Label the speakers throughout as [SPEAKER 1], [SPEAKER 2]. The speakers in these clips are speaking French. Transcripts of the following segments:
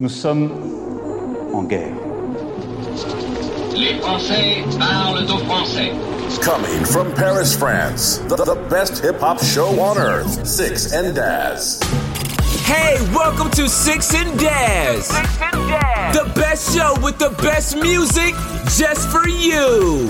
[SPEAKER 1] Nous sommes en guerre.
[SPEAKER 2] Les Français parlent aux Français.
[SPEAKER 3] Coming from Paris, France, the, the best hip hop show on earth, Six and Daz.
[SPEAKER 4] Hey, welcome to Six and Daz. The best show with the best music just for you.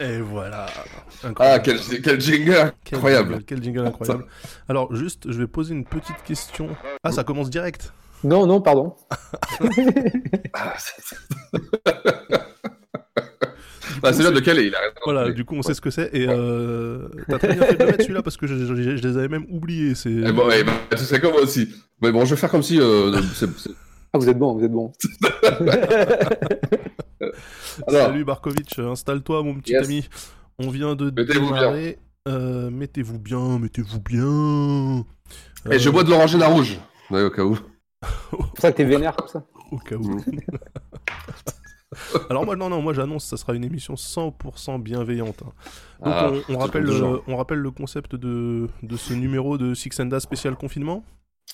[SPEAKER 5] Et voilà.
[SPEAKER 6] Ah,
[SPEAKER 5] Incroyable.
[SPEAKER 6] quel, quel jingle
[SPEAKER 5] Quel
[SPEAKER 6] incroyable.
[SPEAKER 5] jingle, quel jingle incroyable. Alors, juste, je vais poser une petite question. Ah, ça commence direct.
[SPEAKER 7] Non, non, pardon.
[SPEAKER 6] Ah, c'est bien de Calais, il a raison.
[SPEAKER 5] Voilà,
[SPEAKER 6] Mais-
[SPEAKER 5] du coup, on sait ce que c'est. Et euh, t'as très bien fait de le mettre celui-là parce que je, je- je- je les avais même oubliés. C'est...
[SPEAKER 6] Eh bon, eh ben, tu sais quoi, moi aussi. Mais bon, je vais faire comme si. euh, c'est- c'est-
[SPEAKER 7] Ah, vous êtes bon, vous êtes bon.
[SPEAKER 6] Alors,
[SPEAKER 5] Salut Barkovitch, installe-toi, mon petit
[SPEAKER 6] Yes.
[SPEAKER 5] ami. On vient de
[SPEAKER 6] Mettez-vous
[SPEAKER 5] démarrer. Euh, mettez-vous bien, mettez-vous bien.
[SPEAKER 6] eh, je
[SPEAKER 5] Euh,
[SPEAKER 6] bois de l'orange et de la rouge. Ouais, au cas où. Mm.
[SPEAKER 7] C'est pour ça que t'es vénère comme ça.
[SPEAKER 5] Au cas où. Alors moi non non moi j'annonce ça sera une émission 100% bienveillante. hein. Donc
[SPEAKER 6] Ah,
[SPEAKER 5] on, on rappelle
[SPEAKER 6] comme toujours.
[SPEAKER 5] le, on rappelle le concept de, de ce numéro de Six and Daz spécial confinement.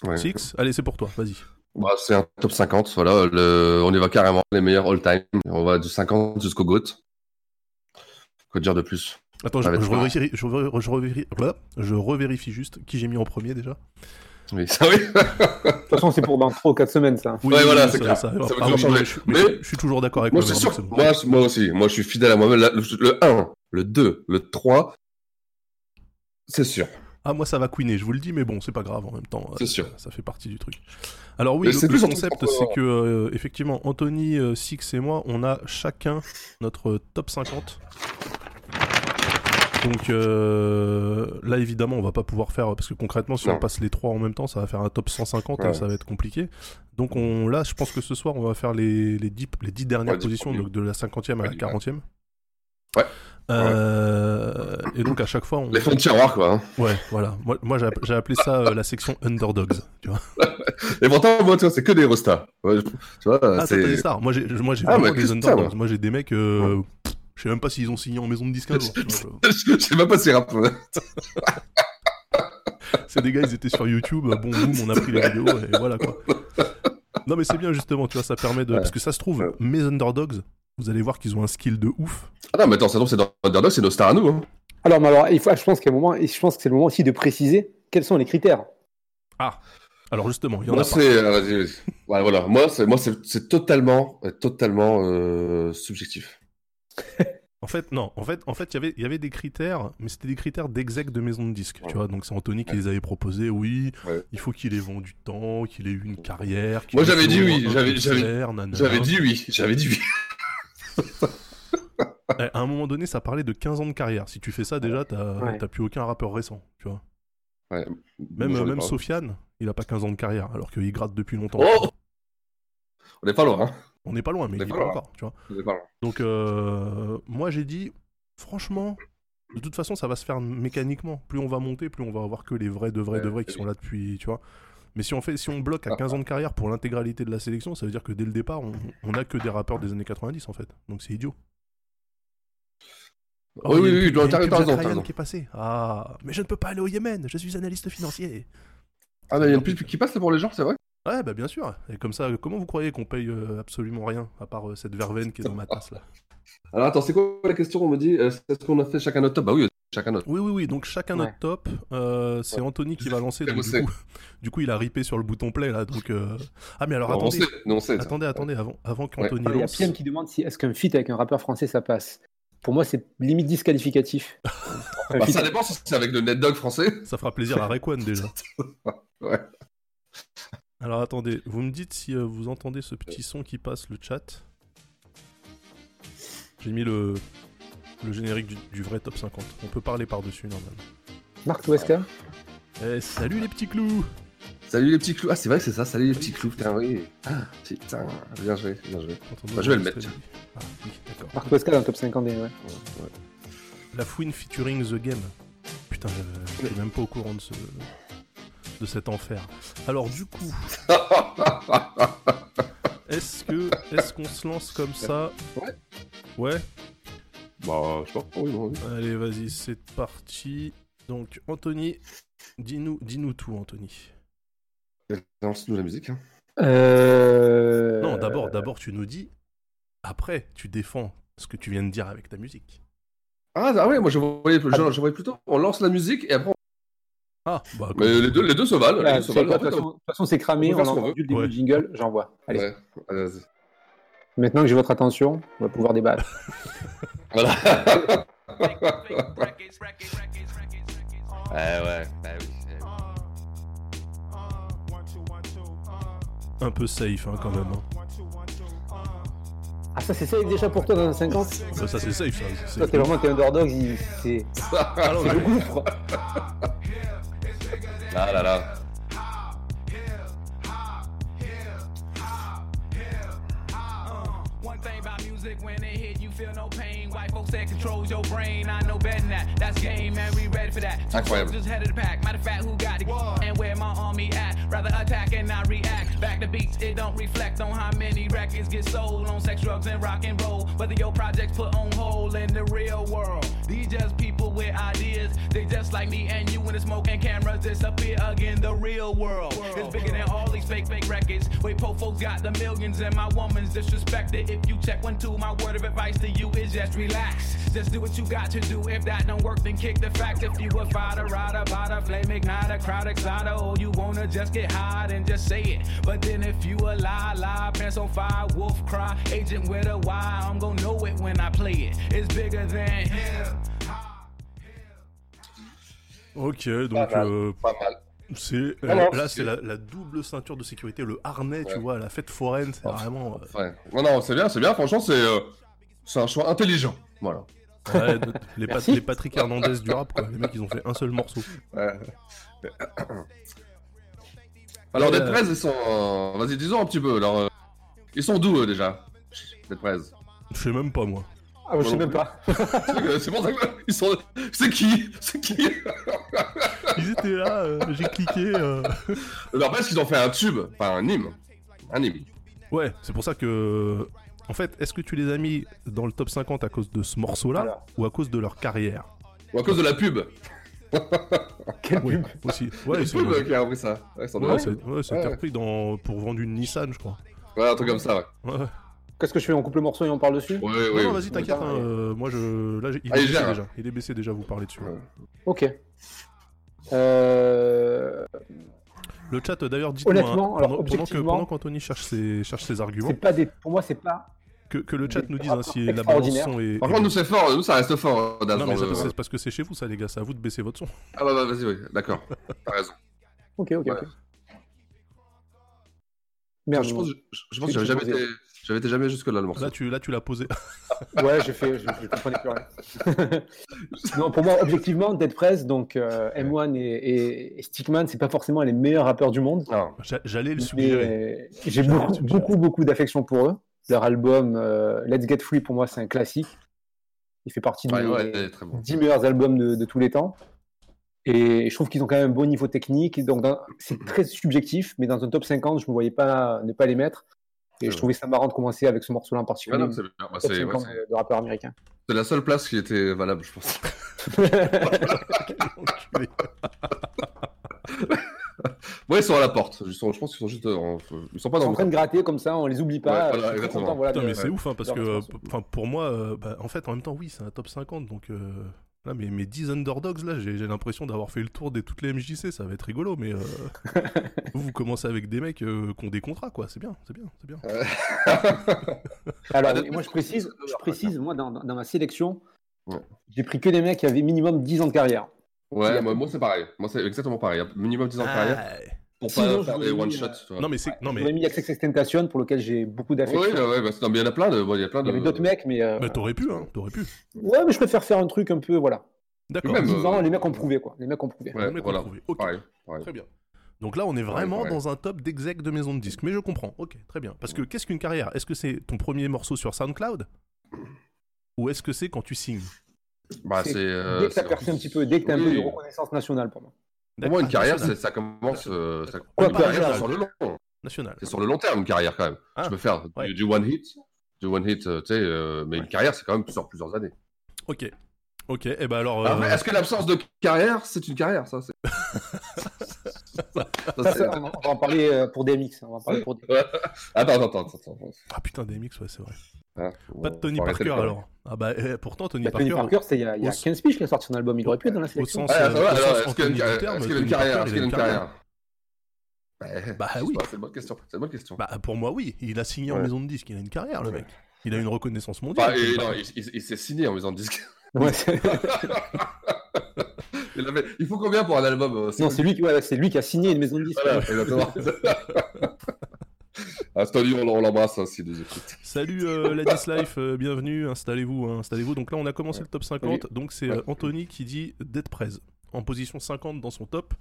[SPEAKER 6] Ouais.
[SPEAKER 5] Six allez c'est pour toi vas-y.
[SPEAKER 6] Bah, c'est un top 50, voilà. le- On y va carrément les meilleurs all-time. On va du 50 jusqu'au GOAT. Quoi dire de plus
[SPEAKER 5] Attends je,
[SPEAKER 6] Ça va être
[SPEAKER 5] je
[SPEAKER 6] marrant.
[SPEAKER 5] revérifie, je, revéri- je revéri- voilà, je revérifie juste qui j'ai mis en premier déjà.
[SPEAKER 6] Oui, ça Ah oui.
[SPEAKER 7] De toute façon, c'est pour dans 3 ou 4 semaines, ça.
[SPEAKER 6] Ouais, voilà,
[SPEAKER 5] ça-
[SPEAKER 6] c'est clair.
[SPEAKER 5] ça va.
[SPEAKER 6] Ça va
[SPEAKER 5] Ah
[SPEAKER 6] toujours
[SPEAKER 5] oui, moi,
[SPEAKER 6] changer.
[SPEAKER 5] je-
[SPEAKER 6] Mais-
[SPEAKER 5] je suis toujours d'accord avec
[SPEAKER 6] Moi,
[SPEAKER 5] toi,
[SPEAKER 6] c'est
[SPEAKER 5] vraiment,
[SPEAKER 6] sûr.
[SPEAKER 5] c'est bon.
[SPEAKER 6] Moi, moi aussi. Moi, je suis fidèle à moi-même. La- Le, 1, le 2, le 3. C'est sûr.
[SPEAKER 5] Ah moi ça va couiner, je vous le dis, mais bon c'est pas grave en même temps.
[SPEAKER 6] C'est
[SPEAKER 5] euh,
[SPEAKER 6] sûr.
[SPEAKER 5] Ça, ça fait partie du truc. Alors oui,
[SPEAKER 6] Mais
[SPEAKER 5] le,
[SPEAKER 6] c'est
[SPEAKER 5] le
[SPEAKER 6] plus en
[SPEAKER 5] concept
[SPEAKER 6] plus en
[SPEAKER 5] c'est
[SPEAKER 6] plus.
[SPEAKER 5] que euh, effectivement Anthony, euh, Six et moi, on a chacun notre euh, top 50. Donc euh, là évidemment on va pas pouvoir faire parce que concrètement si
[SPEAKER 6] Non.
[SPEAKER 5] on passe les trois en même temps ça va faire un top 150 hein,
[SPEAKER 6] Ouais.
[SPEAKER 5] ça va être compliqué donc on là je pense que ce soir on va faire les, les, 10, les 10 dernières
[SPEAKER 6] Ouais, 10
[SPEAKER 5] positions
[SPEAKER 6] premiers.
[SPEAKER 5] donc de la 50e à
[SPEAKER 6] Ouais,
[SPEAKER 5] la
[SPEAKER 6] du-
[SPEAKER 5] 40e
[SPEAKER 6] Ouais.
[SPEAKER 5] Euh, et donc à chaque fois on,
[SPEAKER 6] Les fonds de tiroir, quoi. hein.
[SPEAKER 5] Ouais, voilà. Moi, moi, j'ai app- j'ai appelé ça euh, la section Underdogs. Tu vois
[SPEAKER 6] Et pourtant, moi, tu vois, c'est que des Rostas. Ouais, je- tu vois,
[SPEAKER 5] ah, toi, t'as des
[SPEAKER 6] c'est.
[SPEAKER 5] stars. Moi, j'ai moi, j'ai
[SPEAKER 6] Ah,
[SPEAKER 5] vraiment
[SPEAKER 6] mais
[SPEAKER 5] des
[SPEAKER 6] qu'est-ce que ça,
[SPEAKER 5] Underdogs.
[SPEAKER 6] moi
[SPEAKER 5] Moi, j'ai des mecs. euh, pff, Je sais même pas s'ils ont signé en maison de disque un jour, tu vois.
[SPEAKER 6] Je sais même pas si rap.
[SPEAKER 5] C'est des gars, ils étaient sur YouTube. euh, Bon, boum, on a pris les vidéos et voilà quoi. Non, mais c'est bien justement, tu vois, ça permet de. Parce que ça se trouve, mes Underdogs, vous allez voir qu'ils ont un skill de ouf.
[SPEAKER 6] Ah non, mais attends, ça tombe, c'est dans Underdog, c'est nos stars à nous. Hein.
[SPEAKER 7] Alors, mais alors, il faut, ah, je pense qu'à un moment, et je pense que c'est le moment aussi de préciser quels sont les critères.
[SPEAKER 5] Alors justement, il y en
[SPEAKER 6] Moi,
[SPEAKER 5] a pas.
[SPEAKER 6] c'est. euh, vas-y, vas-y. Ouais, voilà. Moi, c'est, moi, c'est, c'est totalement, euh, totalement euh, subjectif.
[SPEAKER 5] En fait, non. En fait, en fait, il y avait- il y avait des critères, mais c'était des critères d'exec de maison de disques.
[SPEAKER 6] Ouais.
[SPEAKER 5] Tu vois, donc c'est Anthony qui les avait proposés. Oui,
[SPEAKER 6] Ouais.
[SPEAKER 5] il faut qu'il ait vendu du temps, qu'il ait eu une carrière. qu'il
[SPEAKER 6] Moi,
[SPEAKER 5] ait
[SPEAKER 6] j'avais
[SPEAKER 5] fait
[SPEAKER 6] dit
[SPEAKER 5] au moins
[SPEAKER 6] oui,
[SPEAKER 5] un
[SPEAKER 6] j'avais-
[SPEAKER 5] concert, nanana.
[SPEAKER 6] J'avais dit oui, j'avais dit oui.
[SPEAKER 5] Eh, À un moment donné, ça parlait de 15 ans de carrière. Si tu fais ça, déjà, t'as
[SPEAKER 7] Ouais.
[SPEAKER 5] t'as plus aucun rappeur récent. Tu vois.
[SPEAKER 6] Ouais.
[SPEAKER 5] Même,
[SPEAKER 6] J'en ai
[SPEAKER 5] euh, même
[SPEAKER 6] pas.
[SPEAKER 5] Sofiane, il a pas 15 ans de carrière, alors qu'il gratte depuis longtemps.
[SPEAKER 6] Oh On n'est pas loin, hein.
[SPEAKER 5] On n'est pas loin, mais
[SPEAKER 6] On
[SPEAKER 5] il
[SPEAKER 6] est
[SPEAKER 5] est
[SPEAKER 6] pas
[SPEAKER 5] pas
[SPEAKER 6] loin.
[SPEAKER 5] encore. Tu vois.
[SPEAKER 6] On n'est pas loin.
[SPEAKER 5] Donc, euh, moi, j'ai dit, franchement, de toute façon, ça va se faire mécaniquement. Plus on va monter, plus on va avoir que les vrais, de vrais,
[SPEAKER 6] Ouais,
[SPEAKER 5] de vrais qui
[SPEAKER 6] oui.
[SPEAKER 5] sont là depuis, tu vois. Mais si on fait, si on bloque à 15 ans de carrière pour l'intégralité de la sélection, ça veut dire que dès le départ, on, on a que des rappeurs des années 90 en fait. Donc c'est idiot. Oh,
[SPEAKER 6] oui,
[SPEAKER 5] il y a
[SPEAKER 6] oui,
[SPEAKER 5] une
[SPEAKER 6] oui,
[SPEAKER 5] pub- il y a
[SPEAKER 6] t'as
[SPEAKER 5] une
[SPEAKER 6] raison,
[SPEAKER 5] pub Zach
[SPEAKER 6] t'as
[SPEAKER 5] Ryan
[SPEAKER 6] raison.
[SPEAKER 5] qui est passée. Ah, mais je ne peux pas aller au Yémen. Je suis analyste financier.
[SPEAKER 6] Ah, mais il y a une pub qui passe là pour les gens, c'est vrai
[SPEAKER 5] Ouais, bah bien sûr. Et comme ça, comment vous croyez qu'on paye euh, absolument rien à part euh, cette verveine qui est dans ma tasse là
[SPEAKER 6] Alors attends, c'est quoi la question On me dit, euh, est-ce qu'on a fait chacun notre top Bah oui, chacun notre.
[SPEAKER 5] Oui, oui, oui. Donc chacun notre
[SPEAKER 7] Ouais.
[SPEAKER 5] top. Euh, c'est Anthony qui va lancer.
[SPEAKER 6] C'est
[SPEAKER 5] donc du,
[SPEAKER 6] bossé.
[SPEAKER 5] coup, du coup, il a ripé sur le bouton play là. Donc euh, ah mais alors
[SPEAKER 6] Non, on
[SPEAKER 5] attendez,
[SPEAKER 6] sait, non, on sait.
[SPEAKER 5] attendez, attendez avant, avant qu'Anthony
[SPEAKER 7] Il y a
[SPEAKER 5] lance.
[SPEAKER 7] PM qui demande si est-ce qu'un feat avec un rappeur français, ça passe. Pour moi, c'est limite disqualificatif. Un
[SPEAKER 6] Bah,
[SPEAKER 7] feat-
[SPEAKER 6] ça dépend si c'est avec le NetDog français.
[SPEAKER 5] Ça fera plaisir à Rayquan déjà.
[SPEAKER 6] Ouais.
[SPEAKER 5] Alors attendez, vous me dites si euh, vous entendez ce petit son qui passe le chat. J'ai mis le le générique du, du vrai top 50. On peut parler par dessus normalement.
[SPEAKER 7] Marc
[SPEAKER 6] Ah,
[SPEAKER 7] Wesker
[SPEAKER 5] Eh, salut les petits clous.
[SPEAKER 6] Salut les petits clous. Ah, c'est vrai que c'est ça, salut les petits clous. Putain, oui. Ah, putain, bien joué, bien joué.
[SPEAKER 5] Entendons
[SPEAKER 6] Bah, je vais le mettre,
[SPEAKER 5] l'enregistrer. Ah oui, d'accord.
[SPEAKER 7] Marc Wesker dans le top 50 des. Ouais.
[SPEAKER 6] Ouais, ouais.
[SPEAKER 5] La fouine featuring The Game. Putain, je- je suis même pas au courant de ce de cet enfer. Alors du coup, est-ce que est-ce qu'on se lance comme ça
[SPEAKER 6] Ouais.
[SPEAKER 5] Ouais.
[SPEAKER 6] bah, je sais pas. Oui, bon, oui.
[SPEAKER 5] Allez, vas-y, c'est parti. Donc Anthony, dis-nous dis-nous tout Anthony.
[SPEAKER 6] Lance-nous la musique. hein.
[SPEAKER 7] Euh...
[SPEAKER 5] Non, d'abord, d'abord, tu nous dis. Après, tu défends ce que tu viens de dire avec ta musique.
[SPEAKER 6] Ah, ah ouais, moi je voyais, je, je voyais plutôt. On lance la musique et après. on-
[SPEAKER 5] Ah, bah, comme-
[SPEAKER 6] Mais les deux, les deux se valent. les
[SPEAKER 7] Bah,
[SPEAKER 6] deux
[SPEAKER 7] tu
[SPEAKER 6] se
[SPEAKER 7] sais
[SPEAKER 6] valent.
[SPEAKER 7] quoi,
[SPEAKER 6] En
[SPEAKER 7] De toute
[SPEAKER 6] fait,
[SPEAKER 7] façon- de toute façon, c'est cramé, on
[SPEAKER 6] on peut
[SPEAKER 7] a
[SPEAKER 6] faire ce qu'on
[SPEAKER 7] entendu le début
[SPEAKER 5] Ouais.
[SPEAKER 7] du jingle, j'envoie.
[SPEAKER 6] ouais.
[SPEAKER 7] Allez,
[SPEAKER 6] Allez, vas-y.
[SPEAKER 7] maintenant que j'ai votre attention, on va pouvoir débattre.
[SPEAKER 6] Voilà. ouais, ouais. bah oui, c'est-
[SPEAKER 5] un peu safe hein, quand même. hein.
[SPEAKER 7] Ah, ça, c'est ça déjà pour toi dans un 50
[SPEAKER 5] Bah, ça, c'est safe. ça, c'est-
[SPEAKER 7] Toi, t'es vraiment t'es underdog, il- c'est
[SPEAKER 5] Ah, non,
[SPEAKER 7] c'est le
[SPEAKER 5] mais-
[SPEAKER 7] gouffre.
[SPEAKER 6] Ah là là.
[SPEAKER 8] Uh, One thing about music, when it hit, you feel no pain. White folks that controls your brain, I know better than that. That's game, man, we ready for that. Two
[SPEAKER 6] Incroyable.
[SPEAKER 8] soldiers head of the pack. Matter of fact, who got it? And where my army at? Rather attack and not react. Back to beats, it don't reflect on how many records get sold on sex, drugs, and rock and roll. Whether your projects put on hold in the real world. These just people with ideas. They just like me and you when the smoke and cameras disappear again. The real world. It's bigger than all these fake, fake records. Wait, po folks got the millions and my woman's disrespected. If you check one, two, my word of advice to you is just relax. Just do what you got to do. If that don't work, then kick the fact. If you a fighter, rider, bada, flame igniter, crowd exciter, or you wanna just get high, then just say it. But then if you a lie, lie, pants on fire, wolf cry, agent with a why, I'm gonna know it when I play it. It's bigger than
[SPEAKER 5] Ok, donc
[SPEAKER 6] Pas mal.
[SPEAKER 5] euh,
[SPEAKER 6] Pas mal.
[SPEAKER 5] c'est euh,
[SPEAKER 6] Voilà.
[SPEAKER 5] là c'est la, la double ceinture de sécurité, le harnais, tu
[SPEAKER 6] ah, Ouais.
[SPEAKER 5] vois, à la fête foraine, c'est
[SPEAKER 6] Oh.
[SPEAKER 5] vraiment. euh,
[SPEAKER 6] Ouais. Non, non, c'est bien, c'est bien. Franchement, c'est euh, c'est un choix intelligent. Voilà.
[SPEAKER 5] euh, ouais, de- les, Pat-
[SPEAKER 7] Merci.
[SPEAKER 5] les Patrick Hernandez du rap, quoi. Les mecs, ils ont fait un seul morceau.
[SPEAKER 6] Ouais. Alors,
[SPEAKER 5] Euh,
[SPEAKER 6] Dead Prez, ils sont. euh, Vas-y, disons un petit peu. Alors, euh, ils sont d'où eux déjà Dead Prez.
[SPEAKER 5] Je sais même pas moi.
[SPEAKER 7] Ah, je sais même pas.
[SPEAKER 6] Euh, C'est pour ça que. Ils sont. C'est qui C'est qui
[SPEAKER 5] Ils étaient là, euh, j'ai cliqué. euh.
[SPEAKER 6] Alors, parce qu'ils ont fait un tube, enfin un hymne. Un hymne.
[SPEAKER 5] Ouais, c'est pour ça que. En fait, est-ce que tu les as mis dans le top 50 à cause de ce morceau-là
[SPEAKER 7] Alors.
[SPEAKER 5] ou à cause de leur carrière
[SPEAKER 6] Ou à cause de la pub.
[SPEAKER 7] Quel
[SPEAKER 5] Ouais,
[SPEAKER 7] pub.
[SPEAKER 5] aussi.
[SPEAKER 6] la
[SPEAKER 5] Ouais, ils sont-
[SPEAKER 6] pub qui a repris ça. Ouais, ils sont
[SPEAKER 5] Ouais,
[SPEAKER 6] dedans.
[SPEAKER 5] c'est- ouais, c'était
[SPEAKER 6] Ouais.
[SPEAKER 5] repris dans... pour vendre une Nissan, je crois.
[SPEAKER 6] Ouais, un truc comme ça, ouais.
[SPEAKER 5] Ouais, ouais.
[SPEAKER 7] Qu'est-ce que je fais On coupe le morceau et on parle dessus
[SPEAKER 6] Ouais,
[SPEAKER 5] Non,
[SPEAKER 6] ouais.
[SPEAKER 5] non, vas-y, t'inquiète.
[SPEAKER 7] Ouais.
[SPEAKER 5] hein, euh, moi, je. Là, j'ai- il
[SPEAKER 6] Ah,
[SPEAKER 5] est
[SPEAKER 6] il
[SPEAKER 5] baissé
[SPEAKER 6] gère.
[SPEAKER 5] déjà. Il est baissé déjà, vous parlez dessus.
[SPEAKER 6] Ouais.
[SPEAKER 7] Ok. Euh,
[SPEAKER 5] Le chat, euh, d'ailleurs, dites-moi.
[SPEAKER 7] Honnêtement,
[SPEAKER 5] hein,
[SPEAKER 7] alors,
[SPEAKER 5] pendant, pendant que-
[SPEAKER 7] objectivement-
[SPEAKER 5] pendant qu'Anthony cherche ses, cherche ses arguments,
[SPEAKER 7] c'est pas des... Pour moi, c'est pas.
[SPEAKER 5] que, que le chat
[SPEAKER 7] des
[SPEAKER 5] nous dise hein, si la balance
[SPEAKER 7] extraordinaires.
[SPEAKER 5] son est.
[SPEAKER 6] Par contre, nous, c'est fort. Nous, ça reste fort. euh, Daz,
[SPEAKER 5] non, mais
[SPEAKER 6] dans
[SPEAKER 5] ça,
[SPEAKER 6] le-
[SPEAKER 5] c'est parce que c'est chez vous, ça, les gars. C'est à vous de baisser votre son.
[SPEAKER 6] Ah, bah, bah, vas-y, oui. D'accord. T'as raison.
[SPEAKER 7] Ok, ok,
[SPEAKER 6] Ouais.
[SPEAKER 7] ok. Merde,
[SPEAKER 6] je pense, je, je pense que
[SPEAKER 7] C'est
[SPEAKER 6] j'avais jamais
[SPEAKER 7] zéro.
[SPEAKER 6] été, j'avais été jamais jusque là le morceau.
[SPEAKER 5] Là, tu, là, tu l'as posé.
[SPEAKER 7] Ouais, j'ai fait, je, je comprenais plus rien. non, pour moi, objectivement, Dead Press, donc euh, M1 et, et, et Stickman, c'est pas forcément les meilleurs rappeurs du monde.
[SPEAKER 6] Non.
[SPEAKER 5] J'a- J'allais le suggérer.
[SPEAKER 7] Mais j'ai beaucoup, beaucoup, beaucoup d'affection pour eux. Leur album euh, Let's Get Free, pour moi, c'est un classique. Il fait partie de
[SPEAKER 6] Ouais,
[SPEAKER 7] mes
[SPEAKER 6] ouais, elle est très bon.
[SPEAKER 7] 10 meilleurs albums de, de tous les temps. Et je trouve qu'ils ont quand même un bon niveau technique. Et Donc, dans-
[SPEAKER 5] Mm-hmm.
[SPEAKER 7] c'est très subjectif, mais dans un top 50, je ne me voyais pas ne pas les mettre. Et
[SPEAKER 6] C'est
[SPEAKER 7] je
[SPEAKER 6] vrai.
[SPEAKER 7] trouvais ça marrant de commencer avec ce morceau-là en
[SPEAKER 6] Ouais,
[SPEAKER 7] particulier.
[SPEAKER 6] non, c'est bien. Bah,
[SPEAKER 7] top
[SPEAKER 6] c'est, ouais,
[SPEAKER 7] 50
[SPEAKER 6] c'est-
[SPEAKER 7] de rappeurs américains.
[SPEAKER 6] c'est la seule place qui était valable, je pense. ouais, ils sont à la porte. Ils sont, je pense qu'ils sont juste, euh, en- ils sont pas
[SPEAKER 7] Ils sont
[SPEAKER 6] dans
[SPEAKER 7] en
[SPEAKER 6] le
[SPEAKER 7] train de gratter comme ça, on les oublie
[SPEAKER 6] Ouais,
[SPEAKER 7] pas.
[SPEAKER 6] voilà,
[SPEAKER 7] je suis très
[SPEAKER 6] exactement.
[SPEAKER 7] content, voilà,
[SPEAKER 5] Putain,
[SPEAKER 7] de-
[SPEAKER 5] mais c'est ouf, hein, parce
[SPEAKER 7] de
[SPEAKER 5] que
[SPEAKER 7] leur
[SPEAKER 5] euh,
[SPEAKER 7] façon.
[SPEAKER 5] enfin, pour moi, euh, bah, en fait, en même temps, oui, c'est un top 50. Donc, euh, là, mes, mes 10 underdogs, là, j'ai j'ai l'impression d'avoir fait le tour de toutes les MJC. Ça va être rigolo, mais euh, vous, vous commencez avec des mecs euh, qui ont des contrats, quoi. C'est bien, c'est bien, c'est bien.
[SPEAKER 7] Euh. Alors,
[SPEAKER 6] Ah,
[SPEAKER 7] et moi, je précise, je précise moi, dans, dans- dans ma sélection,
[SPEAKER 6] Ouais.
[SPEAKER 7] j'ai pris que des mecs qui avaient minimum 10 ans de carrière. Il y
[SPEAKER 6] Ouais,
[SPEAKER 7] a-
[SPEAKER 6] moi, moi, c'est pareil. Moi c'est exactement pareil. Minimum 10 ans de carrière pour
[SPEAKER 7] Sinon,
[SPEAKER 6] pas
[SPEAKER 7] je
[SPEAKER 6] faire
[SPEAKER 7] vous
[SPEAKER 6] des
[SPEAKER 7] ai mis,
[SPEAKER 6] one
[SPEAKER 7] euh,
[SPEAKER 6] shots.
[SPEAKER 5] Ah. Non, mais c'est. Non,
[SPEAKER 7] J'aurais
[SPEAKER 5] mais.
[SPEAKER 7] mis Access Tentation, pour lequel j'ai beaucoup
[SPEAKER 6] Oui,
[SPEAKER 7] d'affection.
[SPEAKER 6] ouais, bah, c'est- non, mais il y en a plein de. bon, il y a plein
[SPEAKER 7] Il
[SPEAKER 6] de.
[SPEAKER 7] y avait d'autres mecs, mais. euh,
[SPEAKER 5] Bah, t'aurais pu, hein, t'aurais pu.
[SPEAKER 7] Ouais, mais je préfère faire un truc un peu, voilà.
[SPEAKER 5] D'accord.
[SPEAKER 6] Même,
[SPEAKER 7] Dix
[SPEAKER 6] euh,
[SPEAKER 7] ans, les mecs ont prouvé, quoi. Les mecs ont prouvé.
[SPEAKER 6] Ouais,
[SPEAKER 5] Les mecs ont
[SPEAKER 6] voilà.
[SPEAKER 5] trouvé. Ok.
[SPEAKER 6] Pareil. pareil.
[SPEAKER 5] Très bien. Donc là, on est vraiment
[SPEAKER 6] Ouais, ouais.
[SPEAKER 5] dans un top d'exec de maison de disques. Mais je comprends. Ok, très bien. Parce que qu'est-ce qu'une carrière Est-ce que c'est ton premier morceau sur SoundCloud Ou est-ce que c'est quand tu signes
[SPEAKER 6] Bah,
[SPEAKER 7] C'est-
[SPEAKER 6] c'est. euh,
[SPEAKER 7] dès que ça
[SPEAKER 6] c'est-
[SPEAKER 7] perce un petit peu, dès que t'as un peu de
[SPEAKER 6] Oui.
[SPEAKER 7] reconnaissance nationale pour moi.
[SPEAKER 6] Pour moi, une
[SPEAKER 5] Ah,
[SPEAKER 6] carrière,
[SPEAKER 5] national.
[SPEAKER 6] c'est- ça commence. euh, ça-
[SPEAKER 5] Quoi,
[SPEAKER 6] une
[SPEAKER 7] pas
[SPEAKER 6] carrière,
[SPEAKER 5] national.
[SPEAKER 6] c'est sur le long.
[SPEAKER 5] national.
[SPEAKER 6] C'est sur le long terme, une carrière quand même.
[SPEAKER 5] Ah,
[SPEAKER 6] je peux faire du-
[SPEAKER 5] ouais.
[SPEAKER 6] du, one hit, du one hit, euh, tu sais, euh, mais une carrière, c'est quand même sur plusieurs années.
[SPEAKER 5] Ok.
[SPEAKER 7] Ah,
[SPEAKER 5] Ok, et eh ben alors. euh,
[SPEAKER 6] Après, Est-ce que l'absence de carrière, c'est une carrière, ça c'est- Ça,
[SPEAKER 7] Ça,
[SPEAKER 6] c'est-
[SPEAKER 7] ça, on va on va en parler euh, pour DMX. On va en parler pour DMX.
[SPEAKER 6] Ah, pardon, attends, attends, attends.
[SPEAKER 5] Ah putain, DMX, ouais, c'est vrai.
[SPEAKER 6] Ah,
[SPEAKER 5] Pas de Tony
[SPEAKER 6] faut
[SPEAKER 5] Parker
[SPEAKER 6] arrêter le problème.
[SPEAKER 5] alors. Ah bah eh, pourtant, Tony
[SPEAKER 7] Bah,
[SPEAKER 5] Parker.
[SPEAKER 7] Tony Parker, c'est il y a, il y a
[SPEAKER 5] au-
[SPEAKER 7] 15 piges qu'il a sorti son album. Il aurait pu être dans la
[SPEAKER 5] Au
[SPEAKER 7] sélection.
[SPEAKER 5] sens,
[SPEAKER 6] Ouais,
[SPEAKER 5] euh,
[SPEAKER 6] attends,
[SPEAKER 5] au
[SPEAKER 6] Ah, alors,
[SPEAKER 5] sens
[SPEAKER 6] est-ce qu'il
[SPEAKER 5] Anthony
[SPEAKER 6] y a-
[SPEAKER 5] du terme,
[SPEAKER 6] est-ce qu'il y a
[SPEAKER 5] Tony
[SPEAKER 6] une carrière
[SPEAKER 5] Parker,
[SPEAKER 6] Est-ce
[SPEAKER 5] il
[SPEAKER 6] qu'il y a une carrière
[SPEAKER 5] Bah
[SPEAKER 6] Je sais
[SPEAKER 5] oui.
[SPEAKER 6] pas, C'est une bonne question. C'est une bonne question.
[SPEAKER 5] Bah pour moi, oui. Il a signé en
[SPEAKER 6] Ouais.
[SPEAKER 5] maison de disque. Il a une carrière, le mec. Il a une reconnaissance mondiale.
[SPEAKER 6] Bah, et non, il, il- il s'est signé hein, en faisant de disque.
[SPEAKER 7] Ouais, c'est-
[SPEAKER 6] il, avait- il faut combien pour un album euh,
[SPEAKER 7] non, c'est lui, qui- ouais, c'est lui qui a signé une maison de disques.
[SPEAKER 6] Voilà, exactement. ah, Tony, on, on l'embrasse hein, s'il nous écoute.
[SPEAKER 5] Salut euh, Ladis Life, euh, bienvenue, installez-vous, hein, installez-vous. Donc là on a commencé le top 50, donc c'est euh, Anthony qui dit Dead Prez, en position 50 dans son top.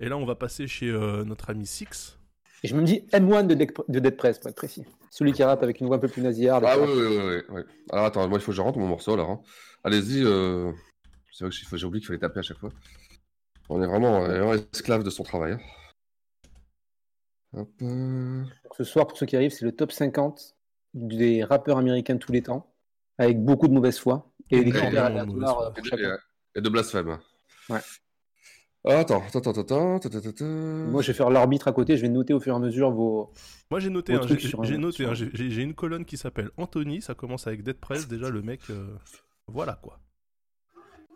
[SPEAKER 5] Et là on va passer chez euh, notre ami Six.
[SPEAKER 7] Et je me dis M1 de, Dead- de Dead Press, pour être précis. Celui qui rappe avec une voix un peu plus nasillarde.
[SPEAKER 6] Ah oui,
[SPEAKER 7] etc.
[SPEAKER 6] oui, oui, oui. Alors attends, moi il faut que je rentre mon morceau alors. hein. Allez-y. euh, C'est vrai que j'ai j'ai oublié qu'il fallait taper à chaque fois. On est vraiment, euh, vraiment esclave de son travail. hein. Hop, euh,
[SPEAKER 7] Donc, Ce soir, pour ceux qui arrivent, c'est le top 50 des rappeurs américains de tous les temps, avec beaucoup de mauvaise foi. Et des
[SPEAKER 6] Énormément
[SPEAKER 7] critères
[SPEAKER 5] de mauvaise
[SPEAKER 7] aléatoires
[SPEAKER 5] foi.
[SPEAKER 7] euh,
[SPEAKER 6] Et
[SPEAKER 7] pour
[SPEAKER 6] de,
[SPEAKER 7] chacun.
[SPEAKER 6] et de blasphème.
[SPEAKER 7] euh, Ouais.
[SPEAKER 6] Ah, Attends, attends, attends, attends, attends, attends, attends.
[SPEAKER 7] Moi, je vais faire l'arbitre à côté, je vais noter au fur et à mesure vos.
[SPEAKER 5] Moi j'ai noté,
[SPEAKER 7] Gros
[SPEAKER 5] hein,
[SPEAKER 7] truc
[SPEAKER 5] j'ai
[SPEAKER 7] sur un-
[SPEAKER 5] j'ai noté,
[SPEAKER 7] sur un-
[SPEAKER 5] hein, j'ai- j'ai j'ai une colonne qui s'appelle Anthony, ça commence avec Dead Prez, déjà le mec, euh, voilà quoi.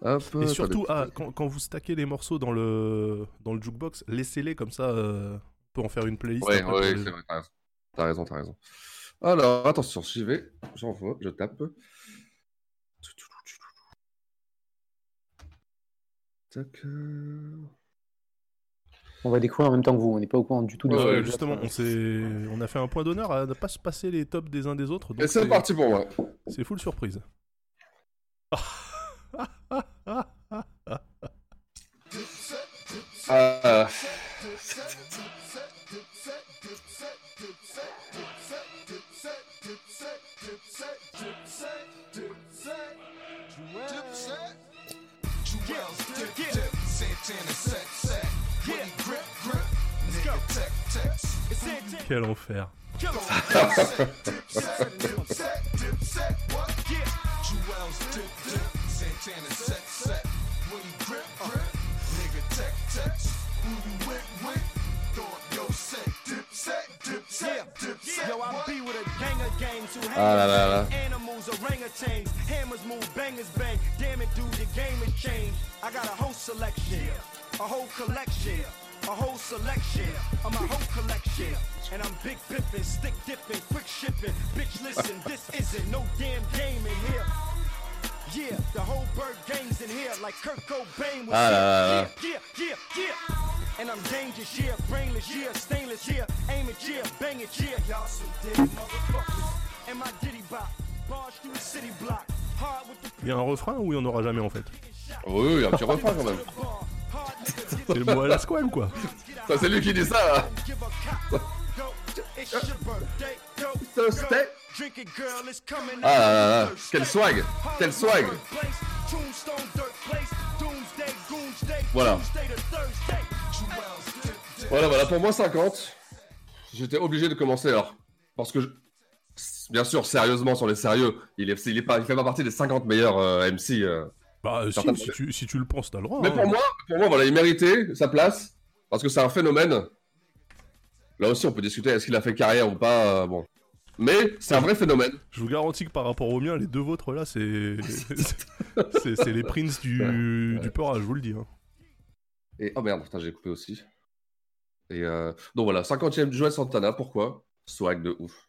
[SPEAKER 6] Hop,
[SPEAKER 5] Et
[SPEAKER 6] attendez.
[SPEAKER 5] surtout, ah, quand, quand vous stackez les morceaux dans le, dans le jukebox, laissez-les comme ça, euh, on peut en faire une playlist.
[SPEAKER 6] Ouais,
[SPEAKER 5] après pour
[SPEAKER 6] ouais,
[SPEAKER 5] les-
[SPEAKER 6] c'est vrai, t'as raison. T'as raison, t'as raison. Alors, attention, j'y vais, j'envoie, je tape. Tac. euh,
[SPEAKER 7] On va découvrir en même temps que vous, on n'est pas au courant du tout de
[SPEAKER 6] Ouais,
[SPEAKER 5] Ouais,
[SPEAKER 7] ce-
[SPEAKER 6] ouais,
[SPEAKER 5] justement, on, s'est- Euh, on a fait un point d'honneur à ne pas se passer les tops des uns des autres. donc
[SPEAKER 6] Et c'est
[SPEAKER 5] c'est-
[SPEAKER 6] parti pour moi.
[SPEAKER 5] C'est full surprise.
[SPEAKER 6] Ah,
[SPEAKER 5] Quel enfer.
[SPEAKER 6] ah là là là.
[SPEAKER 3] Animals, orangutans, hammers move, bangers bang. Damn it, dude, the game has changed. I got a whole selection, a whole collection, a whole selection of my whole collection. And I'm big pippin', stick dipping, quick shipping. Bitch, listen, this isn't no damn game in here. Yeah, the whole bird game's in here, like Kurt Cobain was
[SPEAKER 6] Ah
[SPEAKER 3] here.
[SPEAKER 6] là là là.
[SPEAKER 3] Yeah, yeah, yeah, yeah. And I'm dangerous, yeah, brainless, yeah, stainless, yeah, aim it, yeah, bang it, yeah. Y'all some dead motherfuckers. And my diddy bop, barge through the city block, hard with the
[SPEAKER 5] Il y a un refrain ou il n'y en aura jamais en fait
[SPEAKER 6] Oui, oui, il y a un petit refrain quand même.
[SPEAKER 3] bar, hard nigga, get
[SPEAKER 5] C'est le mot à la squale ou quoi
[SPEAKER 6] Ça, c'est lui qui dit ça, là.
[SPEAKER 3] Don't give a cop. Go, it's your birthday. Go,
[SPEAKER 6] Thursday.
[SPEAKER 3] go. Drink it, girl, it's coming.
[SPEAKER 6] Ah là là là.
[SPEAKER 3] out.
[SPEAKER 6] Quel swag. Quel swag.
[SPEAKER 3] Place, Tombstone, dirt place, doomsday, goonsday,
[SPEAKER 6] Voilà.
[SPEAKER 3] Tuesday to Thursday. Jewels,
[SPEAKER 6] Voilà, voilà, pour moi 50, j'étais obligé de commencer alors. Parce que, je- bien sûr, sérieusement, sur les sérieux, il, est, il, est pas, il fait pas partie des 50 meilleurs euh, MC. euh.
[SPEAKER 5] Bah euh, si,
[SPEAKER 6] Certainement.
[SPEAKER 5] si tu, si tu le penses, t'as le droit.
[SPEAKER 6] Mais
[SPEAKER 5] hein.
[SPEAKER 6] pour moi, pour moi, voilà, il méritait sa place. Parce que c'est un phénomène. Là aussi, on peut discuter est-ce qu'il a fait carrière ou pas. euh, bon. Mais c'est un vrai phénomène.
[SPEAKER 5] Je vous garantis que par rapport au mien, les deux vôtres là, c'est c'est c'est les princes du, du porage, je vous le dis. hein.
[SPEAKER 6] Et oh merde, putain, j'ai coupé aussi. Et euh, donc voilà, 50e Joel Santana, pourquoi Swag de ouf.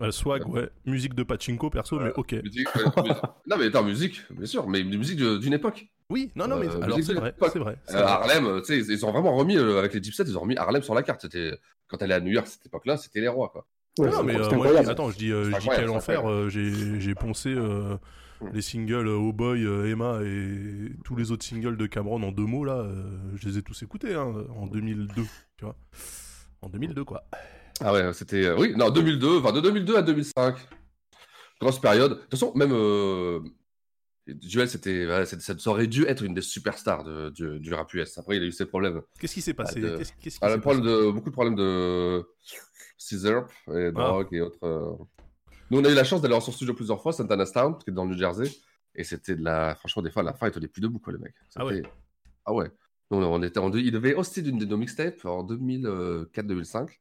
[SPEAKER 5] Euh, swag, ouais. Musique de Pachinko perso, mais ok.
[SPEAKER 6] Musique- euh, musique- non, mais attends, musique, bien sûr, mais une musique de- d'une époque.
[SPEAKER 5] Oui, non, non, mais
[SPEAKER 6] Euh,
[SPEAKER 5] alors
[SPEAKER 6] musique
[SPEAKER 5] c'est
[SPEAKER 6] de
[SPEAKER 5] vrai,
[SPEAKER 6] l'époque.
[SPEAKER 5] c'est vrai. c'est
[SPEAKER 6] Euh,
[SPEAKER 5] vrai.
[SPEAKER 6] Harlem, euh, tu sais, ils, ils ont vraiment remis, euh, avec les chipsets, ils ont remis Harlem sur la carte. C'était- Quand elle est à New York, cette époque-là, c'était les rois, quoi.
[SPEAKER 7] Ouais,
[SPEAKER 5] Non,
[SPEAKER 7] c'est-
[SPEAKER 5] mais
[SPEAKER 7] c'est
[SPEAKER 5] euh, moi,
[SPEAKER 7] incroyable.
[SPEAKER 5] je dis- attends, je dis, euh,
[SPEAKER 6] C'est
[SPEAKER 5] je dis
[SPEAKER 6] incroyable,
[SPEAKER 5] quel
[SPEAKER 6] c'est
[SPEAKER 5] enfer. euh, j'ai j'ai poncé euh,
[SPEAKER 6] Mm.
[SPEAKER 5] les singles euh, Oh Boy, euh, Emma et tous les autres singles de Cameron en deux mots là. euh, je les ai tous écoutés hein, en 2002, tu vois. En 2002 quoi.
[SPEAKER 6] Ah ouais, c'était. euh, oui, non, 2002, enfin de 2002 à 2005. Grosse période. De toute façon, même. euh, Joel, c'était, voilà, c'est- ça aurait dû être une des superstars de- du, du rap US. Après, il a eu ses problèmes.
[SPEAKER 5] Qu'est-ce qui s'est passé
[SPEAKER 6] de-
[SPEAKER 5] Qu'est-ce qu'est-ce qui
[SPEAKER 6] Ah,
[SPEAKER 5] s'est
[SPEAKER 6] le problème
[SPEAKER 5] passé
[SPEAKER 6] de, beaucoup de problèmes de scissor et
[SPEAKER 5] Ah.
[SPEAKER 6] drogue et autres. euh. Nous, on a eu la chance d'aller en son studio plusieurs fois, Santana's Town, qui est dans le New Jersey. Et c'était de la. Franchement, des fois, à la fin, il tenait plus debout, quoi, le mec.
[SPEAKER 5] Ah ouais.
[SPEAKER 6] C'était- Ah ouais. Nous, on était en deux- il devait hoster d'une de nos mixtapes en 2004-2005.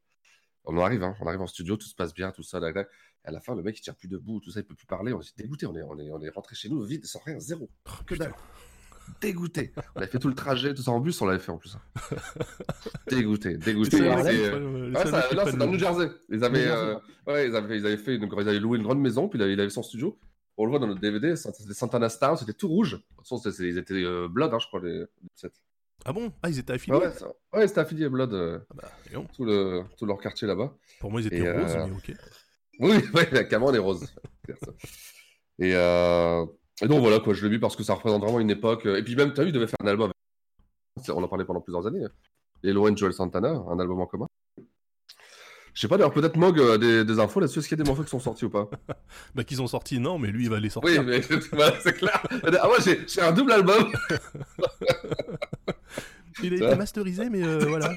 [SPEAKER 6] On en arrive, hein, on arrive en studio, tout se passe bien, tout ça. tac, tac. Et à la fin, le mec, il tient plus debout, tout ça, il peut plus parler. On est dégoûté, on est, on est, on est rentré chez nous vide, sans rien, zéro.
[SPEAKER 5] Que dalle.
[SPEAKER 6] Dégoûté. On avait fait tout le trajet, tout ça en bus, on l'avait fait en plus. hein. dégoûté, dégoûté.
[SPEAKER 5] C'est les
[SPEAKER 6] Et-
[SPEAKER 5] mecs qui
[SPEAKER 6] euh,
[SPEAKER 5] prennent, euh, les
[SPEAKER 6] ouais,
[SPEAKER 5] seuls
[SPEAKER 6] ça-
[SPEAKER 5] mecs qui
[SPEAKER 6] non, c'est
[SPEAKER 5] prennent
[SPEAKER 6] dans
[SPEAKER 5] le-
[SPEAKER 6] le New Jersey. Ils avaient,
[SPEAKER 7] New Jersey,
[SPEAKER 6] euh, ouais, ils avaient, ils avaient fait, une- ils avaient loué une grande maison, puis il avait, il avait son studio. On le voit dans notre DVD, ça- c'était Santana Star, c'était tout rouge. De toute façon, c'est- c'est- ils étaient euh, Blood, hein, je crois, les, les sets.
[SPEAKER 5] Ah bon Ah, ils étaient affiliés
[SPEAKER 6] Ouais, ça- ouais, c'était affilié Blood, euh,
[SPEAKER 5] Ah bah, dis donc.
[SPEAKER 6] tout, le, tout leur quartier là-bas.
[SPEAKER 5] Pour moi, ils étaient
[SPEAKER 6] Et, euh,
[SPEAKER 5] roses, mais ok.
[SPEAKER 6] Oui, ouais, Cameron est rose. et, euh, et donc voilà, quoi, je l'ai vu parce que ça représente vraiment une époque. euh, Et puis même, t'as vu, il devait faire un album. avec- On en parlait pendant plusieurs années. hein. Et Loen Joel Santana, un album en commun. Je sais pas, d'ailleurs, peut-être Mog euh, a des, des infos là-dessus. Est-ce qu'il y a des morceaux qui sont sortis ou pas
[SPEAKER 5] Bah, qu'ils ont sorti, non, mais lui, il va les
[SPEAKER 6] Oui,
[SPEAKER 5] sortir.
[SPEAKER 6] mais voilà, c'est clair. Ah, moi, j'ai j'ai un double album.
[SPEAKER 5] Il a été
[SPEAKER 6] Ça.
[SPEAKER 5] masterisé, mais euh, voilà.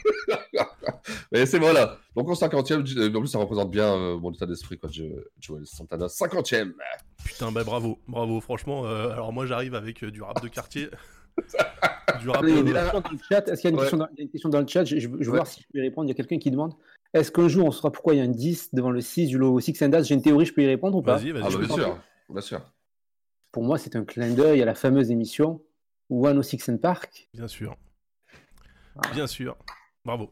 [SPEAKER 6] Mais c'est voilà. Donc en 50e, J- en plus, ça représente bien euh, mon état d'esprit, quoi, J- Joel Santana. 50e.
[SPEAKER 5] Putain, bah bravo, bravo, franchement. euh, alors, moi, j'arrive avec euh, du rap de quartier. du rap.
[SPEAKER 6] Mais il
[SPEAKER 5] euh,
[SPEAKER 6] est là.
[SPEAKER 7] Dans le chat, Est-ce qu'il y a une
[SPEAKER 6] Ouais.
[SPEAKER 7] question dans- il y a une question dans le chat Je, je- je veux
[SPEAKER 6] Ouais.
[SPEAKER 7] voir si je peux y répondre. Il y a quelqu'un qui demande est-ce qu'un jour on saura pourquoi il y a un 10 devant le 6 du logo 6 and As J'ai une théorie, je peux y répondre ou pas
[SPEAKER 5] Vas-y, vas-y.
[SPEAKER 6] Ah, bah, bien
[SPEAKER 5] vas-y.
[SPEAKER 6] sûr. Bien sûr.
[SPEAKER 7] Pour moi, c'est un clin d'œil à la fameuse émission One Six and Park.
[SPEAKER 5] Bien sûr. Bien sûr. Bravo.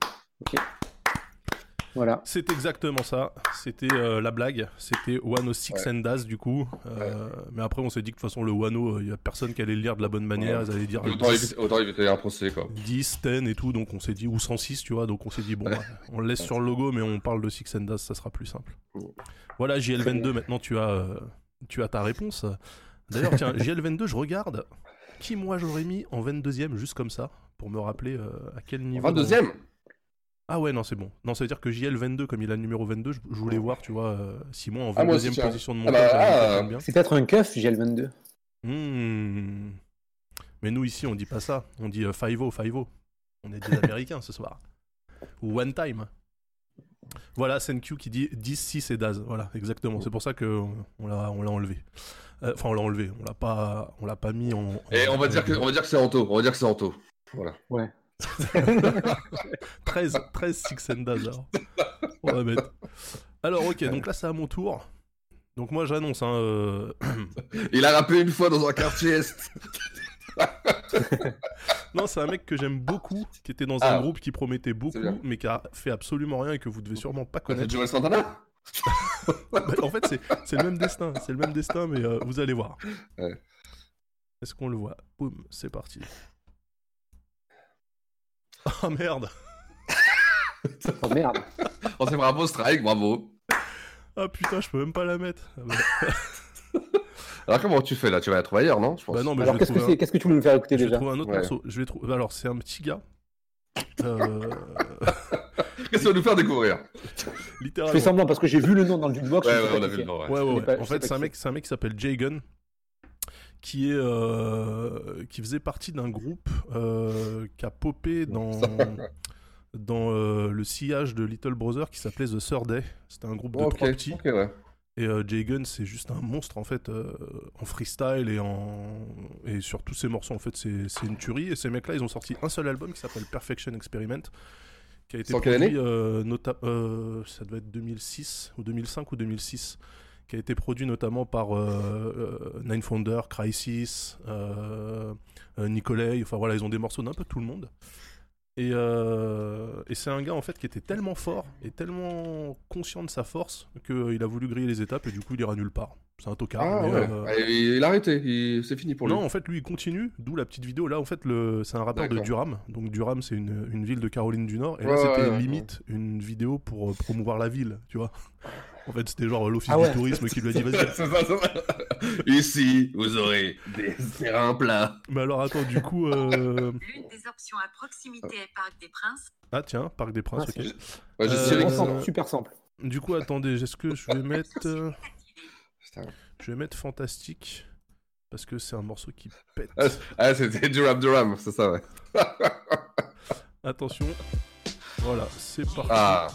[SPEAKER 7] Voilà.
[SPEAKER 5] C'est exactement ça. C'était euh, la blague. C'était Wano Six
[SPEAKER 6] Ouais.
[SPEAKER 5] and As, du coup. Euh, Mais après, on s'est dit que de toute façon, le Wano, il n'y a personne qui allait le lire de la bonne manière.
[SPEAKER 6] Ouais.
[SPEAKER 5] Ils allaient dire
[SPEAKER 6] Et Autant
[SPEAKER 5] 10,
[SPEAKER 6] éviter, autant éviter un procès, quoi.
[SPEAKER 5] 10, 10 et tout. Donc, on s'est dit, ou 106, tu vois. Donc, on s'est dit, bon,
[SPEAKER 6] Ouais.
[SPEAKER 5] bah, on le laisse sur le logo, mais on parle de Six and As, ça sera plus simple.
[SPEAKER 6] Ouais.
[SPEAKER 5] Voilà, JL22, maintenant, tu as, euh, tu as ta réponse. D'ailleurs, tiens, JL22, je regarde. Qui, moi, j'aurais mis en 22ème, juste comme ça, pour me rappeler euh, à quel niveau.
[SPEAKER 6] 22 e
[SPEAKER 5] Ah ouais, non, c'est bon. Non, ça veut dire que JL22, comme il a le numéro 22, je, je voulais voir, tu vois, euh, si moi en
[SPEAKER 6] Ah, moi
[SPEAKER 5] 22
[SPEAKER 6] aussi,
[SPEAKER 5] e
[SPEAKER 6] tiens.
[SPEAKER 5] position de mon
[SPEAKER 6] Ah bah,
[SPEAKER 5] top, j'arrive
[SPEAKER 6] ah,
[SPEAKER 5] à comprendre
[SPEAKER 7] C'est peut-être un keuf, GL22.
[SPEAKER 5] bien. Hmm. Mais nous, ici, on dit pas ça. On dit 5-0, 5-0. On est des Américains ce soir. Ou One Time. Voilà, SenQ qui dit 10, 6 et Daz. Voilà, exactement. C'est pour ça qu'on l'a on l'a enlevé. Euh, Enfin, on l'a enlevé. On l'a pas, on l'a pas mis en.
[SPEAKER 6] Et on va
[SPEAKER 5] en-
[SPEAKER 6] dire que, on va dire que c'est Anto. On va dire que c'est Anto. Voilà.
[SPEAKER 5] 13, 13 Six and Daz, alors. On va mettre. Alors, ok, donc là, c'est à mon tour. Donc, moi, j'annonce, hein, euh,
[SPEAKER 6] Il a rappé une fois dans un quartier est.
[SPEAKER 5] Non, c'est un mec que j'aime beaucoup, qui était dans
[SPEAKER 6] Ah.
[SPEAKER 5] un groupe qui promettait beaucoup,
[SPEAKER 6] C'est bien.
[SPEAKER 5] mais qui a fait absolument rien et que vous devez sûrement pas
[SPEAKER 6] C'est
[SPEAKER 5] connaître.
[SPEAKER 6] Joel Santana
[SPEAKER 5] Bah, en fait, c'est- c'est le même destin, c'est le même destin, mais euh, vous allez voir.
[SPEAKER 6] Ouais.
[SPEAKER 5] Est-ce qu'on le voit Boum, c'est parti. Ah merde
[SPEAKER 7] Oh merde.
[SPEAKER 6] On s'est bravo, strike, bravo.
[SPEAKER 5] Ah putain, je peux même pas la mettre. Ah, bah,
[SPEAKER 6] Alors comment tu fais là Tu vas la trouver ailleurs, non Je pense.
[SPEAKER 5] bah non, mais
[SPEAKER 7] Alors
[SPEAKER 5] je vais
[SPEAKER 7] qu'est-ce que,
[SPEAKER 5] trouver
[SPEAKER 7] c'est
[SPEAKER 5] un,
[SPEAKER 7] qu'est-ce que tu veux nous faire écouter
[SPEAKER 5] je vais
[SPEAKER 7] déjà
[SPEAKER 5] trouver un autre
[SPEAKER 6] Ouais.
[SPEAKER 5] morceau. Je vais trouver. Alors, c'est un petit gars. Euh,
[SPEAKER 6] Qu'est-ce que tu vas nous faire découvrir
[SPEAKER 7] Je fais
[SPEAKER 5] littéralement.
[SPEAKER 7] semblant parce que j'ai vu le nom dans le jukebox.
[SPEAKER 6] Ouais,
[SPEAKER 7] je sais
[SPEAKER 6] ouais,
[SPEAKER 7] pas
[SPEAKER 6] on a
[SPEAKER 7] qui
[SPEAKER 6] vu
[SPEAKER 7] c'est.
[SPEAKER 6] le nom. ouais.
[SPEAKER 5] Ouais, ouais,
[SPEAKER 7] connais
[SPEAKER 5] ouais.
[SPEAKER 7] pas- je
[SPEAKER 5] en
[SPEAKER 7] sais
[SPEAKER 5] fait,
[SPEAKER 7] pas
[SPEAKER 5] c'est un
[SPEAKER 7] qui
[SPEAKER 5] mec, c'est un mec qui s'appelle Jay Gunn, qui est, euh, qui faisait partie d'un groupe euh, qui a popé dans dans euh, le sillage de Little Brother qui s'appelait The Surday. C'était un groupe de
[SPEAKER 6] Ok,
[SPEAKER 5] trois petits.
[SPEAKER 6] ok, ouais.
[SPEAKER 5] Et euh, Jay Gunn, c'est juste un monstre en fait, euh, en freestyle et en et sur tous ses morceaux en fait, c'est c'est une tuerie. Et ces mecs-là, ils ont sorti un seul album qui s'appelle Perfection Experiment, qui a été
[SPEAKER 6] Sur quelle
[SPEAKER 5] produit, euh, nota- euh, ça devait être 2006 ou 2005 ou 2006, qui a été produit notamment par euh, euh, Nine Founder, Crisis, euh, euh, Nicolay. Enfin voilà, ils ont des morceaux d'un peu tout le monde. Et, euh, et c'est un gars en fait qui était tellement fort et tellement conscient de sa force qu'il a voulu griller les étapes et du coup il ira nulle part. C'est un tocard.
[SPEAKER 6] Ah
[SPEAKER 5] mais,
[SPEAKER 6] ouais.
[SPEAKER 5] euh,
[SPEAKER 6] Ah, il, il a arrêté, il- c'est fini pour lui.
[SPEAKER 5] non, en fait, lui, il continue, d'où la petite vidéo. Là, en fait, le... c'est un rappeur de
[SPEAKER 6] D'accord.
[SPEAKER 5] Durham. Donc, Durham, c'est une, une ville de Caroline du Nord. Et
[SPEAKER 6] Ouais,
[SPEAKER 5] là, c'était
[SPEAKER 6] ouais, ouais,
[SPEAKER 5] limite une vidéo pour euh, promouvoir la ville, tu vois. En fait, c'était genre euh, l'office
[SPEAKER 7] Ah ouais.
[SPEAKER 5] du tourisme qui lui a dit vas-y.
[SPEAKER 6] C'est ça, c'est ça. Ici, vous aurez des terrains plats.
[SPEAKER 5] Mais alors, attends, du coup. euh,
[SPEAKER 9] L'une des options à proximité est Parc des Princes.
[SPEAKER 5] Ah, tiens, Parc des Princes,
[SPEAKER 7] Ah, c'est
[SPEAKER 5] ok.
[SPEAKER 6] Ouais, j'ai
[SPEAKER 5] Euh,
[SPEAKER 7] c'est.
[SPEAKER 6] tiré-
[SPEAKER 7] Vraiment simple, super simple.
[SPEAKER 5] Du coup, attendez, est-ce que je vais mettre. euh,
[SPEAKER 6] Putain.
[SPEAKER 5] Je vais mettre Fantastique. Parce que c'est un morceau qui pète.
[SPEAKER 6] Ah, c'est- Ah, c'était Durham Durham, c'est ça, ouais.
[SPEAKER 5] Attention. Voilà, c'est parti.
[SPEAKER 6] Ah,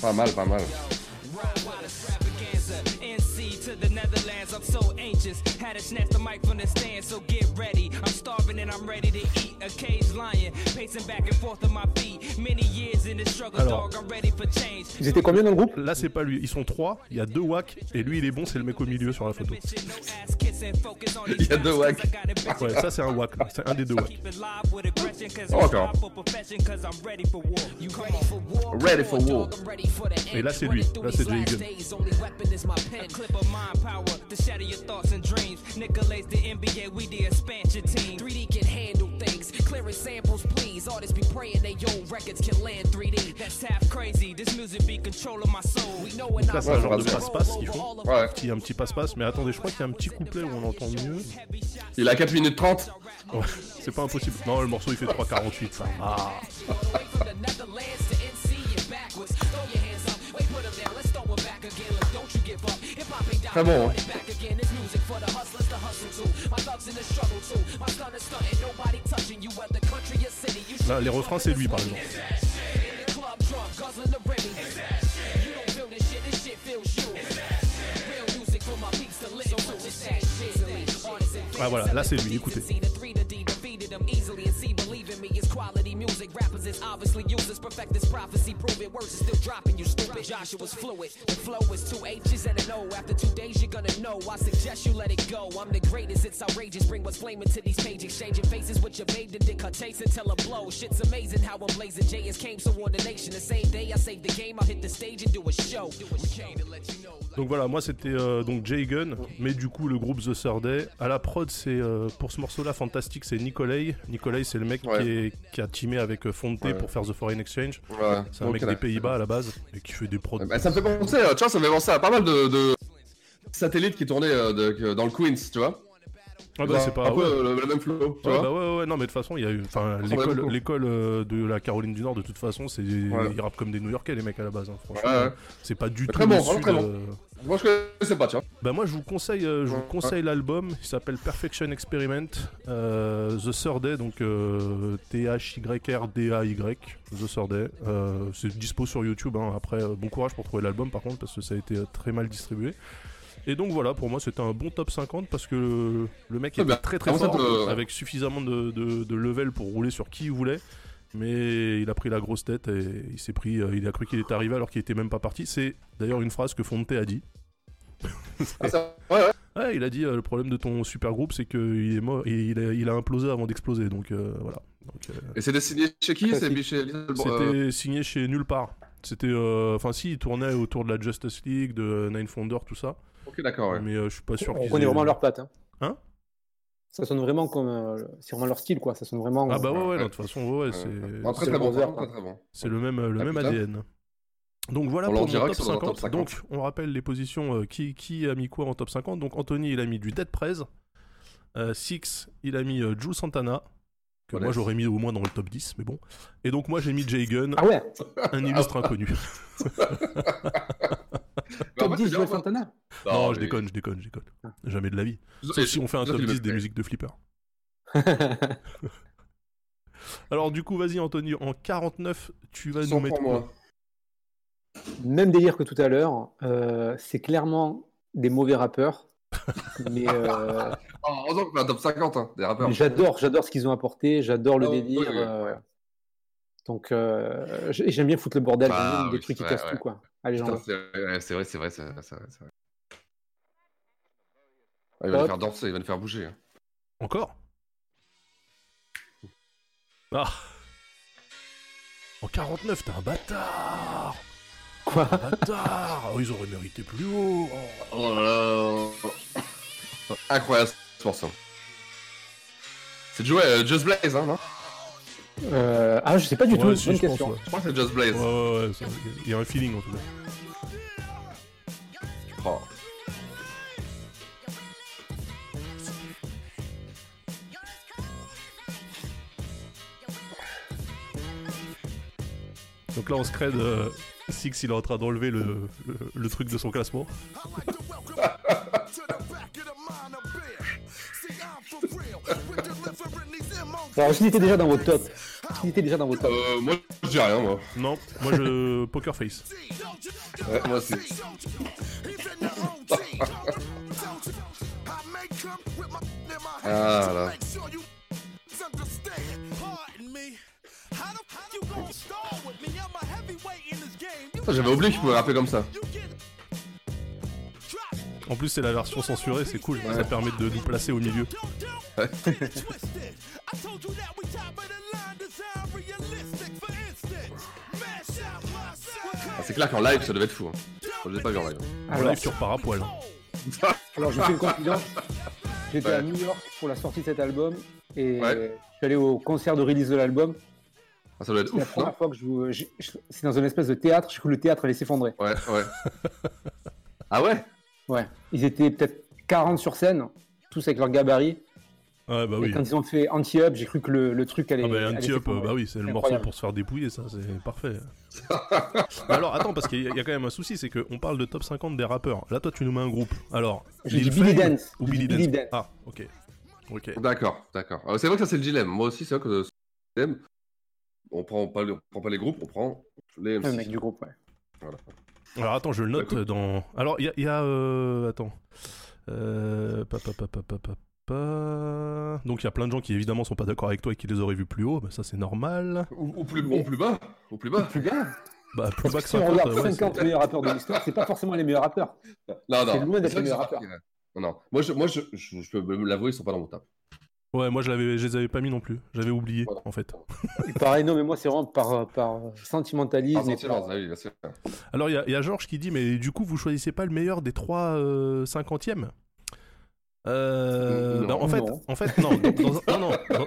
[SPEAKER 6] pas mal, pas mal.
[SPEAKER 10] Rhyme while extravaganza. NC
[SPEAKER 11] overseas to the Netherlands. I'm so anxious. Had to snatch the mic from the stand, so get ready. I'm starving and I'm ready to eat. A caged lion, pacing back and forth on my feet. Many years in the struggle,
[SPEAKER 5] Alors.
[SPEAKER 11] dog. I'm ready for change.
[SPEAKER 5] Ils étaient combien dans le groupe Là, c'est pas lui. Ils sont trois. Il y a deux wacks. Et lui, il est bon. C'est le mec au milieu sur la photo.
[SPEAKER 6] Il y a deux wacks.
[SPEAKER 5] Ouais, ça, c'est un wack. C'est un des deux wacks.
[SPEAKER 6] Oh, encore. Ready for war.
[SPEAKER 5] Et là, c'est lui. Là, c'est Jay Gunn.
[SPEAKER 11] A clip of mind power to shatter your thoughts and dreams. Nicolay's the NBA, we the expansion team.
[SPEAKER 12] 3D can handle things. Clearing samples, please. Artists be praying they own records can land 3D.
[SPEAKER 11] That's half crazy. This music be controlling my soul. We know
[SPEAKER 5] Donc là, c'est un genre de passe-passe qu'ils font.
[SPEAKER 6] Ouais.
[SPEAKER 5] Petit- un petit passe-passe. Mais attendez, je crois qu'il y a un petit couplet où on l'entend mieux.
[SPEAKER 6] Il a 4 minutes 30.
[SPEAKER 5] Ouais, c'est pas impossible. Non, le morceau, il fait 3,48. Ça. Ah.
[SPEAKER 6] Très bon. hein.
[SPEAKER 5] Là, les refrains, c'est lui, par exemple. Ah, voilà, là, c'est lui. Écoutez.
[SPEAKER 12] Joshua's fluid. The flow is two H's and an O. After two days, you're gonna know. I suggest you let it go. I'm the greatest. It's outrageous. Bring what's flaming to these pages. Exchanging faces with your babe, then dick her chase until a blow. Shit's amazing how I'm blazing. J is came, so on the nation. The same day I save the game, I hit the stage and do a show. Do a show.
[SPEAKER 5] Donc voilà, moi c'était euh, donc Jay Gunn, mais du coup le groupe The Third Day. À la prod, c'est euh, pour ce morceau-là fantastique, c'est Nicolay. Nicolay, c'est le mec
[SPEAKER 6] Ouais.
[SPEAKER 5] qui, est- qui a teamé avec euh, Fonte
[SPEAKER 6] Ouais.
[SPEAKER 5] pour faire The Foreign Exchange.
[SPEAKER 6] Ouais.
[SPEAKER 5] C'est un
[SPEAKER 6] Ok,
[SPEAKER 5] mec
[SPEAKER 6] là.
[SPEAKER 5] des Pays-Bas à la base et qui fait des prods.
[SPEAKER 6] Bah, ça me fait penser, euh, tu vois, ça me fait penser à pas mal de, de satellites qui tournaient euh, de- que- dans le Queens, tu vois.
[SPEAKER 5] Ah
[SPEAKER 6] Genre,
[SPEAKER 5] bah c'est pas.
[SPEAKER 6] Un peu
[SPEAKER 5] ouais.
[SPEAKER 6] euh, le, le même flow, tu
[SPEAKER 5] Ouais,
[SPEAKER 6] vois. Ah,
[SPEAKER 5] bah ouais, ouais, non, mais de toute façon, il y a eu. Enfin,
[SPEAKER 6] ressemble à
[SPEAKER 5] l'école,
[SPEAKER 6] beaucoup.
[SPEAKER 5] l'école euh, de la Caroline du Nord, de toute façon, c'est. Ils rappent comme des New Yorkais, les mecs, à la base, hein, franchement.
[SPEAKER 6] Ouais, ouais.
[SPEAKER 5] C'est pas du tout.
[SPEAKER 6] Très bon,
[SPEAKER 5] le
[SPEAKER 6] vraiment
[SPEAKER 5] sud,
[SPEAKER 6] très bon.
[SPEAKER 5] euh,
[SPEAKER 6] Moi, je connaissais pas, tu vois.
[SPEAKER 5] Bah moi je vous conseille, euh, je vous
[SPEAKER 6] Ouais.
[SPEAKER 5] conseille l'album, il s'appelle Perfection Experiment, euh, The Third Day, donc euh, T-H-Y-R-D-A-Y, The Third Day. Euh, c'est dispo sur YouTube, hein. après euh, bon courage pour trouver l'album par contre, parce que ça a été euh, très mal distribué. Et donc voilà, pour moi c'était un bon top 50 parce que le, le mec
[SPEAKER 6] Eh
[SPEAKER 5] était
[SPEAKER 6] ben,
[SPEAKER 5] très très
[SPEAKER 6] en fait,
[SPEAKER 5] fort,
[SPEAKER 6] euh,
[SPEAKER 5] avec suffisamment de, de- de level pour rouler sur qui il voulait. Mais il a pris la grosse tête et il s'est pris, euh, il a cru qu'il était arrivé alors qu'il était même pas parti. C'est d'ailleurs une phrase que Fonte a dit.
[SPEAKER 6] Ah, ça- ouais, ouais.
[SPEAKER 5] Ouais, il a dit euh, le problème de ton super groupe, c'est qu'il est mort, et il a, il a implosé avant d'exploser, donc euh, voilà. Donc, euh,
[SPEAKER 6] Et c'était signé chez qui C'est chez Little Bo- euh,
[SPEAKER 5] c'était signé chez nulle part. C'était, euh, enfin si, il tournait autour de la Justice League, de Nine Founder, tout ça,
[SPEAKER 6] Ok, d'accord, ouais.
[SPEAKER 5] mais euh, je suis pas sûr.
[SPEAKER 7] On
[SPEAKER 5] qu'ils
[SPEAKER 7] connaît
[SPEAKER 5] aient-
[SPEAKER 7] vraiment leur patte. Hein.
[SPEAKER 5] Hein
[SPEAKER 7] Ça sonne vraiment comme. euh, c'est vraiment leur style, quoi. Ça sonne vraiment.
[SPEAKER 5] Ah bah ouais, ouais,
[SPEAKER 6] Ouais.
[SPEAKER 5] de toute façon, ouais, ouais,
[SPEAKER 6] Euh,
[SPEAKER 5] c'est,
[SPEAKER 6] non, très
[SPEAKER 5] c'est-
[SPEAKER 6] très bon,
[SPEAKER 7] Brother,
[SPEAKER 6] vraiment très très bon.
[SPEAKER 5] c'est le même, euh, le
[SPEAKER 6] Ah,
[SPEAKER 5] même
[SPEAKER 6] putain.
[SPEAKER 5] ADN. Donc voilà
[SPEAKER 6] On
[SPEAKER 5] pour
[SPEAKER 6] leur
[SPEAKER 5] mon
[SPEAKER 6] dira
[SPEAKER 5] top
[SPEAKER 6] qu'ils sont dans
[SPEAKER 5] 50.
[SPEAKER 6] leur top
[SPEAKER 5] Donc
[SPEAKER 6] 50.
[SPEAKER 5] on rappelle les positions, euh, qui, qui a mis quoi en top 50. Donc Anthony, il a mis du Dead Prez. Euh, Six, il a mis euh, Jules Santana, que
[SPEAKER 6] Voilà.
[SPEAKER 5] moi j'aurais mis au moins dans le top 10, mais bon. Et donc moi j'ai mis Jay Gunn,
[SPEAKER 7] Ah ouais
[SPEAKER 5] un illustre inconnu.
[SPEAKER 6] Bah, en
[SPEAKER 7] Top
[SPEAKER 6] fait,
[SPEAKER 7] 10
[SPEAKER 6] c'est
[SPEAKER 7] Joel
[SPEAKER 6] bien,
[SPEAKER 7] Santana
[SPEAKER 6] moi-
[SPEAKER 5] non,
[SPEAKER 6] mais-
[SPEAKER 5] je déconne, je déconne, je déconne. Jamais de la vie.
[SPEAKER 6] Sauf
[SPEAKER 5] Sauf si on fait un
[SPEAKER 6] sauf
[SPEAKER 5] top
[SPEAKER 6] qu'il
[SPEAKER 5] 10 des
[SPEAKER 6] le fait.
[SPEAKER 5] musiques de Flipper. Alors du coup, vas-y Anthony, en 49, tu vas
[SPEAKER 6] Sans
[SPEAKER 5] nous mettre
[SPEAKER 6] pour moi.
[SPEAKER 5] quoi
[SPEAKER 7] Même délire que tout à l'heure. euh, c'est clairement des mauvais rappeurs. mais euh,
[SPEAKER 6] Ah, heureusement qu'on fait un top 50, hein, des rappeurs.
[SPEAKER 7] mais j'adore, j'adore ce qu'ils ont apporté. J'adore le
[SPEAKER 6] Ah oui,
[SPEAKER 7] délire.
[SPEAKER 6] oui, oui.
[SPEAKER 7] euh, Donc, euh, j'ai- j'aime bien foutre le bordel.
[SPEAKER 6] Ah
[SPEAKER 7] j'aime bien des
[SPEAKER 6] oui,
[SPEAKER 7] trucs qui
[SPEAKER 6] ouais,
[SPEAKER 7] cassent
[SPEAKER 6] ouais.
[SPEAKER 7] tout, quoi. Allez,
[SPEAKER 6] Putain,
[SPEAKER 7] j'en
[SPEAKER 6] c'est ouais, c'est vrai, c'est vrai, c'est vrai, c'est vrai. c'est vrai. Ah, il va
[SPEAKER 7] Hop.
[SPEAKER 6] nous faire danser, il va nous faire bouger.
[SPEAKER 5] Oh,
[SPEAKER 6] hein.
[SPEAKER 5] Encore Ah En 49, t'es un bâtard
[SPEAKER 7] Quoi
[SPEAKER 5] Un bâtard Oh, Ils auraient mérité plus haut Oh.
[SPEAKER 6] Oh là là. Incroyable ce morceau. C'est joué euh, Just Blaze, hein, non
[SPEAKER 7] Euh, ah, je sais pas du tout.
[SPEAKER 5] Ouais, si,
[SPEAKER 7] bonne
[SPEAKER 5] je pense,
[SPEAKER 7] question.
[SPEAKER 5] ouais.
[SPEAKER 6] Je crois que c'est Just Blaze.
[SPEAKER 5] Ouais, ouais, ouais, ça- il y a un feeling en tout cas.
[SPEAKER 6] Oh.
[SPEAKER 5] Donc là, on se crède. euh, Six, il est en train d'enlever le, le, le truc de son classement.
[SPEAKER 7] Alors, s'il était déjà dans votre top, Qui était déjà dans votre
[SPEAKER 6] top Euh, moi, je dis rien, moi.
[SPEAKER 5] Non, moi je. Poker Face.
[SPEAKER 6] Ouais, moi aussi. ah là. Putain, J'avais oublié qu'il pouvait rapper comme ça.
[SPEAKER 5] En plus, c'est la version censurée, c'est cool. Ça
[SPEAKER 6] Ouais.
[SPEAKER 5] permet de nous placer au milieu.
[SPEAKER 6] Ah, c'est clair qu'en live, ça devait être fou. Hein. Je l'ai pas vu en live.
[SPEAKER 5] En live, tu repars à poil.
[SPEAKER 7] Alors, je vous fais une confidence. J'étais à New York pour la sortie de cet album et je suis allé au concert de release de l'album.
[SPEAKER 6] Ah, ça doit être
[SPEAKER 7] C'est la
[SPEAKER 6] ouf, non
[SPEAKER 7] première fois que je vous. je- je- C'est dans une espèce de théâtre, je crois que le théâtre allait s'effondrer.
[SPEAKER 6] Ouais, ouais. ah ouais
[SPEAKER 7] Ouais. Ils étaient peut-être 40 sur scène, tous avec leur gabarit.
[SPEAKER 5] Ouais, bah
[SPEAKER 7] Et
[SPEAKER 5] oui.
[SPEAKER 7] quand ils ont fait anti-up, j'ai cru que le, le truc allait.
[SPEAKER 5] Ah bah,
[SPEAKER 7] allait
[SPEAKER 5] anti-up,
[SPEAKER 7] s'effondrer.
[SPEAKER 5] bah oui, c'est le morceau
[SPEAKER 7] Incroyable.
[SPEAKER 5] pour se faire dépouiller, ça, c'est parfait. Alors attends, parce qu'il y, a- il y a quand même un souci, c'est qu'on parle de top 50 des rappeurs. Là, toi, tu nous mets un groupe. Alors,
[SPEAKER 7] J'ai
[SPEAKER 5] Lil
[SPEAKER 7] dit Billy
[SPEAKER 5] Fame
[SPEAKER 7] Dance.
[SPEAKER 5] ou
[SPEAKER 7] J'ai
[SPEAKER 5] Billy
[SPEAKER 7] dit
[SPEAKER 5] Dance.
[SPEAKER 7] Billy Dance.
[SPEAKER 5] Ah, ok. Ok.
[SPEAKER 6] D'accord, d'accord. Alors, C'est vrai que ça, c'est le dilemme. Moi aussi, c'est vrai que c'est le dilemme. On prend pas, le- on prend pas les groupes, on prend les MC.
[SPEAKER 7] Le mec du groupe, ouais.
[SPEAKER 6] Voilà.
[SPEAKER 5] Alors attends, je le note dans. Alors il y a, il y a, euh, attends. Euh, pa, pa, pa, pa, pa, pa, pa. Donc il y a plein de gens qui évidemment sont pas d'accord avec toi et qui les auraient vus plus haut. Bah, ça c'est normal.
[SPEAKER 6] Ou, ou plus, ou plus bas. Ou plus bas.
[SPEAKER 7] Plus bien.
[SPEAKER 5] Bah plus bas que
[SPEAKER 7] Si on
[SPEAKER 5] 50.
[SPEAKER 7] regarde
[SPEAKER 5] ouais,
[SPEAKER 7] 50
[SPEAKER 5] c'est-
[SPEAKER 7] meilleurs rappeurs de l'histoire, c'est pas forcément les meilleurs rappeurs.
[SPEAKER 6] Non, non.
[SPEAKER 7] C'est loin d'être
[SPEAKER 6] c'est vrai
[SPEAKER 7] les
[SPEAKER 6] que
[SPEAKER 7] meilleurs
[SPEAKER 6] c'est
[SPEAKER 7] rappeurs.
[SPEAKER 6] pas- Non, non. Moi, je, moi, je, je, je peux me l'avouer, ils sont pas dans mon top.
[SPEAKER 5] ouais, moi je l'avais, je les avais pas mis non plus. J'avais oublié en fait.
[SPEAKER 7] Et Pareil, non, mais moi, c'est vraiment par, par sentimentalisme.
[SPEAKER 6] Par
[SPEAKER 7] et
[SPEAKER 6] sentiments,
[SPEAKER 7] par-
[SPEAKER 6] ah oui, bien sûr.
[SPEAKER 5] Alors il y a- il y a, Georges qui dit mais du coup vous choisissez pas le meilleur des trois euh, 50e euh,
[SPEAKER 6] Non,
[SPEAKER 5] bah, en fait,
[SPEAKER 6] non.
[SPEAKER 5] en fait, non, dans, dans un, non, non, dans,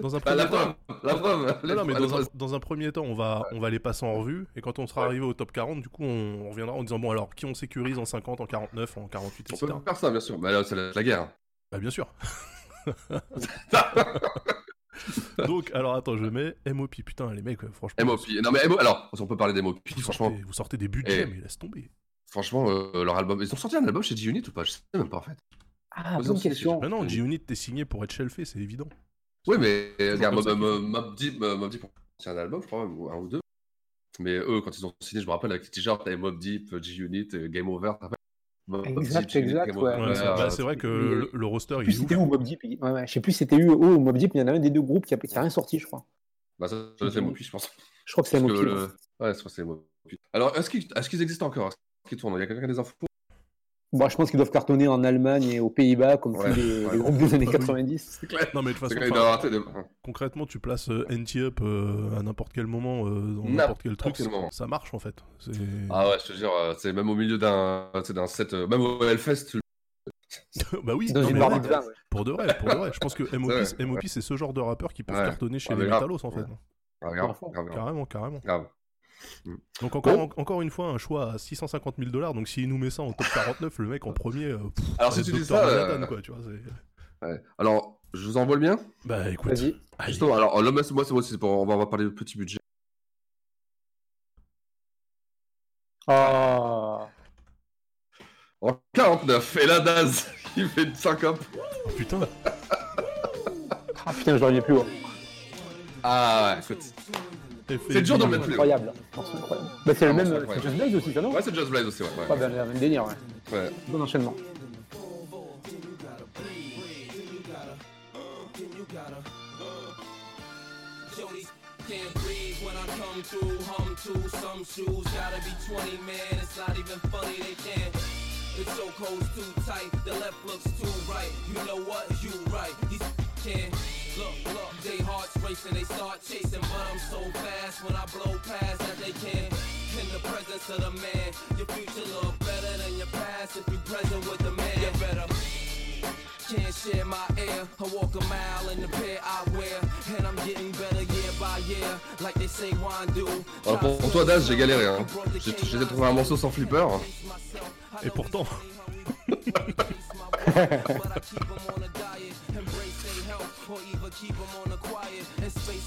[SPEAKER 5] dans un
[SPEAKER 6] Bah,
[SPEAKER 5] premier
[SPEAKER 6] la
[SPEAKER 5] temps,
[SPEAKER 6] preuve, la preuve,
[SPEAKER 5] non,
[SPEAKER 6] la
[SPEAKER 5] non, mais
[SPEAKER 6] preuve.
[SPEAKER 5] dans un, dans un premier temps, on va, on va les passer en revue, et quand on sera arrivé au top 40, du coup, on, on reviendra en disant bon alors qui on sécurise en 50, en 49, en 48,
[SPEAKER 6] On
[SPEAKER 5] etc.
[SPEAKER 6] peut faire ça, bien sûr. Mais là, c'est la, la guerre. hein.
[SPEAKER 5] Bah bien sûr. Donc alors attends, je mets MOP. Putain les mecs, euh, franchement,
[SPEAKER 6] MOP. Non, mais MOP. Alors, on peut parler des MOP, franchement.
[SPEAKER 5] vous sortez des budgets,
[SPEAKER 6] Eh.
[SPEAKER 5] mais laisse tomber.
[SPEAKER 6] Franchement, euh, leur album. Ils ont sorti un album chez G-Unit ou pas Je sais même pas, en fait.
[SPEAKER 7] Ah,
[SPEAKER 6] Ils ont
[SPEAKER 7] bonne
[SPEAKER 6] sorti-
[SPEAKER 7] question.
[SPEAKER 5] Mais Bah non, G-Unit t'es signé pour être shelfé, c'est évident.
[SPEAKER 6] Oui, mais euh, regarde,
[SPEAKER 5] comme ça qu'ils
[SPEAKER 6] Mob Deep euh, Mobb Deep ont sorti un album, je crois, ou un ou deux. Mais eux, quand ils ont signé, je me rappelle avec les t-shirts, t'avais Mob Deep, G-Unit, euh, Game Over, t'as
[SPEAKER 7] Exact, exact, ouais.
[SPEAKER 5] Ouais,
[SPEAKER 6] Euh,
[SPEAKER 5] c'est bah, c'est vrai que le, le roster
[SPEAKER 7] Je sais
[SPEAKER 5] il est
[SPEAKER 7] plus
[SPEAKER 5] ouf.
[SPEAKER 7] c'était où Mob Deep. il- Ouais, ouais, je sais plus c'était où ou Mob Deep, mais il y en a un des deux groupes qui a, qui a rien sorti, je crois.
[SPEAKER 6] Bah, ça, ça doit être MOP, je pense.
[SPEAKER 7] Je crois que c'est
[SPEAKER 6] Parce
[SPEAKER 7] MOP.
[SPEAKER 6] que
[SPEAKER 7] ouais.
[SPEAKER 6] le- Ouais, je crois que c'est MOP. Alors, est-ce qu'ils est-ce qu'ils existent encore Est-ce qu'ils tournent Il y a quelqu'un qui a des infos
[SPEAKER 7] Bon, je pense qu'ils doivent cartonner en Allemagne et aux Pays-Bas, comme
[SPEAKER 6] Ouais,
[SPEAKER 7] tous les,
[SPEAKER 6] ouais.
[SPEAKER 7] les groupes des années
[SPEAKER 5] Ah oui.
[SPEAKER 7] 90.
[SPEAKER 5] Non mais de toute façon,
[SPEAKER 6] C'est qu'il doit y
[SPEAKER 5] enfin,
[SPEAKER 6] avoir, tu sais, des-
[SPEAKER 5] concrètement, tu places euh, NT-Up euh, à n'importe quel moment, euh, dans
[SPEAKER 6] N'importe
[SPEAKER 5] n'importe quel truc,
[SPEAKER 6] quel moment.
[SPEAKER 5] ça marche en fait. C'est-
[SPEAKER 6] Ah ouais, je te jure, euh, c'est même au milieu d'un tu sais, d'un set, euh, même au Hellfest, tu-
[SPEAKER 5] bah oui,
[SPEAKER 7] Dans
[SPEAKER 5] non,
[SPEAKER 7] une
[SPEAKER 5] mais
[SPEAKER 7] barre
[SPEAKER 5] ouais,
[SPEAKER 7] de vin, ouais.
[SPEAKER 5] pour de vrai, pour de vrai. Je pense que MOP,
[SPEAKER 6] vrai,
[SPEAKER 5] c'est- MOP, c'est ce genre de rappeur qui peuvent
[SPEAKER 6] Ouais.
[SPEAKER 5] cartonner chez
[SPEAKER 6] Ah, mais
[SPEAKER 5] les
[SPEAKER 6] grave,
[SPEAKER 5] Metalos en fait.
[SPEAKER 6] ouais. Ah, grave, grave, grave,
[SPEAKER 5] Carrément, carrément. Mm.
[SPEAKER 6] grave. Mm.
[SPEAKER 5] Donc encore, en- encore une fois, un choix à 650 000 dollars. Donc s'il nous met ça en top 49, le mec en premier. euh, pff,
[SPEAKER 6] Alors, si
[SPEAKER 5] euh,
[SPEAKER 6] tu dis
[SPEAKER 5] Dr.
[SPEAKER 6] ça, euh,
[SPEAKER 5] Manhattan, quoi, tu vois, c'est-
[SPEAKER 6] Ouais. Alors, je vous envoie le mien
[SPEAKER 5] Bah écoute,
[SPEAKER 7] Vas-y.
[SPEAKER 5] allez.
[SPEAKER 6] Justement, alors, là, moi, c'est moi, c'est- moi, c'est pour. On va, on va parler de petit budget.
[SPEAKER 7] Ah.
[SPEAKER 6] En 49, et la Daz, il fait une 50.
[SPEAKER 5] putain,
[SPEAKER 7] Ah, putain, je reviens plus haut.
[SPEAKER 6] Ah ouais, écoute. C'est dur d'en mettre plus. Ouais,
[SPEAKER 7] Incroyable. Morceau incroyable. Bah, c'est le
[SPEAKER 6] Vraiment,
[SPEAKER 7] même.
[SPEAKER 6] c'est
[SPEAKER 7] euh, C'est
[SPEAKER 6] incroyable.
[SPEAKER 7] Just Blaze aussi, ça non
[SPEAKER 6] c'est Just Blaze aussi, ouais. ouais.
[SPEAKER 7] Ouais, bah, le même délire, ouais.
[SPEAKER 6] Ouais.
[SPEAKER 7] Bon enchaînement.
[SPEAKER 11] Jody can't breathe when I come through. Hum to some shoes gotta be 20, man. It's not even funny they can't. The chokehold's too tight, the left looks too right. You know what? You right. These can't look, look. They hearts racing, they start chasing, but I'm so fast when I blow past that they can't. In the presence of the man, your future look better than your past if you present with the man. You better can't share my air. I walk a mile in the pair I wear, and I'm getting better year by year. Like they say, wine do.
[SPEAKER 6] Alors, pour, pour toi, Daz, j'ai galéré. Hein. J'ai j'ai trouvé un morceau sans flipper.
[SPEAKER 5] Et pourtant,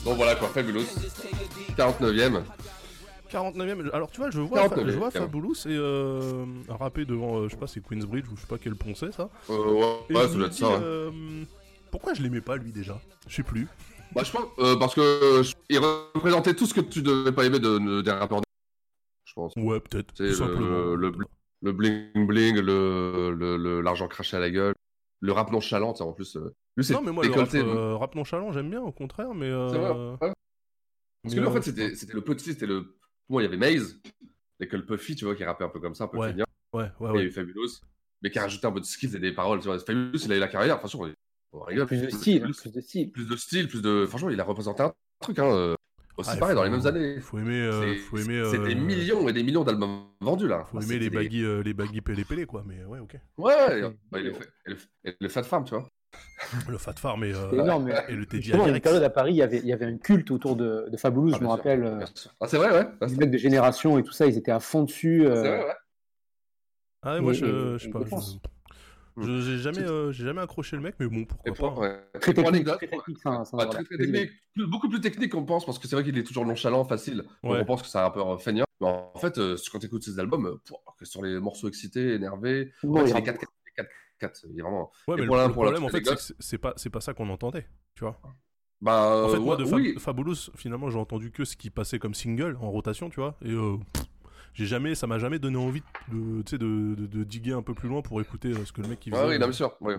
[SPEAKER 6] Bon, voilà quoi, Fabulous. 49ème.
[SPEAKER 5] 49ème. Alors tu vois, je vois, Fa-
[SPEAKER 6] 49e,
[SPEAKER 5] je vois
[SPEAKER 6] quand même.
[SPEAKER 5] Fabulous et euh, rappé devant, euh, je sais pas, c'est Queensbridge ou je sais pas quel pont c'est ça.
[SPEAKER 6] Euh, ouais,
[SPEAKER 5] Et
[SPEAKER 6] ouais,
[SPEAKER 5] je
[SPEAKER 6] ça
[SPEAKER 5] me
[SPEAKER 6] doit être
[SPEAKER 5] dis,
[SPEAKER 6] ça. ouais.
[SPEAKER 5] euh, Pourquoi je l'aimais pas lui déjà Je sais plus.
[SPEAKER 6] Bah, je pense, euh, parce que euh, je- il représentait tout ce que tu devais pas aimer de, de- des rappeurs. Je pense.
[SPEAKER 5] Ouais, peut-être.
[SPEAKER 6] C'est le, le, le bling bling, le le- le- l'argent craché à la gueule, le rap nonchalant, tu sais, en plus. euh, Lui, c'est
[SPEAKER 5] Non, mais moi, le rap,
[SPEAKER 6] décolleté.
[SPEAKER 5] euh, rap nonchalant, j'aime bien, au contraire, mais. euh,
[SPEAKER 6] Parce que lui, en
[SPEAKER 5] mais,
[SPEAKER 6] fait,
[SPEAKER 5] euh,
[SPEAKER 6] c'était c'était le petit, c'était le. Moi, il y avait Maze, et que le Puffy, tu vois, qui rappait un peu comme ça, un peu
[SPEAKER 5] Ouais,
[SPEAKER 6] feignant.
[SPEAKER 5] ouais, ouais,
[SPEAKER 6] Et
[SPEAKER 5] ouais.
[SPEAKER 6] il y a eu Fabulous, mais qui a rajouté un peu de skills et des paroles. Tu vois, Fabulous, il a eu la carrière, franchement, on- on rigole.
[SPEAKER 7] Plus de style, plus de style.
[SPEAKER 6] Plus de style, plus de. Franchement, il a représenté un truc, hein. euh, Aussi
[SPEAKER 5] Ah,
[SPEAKER 6] pareil,
[SPEAKER 5] faut-
[SPEAKER 6] dans les mêmes années.
[SPEAKER 5] Faut aimer. euh,
[SPEAKER 6] C'est-
[SPEAKER 5] faut aimer
[SPEAKER 6] C'est
[SPEAKER 5] euh,
[SPEAKER 6] des millions et des millions d'albums vendus, là.
[SPEAKER 5] Faut
[SPEAKER 6] Enfin,
[SPEAKER 5] aimer les
[SPEAKER 6] c'était des-
[SPEAKER 5] baggy, euh, les baggy pélé-pélé, quoi, mais ouais, ok.
[SPEAKER 6] Ouais, et- et le, et le- et le Fat Farm, tu vois.
[SPEAKER 5] Le Fat Farm et, euh,
[SPEAKER 7] C'est énorme, mais-
[SPEAKER 5] et le Teddy
[SPEAKER 7] Justement, il y a une
[SPEAKER 5] Alirix.
[SPEAKER 7] période à Paris, il y avait, il y avait un culte autour de, de Fabulous,
[SPEAKER 6] Ah,
[SPEAKER 7] je me
[SPEAKER 6] bien sûr,
[SPEAKER 7] rappelle. euh,
[SPEAKER 6] Ah, c'est vrai, ouais. Ah,
[SPEAKER 7] Les mecs de génération et tout ça, ils étaient à fond dessus. euh,
[SPEAKER 6] C'est vrai, ouais.
[SPEAKER 5] Ah, ouais, moi,
[SPEAKER 7] Et-
[SPEAKER 5] je
[SPEAKER 7] et-
[SPEAKER 5] je sais
[SPEAKER 7] et
[SPEAKER 5] pas.
[SPEAKER 7] des
[SPEAKER 5] je-
[SPEAKER 7] forces.
[SPEAKER 5] je- J'ai jamais, euh, j'ai jamais accroché le mec, mais bon, pourquoi pas.
[SPEAKER 6] ouais.
[SPEAKER 5] hein.
[SPEAKER 6] Très Et pour technique, anecdote, très
[SPEAKER 7] sans- sans
[SPEAKER 6] Ouais,
[SPEAKER 7] avoir
[SPEAKER 6] très,
[SPEAKER 7] la-
[SPEAKER 6] très technique, plus- beaucoup plus technique qu'on pense, parce que c'est vrai qu'il est toujours nonchalant, facile. Donc
[SPEAKER 5] Ouais.
[SPEAKER 6] on pense que c'est un rappeur euh, feignant. Mais en fait, euh, quand tu écoutes ses albums, euh, pouah, que sur les morceaux excités, énervés,
[SPEAKER 5] Ouais,
[SPEAKER 6] en fait,
[SPEAKER 5] il
[SPEAKER 6] il est
[SPEAKER 5] rappe
[SPEAKER 6] 4 4 4 Il est vraiment.
[SPEAKER 5] Ouais,
[SPEAKER 6] Et
[SPEAKER 5] mais le,
[SPEAKER 6] pour la-
[SPEAKER 5] le
[SPEAKER 6] pour la
[SPEAKER 5] problème, en fait,
[SPEAKER 6] petite
[SPEAKER 5] c'est que c'est c'est pas, c'est pas ça qu'on entendait, tu vois.
[SPEAKER 6] Bah, euh,
[SPEAKER 5] en fait, moi,
[SPEAKER 6] ouais,
[SPEAKER 5] de Fab-
[SPEAKER 6] oui.
[SPEAKER 5] Fabulous, finalement, j'ai entendu que ce qui passait comme single en rotation, tu vois. Et euh, pff, j'ai jamais, ça m'a jamais donné envie de, tu sais, de, de, de diguer un peu plus loin pour écouter euh, ce que le mec qui
[SPEAKER 6] Ouais,
[SPEAKER 5] faisait.
[SPEAKER 6] Ah oui, non, bien sûr. Ouais.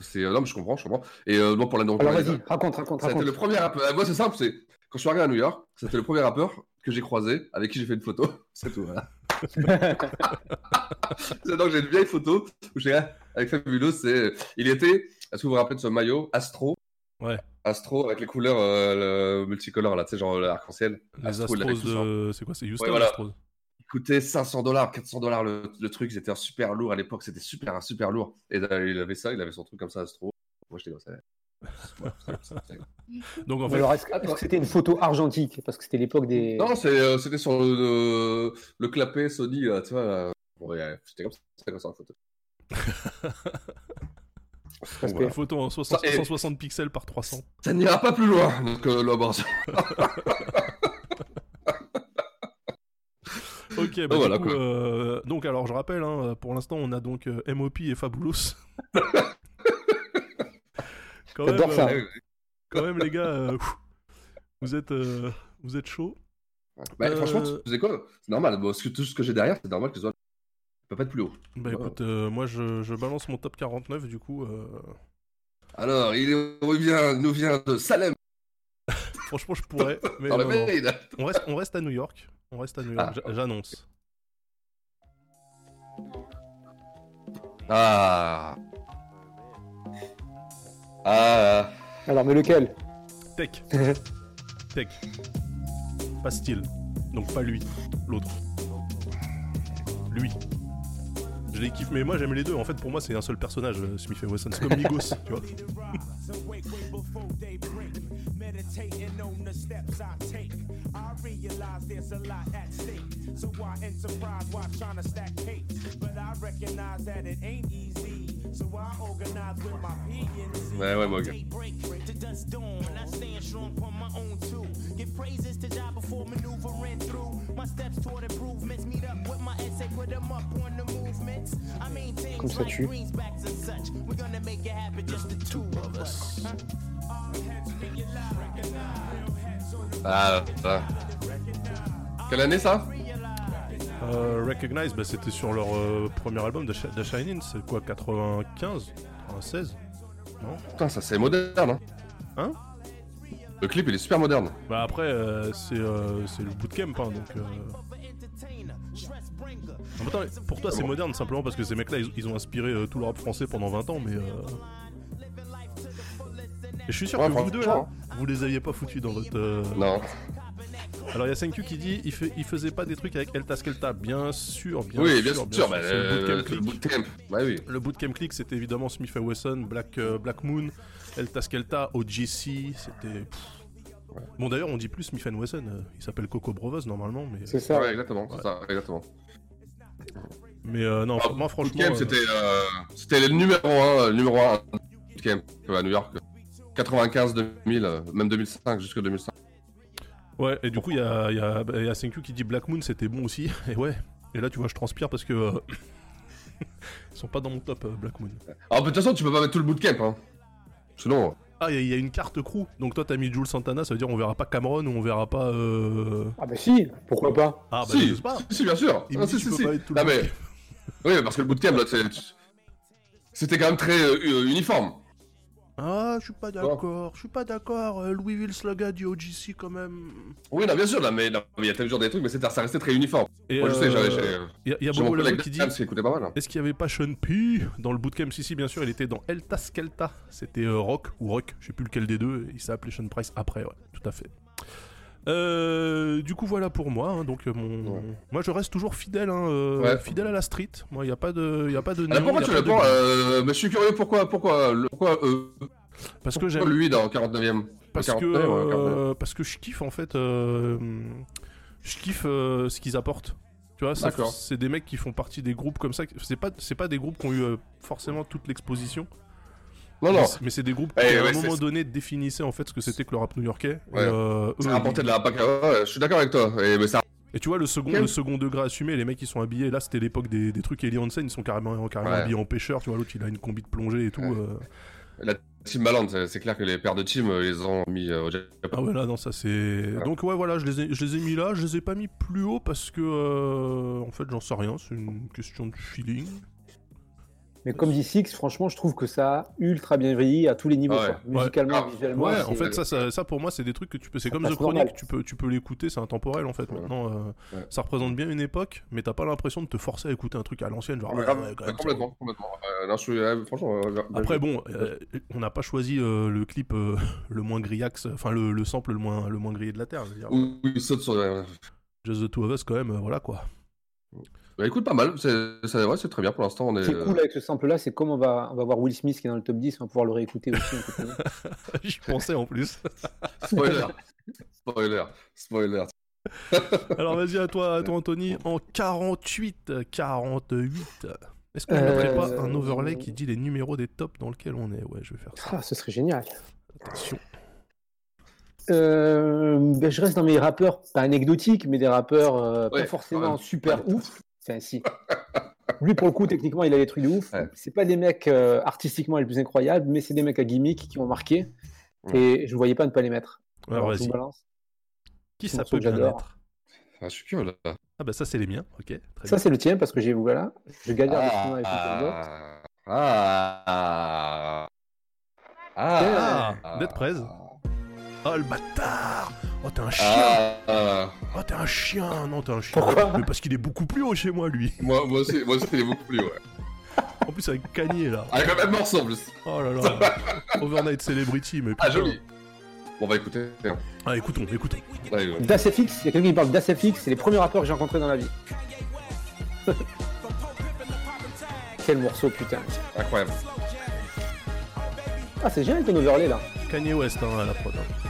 [SPEAKER 6] C'est, euh, non, mais je comprends, je comprends. Et euh, bon, pour la
[SPEAKER 7] Alors vas-y, raconte, raconte,
[SPEAKER 6] C'était
[SPEAKER 7] raconte.
[SPEAKER 6] le premier rappeur. euh, Moi, c'est simple, c'est quand je suis arrivé à New York, c'était le premier rappeur que j'ai croisé, avec qui j'ai fait une photo. C'est tout, voilà. c'est donc j'ai une vieille photo où j'ai avec Fabulous, c'est il était. Est-ce que vous vous rappelez de ce maillot Astro
[SPEAKER 5] Ouais.
[SPEAKER 6] Astro avec les couleurs euh, le multicolores là, tu sais, genre l'arc-en-ciel.
[SPEAKER 5] Les
[SPEAKER 6] Astro, il avait
[SPEAKER 5] Astros
[SPEAKER 6] tout ça.
[SPEAKER 5] de. C'est quoi C'est Houston
[SPEAKER 6] Ouais, voilà.
[SPEAKER 5] Astros
[SPEAKER 6] Il coûtait 500 dollars, 400 dollars le, le truc. C'était super lourd à l'époque. C'était super, super lourd. Et euh, il avait ça, il avait son truc comme ça, Astro. Moi, j'étais comme ça.
[SPEAKER 5] Donc en
[SPEAKER 7] Mais
[SPEAKER 5] fait.
[SPEAKER 7] alors, est-ce que est-ce que c'était une photo argentique Parce que c'était l'époque des.
[SPEAKER 6] Non, c'est, euh, c'était sur le, le, le clapet Sony, là, tu vois. là. Ouais, c'était comme ça, c'était comme ça en photo.
[SPEAKER 5] Parce
[SPEAKER 6] voilà.
[SPEAKER 5] que photo en 60,
[SPEAKER 6] Ça, et-
[SPEAKER 5] 160 pixels par 300.
[SPEAKER 6] Ça n'ira pas plus loin, donc euh, là, bon, ça-
[SPEAKER 5] Ok, bah,
[SPEAKER 6] Donc, Oh, Ah, voilà,
[SPEAKER 5] du coup,
[SPEAKER 6] quoi.
[SPEAKER 5] euh, donc alors je rappelle, hein, pour l'instant on a donc euh, MOP et Fabulous. quand même,
[SPEAKER 7] J'adore ça.
[SPEAKER 5] euh, quand même les gars, euh, pff, vous êtes euh, vous êtes chaud.
[SPEAKER 6] Bah,
[SPEAKER 5] Euh,
[SPEAKER 6] Franchement, tu sais quoi C'est normal, bon, ce que, tout ce que j'ai derrière, c'est normal que ce soit. Il peut pas être plus haut.
[SPEAKER 5] Bah écoute, euh, moi je, je balance mon top 49 du coup. euh,
[SPEAKER 6] Alors, il revient, nous vient de Salem.
[SPEAKER 5] franchement, je pourrais. Mais
[SPEAKER 6] Dans la
[SPEAKER 5] non, non.
[SPEAKER 6] veine.
[SPEAKER 5] On reste on reste à New York. On reste à New York.
[SPEAKER 6] Ah.
[SPEAKER 5] j'a- J'annonce.
[SPEAKER 6] Ah. Ah.
[SPEAKER 7] Alors, mais lequel
[SPEAKER 5] Tech. Tech. Pas style. Donc pas lui, l'autre. Lui. Je les kiffe, mais moi j'aime les deux. En fait, pour moi, c'est un seul personnage, euh, Smith et Wesson. C'est comme Migos, tu vois.
[SPEAKER 13] Meditating on the steps I take. I realize there's a lot at stake. So I enterprise while trying to stack cakes. But I recognize that it ain't easy. So I organize with my P and Z.
[SPEAKER 6] Ouais, ouais, moi, ok.
[SPEAKER 13] Daybreak to dusk dawn. I stand strong on my own too. Give praises to God before maneuvering through. My steps toward improvements. Meet up with my essay, put them up on the movements. I mean
[SPEAKER 7] Comme
[SPEAKER 13] things
[SPEAKER 7] ça
[SPEAKER 13] like
[SPEAKER 7] tue.
[SPEAKER 13] greensbacks and such. We're gonna make it happen, just the two of us. Huh?
[SPEAKER 6] Ah. ah. Quelle année ça
[SPEAKER 5] Euh, Recognize, bah, c'était sur leur euh, premier album de, Sh- de Shining. C'est quoi, 95 96 Non
[SPEAKER 6] Putain, ça c'est moderne. Hein,
[SPEAKER 5] Hein
[SPEAKER 6] Le clip, il est super moderne.
[SPEAKER 5] Bah après, euh, c'est euh, c'est le bootcamp, hein, donc... euh. En même temps, pour
[SPEAKER 6] Ah
[SPEAKER 5] toi, c'est moderne simplement parce que ces mecs-là, ils, ils ont inspiré euh, tout le rap français pendant 20 ans, mais... euh, et Je suis sûr
[SPEAKER 6] Ouais,
[SPEAKER 5] que vous deux, là,
[SPEAKER 6] franchement.
[SPEAKER 5] vous les aviez pas foutus dans votre... euh,
[SPEAKER 6] Non.
[SPEAKER 5] Alors, il y a Senku qui dit il, fait- il faisait pas des trucs avec Elta Skelta, bien sûr, bien sûr.
[SPEAKER 6] oui, bien sûr. bah,
[SPEAKER 5] c'est le bootcamp
[SPEAKER 6] euh,
[SPEAKER 5] click.
[SPEAKER 6] le bootcamp. Bah oui.
[SPEAKER 5] Le bootcamp click, c'était évidemment Smith Wesson, Black, euh, Black Moon, Elta Skelta, OGC, c'était. pff. Bon, d'ailleurs, on dit plus Smith Wesson, euh, il s'appelle Coco Brothers normalement, mais.
[SPEAKER 6] Ouais, exactement. c'est ça, exactement.
[SPEAKER 5] Mais euh, non, moi, franchement.
[SPEAKER 6] Ah, Bootcamp,
[SPEAKER 5] euh,
[SPEAKER 6] c'était, euh, c'était le numéro 1, numéro 1 bootcamp euh, à New York. 95, 2000, euh, même 2005, jusque 2005.
[SPEAKER 5] Ouais, et du coup, il y a, il y a, bah, il y a Senku qui dit Black Moon, c'était bon aussi, et ouais. Et là, tu vois, je transpire parce que. euh, Ils sont pas dans mon top, euh, Black Moon.
[SPEAKER 6] Alors, de toute façon, tu peux pas mettre tout le bootcamp. Hein. Sinon.
[SPEAKER 5] Ah, il y, y, a une carte crew. Donc toi, t'as mis Jules Santana, ça veut dire on verra pas Cameron ou on verra pas. Euh...
[SPEAKER 7] Ah bah si, pourquoi pas
[SPEAKER 5] Ah bah
[SPEAKER 6] si,
[SPEAKER 5] je sais pas.
[SPEAKER 6] Si, si, bien sûr.
[SPEAKER 5] Il
[SPEAKER 6] Ah,
[SPEAKER 5] me
[SPEAKER 6] si,
[SPEAKER 5] dit,
[SPEAKER 6] si,
[SPEAKER 5] je peux
[SPEAKER 6] si.
[SPEAKER 5] pas être tout le
[SPEAKER 6] Ah,
[SPEAKER 5] monde.
[SPEAKER 6] mais... Oui, parce que le bootcamp, là, c'est- c'était quand même très euh, uniforme.
[SPEAKER 5] Ah, je suis pas d'accord. Je suis pas d'accord. Euh, Louisville Slaga du OGC quand même.
[SPEAKER 6] Oui, non, bien sûr, là, mais non, mais il y a tel genre des trucs, mais c'est- ça restait très uniforme.
[SPEAKER 5] Et,
[SPEAKER 6] Moi, je sais,
[SPEAKER 5] euh,
[SPEAKER 6] j'avais chez.
[SPEAKER 5] y a- y a
[SPEAKER 6] chez
[SPEAKER 5] Bobo
[SPEAKER 6] mon collègue
[SPEAKER 5] Lalo qui dit-
[SPEAKER 6] Dams qui écoutait pas mal. hein.
[SPEAKER 5] Est-ce qu'il y avait pas Sean P dans le bootcamp Si, si, bien sûr, il était dans Elta Skelta. C'était euh, Rock ou Rock, je sais plus lequel des deux. Il s'est appelé Sean Price après, ouais, tout à fait. Euh, du coup, voilà pour moi. hein, donc, euh, mon... moi, je reste toujours fidèle, hein, euh,
[SPEAKER 6] Ouais.
[SPEAKER 5] fidèle à la street. Moi, il n'y a pas de, il y a pas de.
[SPEAKER 6] Alors
[SPEAKER 5] nom,
[SPEAKER 6] pourquoi
[SPEAKER 5] y a
[SPEAKER 6] tu
[SPEAKER 5] pas de
[SPEAKER 6] l'apprends
[SPEAKER 5] but.
[SPEAKER 6] euh, Mais je suis curieux, pourquoi Pourquoi, le- pourquoi euh,
[SPEAKER 5] Parce que
[SPEAKER 6] pourquoi
[SPEAKER 5] j'aime-
[SPEAKER 6] lui dans 49ème
[SPEAKER 5] Parce que, euh, parce que je kiffe en fait, euh, je kiffe euh, ce qu'ils apportent. Tu vois, ça-
[SPEAKER 6] D'accord.
[SPEAKER 5] c'est des mecs qui font partie des groupes comme ça. C'est pas, c'est pas des groupes qui ont eu euh, forcément toute l'exposition.
[SPEAKER 6] Non, non.
[SPEAKER 5] Mais c'est- Mais c'est des groupes qui
[SPEAKER 6] Eh,
[SPEAKER 5] à
[SPEAKER 6] ouais,
[SPEAKER 5] un moment
[SPEAKER 6] c'est-
[SPEAKER 5] donné définissaient en fait ce que c'était que le rap new-yorkais. Et,
[SPEAKER 6] Ouais.
[SPEAKER 5] euh, eux,
[SPEAKER 6] Ça rapportait de la PAC, ouais, je suis d'accord avec toi. Et, mais ça...
[SPEAKER 5] et tu vois le second,
[SPEAKER 6] Ok.
[SPEAKER 5] le second degré assumé, les mecs ils sont habillés. Là c'était l'époque des, des trucs Eli Hansen, ils sont carrément, carrément
[SPEAKER 6] Ouais.
[SPEAKER 5] habillés en pêcheur. Tu vois l'autre il a une combi de plongée et tout. euh.
[SPEAKER 6] La team Maland, c'est- c'est clair que les paires de team, euh, ils ont mis euh, au Japon.
[SPEAKER 5] Ah ouais, là, non, ça c'est.
[SPEAKER 6] Ouais.
[SPEAKER 5] Donc, ouais, voilà, je les, ai, je les ai mis là, je les ai pas mis plus haut parce que. euh, en fait, j'en sais rien, c'est une question de feeling.
[SPEAKER 7] Mais comme dit Six, franchement, je trouve que ça a ultra bien vieilli à tous les niveaux.
[SPEAKER 5] Ouais.
[SPEAKER 7] quoi. Musicalement,
[SPEAKER 5] Ouais.
[SPEAKER 7] visuellement.
[SPEAKER 5] Ouais, en
[SPEAKER 7] c'est-
[SPEAKER 5] fait, ça, ça, ça, pour moi, c'est des trucs que tu peux. C'est comme
[SPEAKER 7] passe
[SPEAKER 5] The Chronic,
[SPEAKER 7] normal.
[SPEAKER 5] tu peux, tu peux l'écouter, c'est intemporel en fait. Maintenant, euh, ça représente bien une époque, mais t'as pas l'impression de te forcer à écouter un truc à l'ancienne, genre.
[SPEAKER 6] Ah, mais
[SPEAKER 5] ouais,
[SPEAKER 6] grave,
[SPEAKER 5] ouais, quand
[SPEAKER 6] ouais,
[SPEAKER 5] même, ça-
[SPEAKER 6] complètement, complètement. Euh, non, je suis, ouais, franchement, ouais, bien-
[SPEAKER 5] Après bon, euh, on n'a pas choisi euh, le clip euh, le moins grillax, enfin le, le sample le moins le moins grillé de la terre. je veux dire.
[SPEAKER 6] Ou il saute sur. ouais.
[SPEAKER 5] Just the two of us quand même, euh, voilà quoi.
[SPEAKER 6] Bah, écoute, pas mal. C'est c'est- ouais, c'est très bien pour l'instant. On est.
[SPEAKER 7] Ce
[SPEAKER 5] euh,
[SPEAKER 7] qui est cool avec ce sample-là, c'est comme on va, on va voir Will Smith qui est dans le top 10, on va pouvoir le réécouter aussi. un peu plus tard.
[SPEAKER 5] J'y pensais en plus.
[SPEAKER 6] Spoiler. euh, Spoiler. Spoiler.
[SPEAKER 5] Alors vas-y à toi, à toi Anthony, en 48, 48. Est-ce qu'on ne
[SPEAKER 7] Euh,
[SPEAKER 5] mettrait pas un overlay qui dit les numéros des tops dans lequel on est Ouais, je vais faire ça.
[SPEAKER 7] Ah, ce serait génial.
[SPEAKER 5] Attention.
[SPEAKER 7] Euh, ben, je reste dans mes rappeurs, pas anecdotiques, mais des rappeurs euh, pas
[SPEAKER 6] Ouais, quand
[SPEAKER 7] forcément
[SPEAKER 6] même.
[SPEAKER 7] super ouf. Enfin, si. Lui, pour le coup, techniquement, il a des trucs de ouf. C'est pas des mecs euh, artistiquement les plus incroyables, mais c'est des mecs à gimmick qui ont marqué. Et je ne voyais pas ne pas les mettre.
[SPEAKER 5] Alors,
[SPEAKER 7] je vous
[SPEAKER 5] vas-y.
[SPEAKER 7] balance.
[SPEAKER 5] Qui
[SPEAKER 7] C'est un
[SPEAKER 5] ça
[SPEAKER 7] morceau
[SPEAKER 5] peut
[SPEAKER 7] que
[SPEAKER 5] bien
[SPEAKER 7] j'adore.
[SPEAKER 5] être
[SPEAKER 6] Ah, je suis curieux là.
[SPEAKER 5] Ah bah ça c'est les miens, ok. Très
[SPEAKER 7] Ça,
[SPEAKER 5] bien.
[SPEAKER 7] c'est le tien parce que j'ai voilà. Je galère
[SPEAKER 6] Ah,
[SPEAKER 7] à écouter le vote.
[SPEAKER 6] ah, ah, ah,
[SPEAKER 5] Ah,
[SPEAKER 6] ah,
[SPEAKER 5] Dead Prez. Oh le bâtard Oh t'es un chien
[SPEAKER 6] ah, ah.
[SPEAKER 5] Oh t'es un chien Non t'es un chien Mais parce qu'il est beaucoup plus haut chez moi lui
[SPEAKER 6] Moi, moi aussi, moi aussi, il est beaucoup plus, ouais.
[SPEAKER 5] En plus avec Kanye là
[SPEAKER 6] Avec le même morceau en plus.
[SPEAKER 5] Oh là là Overnight Celebrity mais putain
[SPEAKER 6] Ah, joli. Bon, on va écouter. hein.
[SPEAKER 5] Ah écoutons, écoutons
[SPEAKER 6] Ouais, ouais.
[SPEAKER 7] DasFX, il y a quelqu'un qui parle d'ASFX, c'est les premiers rappeurs que j'ai rencontrés dans la vie. Quel morceau, putain.
[SPEAKER 6] Incroyable.
[SPEAKER 7] Ah, c'est génial ton overlay là.
[SPEAKER 5] Kanye West hein, à la prod hein.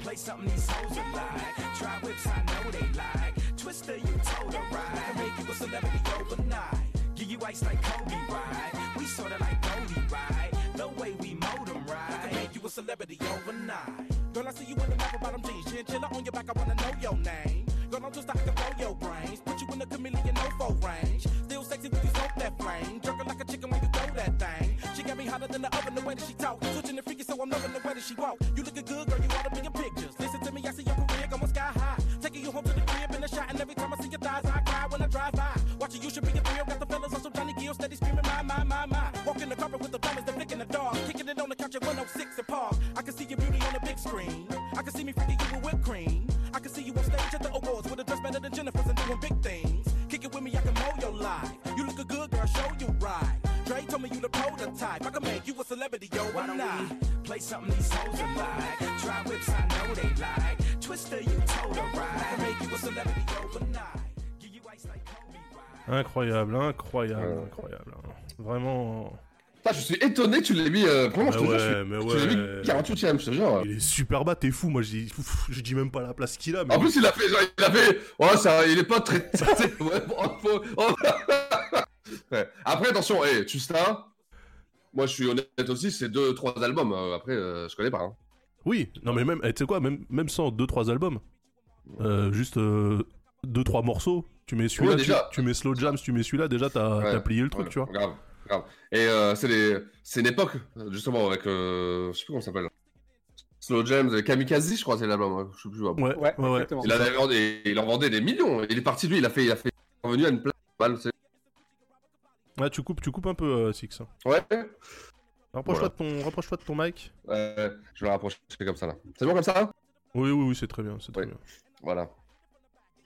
[SPEAKER 10] Play something these hoes are like. Try whips, I know they like. Twister, you told her right. Make you a celebrity overnight. Give you ice like Kobe, right? We sorta like Goldie, right? No way we mold 'em, right? I can make you a celebrity overnight. Girl, I see you in the leather bottom jeans. Chinchilla on your back, I wanna know your name. Girl, I'm just I can blow your brains. Put you in the chameleon no range. Still sexy when you smoke that flame. Jerking like a chicken when you throw that thing. She got me hotter than the oven, the way that she talk. Switching the freaky, so I'm loving the way that she walk. You looking good, girl, you oughta be in pictures. Listen to me, I see your career going sky high. Taking you home to the crib in the shot, and every time I see your thighs, I cry when I drive by. Watching you should be a thrill. Got the fellas on some Johnny Gill, steady screaming, my, my, my, my. Walking the carpet with the diamonds, the flick and the dog. Kicking it on the couch at 106 and pause. I can see your beauty on the big screen. I can see me freaking you with whipped cream. I can see you on stage at the awards with a dress better than Jennifer's and doing big things. Kick it with me, I can mold your life. You look a good girl, show you right. Dre told me you the prototype. I can make you a celebrity overnight. Play something these hoes are like. Try whips, I know they like. Twister, you told her right. I can make you a celebrity overnight. Give you ice like Kobe, right?
[SPEAKER 5] Incroyable, incroyable, incroyable hein. Vraiment... hein.
[SPEAKER 6] Putain, je suis étonné, tu l'aies mis. euh, vraiment, je te
[SPEAKER 5] Mais
[SPEAKER 6] jure,
[SPEAKER 5] ouais,
[SPEAKER 6] je
[SPEAKER 5] mais
[SPEAKER 6] suis- tu l'as mis
[SPEAKER 5] ouais.
[SPEAKER 6] 48ème, je te jure.
[SPEAKER 5] Il est super bas, t'es fou, moi je dis, pff, je dis même pas la place qu'il a. Mais...
[SPEAKER 6] En plus, il a fait. genre, il a fait... Oh, ça, il est pas très. c'est- ouais, bon, faut- oh. Ouais. Après, attention, hey, tu sais, moi je suis honnête aussi, c'est deux, trois albums. euh, Après, euh, je connais pas. hein.
[SPEAKER 5] Oui, non mais même, eh, tu sais quoi, même, même sans 2-3 albums, euh, juste 2-3 morceaux, tu mets celui-là,
[SPEAKER 6] Ouais,
[SPEAKER 5] tu,
[SPEAKER 6] déjà.
[SPEAKER 5] tu mets Slow Jams, tu mets celui-là, déjà t'as
[SPEAKER 6] Ouais,
[SPEAKER 5] t'as plié le truc,
[SPEAKER 6] ouais,
[SPEAKER 5] tu vois.
[SPEAKER 6] Grave, Grave. Et euh, c'est les- c'est une époque, justement, avec. euh, je sais plus comment ça s'appelle. Slow James, et Kamikaze, je crois, c'est l'album. hein, Je sais plus.
[SPEAKER 5] Ouais, ouais, ouais, exactement.
[SPEAKER 6] Il, en avait vendu- et il en vendait des millions. Il est parti, lui, il a fait. Il a fait il est revenu à une place. balle, c'est-
[SPEAKER 5] Ah, tu coupes, tu coupes un peu, euh, Six.
[SPEAKER 6] Ouais.
[SPEAKER 5] Rapproche-toi de ton, rapproche-toi de ton mic.
[SPEAKER 6] Ouais, je vais le rapprocher comme ça, là. C'est bon comme ça là
[SPEAKER 5] Oui, oui, oui, c'est très bien. C'est très bien.
[SPEAKER 6] Voilà.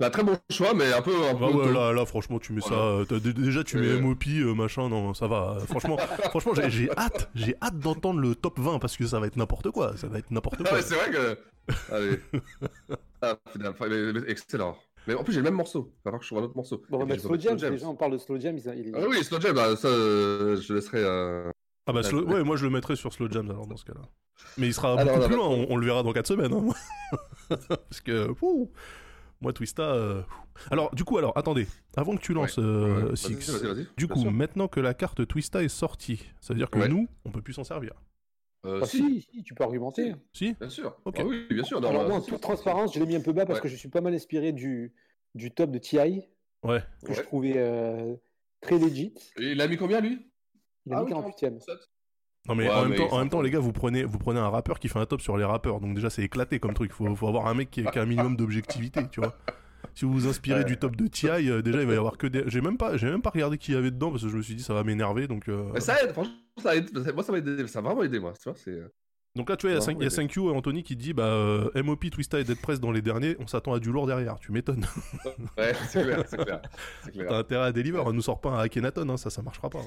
[SPEAKER 6] Bah, très bon choix, mais un peu. Un peu
[SPEAKER 5] Bah ouais, là, là, franchement, tu mets ça. euh, t'as- d- déjà, tu mets
[SPEAKER 6] Oh Euh.
[SPEAKER 5] MOP, euh, machin, non, ça va. euh, Franchement, franchement j'ai- j'ai hâte, j'ai hâte d'entendre le top 20 parce que ça va être n'importe quoi. Ça va être n'importe
[SPEAKER 6] Ah
[SPEAKER 5] quoi.
[SPEAKER 6] ouais, c'est vrai que. Allez. ah, putain, enfin, mais- mais excellent. Mais en plus, j'ai le même morceau. Il va falloir que je trouve un autre morceau.
[SPEAKER 7] Bon, on va
[SPEAKER 6] Et
[SPEAKER 7] mettre
[SPEAKER 6] puis,
[SPEAKER 7] Slow
[SPEAKER 6] je vais
[SPEAKER 7] James.
[SPEAKER 6] mettre Slow
[SPEAKER 7] Déjà, on parle de Slow James. hein, il- il-
[SPEAKER 6] Ah oui, Slow Jam, bah, ça, euh, je laisserai. euh,
[SPEAKER 5] Ah bah,
[SPEAKER 6] la-
[SPEAKER 5] slow- ouais, moi je le mettrais sur Slow Jams alors dans ce cas-là. Mais il sera
[SPEAKER 6] Ah, non,
[SPEAKER 5] beaucoup
[SPEAKER 6] non,
[SPEAKER 5] plus
[SPEAKER 6] non.
[SPEAKER 5] loin, on, on le verra dans 4 semaines. hein. Parce que, ouh, moi Twista. euh, Alors, du coup, alors, attendez, avant que tu lances euh,
[SPEAKER 6] ouais,
[SPEAKER 5] Six,
[SPEAKER 6] vas-y, vas-y, vas-y,
[SPEAKER 5] du
[SPEAKER 6] bien
[SPEAKER 5] coup,
[SPEAKER 6] sûr.
[SPEAKER 5] maintenant que la carte Twista est sortie, ça veut dire que
[SPEAKER 6] Ouais.
[SPEAKER 5] nous, on peut plus s'en servir.
[SPEAKER 6] Euh,
[SPEAKER 7] Bah,
[SPEAKER 6] si,
[SPEAKER 7] si, si, tu peux argumenter.
[SPEAKER 5] Si
[SPEAKER 6] bien sûr.
[SPEAKER 5] Ok.
[SPEAKER 6] Ah oui, bien sûr. non,
[SPEAKER 7] Alors,
[SPEAKER 6] bah,
[SPEAKER 7] moi, en
[SPEAKER 6] si,
[SPEAKER 7] toute
[SPEAKER 6] si,
[SPEAKER 7] transparence, je l'ai mis un peu bas parce
[SPEAKER 6] Ouais.
[SPEAKER 7] que je suis pas mal inspiré du, du top de TI
[SPEAKER 5] Ouais.
[SPEAKER 7] que je trouvais euh, très legit.
[SPEAKER 6] Et Il a mis combien, lui
[SPEAKER 7] Il a
[SPEAKER 6] Ah
[SPEAKER 7] mis
[SPEAKER 6] oui,
[SPEAKER 7] 48ème.
[SPEAKER 5] Non mais
[SPEAKER 6] Ouais,
[SPEAKER 5] en même
[SPEAKER 6] mais
[SPEAKER 5] temps, en
[SPEAKER 6] ça-
[SPEAKER 5] même temps, les gars, vous prenez, vous prenez un rappeur qui fait un top sur les rappeurs, donc déjà c'est éclaté comme truc. Faut, faut avoir un mec qui, qui a un minimum d'objectivité, tu vois. Si vous vous inspirez
[SPEAKER 6] Ouais.
[SPEAKER 5] du top de Ti, euh, déjà il va y avoir que des. J'ai même pas, j'ai même pas regardé qui y avait dedans parce que je me suis dit ça va m'énerver, donc. euh,
[SPEAKER 6] Mais ça aide, franchement, ça aide. Moi, ça m'a aidé. Ça m'a vraiment aidé, moi. Tu vois, c'est. euh.
[SPEAKER 5] Donc là, tu vois, il y a
[SPEAKER 6] Ça va
[SPEAKER 5] cinq- il y a
[SPEAKER 6] m'aider.
[SPEAKER 5] 5Q et Anthony qui dit bah euh, MOP, Twista et Dead Press dans les derniers, on s'attend à du lourd derrière. Tu m'étonnes.
[SPEAKER 6] Ouais, c'est clair, c'est clair. C'est
[SPEAKER 5] T'as
[SPEAKER 6] clair.
[SPEAKER 5] intérêt à deliver, on nous sort pas un Akhenaton, hein, ça, ça marchera pas.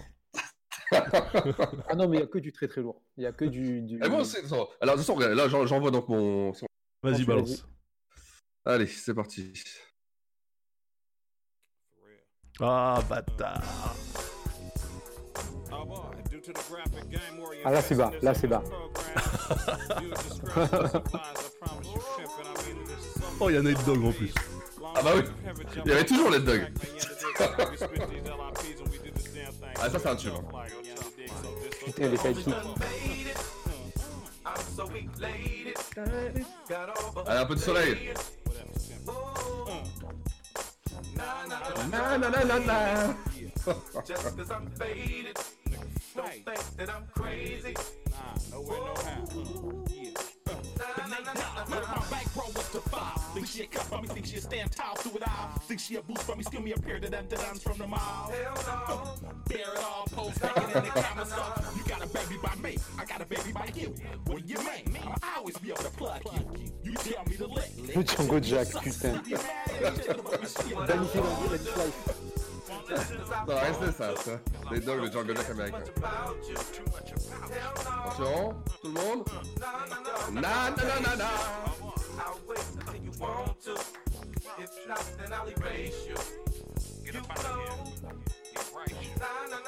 [SPEAKER 7] Ah non, mais il y a que du très très lourd. Il y a que du. du...
[SPEAKER 6] Et Eh bon, c'est. attends, Alors, de toute façon, regarde, là, j'en- j'envoie donc mon.
[SPEAKER 5] Vas-y,
[SPEAKER 7] Franchement,
[SPEAKER 5] balance.
[SPEAKER 6] Allez, c'est parti.
[SPEAKER 5] Ah bâtard.
[SPEAKER 7] Ah là, c'est bas. Là, c'est bas.
[SPEAKER 5] Oh, il y a Night Dog en plus.
[SPEAKER 6] Ah bah oui. Il y avait toujours les Dog. ah, ça, c'est un tube. hein.
[SPEAKER 7] Putain, les sidekicks.
[SPEAKER 6] Allez, un peu de soleil.
[SPEAKER 3] Ah,
[SPEAKER 6] Na, na, na, na, na.
[SPEAKER 10] Uh, Think she a cup from me, think she a stand tall through it all. Think she a boost from me, steal me a pair of them dimes from the mall. Hell no. Bear it all, post naked in the camera so You got a baby by me, I got a baby by you. When you make me, I always be able to plug you. You tell me to lick, lick.
[SPEAKER 7] Le Django Jack, putain.
[SPEAKER 6] Ça va rester ça, ça. Les dogs, le jungle jack américain. Attention, tout le monde. Na na na na na.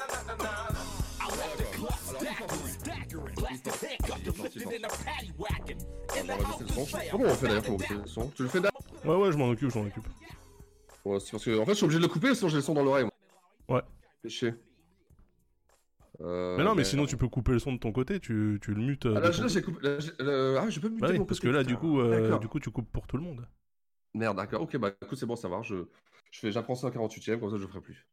[SPEAKER 10] I left the club staggering, staggering. Blasted hiccup, lifted in a patty whacking. In the house
[SPEAKER 6] C'est le son. Comment on fait d'ailleurs pour monter le son Tu le fais d'ailleurs
[SPEAKER 5] Ouais, ouais, je m'en occupe, je m'en occupe.
[SPEAKER 6] Ouais, c'est parce que en fait, je suis obligé de le couper sinon j'ai le son dans l'oreille. moi.
[SPEAKER 5] Ouais.
[SPEAKER 6] Fais chier. Euh,
[SPEAKER 5] mais non, mais sinon tu peux couper le son de ton côté, tu, tu le mutes. euh,
[SPEAKER 6] Ah,
[SPEAKER 5] de
[SPEAKER 6] là,
[SPEAKER 5] ton
[SPEAKER 6] je- là, j'ai coupé. là, j'ai- euh, Ah, je peux muter
[SPEAKER 5] Bah oui,
[SPEAKER 6] mon
[SPEAKER 5] parce que
[SPEAKER 6] côté,
[SPEAKER 5] là,
[SPEAKER 6] putain.
[SPEAKER 5] du coup, euh,
[SPEAKER 6] D'accord.
[SPEAKER 5] du coup, tu coupes pour tout le monde.
[SPEAKER 6] Merde, d'accord. Ok, bah écoute, c'est bon, ça va. Je, je fais, j'apprends ça à 48ème, comme ça, je le ferai plus.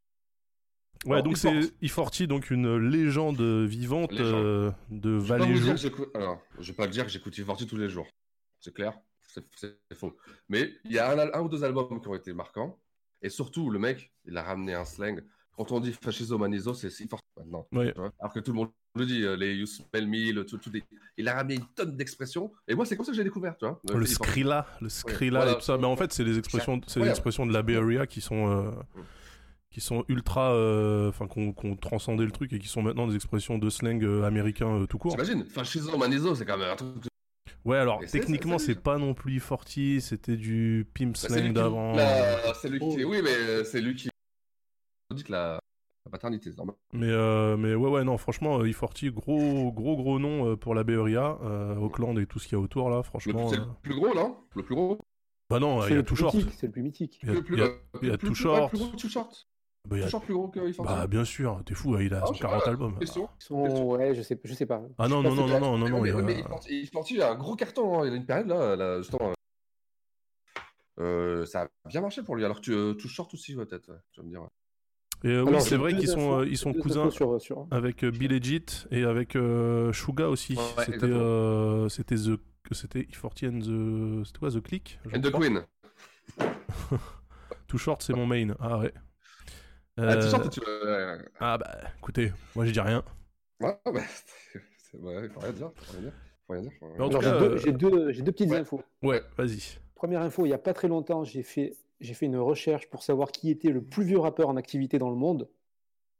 [SPEAKER 5] Ouais,
[SPEAKER 6] Alors,
[SPEAKER 5] donc
[SPEAKER 6] E40.
[SPEAKER 5] c'est E40, donc une légende vivante
[SPEAKER 6] Légende.
[SPEAKER 5] euh, de
[SPEAKER 6] Je vais pas vous
[SPEAKER 5] Valéjo.
[SPEAKER 6] dire que j'écoute- Alors, je vais pas dire que j'écoute Ivorti tous les jours. C'est clair, c'est c'est faux. Mais il y a un, al- un ou deux albums qui ont été marquants. Et surtout, le mec, il a ramené un slang. Quand on dit fascisme manizo, c'est Ivorti maintenant.
[SPEAKER 5] Ouais.
[SPEAKER 6] tu vois. Alors que tout le monde le dit, euh, les You Smell Me, le tout, tout des- il a ramené une tonne d'expressions. Et moi, c'est comme ça que j'ai découvert, tu vois.
[SPEAKER 5] Oh, Le
[SPEAKER 6] Ivorti.
[SPEAKER 5] Skrilla, le Skrilla
[SPEAKER 6] voilà.
[SPEAKER 5] et tout ça. Mais en fait, c'est les expressions, c'est les
[SPEAKER 6] Ouais.
[SPEAKER 5] expressions de la Bay Area qui sont, euh,
[SPEAKER 6] Mm.
[SPEAKER 5] qui sont ultra, euh, enfin, qu'on qu'on transcendait le truc et qui sont maintenant des expressions de slang euh, américain euh, tout court.
[SPEAKER 6] T'imagines, fascisme manizo, c'est quand même un truc. de-
[SPEAKER 5] Ouais, alors
[SPEAKER 6] Et c'est-
[SPEAKER 5] techniquement,
[SPEAKER 6] c'est-
[SPEAKER 5] c'est pas non plus E40, c'était du pimp
[SPEAKER 6] Bah, c'est lui
[SPEAKER 5] slang
[SPEAKER 6] qui-
[SPEAKER 5] d'avant. euh,
[SPEAKER 6] la- c'est lui qui- Oui, mais euh, c'est lui qui. On dit que la, la paternité, c'est normal.
[SPEAKER 5] Mais, euh, mais ouais, ouais, non, franchement, euh, E40, gros, gros, gros nom euh, pour la Bay Area, euh, Auckland et tout ce qu'il y a autour là,
[SPEAKER 6] Le-
[SPEAKER 5] franchement.
[SPEAKER 6] C'est
[SPEAKER 5] euh,
[SPEAKER 6] le plus gros, non Le plus gros
[SPEAKER 5] Bah non, euh, il y a tout short.
[SPEAKER 7] C'est le plus mythique.
[SPEAKER 5] Il y a,
[SPEAKER 6] Le plus-
[SPEAKER 5] il y a-
[SPEAKER 6] euh,
[SPEAKER 5] il y a
[SPEAKER 6] le plus-
[SPEAKER 5] tout
[SPEAKER 6] ouais, le
[SPEAKER 5] short.
[SPEAKER 6] plus gros, tout short.
[SPEAKER 5] Bah, il y a-
[SPEAKER 6] Toujours plus gros que Yves
[SPEAKER 5] bah, bien sûr, t'es fou, il a
[SPEAKER 6] Ah, je sais
[SPEAKER 5] 40
[SPEAKER 6] pas,
[SPEAKER 5] albums.
[SPEAKER 6] Question.
[SPEAKER 7] Ils sont- Ouais, je sais, je sais pas.
[SPEAKER 5] Ah non,
[SPEAKER 7] Je
[SPEAKER 5] non,
[SPEAKER 7] sais
[SPEAKER 5] non,
[SPEAKER 7] pas,
[SPEAKER 5] non, non, non, non,
[SPEAKER 6] mais,
[SPEAKER 5] il y
[SPEAKER 6] ouais,
[SPEAKER 5] a-
[SPEAKER 6] mais il porte- il porte- il a un gros carton. hein. Il a une période là, là, justement. euh, euh, ça a bien marché pour lui. Alors que euh, tout short aussi, ouais, peut-être. ouais, tu vas me dire. ouais.
[SPEAKER 5] Et euh, oui,
[SPEAKER 7] Alors,
[SPEAKER 5] c'est
[SPEAKER 7] j'ai
[SPEAKER 5] vrai
[SPEAKER 7] deux
[SPEAKER 5] qu'ils sont,
[SPEAKER 7] infos-
[SPEAKER 5] euh, ils sont
[SPEAKER 7] deux
[SPEAKER 5] cousins
[SPEAKER 7] infos sur- sur-
[SPEAKER 5] avec euh, Bill Legit et avec euh, Shuga aussi.
[SPEAKER 6] Ouais, ouais,
[SPEAKER 5] c'était
[SPEAKER 6] exactement.
[SPEAKER 5] euh, c'était The c'était E Forty and the c'était quoi The Click je
[SPEAKER 6] And the
[SPEAKER 5] crois.
[SPEAKER 6] Queen.
[SPEAKER 5] Too Short c'est mon main. Ah ouais.
[SPEAKER 6] Ah, tu
[SPEAKER 5] Euh,
[SPEAKER 6] sens que tu euh,
[SPEAKER 5] ah bah écoutez, moi je dis rien.
[SPEAKER 6] Ouais, bah, c'est vrai, faut rien dire. Faut rien dire. Faut rien dire. faut rien
[SPEAKER 5] Mais en
[SPEAKER 6] dire.
[SPEAKER 5] tout
[SPEAKER 7] Alors,
[SPEAKER 5] cas, euh,
[SPEAKER 7] j'ai, deux, j'ai deux- j'ai deux petites infos.
[SPEAKER 5] Ouais, vas-y.
[SPEAKER 7] Première info, il n'y a pas très longtemps, j'ai fait, j'ai fait une recherche pour savoir qui était le plus vieux rappeur en activité dans le monde.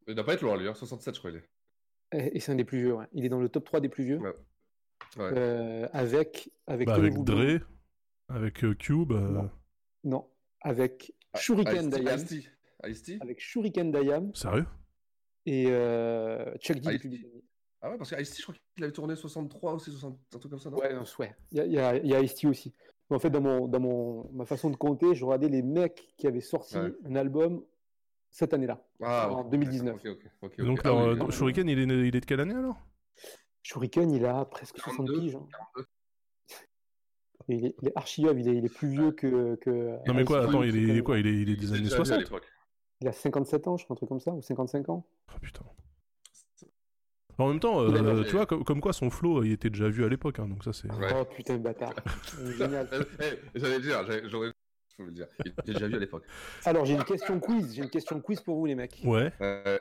[SPEAKER 6] Il doit pas être loin, lui, hein, 67, je crois. Il est.
[SPEAKER 7] Et et c'est un des plus vieux. ouais. Il est dans le top 3 des plus vieux.
[SPEAKER 6] Ouais.
[SPEAKER 7] Euh, avec avec,
[SPEAKER 5] Bah,
[SPEAKER 7] Tony
[SPEAKER 5] avec
[SPEAKER 7] Boo
[SPEAKER 5] Dre,
[SPEAKER 7] Boo.
[SPEAKER 5] avec euh, Cube. euh,
[SPEAKER 7] Non, avec Shuriken
[SPEAKER 6] Ah, Ice-T,
[SPEAKER 7] Dayam.
[SPEAKER 6] Ice-T, Ice-T.
[SPEAKER 7] Avec Shuriken Dayam
[SPEAKER 5] Sérieux
[SPEAKER 7] et euh, Chuck D.
[SPEAKER 6] Ah,
[SPEAKER 7] le
[SPEAKER 6] il-
[SPEAKER 7] plus vieux.
[SPEAKER 6] Ah ouais, parce que Ice-T, je crois qu'il avait tourné 63 aussi, 60, un truc comme ça, non
[SPEAKER 7] Ouais, non, ouais. Il y a, il y a- il y a Ice-T aussi. Mais en fait, dans, mon, dans mon, ma façon de compter, je regardais les mecs qui avaient sorti
[SPEAKER 6] Ouais.
[SPEAKER 7] un album cette année-là,
[SPEAKER 6] Ah,
[SPEAKER 7] en
[SPEAKER 6] ok,
[SPEAKER 7] 2019.
[SPEAKER 6] d'accord, ok, ok, ok,
[SPEAKER 5] et
[SPEAKER 6] ok.
[SPEAKER 5] donc
[SPEAKER 6] Ah
[SPEAKER 5] alors,
[SPEAKER 6] oui,
[SPEAKER 5] euh,
[SPEAKER 6] oui, oui.
[SPEAKER 5] Shuriken, il est, né- il est de quelle année alors
[SPEAKER 7] Shuriken, il a presque 70 piges. hein. Et Il est, il est archi vieux, il est, il est plus vieux que. que
[SPEAKER 5] Non mais quoi
[SPEAKER 7] Ice-T,
[SPEAKER 5] Attends, il est, il est
[SPEAKER 7] Shuriken.
[SPEAKER 5] quoi il est, il est des années
[SPEAKER 6] déjà vu à
[SPEAKER 5] 60
[SPEAKER 6] l'époque.
[SPEAKER 7] Il a 57 ans, je crois, un truc comme ça, ou 55 ans.
[SPEAKER 5] En même temps,
[SPEAKER 7] Il a
[SPEAKER 5] euh,
[SPEAKER 7] mangé.
[SPEAKER 5] tu vois, com- comme quoi son flow, euh, il était déjà vu à l'époque, hein, donc ça c'est.
[SPEAKER 6] Ouais.
[SPEAKER 7] Oh putain, bâtard. Euh, Génial.
[SPEAKER 6] Eh, J'allais le dire, j'allais- j'aurais. Je voulais le dire. Il était déjà vu à l'époque.
[SPEAKER 7] Alors, j'ai une question quiz. J'ai une question quiz pour vous, les mecs.
[SPEAKER 5] Ouais.
[SPEAKER 6] Euh,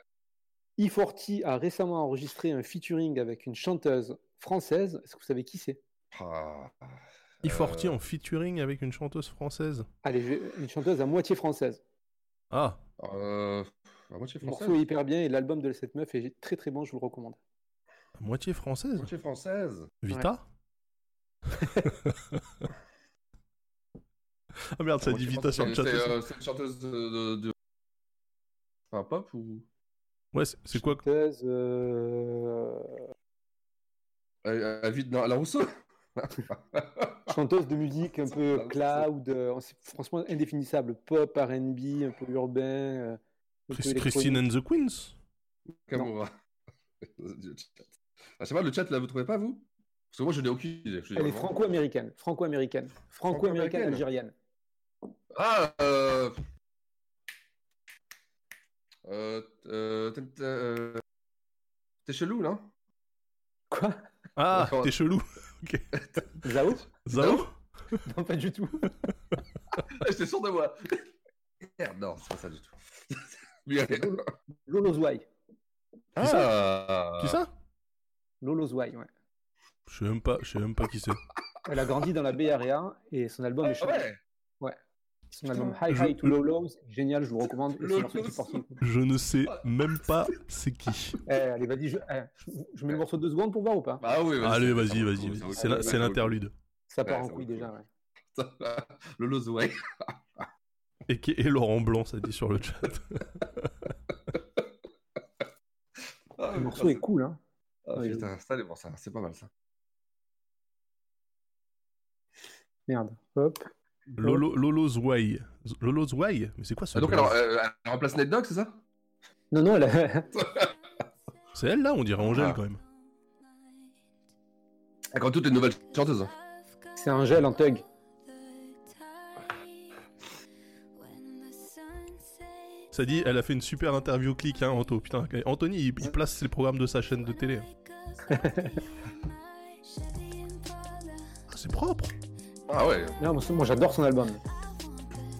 [SPEAKER 7] E40 a récemment enregistré un featuring avec une chanteuse française. Est-ce que vous savez qui c'est
[SPEAKER 6] ah, Euh.
[SPEAKER 5] E40 E en featuring avec une chanteuse française.
[SPEAKER 7] Allez, je vais- une chanteuse à moitié française.
[SPEAKER 5] Ah
[SPEAKER 6] euh, à moitié
[SPEAKER 7] Le
[SPEAKER 6] française.
[SPEAKER 7] morceau est hyper bien et l'album de cette meuf est très très bon, je vous le recommande.
[SPEAKER 5] à Moitié française
[SPEAKER 6] Moitié française.
[SPEAKER 5] Vita Ah merde, ça dit
[SPEAKER 6] Moitié
[SPEAKER 5] Vita sur le
[SPEAKER 6] française.
[SPEAKER 5] chat. aussi.
[SPEAKER 6] C'est euh, c'est une chanteuse de. de, de... Enfin, pop ou.
[SPEAKER 5] Ouais, c'est- c'est quoi
[SPEAKER 7] Chanteuse, euh,
[SPEAKER 6] Euh, euh, vite, non, la Rousseau
[SPEAKER 7] chanteuse de musique un peu cloud, euh, on sait- franchement indéfinissable. Pop, RB, un peu urbain. euh, un peu
[SPEAKER 5] Chris- Christine and
[SPEAKER 7] électronique.
[SPEAKER 5] the Queens
[SPEAKER 6] Camoura. Le chat. Ah, je sais pas, le chat, là, vous trouvez pas, vous Parce que moi, je n'ai aucune idée. je dis
[SPEAKER 7] Elle est
[SPEAKER 6] vraiment.
[SPEAKER 7] franco-américaine, franco-américaine, franco-américaine
[SPEAKER 6] Franco-américaine.
[SPEAKER 7] algérienne.
[SPEAKER 6] Ah euh... Euh, euh, t'es- t'es- euh, T'es chelou, là
[SPEAKER 7] Quoi
[SPEAKER 5] Ah,
[SPEAKER 6] Encore-
[SPEAKER 5] t'es chelou Ok.
[SPEAKER 7] Zao
[SPEAKER 5] Zao
[SPEAKER 7] Non, pas du tout.
[SPEAKER 6] Ah, J'étais sûr de moi Merde, non, c'est pas ça du tout. Bien.
[SPEAKER 7] Lolo Zouai.
[SPEAKER 6] Ah
[SPEAKER 5] Qui ça
[SPEAKER 7] Lolo Zouai, ouais.
[SPEAKER 5] Je sais même pas, je sais même pas qui c'est.
[SPEAKER 7] Elle a grandi dans la Bay Area et son album est
[SPEAKER 6] Ah
[SPEAKER 7] chouette.
[SPEAKER 6] ouais
[SPEAKER 7] Ouais. Son album High High to Low Lows, génial, je vous recommande. Et c'est leur petit morceau.
[SPEAKER 5] Je ne sais même pas c'est qui.
[SPEAKER 7] Eh, allez, vas-y, je, eh, je- je mets le morceau deux secondes pour voir ou pas
[SPEAKER 6] Ah oui,
[SPEAKER 5] Allez,
[SPEAKER 6] ça- ça
[SPEAKER 5] vas-y,
[SPEAKER 6] vaut le
[SPEAKER 5] vas-y.
[SPEAKER 6] coup,
[SPEAKER 5] vas-y.
[SPEAKER 6] ça vaut
[SPEAKER 5] C'est
[SPEAKER 6] le
[SPEAKER 5] la-
[SPEAKER 6] coup,
[SPEAKER 5] c'est
[SPEAKER 6] ça vaut le
[SPEAKER 5] l'interlude.
[SPEAKER 7] Ça part
[SPEAKER 6] Ouais,
[SPEAKER 7] en
[SPEAKER 6] ça
[SPEAKER 7] couille
[SPEAKER 6] vaut le
[SPEAKER 7] déjà, ouais.
[SPEAKER 6] coup. Lolo Zouai.
[SPEAKER 5] Et, qui- et Laurent Blanc, ça dit sur le chat.
[SPEAKER 7] Le
[SPEAKER 6] Ah, putain,
[SPEAKER 7] morceau est cool, hein.
[SPEAKER 6] Ah,
[SPEAKER 7] Ouais,
[SPEAKER 6] putain, ça, elle est bon, ça, c'est pas mal ça.
[SPEAKER 7] Merde. Hop.
[SPEAKER 5] Lolo, Lolo Zouai. Z- Lolo Zouai Mais c'est quoi ce
[SPEAKER 6] Ah, donc,
[SPEAKER 5] blaze
[SPEAKER 6] alors, euh, elle remplace Ned Dog, c'est ça
[SPEAKER 7] Non, non, elle a-
[SPEAKER 5] C'est elle là, on dirait Angèle
[SPEAKER 6] Ah.
[SPEAKER 5] quand même.
[SPEAKER 6] Ah, Quand toute une nouvelle chanteuse. hein.
[SPEAKER 7] c'est un gel en thug.
[SPEAKER 5] Ça dit, elle a fait une super interview clic, hein, Anto. Putain, Anthony, il, il place les programmes de sa chaîne de télé. Ah, c'est propre.
[SPEAKER 6] Ah ouais.
[SPEAKER 7] Non, moi, moi, j'adore son album.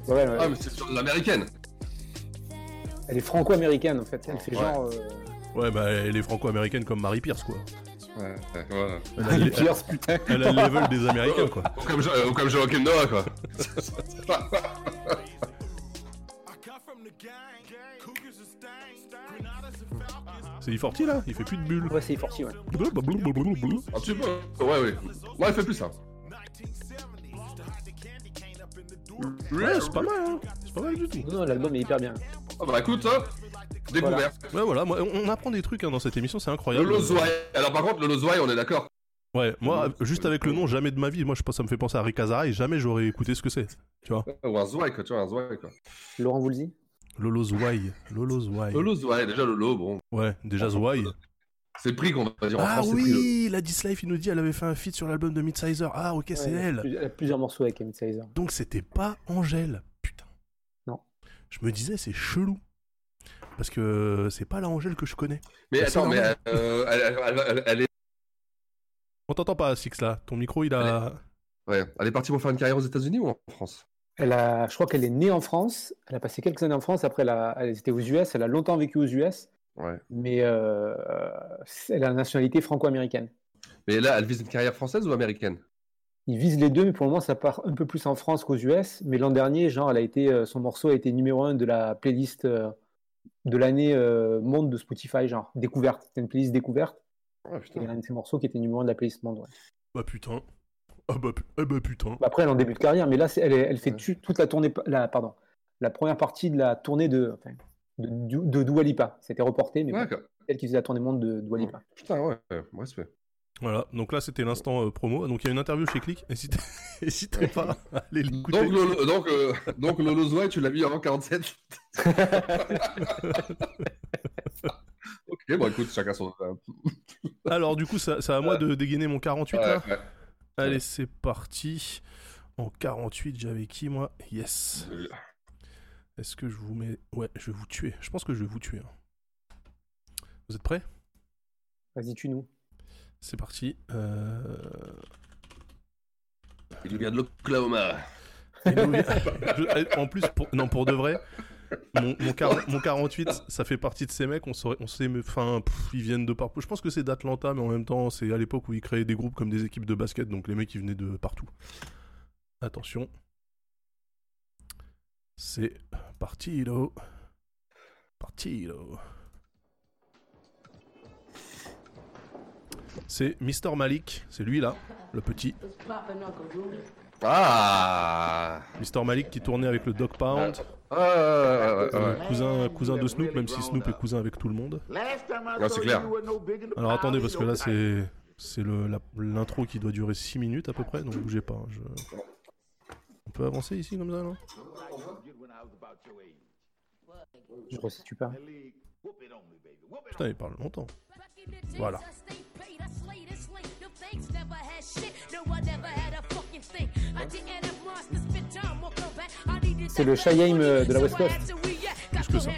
[SPEAKER 7] Ouais, ouais.
[SPEAKER 6] Ah, mais c'est sur l'américaine.
[SPEAKER 7] Elle est franco-américaine en fait. Elle fait
[SPEAKER 6] Ouais.
[SPEAKER 7] genre. euh,
[SPEAKER 5] Ouais, bah elle est franco-américaine comme Marie Pierce, quoi.
[SPEAKER 6] Ouais, ouais, ouais.
[SPEAKER 5] Elle a, le-
[SPEAKER 7] Pierce, putain.
[SPEAKER 5] elle a le level des Américains, quoi.
[SPEAKER 6] Ou comme, Jo- euh, ou comme Joaquin Noah, quoi.
[SPEAKER 5] C'est E40 là Il fait plus de bulles.
[SPEAKER 7] Ouais, c'est forti, ouais.
[SPEAKER 5] Blablabla.
[SPEAKER 6] Un petit peu. Ouais, ouais. Ouais, il fait plus hein. ça.
[SPEAKER 5] Ouais, c'est pas mal, hein. C'est pas mal du tout.
[SPEAKER 7] Non, non, l'album est hyper bien.
[SPEAKER 6] Ah bah écoute, hein, découvert.
[SPEAKER 5] Ouais, voilà, moi, on apprend des trucs hein, dans cette émission, c'est incroyable.
[SPEAKER 6] Lolo Zouai. Alors par contre, Lolo Zouai, on est d'accord.
[SPEAKER 5] Ouais, moi, juste avec le nom, jamais de ma vie, moi, je pense, ça me fait penser à Rikazara et jamais j'aurais écouté ce que c'est. Tu vois
[SPEAKER 6] Ou un Zouai, quoi, tu vois, un Zouai, quoi.
[SPEAKER 7] Laurent Voulzy
[SPEAKER 5] Lolo Zouai. Lolo Zouai.
[SPEAKER 6] Lolo Zouai, déjà Lolo, bon.
[SPEAKER 5] Ouais, déjà Zouai.
[SPEAKER 6] C'est le prix qu'on va dire en
[SPEAKER 5] Ah
[SPEAKER 6] France. c'est le prix,
[SPEAKER 5] oui, la Dislife, il nous dit, elle avait fait un feat sur l'album de Midsizer. Ah, ok, c'est
[SPEAKER 7] Ouais,
[SPEAKER 5] elle.
[SPEAKER 7] plus- Elle a plusieurs morceaux avec Emmett Sizer.
[SPEAKER 5] Donc c'était pas Angèle. Putain.
[SPEAKER 7] Non.
[SPEAKER 5] Je me disais, c'est chelou. Parce que c'est pas la Angèle que je connais.
[SPEAKER 6] Mais
[SPEAKER 5] Bah, c'est
[SPEAKER 6] attends, mais
[SPEAKER 5] normal.
[SPEAKER 6] euh, elle, elle- elle- elle est.
[SPEAKER 5] On t'entend pas, Six, là. Ton micro, il a.
[SPEAKER 6] Ouais, elle est partie pour faire une carrière aux États-Unis ou en France
[SPEAKER 7] Elle a, je crois qu'elle est née en France. Elle a passé quelques années en France. Après, elle, a- elle était aux US. Elle a longtemps vécu aux US.
[SPEAKER 6] Ouais.
[SPEAKER 7] Mais euh, elle a la nationalité franco-américaine.
[SPEAKER 6] Mais là, elle vise une carrière française ou américaine
[SPEAKER 7] Ils visent les deux, mais pour le moment, ça part un peu plus en France qu'aux US. Mais l'an dernier, genre, elle a été, euh, son morceau a été numéro un de la playlist euh, de l'année euh, monde de Spotify, genre découverte. C'était une playlist découverte.
[SPEAKER 6] Ah, putain.
[SPEAKER 7] Et l'un de ses morceaux qui était numéro un de la playlist monde. ouais.
[SPEAKER 5] Bah putain. Ah bah, pu- ah bah putain.
[SPEAKER 7] Bah, Après, elle est en début de carrière, mais là, c'est- elle, est- elle fait tu- toute la tournée, la, pardon, la première partie de la tournée de, enfin, de, du- de Dua Lipa. C'était reporté, mais bon,
[SPEAKER 6] D'accord.
[SPEAKER 7] c'est elle qui faisait la tournée monde de Dua Lipa.
[SPEAKER 6] Putain, Ah ouais, ouais, respect.
[SPEAKER 5] Voilà, donc là c'était l'instant euh, promo. Donc il y a une interview chez Click. N'hésitez n'hésitez pas à aller l'écouter.
[SPEAKER 6] Donc, Lolo, donc, euh, donc Lolo Zouai, tu l'as mis avant 47 Ok, bon, écoute, chacun son.
[SPEAKER 5] Alors du coup, ça- c'est à moi de dégainer mon 48 là.
[SPEAKER 6] Ouais, ouais.
[SPEAKER 5] Allez, c'est parti. En 48, j'avais qui moi Yes. Est-ce que je vous mets. Ouais, je vais vous tuer. Je pense que je vais vous tuer. hein. Vous êtes prêts
[SPEAKER 7] Vas-y, tue-nous.
[SPEAKER 5] C'est parti. Euh,
[SPEAKER 6] Il vient de l'Oklahoma.
[SPEAKER 5] Il nous vient- Je- eh, en plus, pour- non, pour de vrai, mon, mon quar- mon 48, ça fait partie de ces mecs. On, saurait- on sait, mais- enfin, pff, ils viennent de partout. Je pense que c'est d'Atlanta, mais en même temps, c'est à l'époque où ils créaient des groupes comme des équipes de basket, donc les mecs ils venaient de partout. Attention. C'est parti, là. Parti, là. C'est Mister Malik, c'est lui là, le petit.
[SPEAKER 6] Ah
[SPEAKER 5] Mister Malik qui tournait avec le Doc Pound. Cousin, cousin de Snoop, même si Snoop est cousin avec tout le monde.
[SPEAKER 6] Ah, c'est clair.
[SPEAKER 5] Alors attendez, parce que là, c'est c'est le- la- l'intro qui doit durer 6 minutes à peu près, donc bougez pas. hein, je- On peut avancer ici comme ça, non
[SPEAKER 7] Je resitue pas.
[SPEAKER 5] Putain, il parle longtemps. Voilà.
[SPEAKER 7] C'est le Shaheim euh, de la West Coast.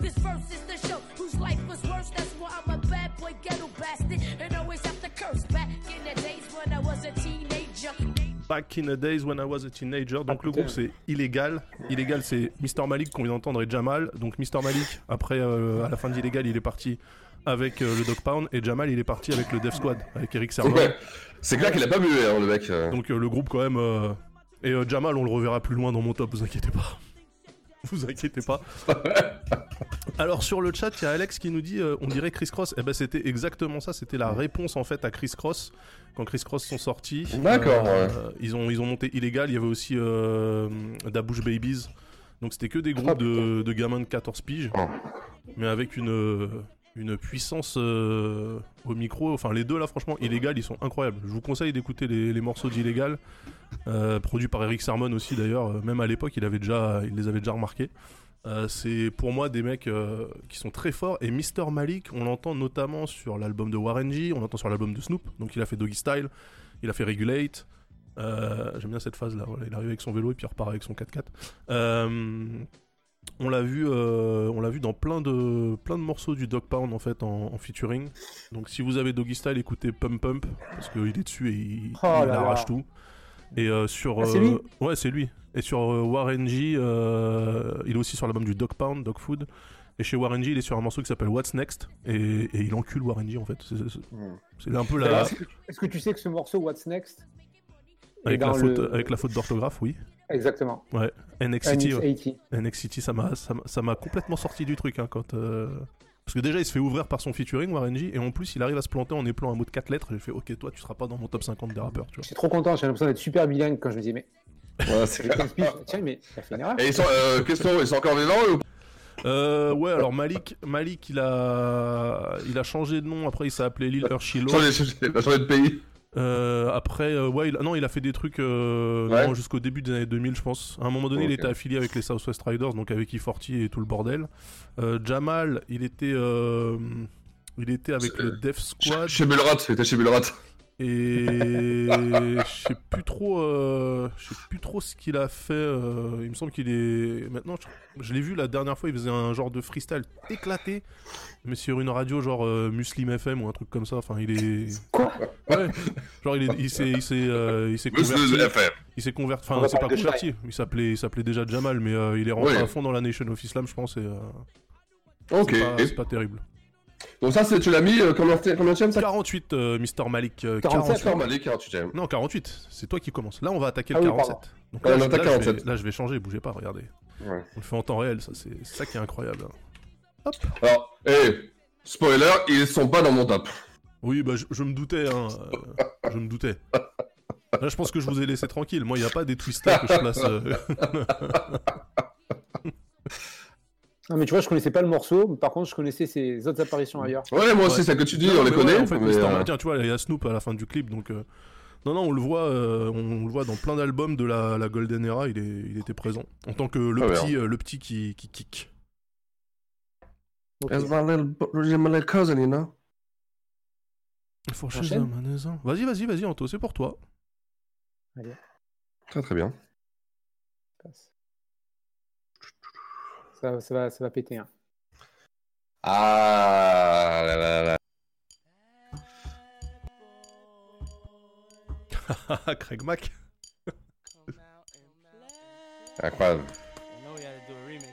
[SPEAKER 14] This verse is the show whose life was worse. That's why I'm a bad boy ghetto bastard and always have to curse. Back in the days when I was a teenager,
[SPEAKER 5] Back in the days when I was a teenager.
[SPEAKER 6] Ah,
[SPEAKER 5] Donc le groupe c'est Illégal. Illégal c'est Mr Malik qu'on vient d'entendre et Jamal. Donc Mr Malik après euh, à la fin d'Illégal il est parti avec euh, le Dog Pound et Jamal il est parti avec le Death Squad avec Eric Sermon.
[SPEAKER 6] Ouais. C'est clair qu'il a pas mué, hein, le mec. euh.
[SPEAKER 5] Donc euh, le groupe quand même euh, et euh, Jamal on le reverra plus loin dans mon top, vous inquiétez pas. Vous inquiétez pas. Alors sur le chat, il y a Alex qui nous dit euh, on dirait Chris Cross. Eh ben c'était exactement ça, c'était la réponse en fait à Chris Cross quand Chris Cross sont sortis.
[SPEAKER 6] D'accord,
[SPEAKER 5] Euh,
[SPEAKER 6] ouais.
[SPEAKER 5] Ils ont ils ont monté illégal. Il y avait aussi euh, Dabouche Babies. Donc c'était que des groupes de, de gamins de 14 piges, mais avec une euh, une puissance euh, au micro. Enfin les deux là franchement illégal ils sont incroyables. Je vous conseille d'écouter les, les morceaux d'illégal. euh, produits par Eric Sermon aussi d'ailleurs, Euh, même à l'époque il avait déjà, il les avait déjà remarqués. Euh, c'est pour moi des mecs euh, qui sont très forts. Et Mr. Malik, on l'entend notamment sur l'album de Warren G, on l'entend sur l'album de Snoop. Donc il a fait Doggy Style, il a fait Regulate. Euh, J'aime bien cette phase là. il arrive avec son vélo et puis il repart avec son 4x4. Euh, on l'a vu, euh, on l'a vu dans plein de, plein de morceaux du Dog Pound en fait en, en featuring. Donc si vous avez Doggy Style, écoutez Pump Pump parce qu'il est dessus et il,
[SPEAKER 7] Oh
[SPEAKER 5] il
[SPEAKER 7] là
[SPEAKER 5] arrache
[SPEAKER 7] là.
[SPEAKER 5] tout. Et euh, sur.
[SPEAKER 7] Ah, c'est
[SPEAKER 5] euh,
[SPEAKER 7] lui
[SPEAKER 5] Ouais, c'est lui. Et sur euh, Warren G, euh, il est aussi sur l'album du Dog Pound, Dog Food. Et chez Warren G, il est sur un morceau qui s'appelle What's Next. Et, et il encule Warren G, en fait. C'est- c'est-
[SPEAKER 7] Hmm.
[SPEAKER 5] C'est c'est un peu la.
[SPEAKER 7] Est-ce que, est-ce que tu sais que ce morceau What's Next est
[SPEAKER 5] Avec la,
[SPEAKER 7] dans
[SPEAKER 5] faute, euh,
[SPEAKER 7] le-
[SPEAKER 5] avec la faute d'orthographe, oui.
[SPEAKER 7] Exactement.
[SPEAKER 5] Ouais. NXT. ouais.
[SPEAKER 7] NXT.
[SPEAKER 5] NXT, ça m'a- ça m'a- ça m'a complètement sorti du truc. hein, quand, euh, Parce que déjà, il se fait ouvrir par son featuring, Warren G. Et en plus, il arrive à se planter en épelant un mot de 4 lettres. J'ai fait, ok, toi, tu seras pas dans mon top 50 des rappeurs. Tu vois.
[SPEAKER 7] Trop content, j'ai l'impression d'être super bilingue quand je me dis mais.
[SPEAKER 6] Ouais, c'est Hein
[SPEAKER 7] J'ai fait un speech, Tiens, mais t'as fait une erreur.
[SPEAKER 6] euh, Et ils sont, euh, question, ils sont encore vivants ou
[SPEAKER 5] Euh, ouais, alors Malik, Malik il, a... il a changé de nom, après il s'est appelé Lil Urshilo.
[SPEAKER 6] Changé- changé- Il a changé de pays.
[SPEAKER 5] Euh, après, euh, ouais, il... non, il a fait des trucs euh,
[SPEAKER 6] Ouais.
[SPEAKER 5] non, jusqu'au début des années 2000, je pense. À un moment donné,
[SPEAKER 6] Ok.
[SPEAKER 5] il était affilié avec les Southwest Riders, donc avec E40 et tout le bordel. Euh, Jamal, il était, euh, il était avec le Def Squad.
[SPEAKER 6] Chez Mulrat, il était chez Mulrat.
[SPEAKER 5] Et je sais plus trop, euh, je sais plus trop ce qu'il a fait. euh, il me semble qu'il est maintenant. Je, je l'ai vu la dernière fois. Il faisait un genre de freestyle éclaté, mais sur une radio genre euh, Muslim FM ou un truc comme ça. Enfin, il est
[SPEAKER 7] quoi
[SPEAKER 5] Ouais. Genre il est- il s'est, il s'est, euh, il s'est
[SPEAKER 6] Muslim
[SPEAKER 5] converti.
[SPEAKER 6] FM.
[SPEAKER 5] Il s'est converti.
[SPEAKER 6] On
[SPEAKER 5] Enfin,
[SPEAKER 6] va
[SPEAKER 5] il s'est pas
[SPEAKER 6] parler de
[SPEAKER 5] converti. Il s'appelait, il s'appelait déjà Jamal, mais euh, il est rentré
[SPEAKER 6] Oui.
[SPEAKER 5] à fond dans la Nation of Islam, je pense. Et, euh,
[SPEAKER 6] Ok.
[SPEAKER 5] C'est pas,
[SPEAKER 6] Et-
[SPEAKER 5] c'est pas terrible.
[SPEAKER 6] Donc ça, c'est- tu l'as mis euh, combien combien ça
[SPEAKER 5] 48, euh, Mr Malik. euh,
[SPEAKER 6] 47
[SPEAKER 5] 48.
[SPEAKER 6] Malik, 48 ème
[SPEAKER 5] Non, 48, c'est toi qui commence. Là, on va attaquer
[SPEAKER 6] Ah
[SPEAKER 5] le
[SPEAKER 6] oui,
[SPEAKER 5] 47.
[SPEAKER 6] pardon.
[SPEAKER 5] Donc
[SPEAKER 6] Ouais,
[SPEAKER 5] là,
[SPEAKER 6] on
[SPEAKER 5] je-
[SPEAKER 6] attaque
[SPEAKER 5] là, je vais-
[SPEAKER 6] 47.
[SPEAKER 5] là, je vais changer, bougez pas, regardez.
[SPEAKER 6] Ouais.
[SPEAKER 5] On le fait en temps réel, ça, c'est c'est ça qui est incroyable. hein.
[SPEAKER 6] Alors, hé, spoiler, ils sont pas dans mon top.
[SPEAKER 5] Oui, bah, je, je me doutais, hein, euh, je me doutais. Là, je pense que je vous ai laissé tranquille. Moi, il n'y a pas des twisters que je place. euh.
[SPEAKER 7] Non, mais tu vois, je connaissais pas le morceau, mais par contre, je connaissais ses autres apparitions ailleurs.
[SPEAKER 6] Ouais, moi aussi, c'est que tu dis,
[SPEAKER 5] Non,
[SPEAKER 6] on les
[SPEAKER 5] mais
[SPEAKER 6] connaît.
[SPEAKER 5] ouais, en fait,
[SPEAKER 6] mais,
[SPEAKER 5] Mr.
[SPEAKER 6] euh,
[SPEAKER 5] Malik, tiens, tu vois, il y a Snoop à la fin du clip, donc. euh, Non, non, on le voit, euh, on, on le voit dans plein d'albums de la, la Golden Era. Il, est- il était présent en tant que le
[SPEAKER 6] Ah, ouais,
[SPEAKER 5] petit, euh, le petit qui, qui kick.
[SPEAKER 6] That's my little, my little cousin, you know.
[SPEAKER 7] Enchaîne.
[SPEAKER 5] Vas-y, vas-y, vas-y, Anto, c'est pour toi.
[SPEAKER 7] Allez,
[SPEAKER 6] Très très bien.
[SPEAKER 7] passe. Ça, ça va, ça va péter. hein.
[SPEAKER 6] Ah là là là.
[SPEAKER 5] Craig Mac.
[SPEAKER 6] Incroyable.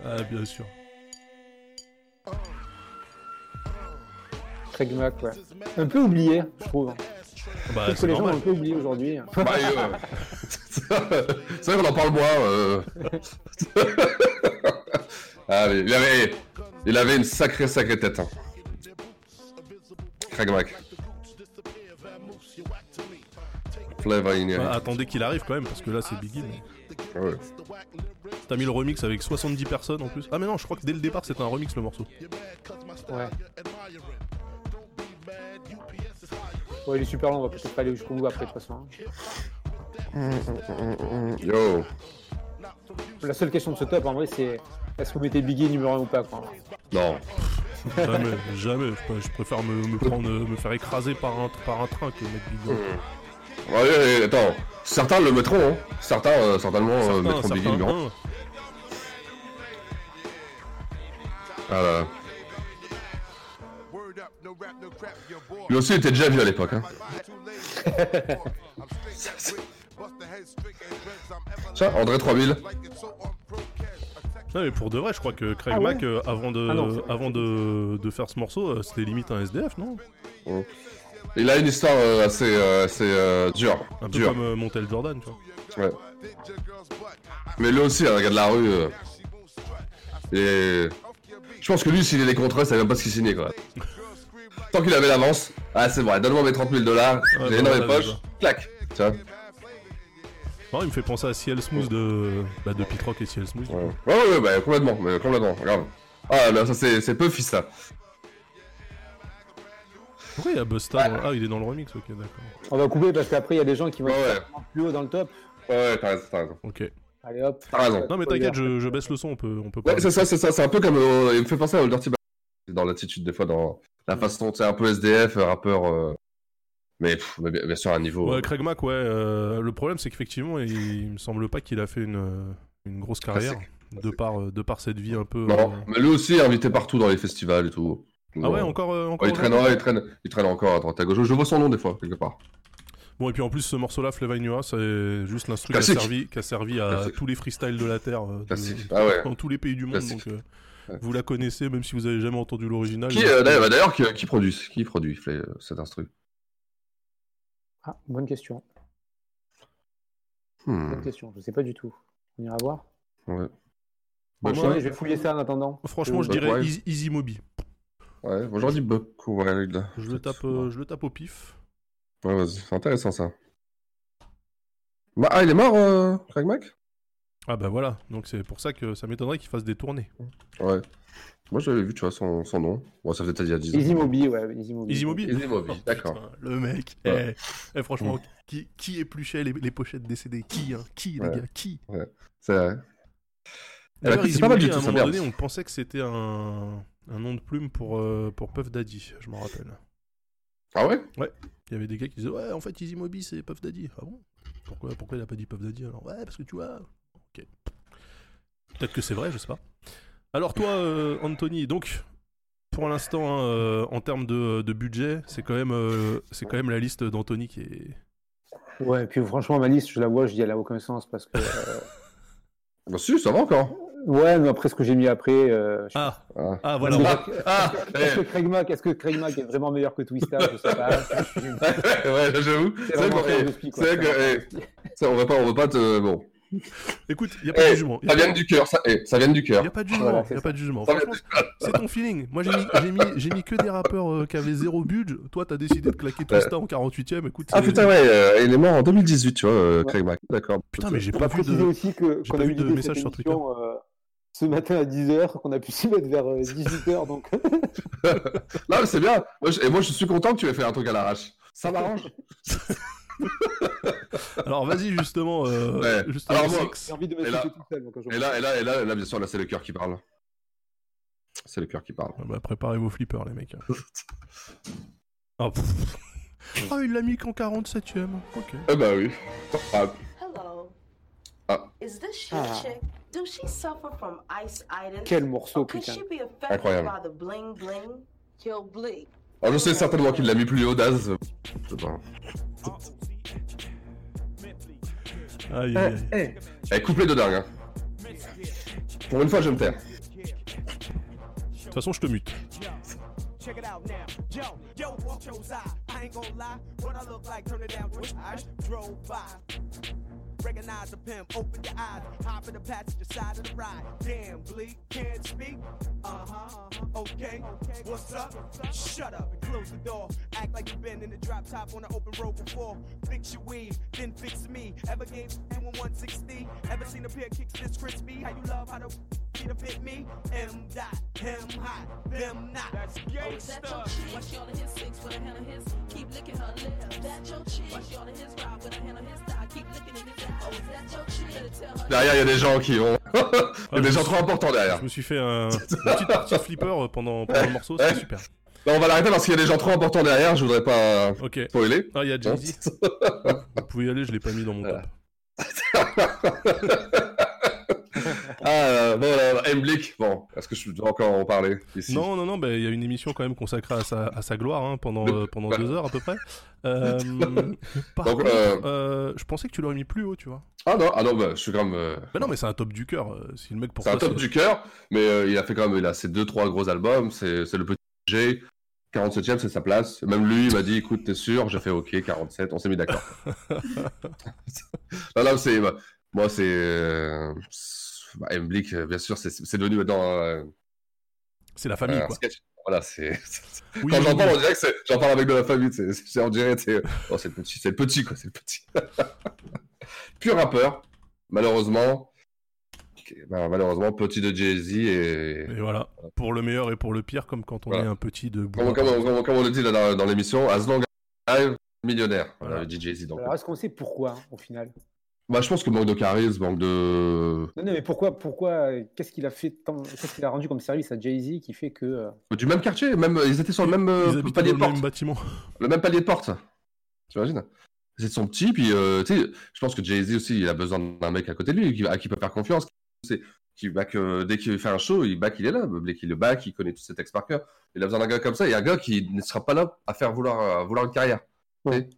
[SPEAKER 5] Ah, bien sûr.
[SPEAKER 7] Craig Mack, ouais. Un peu oublié, je trouve.
[SPEAKER 5] Bah,
[SPEAKER 7] je trouve que
[SPEAKER 5] c'est
[SPEAKER 7] les gens
[SPEAKER 5] normal.
[SPEAKER 7] ont un peu oublié aujourd'hui. hein.
[SPEAKER 6] Bah, et, euh, c'est vrai qu'on en parle moins. euh. ah, mais il, avait, il avait une sacrée, sacrée tête. Hein. Craig Mac. Flavor in your-
[SPEAKER 5] Bah, attendez qu'il arrive quand même, parce que là c'est Biggie. mais-
[SPEAKER 6] Ouais.
[SPEAKER 5] T'as mis le remix avec 70 personnes en plus. Ah, mais non, je crois que dès le départ c'était un remix le morceau.
[SPEAKER 7] Ouais. Ouais, il est super long, on va peut-être pas aller jusqu'au bout après, de toute façon. hein.
[SPEAKER 5] Ah.
[SPEAKER 6] Yo.
[SPEAKER 7] La seule question de ce top, en vrai, c'est est-ce qu'on mettait Biggie numéro 1 ou pas, quoi.
[SPEAKER 6] Non.
[SPEAKER 5] Jamais, jamais. Je, pr- je préfère me, me prendre, euh, me faire écraser par un, par un train que mettre Biggie.
[SPEAKER 6] Hmm. Ouais, ouais, ouais, attends. Certains le mettront. Hein. Certains, euh, certainement, euh,
[SPEAKER 5] Certains-
[SPEAKER 6] mettront Biggie
[SPEAKER 5] certains-
[SPEAKER 6] numéro un.
[SPEAKER 5] hein.
[SPEAKER 6] Ah là là. Lui aussi il était déjà vieux à l'époque. Hein. Tiens, André 3000.
[SPEAKER 5] Non, mais pour de vrai, je crois que Craig
[SPEAKER 7] Ah ouais.
[SPEAKER 5] Mack, euh, avant, de,
[SPEAKER 7] Ah non, c'est-
[SPEAKER 5] avant de, de faire ce morceau, euh, c'était limite un SDF, non
[SPEAKER 6] Ouais. Il a une histoire euh, assez, euh, assez euh, dure.
[SPEAKER 5] Un peu
[SPEAKER 6] dure.
[SPEAKER 5] comme euh, Montel Jordan, tu vois.
[SPEAKER 6] Ouais. Mais lui aussi, un gars de la rue. euh. Et. Je pense que lui, s'il est des contrats, il savait même pas ce qu'il signait quoi. Tant qu'il avait l'avance, ah c'est vrai, donne-moi mes 30 000 dollars,
[SPEAKER 5] Ouais,
[SPEAKER 6] j'ai
[SPEAKER 5] bah,
[SPEAKER 6] dans
[SPEAKER 5] ouais,
[SPEAKER 6] mes poches,
[SPEAKER 5] déjà.
[SPEAKER 6] clac, tu vois.
[SPEAKER 5] Non, il me fait penser à CL Smooth de, bah, de Pit Rock et CL Smooth.
[SPEAKER 6] Ouais, ouais, ouais, bah, complètement, mais complètement, grave. Ah, là, ça, c'est c'est Puffy, ça.
[SPEAKER 5] Pourquoi il y a Busta dans- Ah, il est dans le remix, ok, d'accord.
[SPEAKER 7] On va couper parce qu'après, il y a des gens qui vont
[SPEAKER 6] Ouais,
[SPEAKER 7] être
[SPEAKER 6] ouais,
[SPEAKER 7] vraiment plus haut dans le top.
[SPEAKER 6] ouais, ouais, t'as raison, t'as raison.
[SPEAKER 5] Ok.
[SPEAKER 7] Allez hop.
[SPEAKER 6] T'as raison.
[SPEAKER 5] Non, mais t'inquiète, je, je baisse le son, on peut, on peut
[SPEAKER 6] Ouais,
[SPEAKER 5] parler.
[SPEAKER 6] c'est ça, c'est ça, c'est un peu comme. euh, il me fait penser à Dirty Bastard, dans l'attitude, des fois, dans la façon, tu sais, un peu SDF, euh, rappeur. euh, Mais, pff, mais bien bien sûr, à un niveau.
[SPEAKER 5] Ouais, Craig Mack, ouais. euh, le problème, c'est qu'effectivement, il, il me semble pas qu'il a fait une, euh, une grosse carrière de par, euh, de par cette vie un peu.
[SPEAKER 6] Non,
[SPEAKER 5] euh,
[SPEAKER 6] mais lui aussi est invité partout dans les festivals et tout.
[SPEAKER 5] Ah ouais,
[SPEAKER 6] Donc,
[SPEAKER 5] encore. euh, encore
[SPEAKER 6] ouais, il traîne,
[SPEAKER 5] aujourd'hui
[SPEAKER 6] ouais, il traîne, il traîne encore à droite à gauche. Je, je vois son nom des fois, quelque part.
[SPEAKER 5] Bon, et puis en plus, ce morceau-là, Flava Inua, c'est juste l'instru qui a,
[SPEAKER 6] Classique.
[SPEAKER 5] servi, qui a servi à
[SPEAKER 6] Classique.
[SPEAKER 5] tous les freestyles de la Terre. euh, de-
[SPEAKER 6] Classique. Ah ouais.
[SPEAKER 5] Dans tous les pays du monde.
[SPEAKER 6] Classique.
[SPEAKER 5] Donc, euh, vous la connaissez, même si vous avez jamais entendu l'original.
[SPEAKER 6] Qui, euh, d'ailleurs, d'ailleurs, qui, qui produit, qui produit Flay, euh, cet instru
[SPEAKER 7] Ah, bonne question.
[SPEAKER 6] Hmm,
[SPEAKER 7] Bonne question. Je sais pas du tout. On ira
[SPEAKER 5] Bah,
[SPEAKER 7] voir.
[SPEAKER 6] ouais.
[SPEAKER 7] Bon,
[SPEAKER 6] Bah,
[SPEAKER 7] moi,
[SPEAKER 6] je-
[SPEAKER 7] je vais fouiller ça en attendant.
[SPEAKER 5] Franchement, je
[SPEAKER 6] Buck
[SPEAKER 5] dirais
[SPEAKER 6] Wild.
[SPEAKER 5] Easy, Easy Moby.
[SPEAKER 6] Ouais, bon, j'en dis Buck Wild.
[SPEAKER 5] Je le, tape, euh, je le tape au pif.
[SPEAKER 6] Ouais, vas-y, c'est intéressant ça. Bah, ah, il est mort, euh, Craig Mac
[SPEAKER 5] Ah bah voilà, donc c'est pour ça que ça m'étonnerait qu'il fasse des tournées.
[SPEAKER 6] Ouais. Moi, j'avais vu, tu vois, son, son nom. Bon, ça faisait peut-être il y a 10 ans.
[SPEAKER 7] Easy Mobi, ouais. Easy Mobi.
[SPEAKER 5] Easy Mobi
[SPEAKER 6] Easy Mobi, d'accord.
[SPEAKER 5] Oh, Le mec,
[SPEAKER 6] Ouais.
[SPEAKER 5] eh, eh, franchement, qui, qui épluchait les, les pochettes des CD Qui, hein Qui,
[SPEAKER 6] Ouais.
[SPEAKER 5] les gars Qui
[SPEAKER 6] Ouais, c'est vrai. Elle a-
[SPEAKER 5] D'ailleurs,
[SPEAKER 6] C'est
[SPEAKER 5] Easy
[SPEAKER 6] pas mal
[SPEAKER 5] Mobi,
[SPEAKER 6] du
[SPEAKER 5] à
[SPEAKER 6] tout,
[SPEAKER 5] un
[SPEAKER 6] sa
[SPEAKER 5] moment
[SPEAKER 6] merde.
[SPEAKER 5] donné, on pensait que c'était un, un nom de plume pour, euh, pour Puff Daddy, je m'en rappelle.
[SPEAKER 6] Ah ouais
[SPEAKER 5] Ouais. Il y avait des gars qui disaient Ouais, en fait, Easy Mobi, c'est Puff Daddy. Ah bon pourquoi, pourquoi il a pas dit Puff Daddy alors Ouais, parce que tu vois. Ok. Peut-être que c'est vrai, je sais pas. Alors, toi, euh, Anthony, donc, pour l'instant, hein, euh, en termes de, de budget, c'est quand, même, euh, c'est quand même la liste d'Anthony qui est.
[SPEAKER 7] Ouais, puis franchement, ma liste, je la vois, je dis, elle a aucun sens parce que. euh,
[SPEAKER 6] Bah, si, ça va encore.
[SPEAKER 7] Ouais, mais après ce que j'ai mis après. euh, je-
[SPEAKER 5] Ah,
[SPEAKER 6] Ah,
[SPEAKER 5] ah, voilà.
[SPEAKER 7] Déjà,
[SPEAKER 6] Ah,
[SPEAKER 7] Est-ce que Craig Mack, est-ce que Craig Mack est vraiment meilleur que Twista Je sais pas.
[SPEAKER 6] ouais, ouais, là, j'avoue. C'est vrai
[SPEAKER 7] vraiment
[SPEAKER 6] qu'on-
[SPEAKER 7] rien de spi, quoi.
[SPEAKER 6] c'est vrai que. eh, ça, on va pas, on va pas te. Bon.
[SPEAKER 5] Écoute, il n'y a pas de
[SPEAKER 6] Eh,
[SPEAKER 5] jugement.
[SPEAKER 6] ça vient du cœur, ça, eh, ça vient du
[SPEAKER 5] Il
[SPEAKER 6] cœur.
[SPEAKER 5] n'y a pas de jugement,
[SPEAKER 7] Ah, Voilà,
[SPEAKER 5] y
[SPEAKER 7] c'est
[SPEAKER 5] a pas de jugement.
[SPEAKER 6] Ça vient
[SPEAKER 5] Franchement, c'est ton feeling. Moi, j'ai mis, j'ai mis, j'ai mis que des rappeurs euh, qui avaient zéro budget. Toi, t'as décidé de claquer Twista en 48ème. Écoute,
[SPEAKER 6] Ah
[SPEAKER 5] c'est-
[SPEAKER 6] putain, ouais, euh, il est mort en 2018, tu vois, euh, Craig Mack. D'accord.
[SPEAKER 5] Putain, mais j'ai
[SPEAKER 7] On
[SPEAKER 5] pas
[SPEAKER 7] va
[SPEAKER 5] vu de.
[SPEAKER 7] préciser aussi que-
[SPEAKER 5] j'ai
[SPEAKER 7] qu'on
[SPEAKER 5] pas
[SPEAKER 7] a
[SPEAKER 5] vu
[SPEAKER 7] eu
[SPEAKER 5] de
[SPEAKER 7] l'idée de
[SPEAKER 5] message
[SPEAKER 7] cette
[SPEAKER 5] sur Twitter.
[SPEAKER 7] émission, euh, ce matin à 10h, qu'on a pu s'y mettre vers 18h, donc
[SPEAKER 6] Non, mais c'est bien. Moi, je, et moi, je suis content que tu aies fait un truc à l'arrache. Ça m'arrange.
[SPEAKER 5] Alors, vas-y, justement. euh,
[SPEAKER 6] Ouais.
[SPEAKER 5] justement,
[SPEAKER 6] Alors, moi,
[SPEAKER 5] Six.
[SPEAKER 7] j'ai envie de
[SPEAKER 6] Et là-
[SPEAKER 7] m'associer tout seul. moi, quand je
[SPEAKER 6] Et là, et là, et là, là, bien sûr, là, c'est le cœur qui parle. C'est le cœur qui parle.
[SPEAKER 5] Ah bah, préparez vos flippers, les mecs. hein. Ah, pff. Ah, il l'a mis qu'en 47ème. Ok.
[SPEAKER 6] Eh bah oui. Ah,
[SPEAKER 9] Hello.
[SPEAKER 6] Ah.
[SPEAKER 9] Is this shit
[SPEAKER 7] Ah.
[SPEAKER 9] chick? Do she suffer from ice items?
[SPEAKER 7] Quel morceau,
[SPEAKER 9] Or could
[SPEAKER 7] putain.
[SPEAKER 9] she be affected
[SPEAKER 6] Incroyable.
[SPEAKER 9] by the bling bling? Yo, bling.
[SPEAKER 6] Alors, Ah, je sais certainement qu'il l'a mis plus haut d'Az. Je sais pas.
[SPEAKER 5] Aïe, aïe, aïe.
[SPEAKER 6] Eh, couplé de dingue. hein. Pour une fois, je vais me taire.
[SPEAKER 5] De toute façon, je te mute.
[SPEAKER 13] Check it out now. Yo, yo, what chose I? I ain't gonna lie. What I look like, turn it down. Wish I drove by. Recognize the pimp, open your eyes. Hop in the passenger side of the ride. Damn, bleak, can't speak. Uh huh. Okay, what's up? Shut up and close the door. Act like you've been in the drop top on an open road before. Fix your weed, then fix me. Ever gave anyone 160? Ever seen a pair of kicks this crispy? How you love how the feet to fit me? M dot, him hot, them not. That's gangsta.
[SPEAKER 12] Watch y'all in his six with a hand on his. Keep licking her lips. That your chick. Watch y'all in his ride with a hand on his thigh. Keep licking in his ass. Oh, is that your chick? Better tell her.
[SPEAKER 6] Derrière, il y a des gens qui ont. Il y a des gens trop importants derrière.
[SPEAKER 5] Ah, Je me suis fait un une petite partie flipper euh, pendant, pendant le morceau, c'est super.
[SPEAKER 6] Non, Bah, on va l'arrêter parce qu'il y a des gens trop importants derrière. Je voudrais pas
[SPEAKER 5] Ok.
[SPEAKER 6] spoiler.
[SPEAKER 5] Ah, il y a Jay-Z. Vous pouvez y aller, je l'ai pas mis dans mon top.
[SPEAKER 6] Ah, euh, bon, alors, Emblick, bon, est-ce que je dois encore en parler ici
[SPEAKER 5] Non, non, non, bah, il y a une émission quand même consacrée à sa, à sa gloire hein, pendant,
[SPEAKER 6] Le-
[SPEAKER 5] euh, pendant
[SPEAKER 6] bah.
[SPEAKER 5] deux heures à peu près. Euh, par
[SPEAKER 6] Donc,
[SPEAKER 5] contre,
[SPEAKER 6] euh,
[SPEAKER 5] euh, je pensais que tu l'aurais mis plus haut, tu vois.
[SPEAKER 6] Ah non, ah non, bah, je suis quand même. euh,
[SPEAKER 5] Bah non, mais c'est un top du cœur. euh, Si le mec pour
[SPEAKER 6] c'est un
[SPEAKER 5] toi,
[SPEAKER 6] top du cœur, mais euh, il a fait quand même, il a ses deux, trois gros albums. C'est c'est le petit G. 47ème, c'est sa place. Même lui, il m'a dit, écoute, t'es sûr J'ai fait OK, 47. On s'est mis d'accord. non, non, c'est. bah, moi, c'est. euh, c'est- bah, Emblick, euh, bien sûr, c'est c'est devenu maintenant. euh,
[SPEAKER 5] c'est la famille,
[SPEAKER 6] un
[SPEAKER 5] quoi.
[SPEAKER 6] sketch. Voilà, c'est.
[SPEAKER 5] Oui,
[SPEAKER 6] Quand
[SPEAKER 5] oui,
[SPEAKER 6] j'en parle,
[SPEAKER 5] oui.
[SPEAKER 6] on dirait que c'est- j'en parle avec de la famille. C'est, c'est- on dirait, c'est, oh, c'est le petit, c'est le petit, quoi, c'est le petit. Pur rappeur, malheureusement. Ok, bah, malheureusement, petit de Jay-Z et.
[SPEAKER 5] Et voilà, pour le meilleur et pour le pire, comme quand on
[SPEAKER 6] Voilà.
[SPEAKER 5] est un petit de bout.
[SPEAKER 6] Comme, comme- comme- comme on le dit là, dans, dans l'émission, As Long as Live, millionnaire. Voilà,
[SPEAKER 5] Voilà.
[SPEAKER 6] le DJ Z. Donc.
[SPEAKER 7] Alors, est-ce qu'on sait pourquoi, hein, au final
[SPEAKER 6] Bah, je pense que manque de charisme, manque
[SPEAKER 5] Euh,
[SPEAKER 6] de.
[SPEAKER 7] Non, non, mais pourquoi, pourquoi euh, qu'est-ce qu'il a fait tant- qu'est-ce qu'il a rendu comme service à Jay-Z qui fait que. euh,
[SPEAKER 6] Du même quartier, même, ils étaient sur le même euh,
[SPEAKER 5] Ils habitent
[SPEAKER 6] palier
[SPEAKER 5] dans
[SPEAKER 6] de
[SPEAKER 5] le
[SPEAKER 6] porte.
[SPEAKER 5] même bâtiment.
[SPEAKER 6] le même palier de porte. T'imagines C'est de son petit, puis euh, tu sais, je pense que Jay-Z aussi, il a besoin d'un mec à côté de lui, qui, à qui il peut faire confiance, qui, sait- qui back, euh, dès qu'il fait un show, il back, il est là, Blake, il le back, il connaît tous ses textes par cœur. Il a besoin d'un gars comme ça, et un gars qui ne sera pas là à faire vouloir, à vouloir une carrière. Tu sais.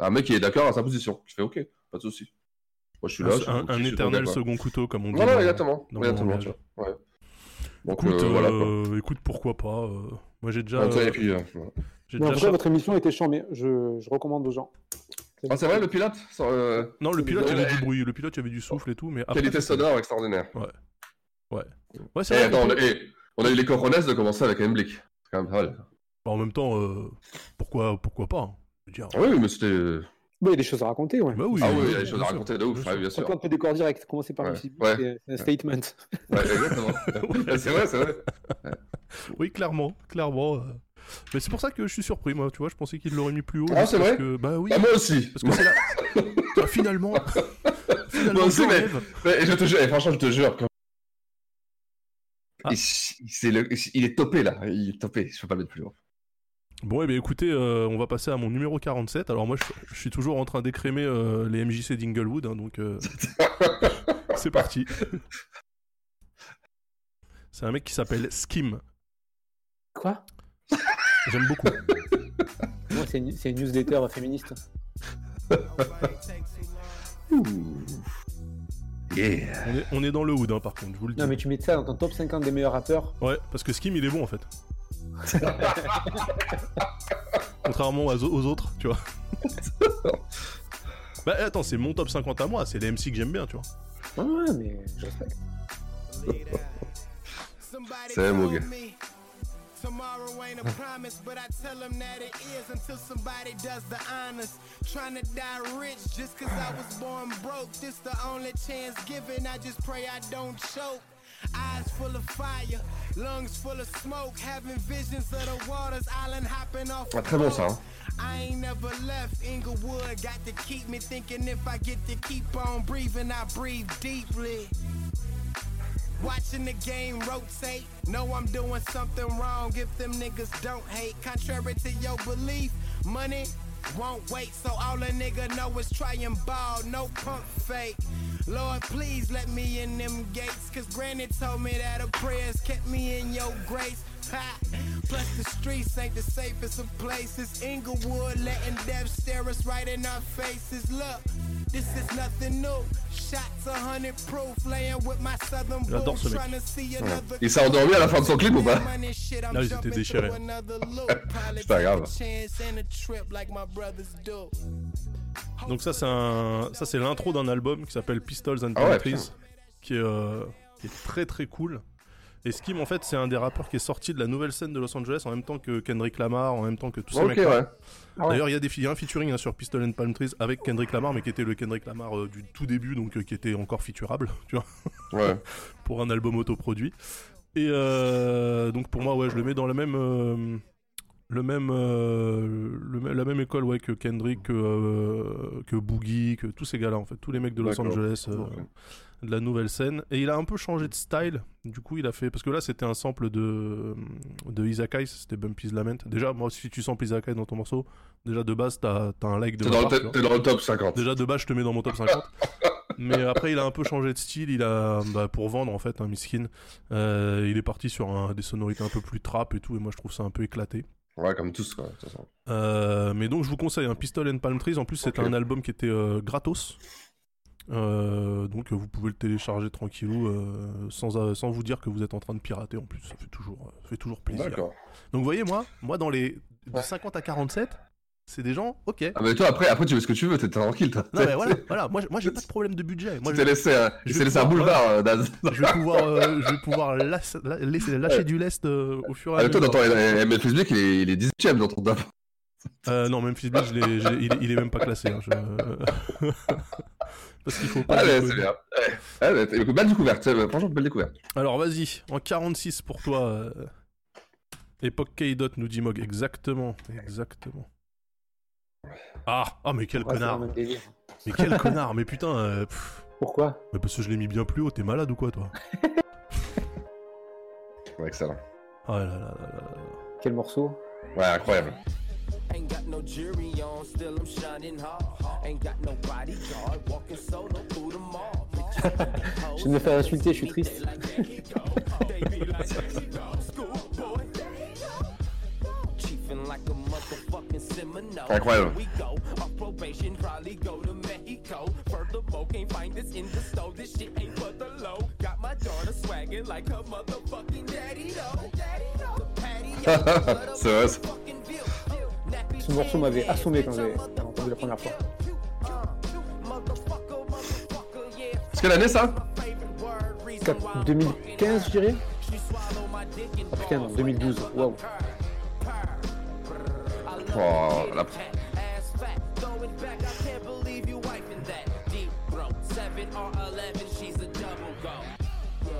[SPEAKER 6] Un mec qui est d'accord à sa position, qui fait OK, pas de souci. Moi, je suis là. je suis-
[SPEAKER 5] un, un
[SPEAKER 6] je suis ton
[SPEAKER 5] éternel
[SPEAKER 6] gars, quoi.
[SPEAKER 5] second couteau, comme on dit.
[SPEAKER 6] Voilà,
[SPEAKER 5] dans-
[SPEAKER 6] exactement.
[SPEAKER 5] dans mon
[SPEAKER 6] exactement,
[SPEAKER 5] langage.
[SPEAKER 6] tu vois. Ouais. Donc,
[SPEAKER 5] Écoute,
[SPEAKER 6] euh, voilà. Quoi.
[SPEAKER 5] euh, écoute, pourquoi pas. euh, Moi, j'ai déjà.
[SPEAKER 6] Donc, et
[SPEAKER 5] euh,
[SPEAKER 6] puis, euh, voilà.
[SPEAKER 5] j'ai
[SPEAKER 7] Mais
[SPEAKER 5] déjà
[SPEAKER 7] en tout cas,
[SPEAKER 5] cha-
[SPEAKER 7] votre émission était chambée. Je, je recommande aux gens.
[SPEAKER 6] Ah, c'est vrai, le pilote, sur, euh,
[SPEAKER 5] Non, le pilote, il y
[SPEAKER 6] Ouais.
[SPEAKER 5] avait du bruit, le pilote, il y avait du souffle et tout, mais après.
[SPEAKER 6] qualité sonore extraordinaire.
[SPEAKER 5] Ouais,
[SPEAKER 6] Eh,
[SPEAKER 5] c'est vrai.
[SPEAKER 6] attends, on
[SPEAKER 5] que-
[SPEAKER 6] a, eh, on a eu les coronaises de commencer avec Emblick. C'est quand même pas mal.
[SPEAKER 5] Bah, en même temps, euh, pourquoi, pourquoi pas hein. Je veux dire,
[SPEAKER 6] Ah Oui, mais c'était.
[SPEAKER 7] Bon, Bah, il y a des choses à raconter, ouais.
[SPEAKER 5] oui,
[SPEAKER 6] ah oui, il y a des choses à raconter de ouf, ouais, bien sûr.
[SPEAKER 7] Raconte le décor direct, commencer par
[SPEAKER 6] Ouais,
[SPEAKER 7] le petit
[SPEAKER 6] ouais.
[SPEAKER 7] c'est un statement.
[SPEAKER 6] Ouais, exactement. Ouais, c'est vrai, c'est vrai.
[SPEAKER 5] Oui, clairement, clairement. euh. Mais c'est pour ça que je suis surpris, moi, tu vois, je pensais qu'il l'aurait mis plus haut.
[SPEAKER 6] Ah,
[SPEAKER 5] juste
[SPEAKER 6] c'est
[SPEAKER 5] parce
[SPEAKER 6] vrai
[SPEAKER 5] que- Bah oui.
[SPEAKER 6] Bah, moi aussi.
[SPEAKER 5] Parce que c'est là. Tu vois, finalement. finalement,
[SPEAKER 6] Moi aussi,
[SPEAKER 5] je
[SPEAKER 6] mais,
[SPEAKER 5] rêve.
[SPEAKER 6] mais je te jure, et franchement, je te jure. quand-
[SPEAKER 5] Ah.
[SPEAKER 6] Il, c'est le- il est topé là, il est topé, je peux pas le mettre plus haut.
[SPEAKER 5] Bon, eh bien, écoutez, euh, on va passer à mon numéro 47. Alors, moi, je, je suis toujours en train d'écrémer euh, les MJC d'Inglewood, hein, donc euh, c'est parti. C'est un mec qui s'appelle Skim.
[SPEAKER 7] Quoi
[SPEAKER 5] J'aime beaucoup.
[SPEAKER 7] Moi, c'est une, c'est une newsletter féministe.
[SPEAKER 5] On, est, on est dans le hood, hein, par contre, je vous le dis.
[SPEAKER 7] Non, mais tu mets ça dans ton top 50 des meilleurs rappeurs.
[SPEAKER 5] Ouais, parce que Skim, il est bon, en fait. Contrairement aux, aux autres, tu vois. bah, attends, c'est mon top 50 à moi, c'est les MC que j'aime bien, tu vois.
[SPEAKER 7] Ouais, ouais, mais je respecte.
[SPEAKER 6] C'est mon gars.
[SPEAKER 15] Tomorrow ain't a promise, but I tell them that it is until somebody does the honors. Trying to die rich just cause I was born broke. This the only chance given, I just pray I don't choke. Eyes full of fire, lungs full of smoke, having visions of the waters, island hopping off.
[SPEAKER 6] Ah, très bon ça. Hein.
[SPEAKER 15] I ain't never left Inglewood. Got to keep me thinking if I get to keep on breathing, I breathe deeply. Watching the game rotate. Know I'm doing something wrong if them niggas don't hate. Contrary to your belief, money won't wait. So all a nigga know is try and ball, no pump fake. Lord, please let me in them gates. Cause granny told me that her prayers kept me in your grace. Ha! Plus the streets ain't the safest of places. Inglewood letting death stare us right in our faces. Look, this is nothing new. Shots a hundred proof, laying with my southern
[SPEAKER 6] J'adore
[SPEAKER 15] boo,
[SPEAKER 6] ce mec.
[SPEAKER 15] trying to see
[SPEAKER 6] Ouais.
[SPEAKER 15] another.
[SPEAKER 6] Il s'est endormi à la fin de son clip ou pas
[SPEAKER 5] Là, ils étaient déchirés.
[SPEAKER 6] C'est pas grave.
[SPEAKER 15] Chance and a trip like my brothers do.
[SPEAKER 5] Donc ça c'est un... ça c'est l'intro d'un album qui s'appelle Pistols and
[SPEAKER 6] Ah ouais,
[SPEAKER 5] Countries,
[SPEAKER 6] putain.
[SPEAKER 5] qui, est, euh, qui est très très cool. Et Skim en fait c'est un des rappeurs qui est sorti de la nouvelle scène de Los Angeles en même temps que Kendrick Lamar, en même temps que tous ces
[SPEAKER 6] Ok,
[SPEAKER 5] mecs-là.
[SPEAKER 6] ouais.
[SPEAKER 7] Ah ouais.
[SPEAKER 5] D'ailleurs il y a des il y a un featuring hein, sur Pistols and Palm Trees avec Kendrick Lamar mais qui était le Kendrick Lamar euh, du tout début donc euh, qui était encore featurable, tu vois.
[SPEAKER 6] Ouais.
[SPEAKER 5] pour un album autoproduit. Et euh, donc pour moi ouais je le mets dans la même euh, le même euh, le mê- la même école ouais que Kendrick que, euh, que Boogie que tous ces gars là en fait tous les mecs de Los
[SPEAKER 6] D'accord.
[SPEAKER 5] Angeles euh,
[SPEAKER 6] Ok.
[SPEAKER 5] de la nouvelle scène et il a un peu changé de style du coup il a fait parce que là c'était un sample de euh, de Isakai c'était Bumpy's Lament déjà moi si tu samples Isakai dans ton morceau déjà de base t'as t'as un like de
[SPEAKER 6] T'es
[SPEAKER 5] ma
[SPEAKER 6] dans le
[SPEAKER 5] part,
[SPEAKER 6] top-
[SPEAKER 5] tu vois.
[SPEAKER 6] t'es dans le top 50.
[SPEAKER 5] déjà de base je te mets dans mon top 50 mais après, il a un peu changé de style. Il a, bah, pour vendre en fait, un miskin. Euh, il est parti sur un- des sonorités un peu plus trap et tout. Et moi, je trouve ça un peu éclaté.
[SPEAKER 6] Ouais, comme tous quoi. de toute façon.
[SPEAKER 5] Euh, mais donc, je vous conseille un Pistol and Palm Trees. En plus, c'était
[SPEAKER 6] Ok.
[SPEAKER 5] un album qui était euh, gratos. Euh, donc, euh, vous pouvez le télécharger tranquillou euh, sans, euh, sans vous dire que vous êtes en train de pirater. En plus, ça fait toujours, ça fait toujours plaisir.
[SPEAKER 6] D'accord.
[SPEAKER 5] Donc, vous voyez, moi, moi, dans les de 50 à 47, c'est des gens, ok.
[SPEAKER 6] Ah, mais toi après, après tu fais ce que tu veux, t'es tranquille. toi.
[SPEAKER 5] Non, mais voilà, voilà. Moi, j'ai- moi j'ai pas de problème de budget. Moi,
[SPEAKER 6] Tu
[SPEAKER 5] je-
[SPEAKER 6] t'es laissé, un-
[SPEAKER 5] je
[SPEAKER 6] il
[SPEAKER 5] vais
[SPEAKER 6] s'est laissé un
[SPEAKER 5] pouvoir-
[SPEAKER 6] boulevard, euh, Daz.
[SPEAKER 5] je vais pouvoir, euh, je vais pouvoir las- la- laisser- lâcher du lest euh, au fur et à
[SPEAKER 6] Ah, mais toi,
[SPEAKER 5] mesure.
[SPEAKER 6] dans ton MF Music, il est, il est 18ème dans ton top.
[SPEAKER 5] Euh, non, Memphis Bleach, je l'ai- je l'ai- il, est- il est même pas classé. hein, je- Parce qu'il faut pas.
[SPEAKER 6] Ah, mais
[SPEAKER 5] déconner.
[SPEAKER 6] c'est bien. Ouais. Ah, mais t'es- belle découverte, c'est- franchement, belle découverte.
[SPEAKER 5] Alors vas-y, en 46 pour toi. euh, Époque K-Dot nous dit Mog. Exactement, exactement. Ah, ah mais quel
[SPEAKER 7] Ouais, c'est
[SPEAKER 5] connard.
[SPEAKER 7] vraiment un délire.
[SPEAKER 5] Mais quel connard, mais putain. euh, pff.
[SPEAKER 7] Pourquoi
[SPEAKER 5] Mais parce que je l'ai mis bien plus haut, t'es malade ou quoi toi
[SPEAKER 6] Ouais, excellent.
[SPEAKER 5] Ah là là là là là.
[SPEAKER 7] Quel morceau
[SPEAKER 6] Ouais, incroyable.
[SPEAKER 11] Ain't got no jury on, still I'm shining hard. Ain't got no bodyguard, walking solo through the mall.
[SPEAKER 7] Je vais me faire insulter, je suis triste.
[SPEAKER 11] Chiefin' like a motherfucking Seminole.
[SPEAKER 6] Incroyable.
[SPEAKER 11] Here We go off probation, probably go to Mexico. Furthermore, can't find this in the store. This shit ain't for the low. Got my daughter swaggin' like her motherfucking daddy though. Daddy though. The patio.
[SPEAKER 6] C'est vrai, ça.
[SPEAKER 7] Ce morceau m'avait assommé quand j'ai entendu la première fois.
[SPEAKER 6] C'est quelle année ça
[SPEAKER 7] Quatre- 2015, je dirais Putain, non, 2012. Waouh.
[SPEAKER 6] Oh, la-
[SPEAKER 11] 11 or 11, she's a double go.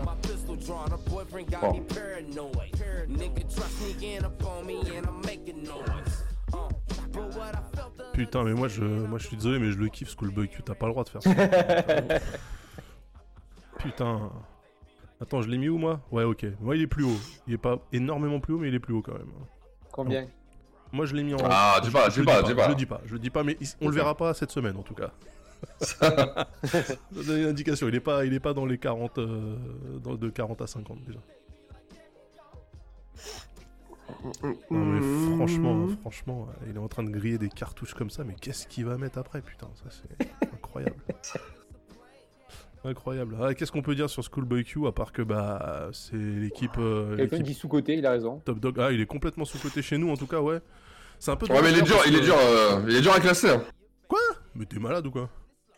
[SPEAKER 11] My pistol drawn, her boyfriend got me paranoid. Nigga try sneaking up on me and I'm making noise. Uh, but what I felt
[SPEAKER 5] Putain, mais moi je, moi je suis désolé, mais je le kiffe, Schoolboy Q, t'as pas le droit de faire ça. Putain. Attends, je l'ai mis où moi Ouais, ok. Moi il est plus haut. Il est pas énormément plus haut, mais il est plus haut quand même.
[SPEAKER 7] Combien
[SPEAKER 5] Donc, Moi je l'ai mis en.
[SPEAKER 6] Ah, dis pas,
[SPEAKER 5] je- je le
[SPEAKER 6] dis pas, dis pas.
[SPEAKER 5] Je le dis pas, je le dis pas, mais il- on le
[SPEAKER 6] Ok.
[SPEAKER 5] verra pas cette semaine en tout cas. Je donne une indication, il est pas, il est pas dans les 40. euh, dans, de 40 à 50 déjà. Non
[SPEAKER 16] Mhm.
[SPEAKER 5] mais
[SPEAKER 7] Mm,
[SPEAKER 5] franchement, franchement, euh, il est en train de griller des cartouches comme ça, mais qu'est-ce qu'il va mettre après, putain, ça c'est incroyable. Incroyable. Ah, qu'est-ce qu'on peut dire sur Schoolboy Q à part que bah c'est l'équipe. euh,
[SPEAKER 7] Quelqu'un
[SPEAKER 5] l'équipe
[SPEAKER 7] dit sous-côté, il a raison.
[SPEAKER 5] Top Dog. Ah, il est complètement sous côté chez nous en tout cas, ouais. C'est un peu.
[SPEAKER 6] Ouais, mais il est dur,
[SPEAKER 5] parce
[SPEAKER 6] il est
[SPEAKER 5] que-
[SPEAKER 6] dur, euh, il est dur à classer. hein.
[SPEAKER 5] Mais t'es malade ou quoi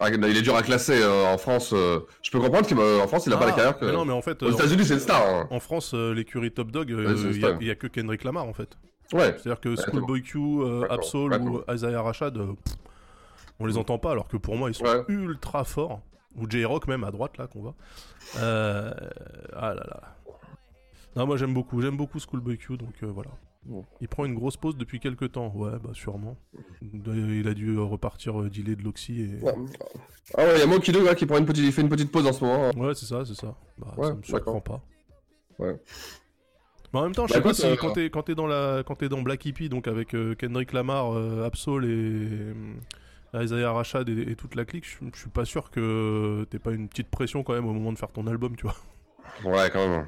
[SPEAKER 6] Ah, il est dur à classer euh, en France. euh, je peux comprendre qu'en France, il a pas
[SPEAKER 5] Ah,
[SPEAKER 6] la carrière que.
[SPEAKER 5] mais non, mais en fait,
[SPEAKER 6] Aux
[SPEAKER 5] euh,
[SPEAKER 6] États-Unis, c'est une star. hein.
[SPEAKER 5] En France, euh, l'écurie Top Dog,
[SPEAKER 6] Ouais, c'est une
[SPEAKER 5] il y a-
[SPEAKER 6] star.
[SPEAKER 5] il y a, que Kendrick Lamar en fait.
[SPEAKER 6] Ouais.
[SPEAKER 5] C'est-à-dire que
[SPEAKER 6] Ouais, c'est
[SPEAKER 5] Schoolboy Q, euh,
[SPEAKER 6] D'accord, Mm.
[SPEAKER 5] Absol ou Isaiah Rashad, euh, pff, on les entend pas, alors que pour moi, ils sont ultra forts. Ou J-Rock même à droite là qu'on voit. Euh, Ah là là. Non, moi j'aime beaucoup, j'aime beaucoup Schoolboy Q, donc euh, voilà.
[SPEAKER 6] Mm.
[SPEAKER 5] Il prend une grosse pause depuis quelques temps, ouais, bah sûrement. Il a dû euh, repartir euh, dealer de l'oxy et.
[SPEAKER 6] Ouais. Ah ouais, il y a Mokido là, qui prend une petite, il fait une petite pause en ce moment. hein.
[SPEAKER 5] Ouais, c'est ça, c'est ça. Bah, ça me surprend pas.
[SPEAKER 6] Ouais.
[SPEAKER 5] Mais en même temps, je
[SPEAKER 6] Bah,
[SPEAKER 5] sais pas
[SPEAKER 6] écoute,
[SPEAKER 5] si
[SPEAKER 6] euh,
[SPEAKER 5] quand t'es quand t'es dans la quand t'es dans Black Hippie donc avec euh, Kendrick Lamar, euh, Absol et euh, Isaiah Rashad et, et toute la clique, je je suis pas sûr que t'es pas une petite pression quand même au moment de faire ton album, tu vois.
[SPEAKER 6] Ouais, quand même.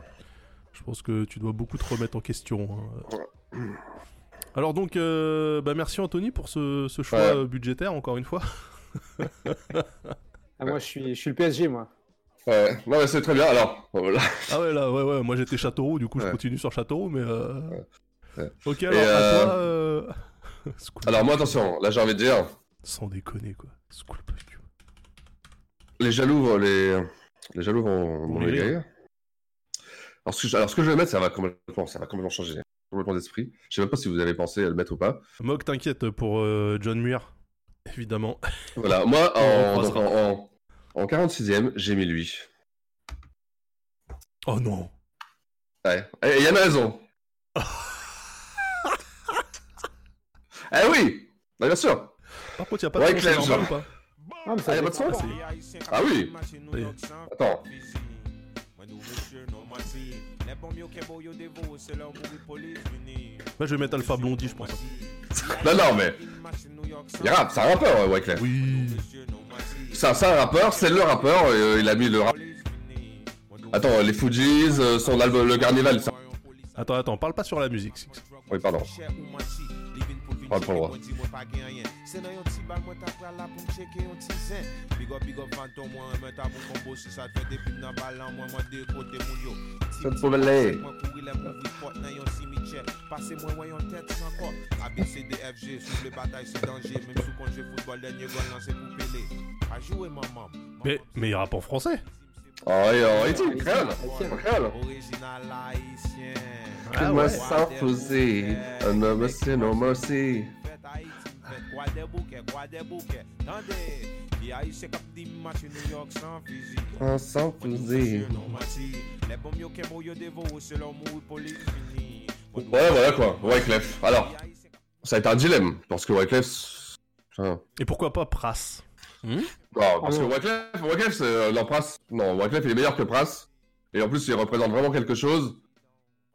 [SPEAKER 5] Je pense que tu dois beaucoup te remettre en question. hein. Alors donc, euh, bah merci Anthony pour ce, ce choix
[SPEAKER 7] Ouais.
[SPEAKER 5] euh, budgétaire encore une fois.
[SPEAKER 7] Ah, moi, je suis, je suis le PSG, moi.
[SPEAKER 6] Ouais, non, mais c'est très bien. Alors, voilà.
[SPEAKER 5] Ah ouais là, ouais ouais, moi j'étais Châteauroux, du coup je continue sur Châteauroux, mais euh,
[SPEAKER 6] Ouais.
[SPEAKER 5] ok
[SPEAKER 6] Et,
[SPEAKER 5] alors à
[SPEAKER 6] euh,
[SPEAKER 5] toi. euh,
[SPEAKER 6] Alors, moi, attention, là, j'ai envie de dire.
[SPEAKER 5] Sans déconner quoi.
[SPEAKER 6] Les jaloux vont les, les jaloux vont, vont les
[SPEAKER 5] les
[SPEAKER 6] guérir. Alors ce, que je, alors, ce que je vais mettre, ça va complètement, ça va complètement changer, complètement d'esprit. Je sais même pas si vous avez pensé à le mettre ou pas.
[SPEAKER 5] Mock, t'inquiète pour euh, John Muir, évidemment.
[SPEAKER 6] Voilà, moi,
[SPEAKER 5] On
[SPEAKER 6] en, donc,
[SPEAKER 5] recroisera.
[SPEAKER 6] en, en, en 46e, j'ai mis lui.
[SPEAKER 5] Oh non.
[SPEAKER 6] Ouais. Et et Yann a raison. eh oui, Bah, bien sûr.
[SPEAKER 5] Par contre, y a pas
[SPEAKER 6] Ouais,
[SPEAKER 5] de son,
[SPEAKER 6] Clem,
[SPEAKER 5] c'est normal ou pas
[SPEAKER 7] Ah, mais
[SPEAKER 6] Ah,
[SPEAKER 7] ça
[SPEAKER 6] y a pas de
[SPEAKER 7] dépend.
[SPEAKER 6] son Ah oui. Attends.
[SPEAKER 5] Moi je vais mettre Alpha Blondie, je pense.
[SPEAKER 6] Non, non, mais. Il rappe, c'est un rappeur, euh, Wyclef.
[SPEAKER 5] Oui.
[SPEAKER 6] Ça, c'est un rappeur, c'est le rappeur, et, euh, il a mis le rap. Attends, les Fujis, euh, son album, le Carnival, ça.
[SPEAKER 5] Attends, attends, parle pas sur la musique. Six.
[SPEAKER 6] Oui, pardon. Pas pour le droit.
[SPEAKER 13] Mwen di mwen pa gen yen Se nan yon ti bal mwen ta pral la pou m cheke yon ti zen Big up, big up, fantom mwen Mwen ta pou kombo si sa te depi nan balan mwen Mwen de kote moun yo
[SPEAKER 6] Faites pour les.
[SPEAKER 13] Mwen kouri le mwen report nan yon simichè Pase mwen wè yon tèt san kor ABCDFG, sou le batay se danje Mèm sou konje football denye gol nan se pou pele A joué maman
[SPEAKER 5] Mais, mais il rappe en français.
[SPEAKER 6] Ah ouais, en haïti, créole. en créole.
[SPEAKER 13] Original haïtien
[SPEAKER 6] Ah ouais. Myself Fuzzy, un homme, c'est no mercy.
[SPEAKER 13] Kwa de bouke, kwa de bouke Tande, li a yise kap di machi New York san fizi
[SPEAKER 6] Un sans Fuzzy.
[SPEAKER 13] Mati, le bom yo kemo yo devo Se lor mou poli fini
[SPEAKER 6] Ouais, voilà quoi, Wyclef. Alors, ça a été un dilemme, parce que Wyclef. Putain.
[SPEAKER 5] Et pourquoi pas Pras
[SPEAKER 6] Non, parce
[SPEAKER 5] Ah
[SPEAKER 6] que
[SPEAKER 5] bon.
[SPEAKER 6] Wyclef, Wyclef c'est. euh, Non, Pras. Non, Wyclef, il est meilleur que Pras. Et en plus, il représente vraiment quelque chose.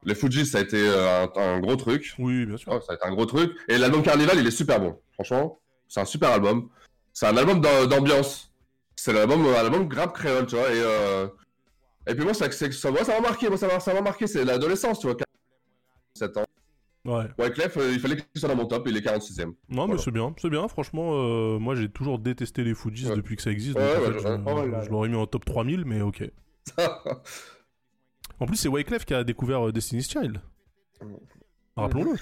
[SPEAKER 6] Les Fujis, ça a été euh, un, un gros truc. Oh,
[SPEAKER 5] Oui, bien sûr.
[SPEAKER 6] ça a été un gros truc. Et l'album Carnival, il est super bon. Franchement, c'est un super album. C'est un album d'am- d'ambiance. C'est l'album euh, un album grave créole, tu vois. Et, euh, et puis moi, ça, c'est- ça, moi, ça m'a marqué. Moi, ça m'a ça m'a marqué. C'est l'adolescence, tu vois. 7 ans.
[SPEAKER 5] Ouais.
[SPEAKER 6] Wyclef, euh, il fallait qu'il soit dans mon top. Il est 46ème.
[SPEAKER 5] Non, mais c'est bien, c'est bien. Franchement, euh, moi j'ai toujours détesté les Fujis depuis que ça existe.
[SPEAKER 6] Ouais,
[SPEAKER 5] donc, en fait, je
[SPEAKER 6] ouais, je- oh là
[SPEAKER 5] je l'aurais mis en top 3000, mais ok. en plus, c'est Wyclef qui a découvert euh, Destiny's Child. Rappelons-le.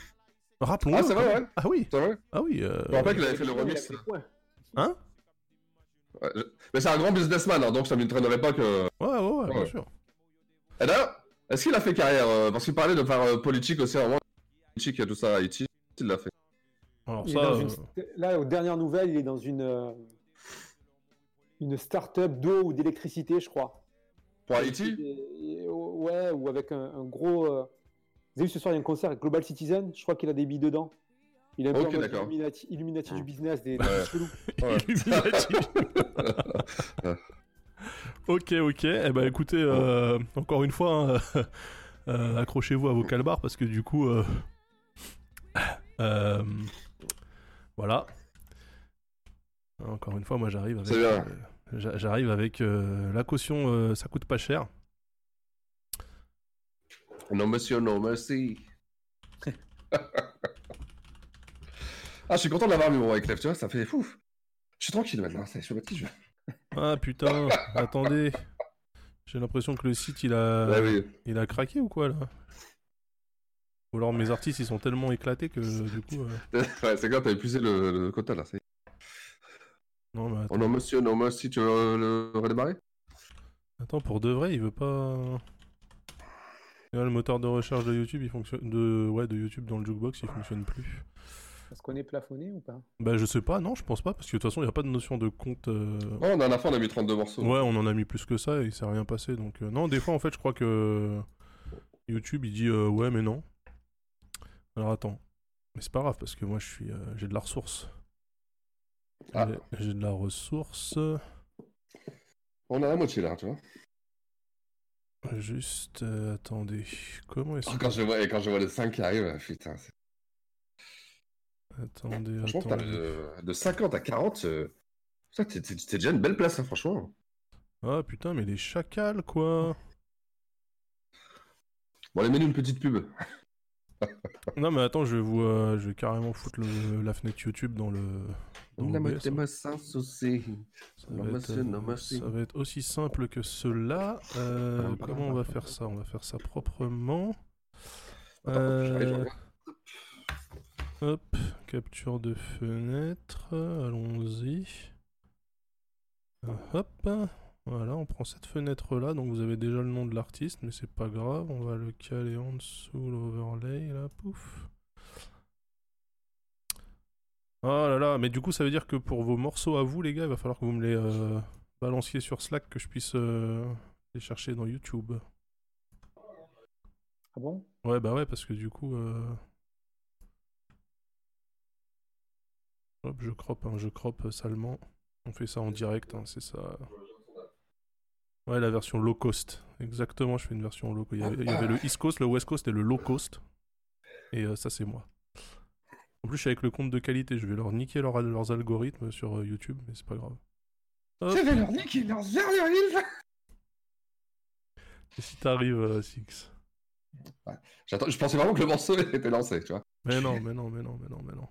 [SPEAKER 5] Rappelons-le.
[SPEAKER 6] Mm. Ah, c'est vrai,
[SPEAKER 5] quand même.
[SPEAKER 6] ouais.
[SPEAKER 5] Ah oui. Ah oui. euh,
[SPEAKER 6] Je me rappelle qu'il avait fait le remix.
[SPEAKER 5] Hein
[SPEAKER 6] Ouais, je- Mais c'est un grand businessman, hein, donc ça ne m'étonnerait pas que.
[SPEAKER 5] Ouais, ouais, ouais, bien sûr.
[SPEAKER 6] Et d'ailleurs, est-ce qu'il a fait carrière euh, Parce qu'il parlait de faire euh, politique aussi avant. Politique et tout ça, à Haïti. Il l'a fait.
[SPEAKER 5] Alors
[SPEAKER 6] euh,
[SPEAKER 7] Il est dans une- Là, aux dernières nouvelles, il est dans une. euh, une start-up d'eau ou d'électricité, je crois.
[SPEAKER 6] Pour Haïti
[SPEAKER 7] Et- et- Ouais, ou avec un, un gros. euh, Vous avez vu ce soir, il y a un concert avec Global Citizen, je crois qu'il a des billes dedans. Il est un peu
[SPEAKER 6] Ok,
[SPEAKER 7] en mode
[SPEAKER 6] d'accord.
[SPEAKER 7] Illuminati, Illuminati du business, des, des
[SPEAKER 6] Ouais.
[SPEAKER 7] chelous.
[SPEAKER 6] Ouais.
[SPEAKER 5] Ok, ok. Eh ben, écoutez, euh, encore une fois, hein, euh, accrochez-vous à vos calbars parce que du coup, euh, euh, voilà. Encore une fois, moi, j'arrive avec,
[SPEAKER 6] C'est
[SPEAKER 5] euh,
[SPEAKER 6] bien.
[SPEAKER 5] j'a- j'arrive avec euh, la caution. euh, ça coûte pas cher.
[SPEAKER 6] No monsieur, no mercy. ah, je suis content de l'avoir mis mon avec Left, tu vois, ça fait fou. Je suis tranquille maintenant, ça y est, je sais pas qui je veux.
[SPEAKER 5] Ah putain, attendez. J'ai l'impression que le site il a,
[SPEAKER 6] Bah oui.
[SPEAKER 5] il a craqué ou quoi là Ou alors mes artistes ils sont tellement éclatés que du coup. euh,
[SPEAKER 6] ouais, c'est quand t'as épuisé le, le quota là, c'est.
[SPEAKER 5] Non, mais
[SPEAKER 6] Oh no monsieur, no mercy, tu veux euh, le redémarrer
[SPEAKER 5] Attends, pour de vrai, il veut pas. Et là, le moteur de recherche de YouTube, il fonctionne. De... Ouais, de YouTube dans le jukebox, il fonctionne plus.
[SPEAKER 7] Est-ce qu'on est plafonné ou pas
[SPEAKER 5] Bah, je sais pas, non, je pense pas, parce que de toute façon, il n'y a pas de notion de compte. euh,
[SPEAKER 6] Oh, on en a fait, on a mis 32 morceaux.
[SPEAKER 5] Ouais, on en a mis plus que ça et il s'est rien passé. Donc, euh, non, des fois, en fait, je crois que YouTube, il dit euh, ouais, mais non. Alors, attends. Mais c'est pas grave parce que moi, je suis, euh, j'ai de la ressource.
[SPEAKER 6] Ah.
[SPEAKER 5] J'ai- J'ai de la ressource.
[SPEAKER 6] On a la moitié là, tu vois.
[SPEAKER 5] Juste, euh, attendez. Comment est-ce
[SPEAKER 6] Oh, quand, je vois, et quand je vois les 5 qui arrivent, putain. c'est-
[SPEAKER 5] Attendez,
[SPEAKER 6] Franchement, t'as
[SPEAKER 5] attendez.
[SPEAKER 6] de, de 50 à 40, euh, ça, t'es t'es- t'es déjà une belle place, hein, franchement.
[SPEAKER 5] Ah putain, mais les chacals, quoi
[SPEAKER 6] Bon, allez, mets-nous une petite pub.
[SPEAKER 5] Non, mais attends, je vais vous... euh, je vais carrément foutre le- la fenêtre YouTube dans le... dans OBS,
[SPEAKER 6] La moitié
[SPEAKER 5] hein.
[SPEAKER 6] me sans souci.
[SPEAKER 5] Ça
[SPEAKER 6] No
[SPEAKER 5] va, être,
[SPEAKER 6] monsieur,
[SPEAKER 5] euh,
[SPEAKER 6] no mercy.
[SPEAKER 5] ça va être aussi simple que cela. Euh, comment on va faire ça On va faire ça proprement.
[SPEAKER 6] j'arrive, je
[SPEAKER 5] Euh,
[SPEAKER 6] reviens.
[SPEAKER 5] Hop, capture de fenêtre. Allons-y. Euh, Hop. Voilà, on prend cette fenêtre là. Donc vous avez déjà le nom de l'artiste, mais c'est pas grave. On va le caler en dessous, l'overlay là. Pouf. Oh là là, mais du coup, ça veut dire que pour vos morceaux à vous, les gars, il va falloir que vous me les euh, balanciez sur Slack, que je puisse euh, les chercher dans YouTube.
[SPEAKER 7] Ah bon
[SPEAKER 5] Ouais, bah ouais, parce que du coup. euh, Hop, je crop, hein, je crop euh, salement. On fait ça en direct, hein, c'est ça. Ouais, la version low cost. Exactement, je fais une version low cost. Il y avait, il y avait le East Coast, le West Coast et le low cost. Et euh, ça, c'est moi. En plus, je suis avec le compte de qualité, je vais leur niquer leur- leurs algorithmes sur euh, YouTube, mais c'est pas grave. Hop.
[SPEAKER 6] Je vais leur dire qu'ils leur gèrent leur île.
[SPEAKER 5] Et si t'arrives, euh, Six
[SPEAKER 6] J'attends- Je pensais vraiment que le morceau était lancé, tu vois.
[SPEAKER 5] Mais non, mais non, mais non, mais non, mais non.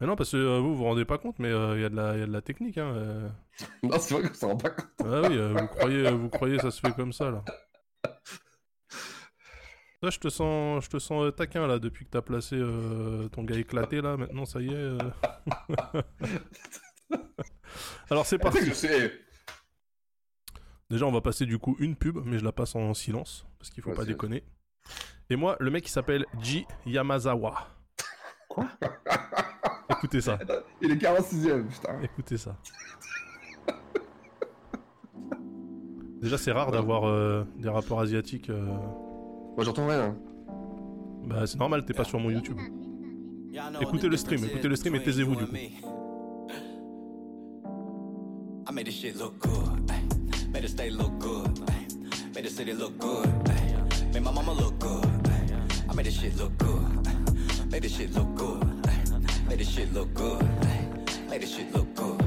[SPEAKER 5] Mais non, parce que euh, vous, vous vous rendez pas compte, mais euh, il y, a de la- il y a de la technique, hein. euh.
[SPEAKER 6] Non, c'est vrai qu'on s'en rend pas compte.
[SPEAKER 5] Ah oui, euh, vous croyez, vous croyez ça se fait comme ça là. Là, je te sens, je te sens euh, taquin là depuis que t'as placé euh, ton gars éclaté là. Maintenant, ça y est. euh. Alors c'est
[SPEAKER 6] Tu sais que
[SPEAKER 5] parti.
[SPEAKER 6] je sais.
[SPEAKER 5] Déjà, on va passer du coup une pub, mais je la passe en silence parce qu'il faut
[SPEAKER 6] Vas-y,
[SPEAKER 5] pas
[SPEAKER 6] vas-y.
[SPEAKER 5] déconner. Et moi, le mec, il s'appelle Ji Yamazawa. Quoi Écoutez ça.
[SPEAKER 6] Il est 46ème, putain.
[SPEAKER 5] Écoutez ça. Déjà, c'est rare d'avoir euh, des rapports asiatiques. euh,
[SPEAKER 6] Moi, j'entends rien. hein.
[SPEAKER 5] Bah, c'est normal, t'es pas sur mon YouTube. Écoutez le stream, écoutez le stream et taisez-vous du coup.
[SPEAKER 16] I made this shit look good. ay. Made the state look good. ay. Made the city look good. ay. Made my mama look good. ay. I made this shit look good. ay. Made this shit look good. ay. Made this shit look good. ay. Made this shit look good.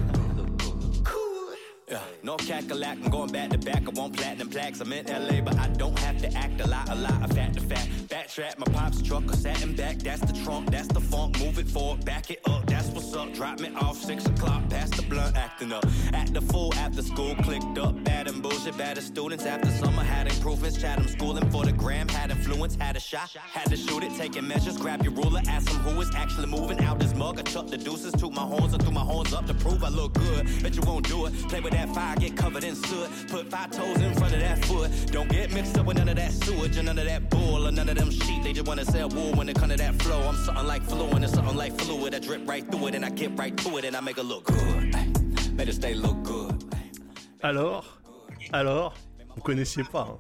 [SPEAKER 17] Yeah, North Cackalack, I'm going back to back. I want platinum plaques. I'm in LA, but I don't have to act a lot, a lot. I fat to fat. Backtrack, my pop's truck, I sat in back. That's the trunk, that's the funk. Move it forward, back it up. That's what's up. Drop me off, six o'clock, past the blunt, acting up. Act the fool after school, clicked up. Bad and bullshit, bad as students. After summer, had improvements. Chatham schooling for the gram, had influence, had a shot. Had to shoot it, taking measures. Grab your ruler, ask them who is actually moving out this mug. I chucked the deuces, took my horns, and threw my horns up to prove I look good. Bet you won't do it. Play with that fire, get covered in soot. Put five toes in front of that foot. Don't get mixed up with none of that sewage or none of that bull or none of them sheep. They just wanna sell wool when it come to that flow. I'm something like fluent and something like fluid. I drip right through it and I get right to it and I make it look good. ay. Made it stay look good. ay.
[SPEAKER 5] Alors, alors, vous connaissiez pas. hein.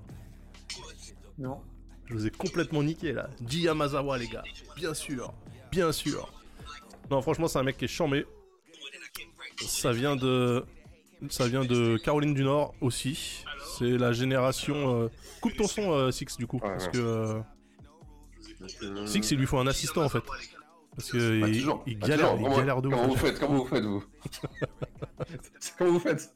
[SPEAKER 7] Non.
[SPEAKER 5] Je vous ai complètement niqué là. Ji Yamazawa, les gars. Bien sûr. Bien sûr. Non, franchement, c'est un mec qui est charmé. Ça vient de. Ça vient de Caroline du Nord aussi. C'est la génération. euh, Coupe ton son, euh, Six, du coup. parce
[SPEAKER 6] ouais.
[SPEAKER 5] que. euh, Six, il lui faut un assistant en fait. Parce que
[SPEAKER 6] Pas
[SPEAKER 5] il,
[SPEAKER 6] Bah, toujours,
[SPEAKER 5] il
[SPEAKER 6] pas
[SPEAKER 5] galère,
[SPEAKER 6] toujours.
[SPEAKER 5] il
[SPEAKER 6] Comment-
[SPEAKER 5] galère de ouf.
[SPEAKER 6] Comment vous faites Comment vous faites vous Comment vous faites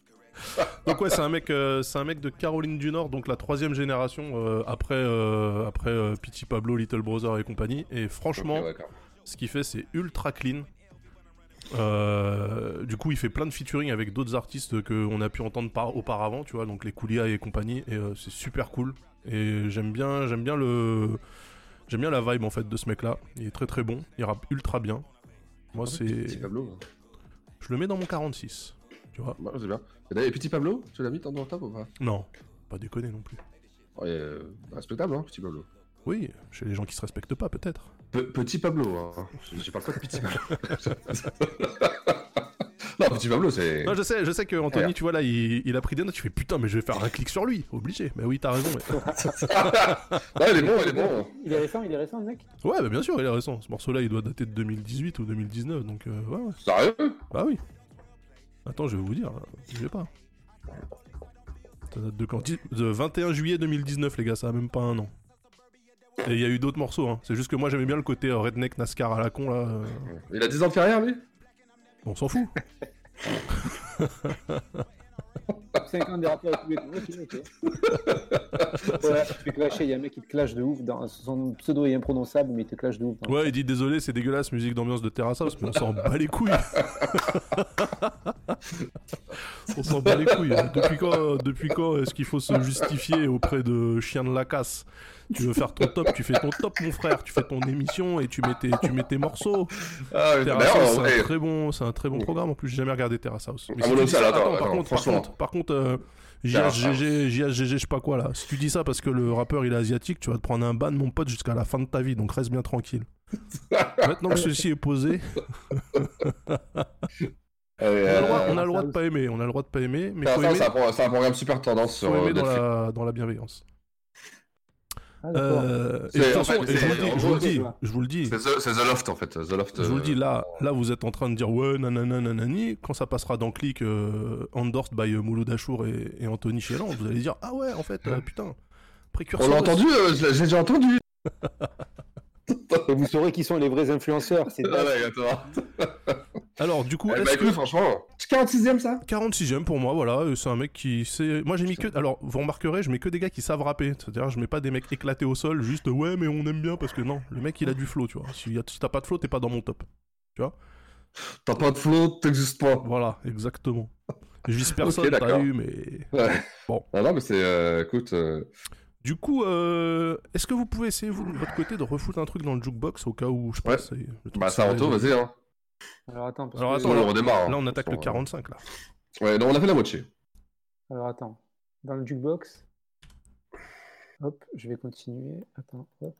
[SPEAKER 5] Donc ouais, c'est un mec, euh, c'est un mec de Caroline du Nord, donc la troisième génération euh, après euh, après euh, Petit Pablo, Little Brother et compagnie. Et franchement,
[SPEAKER 6] Ok, d'accord.
[SPEAKER 5] ce qu'il fait, c'est ultra clean. Euh, du coup, il fait plein de featuring avec d'autres artistes qu'on a pu entendre par- auparavant, tu vois, donc les Koulia et compagnie. Et euh, c'est super cool. Et j'aime bien, j'aime bien le, j'aime bien la vibe en fait de ce mec-là. Il est très très bon. Il rappe ultra bien. Moi,
[SPEAKER 6] Ah
[SPEAKER 5] c'est.
[SPEAKER 6] ouais, Petit Pablo.
[SPEAKER 5] Je le mets dans mon 46. Tu vois.
[SPEAKER 6] Bah, c'est bien. Et d'ailleurs, Petit Pablo, tu l'as mis dans ton top ou pas
[SPEAKER 5] Non, pas déconner non plus.
[SPEAKER 6] Ouais, euh, Respectable, hein, Petit Pablo.
[SPEAKER 5] Oui, chez les gens qui se respectent pas, peut-être.
[SPEAKER 6] Pe- petit Pablo, hein. je, je parle pas de Petit Pablo. non, Petit Pablo, c'est.
[SPEAKER 5] Non, je sais, je sais que Anthony,
[SPEAKER 6] Ouais.
[SPEAKER 5] tu vois là, il, il a pris des notes. Tu fais putain, mais je vais faire un clic sur lui, obligé. Mais oui, t'as raison. Mais...
[SPEAKER 6] il est bon, il est bon.
[SPEAKER 7] Il est récent, il est récent, le mec.
[SPEAKER 5] Ouais, bah bien sûr, il est récent. Ce morceau-là, il doit dater de 2018 ou 2019, donc euh, ouais, ouais.
[SPEAKER 6] Sérieux
[SPEAKER 5] Bah oui. Attends, je vais vous dire, hein. je sais pas. Ça date de quand De 21 juillet 2019, les gars, ça a même pas un an. Et il y a eu d'autres morceaux, hein. c'est juste que moi j'aimais bien le côté euh, redneck NASCAR à la con là. euh.
[SPEAKER 6] Il a 10 ans de carrière, lui
[SPEAKER 5] On s'en fout.
[SPEAKER 7] Top 50 des rappeurs à tous les temps. Ok, ok. ouais, tu te fais clasher. Il y a un mec qui te clash de ouf. Dans... Son pseudo est imprononçable, mais il te clash de ouf. hein. dans-
[SPEAKER 5] Ouais, il dit désolé, c'est dégueulasse, musique d'ambiance de Terrace House, mais on s'en bat les couilles. on s'en bat les couilles. Depuis quand, euh, depuis quand est-ce qu'il faut se justifier auprès de chiens de la casse Tu veux faire ton top, tu fais ton top, mon frère. Tu fais ton émission et tu mets tes, tu mets tes morceaux.
[SPEAKER 6] Ah,
[SPEAKER 5] Terrace
[SPEAKER 6] mais d'ailleurs,
[SPEAKER 5] House,
[SPEAKER 6] en
[SPEAKER 5] c'est
[SPEAKER 6] vrai-
[SPEAKER 5] un très bon, c'est un très bon programme. En plus, j'ai jamais regardé Terrace House.
[SPEAKER 6] Ah,
[SPEAKER 5] si
[SPEAKER 6] moi
[SPEAKER 5] tu
[SPEAKER 6] non
[SPEAKER 5] dis
[SPEAKER 6] plus,
[SPEAKER 5] ça-
[SPEAKER 6] alors,
[SPEAKER 5] attends,
[SPEAKER 6] attends,
[SPEAKER 5] par contre, par
[SPEAKER 6] franchement.
[SPEAKER 5] contre, par contre, euh,
[SPEAKER 6] Terrace
[SPEAKER 5] JHGG, JHGG, je sais pas quoi là. Si tu dis ça parce que le rappeur il est asiatique, tu vas te prendre un ban, mon pote, jusqu'à la fin de ta vie. Donc reste bien tranquille. Maintenant que ceci est posé,
[SPEAKER 6] Ah
[SPEAKER 5] on a le droit, on a le droit de pas aimer, on a le droit de pas aimer, mais
[SPEAKER 6] Enfin,
[SPEAKER 5] faut
[SPEAKER 6] euh, ça,
[SPEAKER 5] aimer,
[SPEAKER 6] c'est un pro- c'est un programme super tendance
[SPEAKER 5] faut
[SPEAKER 6] sur, euh,
[SPEAKER 5] aimer dans,
[SPEAKER 6] Netflix.
[SPEAKER 5] la, dans la bienveillance.
[SPEAKER 6] Ah, d'accord.
[SPEAKER 5] Euh, et
[SPEAKER 6] C'est-
[SPEAKER 5] de toute
[SPEAKER 6] en
[SPEAKER 5] façon,
[SPEAKER 6] fait,
[SPEAKER 5] et je
[SPEAKER 6] c'est-
[SPEAKER 5] vous le dis,
[SPEAKER 6] en
[SPEAKER 5] je vous le
[SPEAKER 6] gros,
[SPEAKER 5] dis,
[SPEAKER 6] c'est-
[SPEAKER 5] je vous le dis.
[SPEAKER 6] C'est The, c'est The Loft, en fait. The Loft.
[SPEAKER 5] Je vous le
[SPEAKER 6] euh,
[SPEAKER 5] dis, là, là, vous êtes en train de dire ouais, nanana, nanani. Quand ça passera dans Click, euh, endorsed by euh, Mouloud Achour et, et Anthony Chélan, vous allez dire ah ouais, en fait, euh, putain, précurseur.
[SPEAKER 6] On l'a
[SPEAKER 5] aussi.
[SPEAKER 6] entendu, euh, je l'ai- j'ai déjà entendu.
[SPEAKER 7] Et vous saurez qui sont les vrais influenceurs. C'est
[SPEAKER 6] Ah ouais, attends.
[SPEAKER 5] Alors, du coup,
[SPEAKER 6] Eh
[SPEAKER 5] est-ce
[SPEAKER 6] bah,
[SPEAKER 5] que-
[SPEAKER 6] écoute, franchement.
[SPEAKER 7] 46ème ça
[SPEAKER 5] 46ème pour moi, voilà. euh, C'est un mec qui sait. Moi j'ai mis que. Alors vous remarquerez, je mets que des gars qui savent rapper. C'est-à-dire, je mets pas des mecs éclatés au sol, juste ouais, mais on aime bien parce que non, le mec il a du flow, tu vois. Si, y a- si t'as pas de flow, t'es pas dans mon top. Tu vois
[SPEAKER 6] T'as pas de flow, t'existes pas.
[SPEAKER 5] Voilà, exactement. Je vise personne,
[SPEAKER 6] Ok,
[SPEAKER 5] t'as
[SPEAKER 6] d'accord.
[SPEAKER 5] eu, mais.
[SPEAKER 6] Ouais.
[SPEAKER 5] Bon.
[SPEAKER 6] Non, non, mais c'est. euh, écoute. euh,
[SPEAKER 5] Du coup, euh, est-ce que vous pouvez essayer, vous, de votre côté, de refoutre un truc dans le jukebox au cas où je
[SPEAKER 6] Ouais.
[SPEAKER 5] passe et le truc
[SPEAKER 6] Bah,
[SPEAKER 5] serait-
[SPEAKER 6] Saranto, vas-y, hein.
[SPEAKER 7] Alors attends. parce
[SPEAKER 5] Alors
[SPEAKER 7] que-
[SPEAKER 5] attends,
[SPEAKER 6] On le
[SPEAKER 5] là,
[SPEAKER 6] redémarre, hein.
[SPEAKER 5] là, on attaque le
[SPEAKER 6] Attention, hein.
[SPEAKER 5] 45 là.
[SPEAKER 6] Ouais, non, on a fait la moitié.
[SPEAKER 7] Alors attends, dans le jukebox. Hop, je vais continuer. Attends, hop.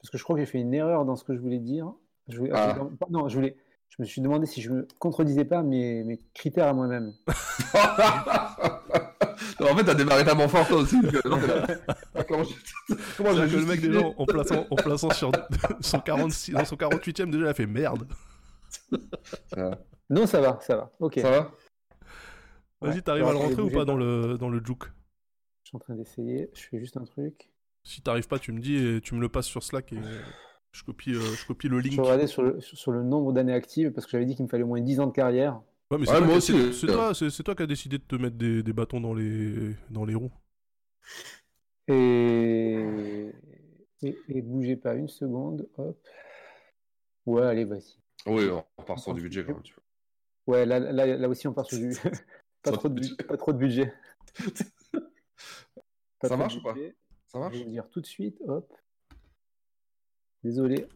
[SPEAKER 7] Parce que je crois que j'ai fait une erreur dans ce que je voulais dire. Je voulais...
[SPEAKER 6] Ah.
[SPEAKER 7] attends, pardon, Non, je voulais. Je me suis demandé si je me contredisais pas mes, mes critères à moi-même.
[SPEAKER 6] Non, en fait, t'as démarré ta fort, toi aussi. parce que- non, t'es là. Ah, Comment je- comment
[SPEAKER 5] C'est-à-dire
[SPEAKER 6] je
[SPEAKER 5] que le mec
[SPEAKER 6] justifie
[SPEAKER 5] déjà en plaçant, en plaçant sur son 46, dans son 48ème déjà il a fait merde.
[SPEAKER 7] Non, ça va, ça va. Ok.
[SPEAKER 6] Ça va
[SPEAKER 5] Vas-y,
[SPEAKER 7] Ouais.
[SPEAKER 5] t'arrives à le
[SPEAKER 7] Alors, attendez,
[SPEAKER 5] rentrer ou
[SPEAKER 7] bougez
[SPEAKER 5] pas dans le, dans le juke
[SPEAKER 7] Je suis en train d'essayer. Je fais juste un truc.
[SPEAKER 5] Si t'arrives pas, tu me dis et tu me le passes sur Slack et je copie, euh, je copie le
[SPEAKER 7] Je
[SPEAKER 5] link.
[SPEAKER 7] vais regarder sur le, sur le nombre d'années actives parce que j'avais dit qu'il me fallait au moins 10 ans de carrière.
[SPEAKER 5] Ouais, mais c'est
[SPEAKER 6] Ouais,
[SPEAKER 5] toi
[SPEAKER 6] moi
[SPEAKER 5] qui-
[SPEAKER 6] aussi,
[SPEAKER 5] c'est- c'est
[SPEAKER 6] euh.
[SPEAKER 5] toi, c'est- c'est toi qui as décidé de te mettre des, des bâtons dans les, dans les roues.
[SPEAKER 7] Et... Et, et bougez pas une seconde. Hop. Ouais, allez, vas-y.
[SPEAKER 6] Ah Oui, on repart sur du budget quand même. Tu vois.
[SPEAKER 7] Ouais, là, là, là aussi, on part sur du. pas, trop de bu- pas trop de budget.
[SPEAKER 6] Ça marche ou
[SPEAKER 7] pas trop de budget.
[SPEAKER 6] Ça marche
[SPEAKER 7] Je vais vous dire tout de suite, hop. Désolé.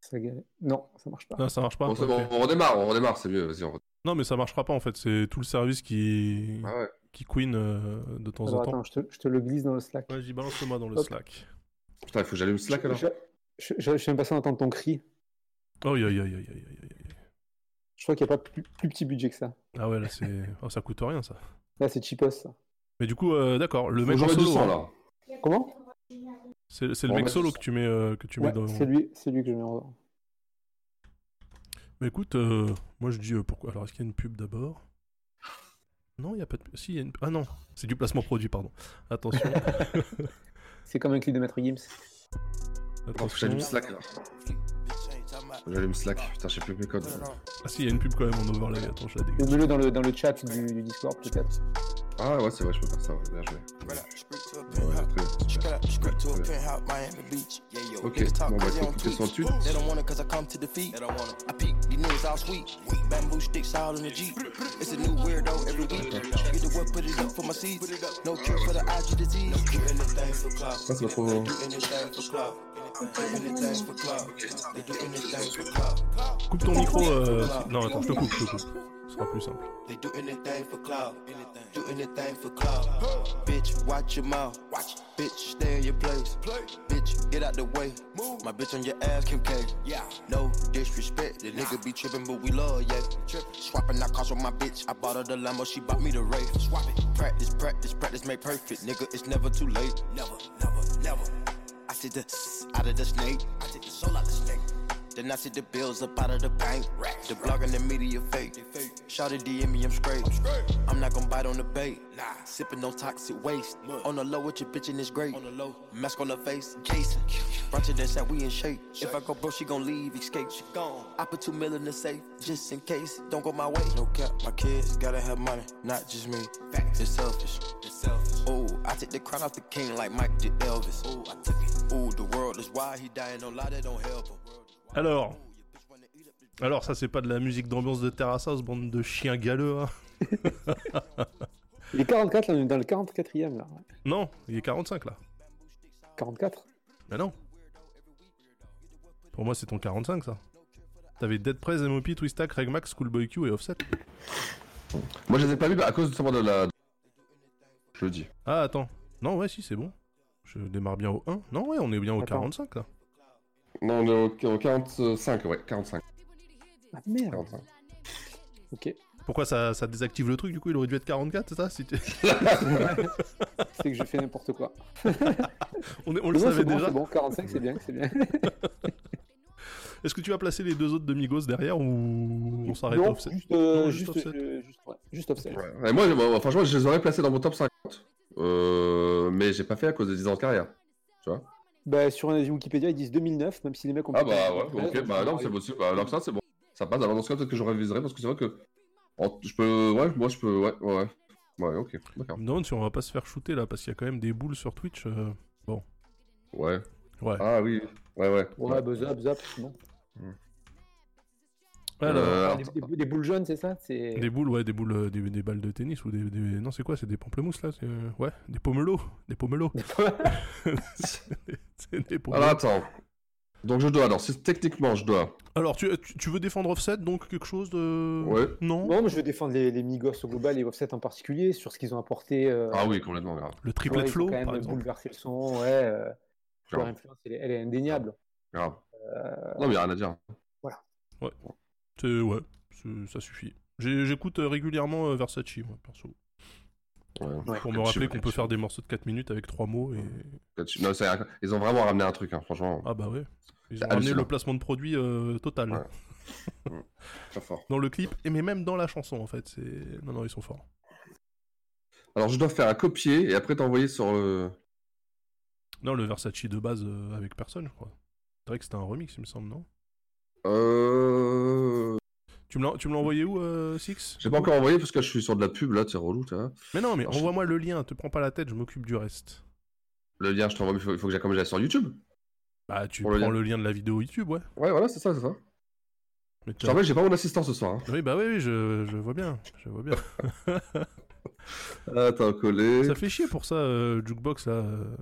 [SPEAKER 7] Ça galère. Non, ça marche pas.
[SPEAKER 5] Non, ça marche pas.
[SPEAKER 6] Bon, c'est
[SPEAKER 5] ok.
[SPEAKER 6] bon, on redémarre, on redémarre, c'est mieux. Vas-y, on redémarre.
[SPEAKER 5] Non, mais ça marchera pas en fait. C'est tout le service qui,
[SPEAKER 6] Ah ouais.
[SPEAKER 5] qui queen euh, de temps
[SPEAKER 7] Alors,
[SPEAKER 5] en temps.
[SPEAKER 7] attends, je te, je te le glisse dans le Slack.
[SPEAKER 5] Ouais, j'y balance le moi dans le
[SPEAKER 7] Hop.
[SPEAKER 5] Slack.
[SPEAKER 6] Putain, il faut que j'allume Slack alors.
[SPEAKER 7] Je, je, je, je suis impatient d'entendre ton cri.
[SPEAKER 5] Aïe aïe aïe aïe aïe aïe aïe.
[SPEAKER 7] Je crois qu'il n'y a pas plus, plus petit budget que ça.
[SPEAKER 5] Ah ouais, là, c'est. Oh, ça coûte rien, ça.
[SPEAKER 7] Là, c'est cheapos, ça.
[SPEAKER 5] Mais du coup, euh, d'accord, le
[SPEAKER 6] Faut
[SPEAKER 5] mec en
[SPEAKER 6] jouer du
[SPEAKER 5] solo,
[SPEAKER 6] sang,
[SPEAKER 5] hein.
[SPEAKER 6] là.
[SPEAKER 7] Comment
[SPEAKER 5] C'est c'est le
[SPEAKER 7] On
[SPEAKER 5] mec
[SPEAKER 7] va-
[SPEAKER 5] solo que tu mets, euh, que tu mets
[SPEAKER 7] Ouais,
[SPEAKER 5] dans.
[SPEAKER 7] C'est lui, c'est lui que je mets en.
[SPEAKER 5] Bah écoute, euh, moi je dis euh, pourquoi. Alors est-ce qu'il y a une pub d'abord Non, il n'y a pas de pub. Si, il y a une... Ah non, c'est du placement produit, pardon. Attention.
[SPEAKER 7] C'est comme un clip de Maître Gims.
[SPEAKER 6] Attends, faut que j'allume Slack là. Faut que J'allume Slack, putain, j'ai plus mes codes.
[SPEAKER 5] Ah si, il y a une pub quand même en overlay. Attends, je la dé-
[SPEAKER 7] Mets-le dans le, dans le chat du, du Discord, peut-être.
[SPEAKER 6] Ah ouais, c'est vrai, je peux faire ça, ouais, bien joué. Ouais, très bien.
[SPEAKER 18] Straight up, straight to a penthouse, Miami Beach. Yeah, yo.
[SPEAKER 6] Ok,
[SPEAKER 18] Niggas talk
[SPEAKER 6] bon, bah,
[SPEAKER 18] crazy
[SPEAKER 6] écoute,
[SPEAKER 18] on
[SPEAKER 6] écoutez son
[SPEAKER 18] tweets.
[SPEAKER 6] tweet.
[SPEAKER 18] They don't want it cause I come to defeat. They don't want it. I peek, these niggas all sweet. Bamboo sticks all in the Jeep. It's a new weirdo every week. Get the work, put it up for my seeds. No cure for the IG disease. Do anything for clout.
[SPEAKER 6] Ça, c'est pas trop.
[SPEAKER 18] Do anything for clout. Do anything for clout. They do anything for clout.
[SPEAKER 5] Coupe ton micro. euh, Non, attends, je te coupe, je te coupe. Ce sera plus simple.
[SPEAKER 18] They do anything for clout. Do anything for clout. Bitch, watch your mouth. Watch. Bitch, stay in your place. Bitch, get out the way. Move. My bitch on your ass, Kim K. Yeah. No disrespect. The nigga be tripping, but we love, yeah. Swapping, I cost with my bitch. I bought her the Lambo, she bought me the Wraith. Swap it. Practice, practice, practice, make perfect. Nigga, it's never too late. Never, never, never. I see the out of the snake. I take the soul out the snake. Then I see the bills up out of the bank. The blog and the media fake. Shout at DM me, I'm straight. I'm not gonna bite on the bait. Nah. Sipping on toxic waste. On the low with your bitch and it's great. On the low. Mask on her face. Jason. Roger that said we in shape. If I go broke, she gon' leave, escape. She gone. I put two mil in the safe, just in case. Don't go my way. No cap, my kids gotta have money, not just me. It's selfish. It's selfish. Ooh, I took the crown off the king like Mike did Elvis. Ooh, I took it. Ooh, the world is why he dying. No lie, that don't help him.
[SPEAKER 5] Alors. Alors, ça, c'est pas de la musique d'ambiance de Terrace House, bande de chiens galeux. hein.
[SPEAKER 7] Il est 44, là, on est dans le 44ème, là.
[SPEAKER 5] non, il est 45 là.
[SPEAKER 7] 44
[SPEAKER 5] Bah non. Pour moi, c'est ton 45 ça. T'avais Dead Prez, MOP, Twistack, Regmax, Schoolboy Q et Offset.
[SPEAKER 6] Moi, je les ai pas vus bah, à cause justement de la. Je le dis.
[SPEAKER 5] Ah, attends. Non, ouais, si, c'est bon. Je démarre bien au 1. Non, ouais, on est bien au
[SPEAKER 6] Attends.
[SPEAKER 5] 45 là.
[SPEAKER 6] Non, on est au, au 45, ouais, 45.
[SPEAKER 7] Ah merde. Ok.
[SPEAKER 5] Pourquoi ça, ça désactive le truc du coup Il aurait dû être 44, c'est ça si tu-
[SPEAKER 7] C'est que j'ai fait n'importe quoi.
[SPEAKER 5] On, est- on le
[SPEAKER 7] Non,
[SPEAKER 5] savait
[SPEAKER 7] c'est bon,
[SPEAKER 5] déjà.
[SPEAKER 7] C'est bon, 45, c'est bien, c'est bien.
[SPEAKER 5] Est-ce que tu vas placer les deux autres de Migos derrière ou on s'arrête
[SPEAKER 7] Non,
[SPEAKER 5] Offset
[SPEAKER 7] juste, euh,
[SPEAKER 5] Non,
[SPEAKER 7] juste,
[SPEAKER 5] Offset.
[SPEAKER 7] euh, juste, ouais, juste offset.
[SPEAKER 6] Ouais, moi, je- moi, franchement, je les aurais placés dans mon top 50. Euh, mais j'ai pas fait à cause des 10 ans de carrière. Tu vois
[SPEAKER 7] Bah, sur un Wikipédia, ils disent 2009, même si les mecs ont.
[SPEAKER 6] Ah bah ouais, ok, bah non, c'est possible. Bah, alors que ça, c'est bon. Ça passe, alors dans ce cas, peut-être que je réviserai parce que c'est vrai que. en- je peux. Ouais, moi, je peux. Ouais, ouais. Ouais, ok, d'accord.
[SPEAKER 5] Je me demande si on va pas se faire shooter là parce qu'il y a quand même des boules sur Twitch. euh, Bon.
[SPEAKER 6] Ouais.
[SPEAKER 5] Ouais.
[SPEAKER 6] Ah oui, ouais, ouais.
[SPEAKER 7] Ouais, bah zap, zap, c'est bon.
[SPEAKER 6] Euh,
[SPEAKER 5] Alors,
[SPEAKER 7] Ah, des, des bou- des boules jaunes, c'est ça C'est
[SPEAKER 5] Des boules, ouais, des boules, euh, des, des balles de tennis ou des. des- Non, c'est quoi C'est des pamplemousses là c'est, euh, Ouais, des pomelos. Des pomelos. C'est des pomelos.
[SPEAKER 6] Alors attends. Donc je dois, alors, si techniquement je dois.
[SPEAKER 5] Alors, tu, tu- tu veux défendre Offset donc quelque chose de.
[SPEAKER 6] Ouais.
[SPEAKER 5] Non
[SPEAKER 7] Non, mais je vais défendre les, les Migos au global et Offset en particulier sur ce qu'ils ont apporté. euh,
[SPEAKER 6] Ah oui, complètement grave.
[SPEAKER 5] Le
[SPEAKER 7] tu vois,
[SPEAKER 5] triplet
[SPEAKER 7] ils ont
[SPEAKER 5] flow,
[SPEAKER 7] quand même
[SPEAKER 5] par exemple.
[SPEAKER 7] bouleversé le son, ouais. euh, leur
[SPEAKER 6] Grave.
[SPEAKER 7] influence, elle est, elle est indéniable.
[SPEAKER 6] Grave.
[SPEAKER 7] Euh,
[SPEAKER 6] Non, mais y a rien à dire.
[SPEAKER 5] Ouais. C'est- ouais, c'est- ça suffit. J'ai- J'écoute euh, régulièrement euh, Versace, moi, perso.
[SPEAKER 6] Ouais.
[SPEAKER 5] Pour me rappeler qu'on peut faire des morceaux de 4 minutes avec 3 mots et.
[SPEAKER 6] Non, ça y est, ils ont vraiment ramené un truc, hein, franchement.
[SPEAKER 5] Ah bah ouais. Ils
[SPEAKER 6] C'est
[SPEAKER 5] ont ramené
[SPEAKER 6] hallucinant.
[SPEAKER 5] le placement de produit euh, total.
[SPEAKER 6] Très fort.
[SPEAKER 5] Dans le clip, et mais même dans la chanson en fait. c'est... Non, non, ils sont forts.
[SPEAKER 6] Alors je dois faire un copier et après t'envoyer sur. euh,
[SPEAKER 5] Non, le Versace de base euh, avec personne, je crois. C'est vrai que c'était un remix, il me semble, non
[SPEAKER 6] Euh.
[SPEAKER 5] Tu me l'as- tu me l'as envoyé où, euh, Six
[SPEAKER 6] J'ai pas encore envoyé parce que je suis sur de la pub là, c'est relou, tu vois.
[SPEAKER 5] Mais non, mais envoie-moi le lien, te prends pas la tête, je m'occupe du reste.
[SPEAKER 6] Le lien, je t'envoie, mais faut, faut que j'aille comme j'aille sur YouTube.
[SPEAKER 5] Bah, tu
[SPEAKER 6] Pour
[SPEAKER 5] prends
[SPEAKER 6] le
[SPEAKER 5] le lien.
[SPEAKER 6] lien.
[SPEAKER 5] de la vidéo YouTube, ouais.
[SPEAKER 6] Ouais, voilà, c'est ça, c'est ça.
[SPEAKER 5] Mais
[SPEAKER 6] Je te rappelle, j'ai pas mon assistant ce soir. hein.
[SPEAKER 5] Oui, bah oui, oui, je, je vois bien, je vois bien.
[SPEAKER 6] Attends, collé.
[SPEAKER 5] ça fait chier pour ça, euh, Jukebox, là. euh.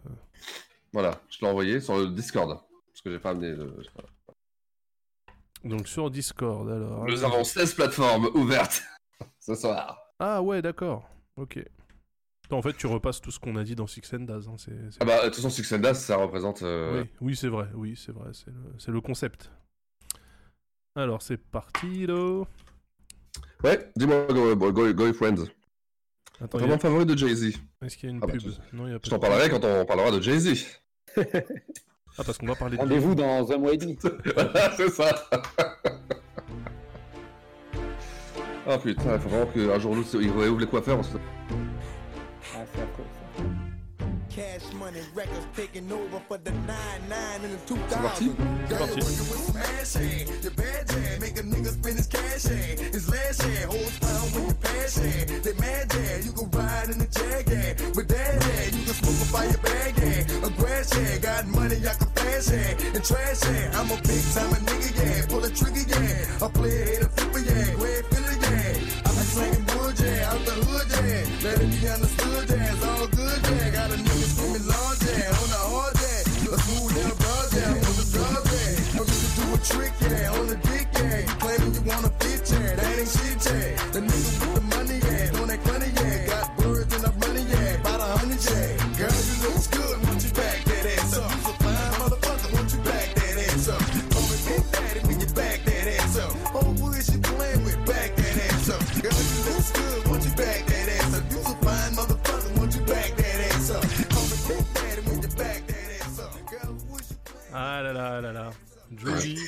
[SPEAKER 6] Voilà, je l'ai envoyé sur le Discord. Parce que j'ai pas amené le.
[SPEAKER 5] Ah, Donc sur Discord, alors.
[SPEAKER 6] Nous avons 16 plateformes ouvertes ce soir.
[SPEAKER 5] Ah ouais, d'accord, ok. Attends, en fait, tu repasses tout ce qu'on a dit dans Six and Daz, hein, c'est... c'est-
[SPEAKER 6] Ah bah, de toute façon, Six and Dust, ça représente. euh,
[SPEAKER 5] Oui, oui, c'est vrai, oui, c'est vrai, c'est le, c'est le concept. Alors, c'est parti, là.
[SPEAKER 6] Ouais, dis-moi, go, go, go, go Friends.
[SPEAKER 5] Attends,
[SPEAKER 6] Vraiment
[SPEAKER 5] y a-
[SPEAKER 6] favori de Jay-Z.
[SPEAKER 5] Est-ce qu'il y a une
[SPEAKER 6] Ah bah,
[SPEAKER 5] pub
[SPEAKER 6] tu-
[SPEAKER 5] Non, il y a pas.
[SPEAKER 6] Je t'en parlerai quand on parlera de Jay-Z.
[SPEAKER 5] Ah, parce qu'on va parler de.
[SPEAKER 7] Rendez-vous dans un mois et demi.
[SPEAKER 6] Voilà, c'est ça. Ah putain, il faut vraiment qu'un jour ou l'autre, il réouvre les coiffeurs. parce que-
[SPEAKER 7] Ah, c'est affreux, ça.
[SPEAKER 3] Cash money records taking over for the 9-9 in the
[SPEAKER 6] C'est parti
[SPEAKER 3] 2000.
[SPEAKER 6] C'est parti.
[SPEAKER 5] Ah là là là là. Juvie.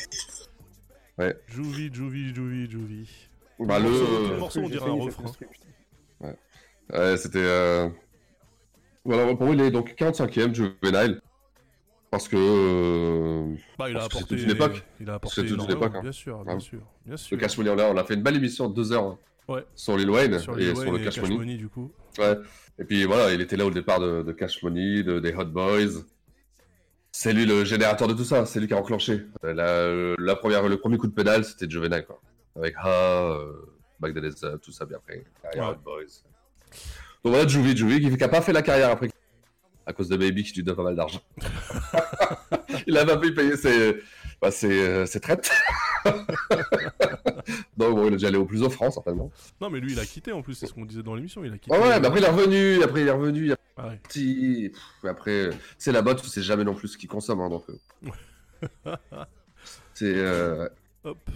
[SPEAKER 6] Ouais.
[SPEAKER 5] Juvie, Juvie, Juvie, Juvie.
[SPEAKER 6] Bah, le-
[SPEAKER 5] Tout le morceau, on dirait un refrain.
[SPEAKER 6] Ouais, Ouais, c'était. euh, Voilà, pour moi, il est donc 45ème, Juvenile. Parce que. euh,
[SPEAKER 5] Bah, il a
[SPEAKER 6] parce que
[SPEAKER 5] apporté-
[SPEAKER 6] C'est toute une époque.
[SPEAKER 5] il a apporté
[SPEAKER 6] C'est toute une
[SPEAKER 5] énormément,
[SPEAKER 6] époque. hein.
[SPEAKER 5] bien sûr, bien
[SPEAKER 6] Ah,
[SPEAKER 5] sûr, bien sûr.
[SPEAKER 6] Le Cash Money, on a, on a fait une belle émission de deux heures hein.
[SPEAKER 5] Ouais.
[SPEAKER 6] sur Lil Wayne
[SPEAKER 5] Sur
[SPEAKER 6] et
[SPEAKER 5] Lil
[SPEAKER 6] sur
[SPEAKER 5] Wayne
[SPEAKER 6] le
[SPEAKER 5] et
[SPEAKER 6] Cash,
[SPEAKER 5] Cash
[SPEAKER 6] Money.
[SPEAKER 5] Money, du coup.
[SPEAKER 6] Ouais. Et puis voilà, il était là au départ de, de Cash Money, de- des Hot Boys. C'est lui le générateur de tout ça, c'est lui qui a enclenché. Euh, La, la première, le premier coup de pédale, c'était Juvenile, quoi. Avec Ha, euh, Back That Is Up, tout ça, bien après. Derrière,
[SPEAKER 5] Ouais.
[SPEAKER 6] Hot Boys. Donc voilà, Juvie, Juvie, qui n'a pas fait la carrière après. À cause de Baby qui lui donne pas mal d'argent. il a pas pu payer ses, bah, ses, euh, ses traites. Donc bon, il est déjà allé au plus offrant, certainement.
[SPEAKER 5] Non, mais lui, il a quitté en plus, c'est ce qu'on disait dans l'émission. Il a quitté.
[SPEAKER 6] Ah ouais, mais après il est revenu, après il est revenu, il est
[SPEAKER 5] Ah ouais.
[SPEAKER 6] parti. Pff, Après, c'est là-bas, tu sais jamais non plus ce qu'il consomme. Hein, donc, euh, c'est. euh,
[SPEAKER 5] Hop.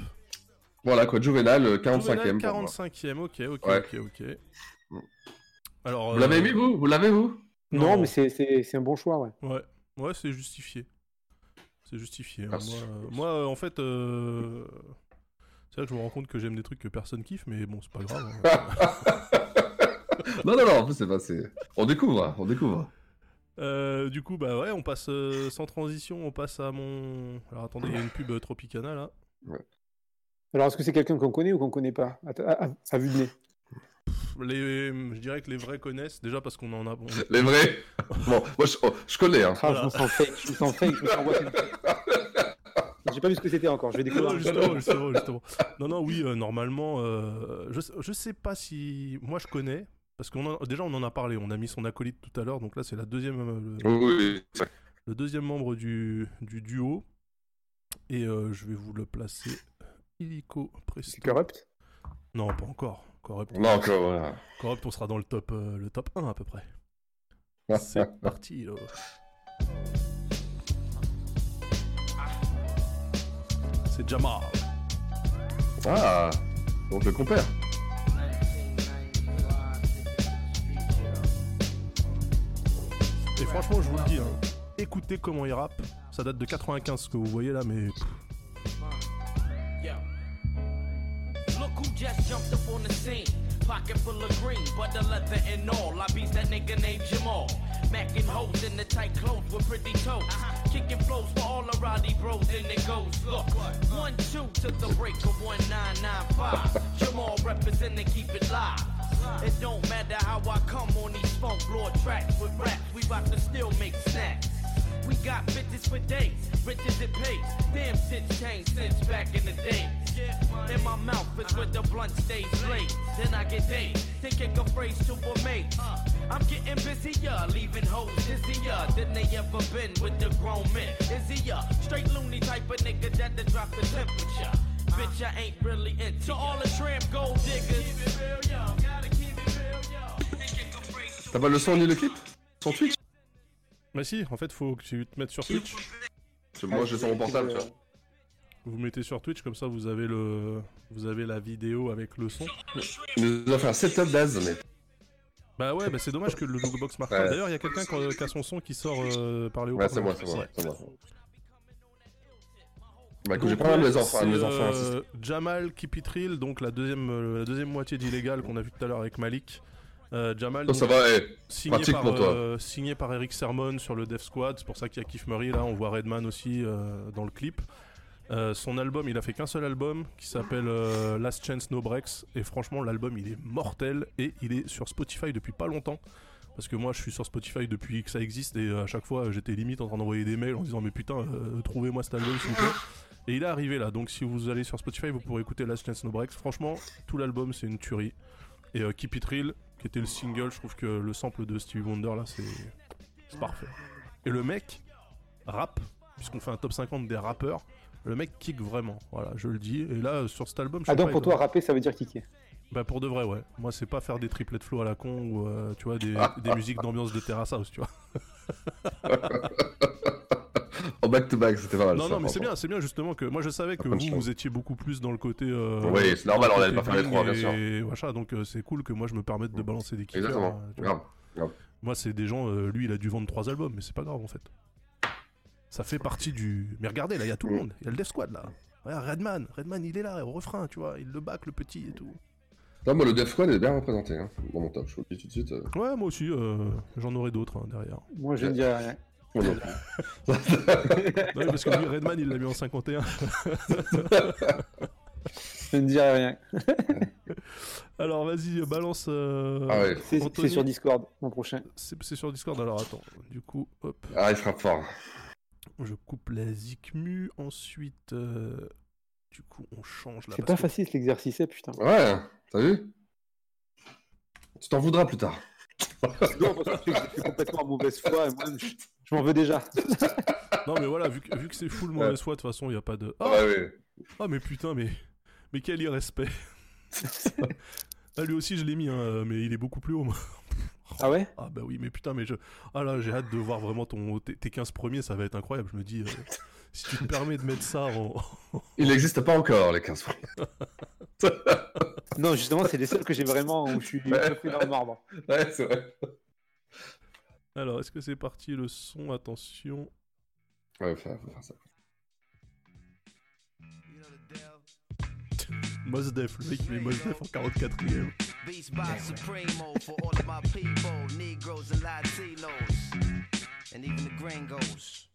[SPEAKER 6] Voilà quoi, Juvenal, euh, 45ème.
[SPEAKER 5] Juvenal,
[SPEAKER 6] pour moi.
[SPEAKER 5] 45e, ok, ok,
[SPEAKER 6] Ouais.
[SPEAKER 5] ok, ok. Alors,
[SPEAKER 6] Vous l'avez
[SPEAKER 5] euh,
[SPEAKER 6] aimé, vous Vous l'avez, vous
[SPEAKER 7] Non, mais c'est- c'est c'est un bon choix, ouais.
[SPEAKER 5] Ouais, ouais, c'est justifié. C'est justifié. hein.
[SPEAKER 6] Ah,
[SPEAKER 5] moi,
[SPEAKER 6] c'est-
[SPEAKER 5] euh, moi, euh, en fait, euh, c'est vrai que je me rends compte que j'aime des trucs que personne kiffe, mais bon, c'est pas grave. hein.
[SPEAKER 6] Non, non, non, en plus, c'est pas. c'est- On découvre, hein, on découvre.
[SPEAKER 5] Euh, du coup, bah ouais, on passe euh, sans transition, on passe à mon. Alors attendez, il y a une pub euh, Tropicana là.
[SPEAKER 7] Alors, est-ce que c'est quelqu'un qu'on connaît ou qu'on connaît pas ah, à, à- à- à vue de nez
[SPEAKER 5] Pff, Les, je dirais que les vrais connaissent déjà parce qu'on en a. on-
[SPEAKER 6] Les vrais Bon, moi je, oh, je connais, hein.
[SPEAKER 7] Ah, je me sens fake, je me sens fake, je me sens boîte. J'ai pas vu ce que c'était encore, je vais
[SPEAKER 5] Non,
[SPEAKER 7] découvrir.
[SPEAKER 5] justement, justement, justement. Non, non, oui, euh, normalement, euh, je, sais- je sais pas si. Moi, je connais, parce qu'on a- déjà, on en a parlé, on a mis son acolyte tout à l'heure, donc là, c'est la deuxième. euh, le,
[SPEAKER 6] Oui, oui, oui.
[SPEAKER 5] le deuxième membre du, du duo. Et euh, je vais vous le placer. Illico Presto.
[SPEAKER 7] C'est corrupt
[SPEAKER 5] Non, pas encore. Corrupt.
[SPEAKER 6] Non, encore, voilà.
[SPEAKER 5] Corrupt, on sera dans le top, euh, le top 1 à peu près. C'est parti, là. C'est Jamal.
[SPEAKER 6] Ah Donc le compère.
[SPEAKER 5] Et franchement, je vous le dis, hein, écoutez comment il rappe. Ça date de 95, ce que vous voyez là, mais. pff,
[SPEAKER 19] Look who just jumped up on the scene. Pocket full of green, but the leather and all. I beats that nigga named Jamal. Mackin' hoes in the tight clothes with pretty toes. Kicking flows for all the Roddy bros, and it goes. Look, one, two took the break for 1995. Jamal representing keep it live. It don't matter how I come on these funk floor tracks with raps. We bout to still make snacks. We got bitches for days, riches it pays. Damn shit's changed since back in the day. In my mouth is where the blunt stays late. Then I get days to kick a phrase to a mate. I'm getting busier, leaving hoes dizzier than they ever been with the grown men. Busier, straight loony type of nigga that to drop the temperature. Bitch, I ain't really into to all the tramp gold diggers.
[SPEAKER 6] T'as pas le son ni le clip Son Twitch
[SPEAKER 5] Bah si, en fait, faut que tu te mettes sur Twitch.
[SPEAKER 6] Parce que Moi j'ai sur mon portable, tu vois.
[SPEAKER 5] Vous mettez sur Twitch, comme ça vous avez le, vous avez la vidéo avec le son.
[SPEAKER 6] Il nous a fait un setup d'Az, mais.
[SPEAKER 5] Bah ouais, bah c'est dommage que le jukebox marche pas.
[SPEAKER 6] Ouais.
[SPEAKER 5] D'ailleurs, il y a quelqu'un qui a- qui a son son qui sort euh, par les
[SPEAKER 6] Ouais, c'est
[SPEAKER 5] haut-parleurs.
[SPEAKER 6] moi, c'est moi,
[SPEAKER 5] Ouais.
[SPEAKER 6] c'est moi. Bah, écoute, j'ai
[SPEAKER 5] Donc,
[SPEAKER 6] pas mal
[SPEAKER 5] ouais,
[SPEAKER 6] mes enfants,
[SPEAKER 5] c'est,
[SPEAKER 6] mes enfants.
[SPEAKER 5] euh,
[SPEAKER 6] insistent.
[SPEAKER 5] Jamal Kipitril, donc la deuxième, euh, la deuxième moitié d'illégal qu'on a vu tout à l'heure avec Malik. Euh, Jamal,
[SPEAKER 6] Ça, ça
[SPEAKER 5] donc,
[SPEAKER 6] va, eh,
[SPEAKER 5] signé,
[SPEAKER 6] pratique
[SPEAKER 5] par,
[SPEAKER 6] pour toi.
[SPEAKER 5] euh, signé par Eric Sermon sur le Death Squad, c'est pour ça qu'il y a Keith Murray là, on voit Redman aussi euh, dans le clip. Euh, son album, il a fait qu'un seul album qui s'appelle euh, Last Chance No Breaks, et franchement, l'album il est mortel et il est sur Spotify depuis pas longtemps. Parce que moi je suis sur Spotify depuis que ça existe et euh, à chaque fois j'étais limite en train d'envoyer des mails en disant mais putain euh, trouvez-moi cet album s'il vous plaît. Et il est arrivé là donc si vous allez sur Spotify vous pourrez écouter Last Chance No Breaks. Franchement tout l'album c'est une tuerie. Et euh, Keep It Real qui était le single je trouve que le sample de Stevie Wonder là c'est c'est parfait. Et le mec rap puisqu'on fait un top 50 des rappeurs. Le mec kick vraiment, voilà, je le dis. Et là, euh, sur cet
[SPEAKER 6] Ah,
[SPEAKER 5] album, je sais
[SPEAKER 7] Adam,
[SPEAKER 5] pas,
[SPEAKER 7] pour
[SPEAKER 5] il-
[SPEAKER 7] toi, rapper, ça veut dire kicker.
[SPEAKER 5] bah pour de vrai ouais. Moi c'est pas faire des triplets de flow à la con ou euh, tu vois des, des musiques d'ambiance de Terrace House tu vois.
[SPEAKER 6] En back-to-back, c'était pas mal.
[SPEAKER 5] non
[SPEAKER 6] ça,
[SPEAKER 5] non mais
[SPEAKER 6] franchement.
[SPEAKER 5] c'est bien c'est bien justement que moi je savais que
[SPEAKER 6] Comme
[SPEAKER 5] vous
[SPEAKER 6] ça.
[SPEAKER 5] vous étiez beaucoup plus dans le côté. euh,
[SPEAKER 6] Oui, c'est
[SPEAKER 5] dans
[SPEAKER 6] normal,
[SPEAKER 5] le
[SPEAKER 6] on allait
[SPEAKER 5] côté
[SPEAKER 6] pas faire les
[SPEAKER 5] bling
[SPEAKER 6] trois, bien
[SPEAKER 5] et machin, donc euh, c'est cool que moi je me permette de balancer des kickers.
[SPEAKER 6] Exactement.
[SPEAKER 5] euh, tu vois.
[SPEAKER 6] Grave, grave.
[SPEAKER 5] Moi c'est des gens, euh, lui il a dû vendre trois albums mais c'est pas grave en fait. Ça fait partie du. Mais regardez là il y a tout le monde, il y a le Death Squad là. Regarde Redman, Redman il est là au refrain tu vois, il le bac le petit et tout.
[SPEAKER 6] Non, moi, le Def Squad est bien représenté, hein, dans mon top, je vous le dis tout de suite. euh.
[SPEAKER 5] Ouais moi aussi euh, j'en aurai d'autres hein, derrière.
[SPEAKER 7] Moi, je ne dirais rien.
[SPEAKER 6] Euh, Moi non
[SPEAKER 5] Ouais, parce que lui, Redman, il l'a mis en 51.
[SPEAKER 7] Je ne dirais rien.
[SPEAKER 5] Alors, vas-y, balance. euh,
[SPEAKER 6] Ah ouais.
[SPEAKER 7] C'est
[SPEAKER 5] Anthony.
[SPEAKER 7] c'est sur Discord, mon prochain.
[SPEAKER 5] C'est c'est sur Discord, alors attends. Du coup, hop.
[SPEAKER 6] Ah, il frappe fort.
[SPEAKER 5] Je coupe la zikmu. Ensuite, euh, du coup, on change la
[SPEAKER 7] C'est pas facile l'exercice, eh, putain.
[SPEAKER 6] Ouais, t'as vu Tu t'en voudras plus tard.
[SPEAKER 7] Non, parce que je suis complètement en mauvaise foi. et moi-même, je je m'en veux déjà.
[SPEAKER 5] Non, mais voilà, vu que, vu que c'est full mauvaise foi, de toute façon, il n'y a pas de. Ah,
[SPEAKER 6] Ouais, ouais.
[SPEAKER 5] Ah, mais putain, mais. Mais quel irrespect. ah, lui aussi, je l'ai mis, hein, mais il est beaucoup plus haut, moi.
[SPEAKER 7] Ah ouais
[SPEAKER 5] Ah bah oui, mais putain, mais je. Ah là, j'ai hâte de voir vraiment ton... tes tes 15 premiers, ça va être incroyable. Je me dis, euh, si tu te permets de mettre ça en.
[SPEAKER 6] Il n'existe pas encore, les 15 francs.
[SPEAKER 7] Non, justement, c'est les seuls que j'ai vraiment où je suis pris dans le marbre.
[SPEAKER 6] Ouais, c'est vrai.
[SPEAKER 5] Alors, est-ce que c'est parti le son Attention.
[SPEAKER 6] Ouais, faut faire, faut faire ça.
[SPEAKER 5] Mos Def, le mec il met Mos Def en 44 e
[SPEAKER 20] Beats by Supremo for all of my people, Negroes and Latinos, and even the gringos.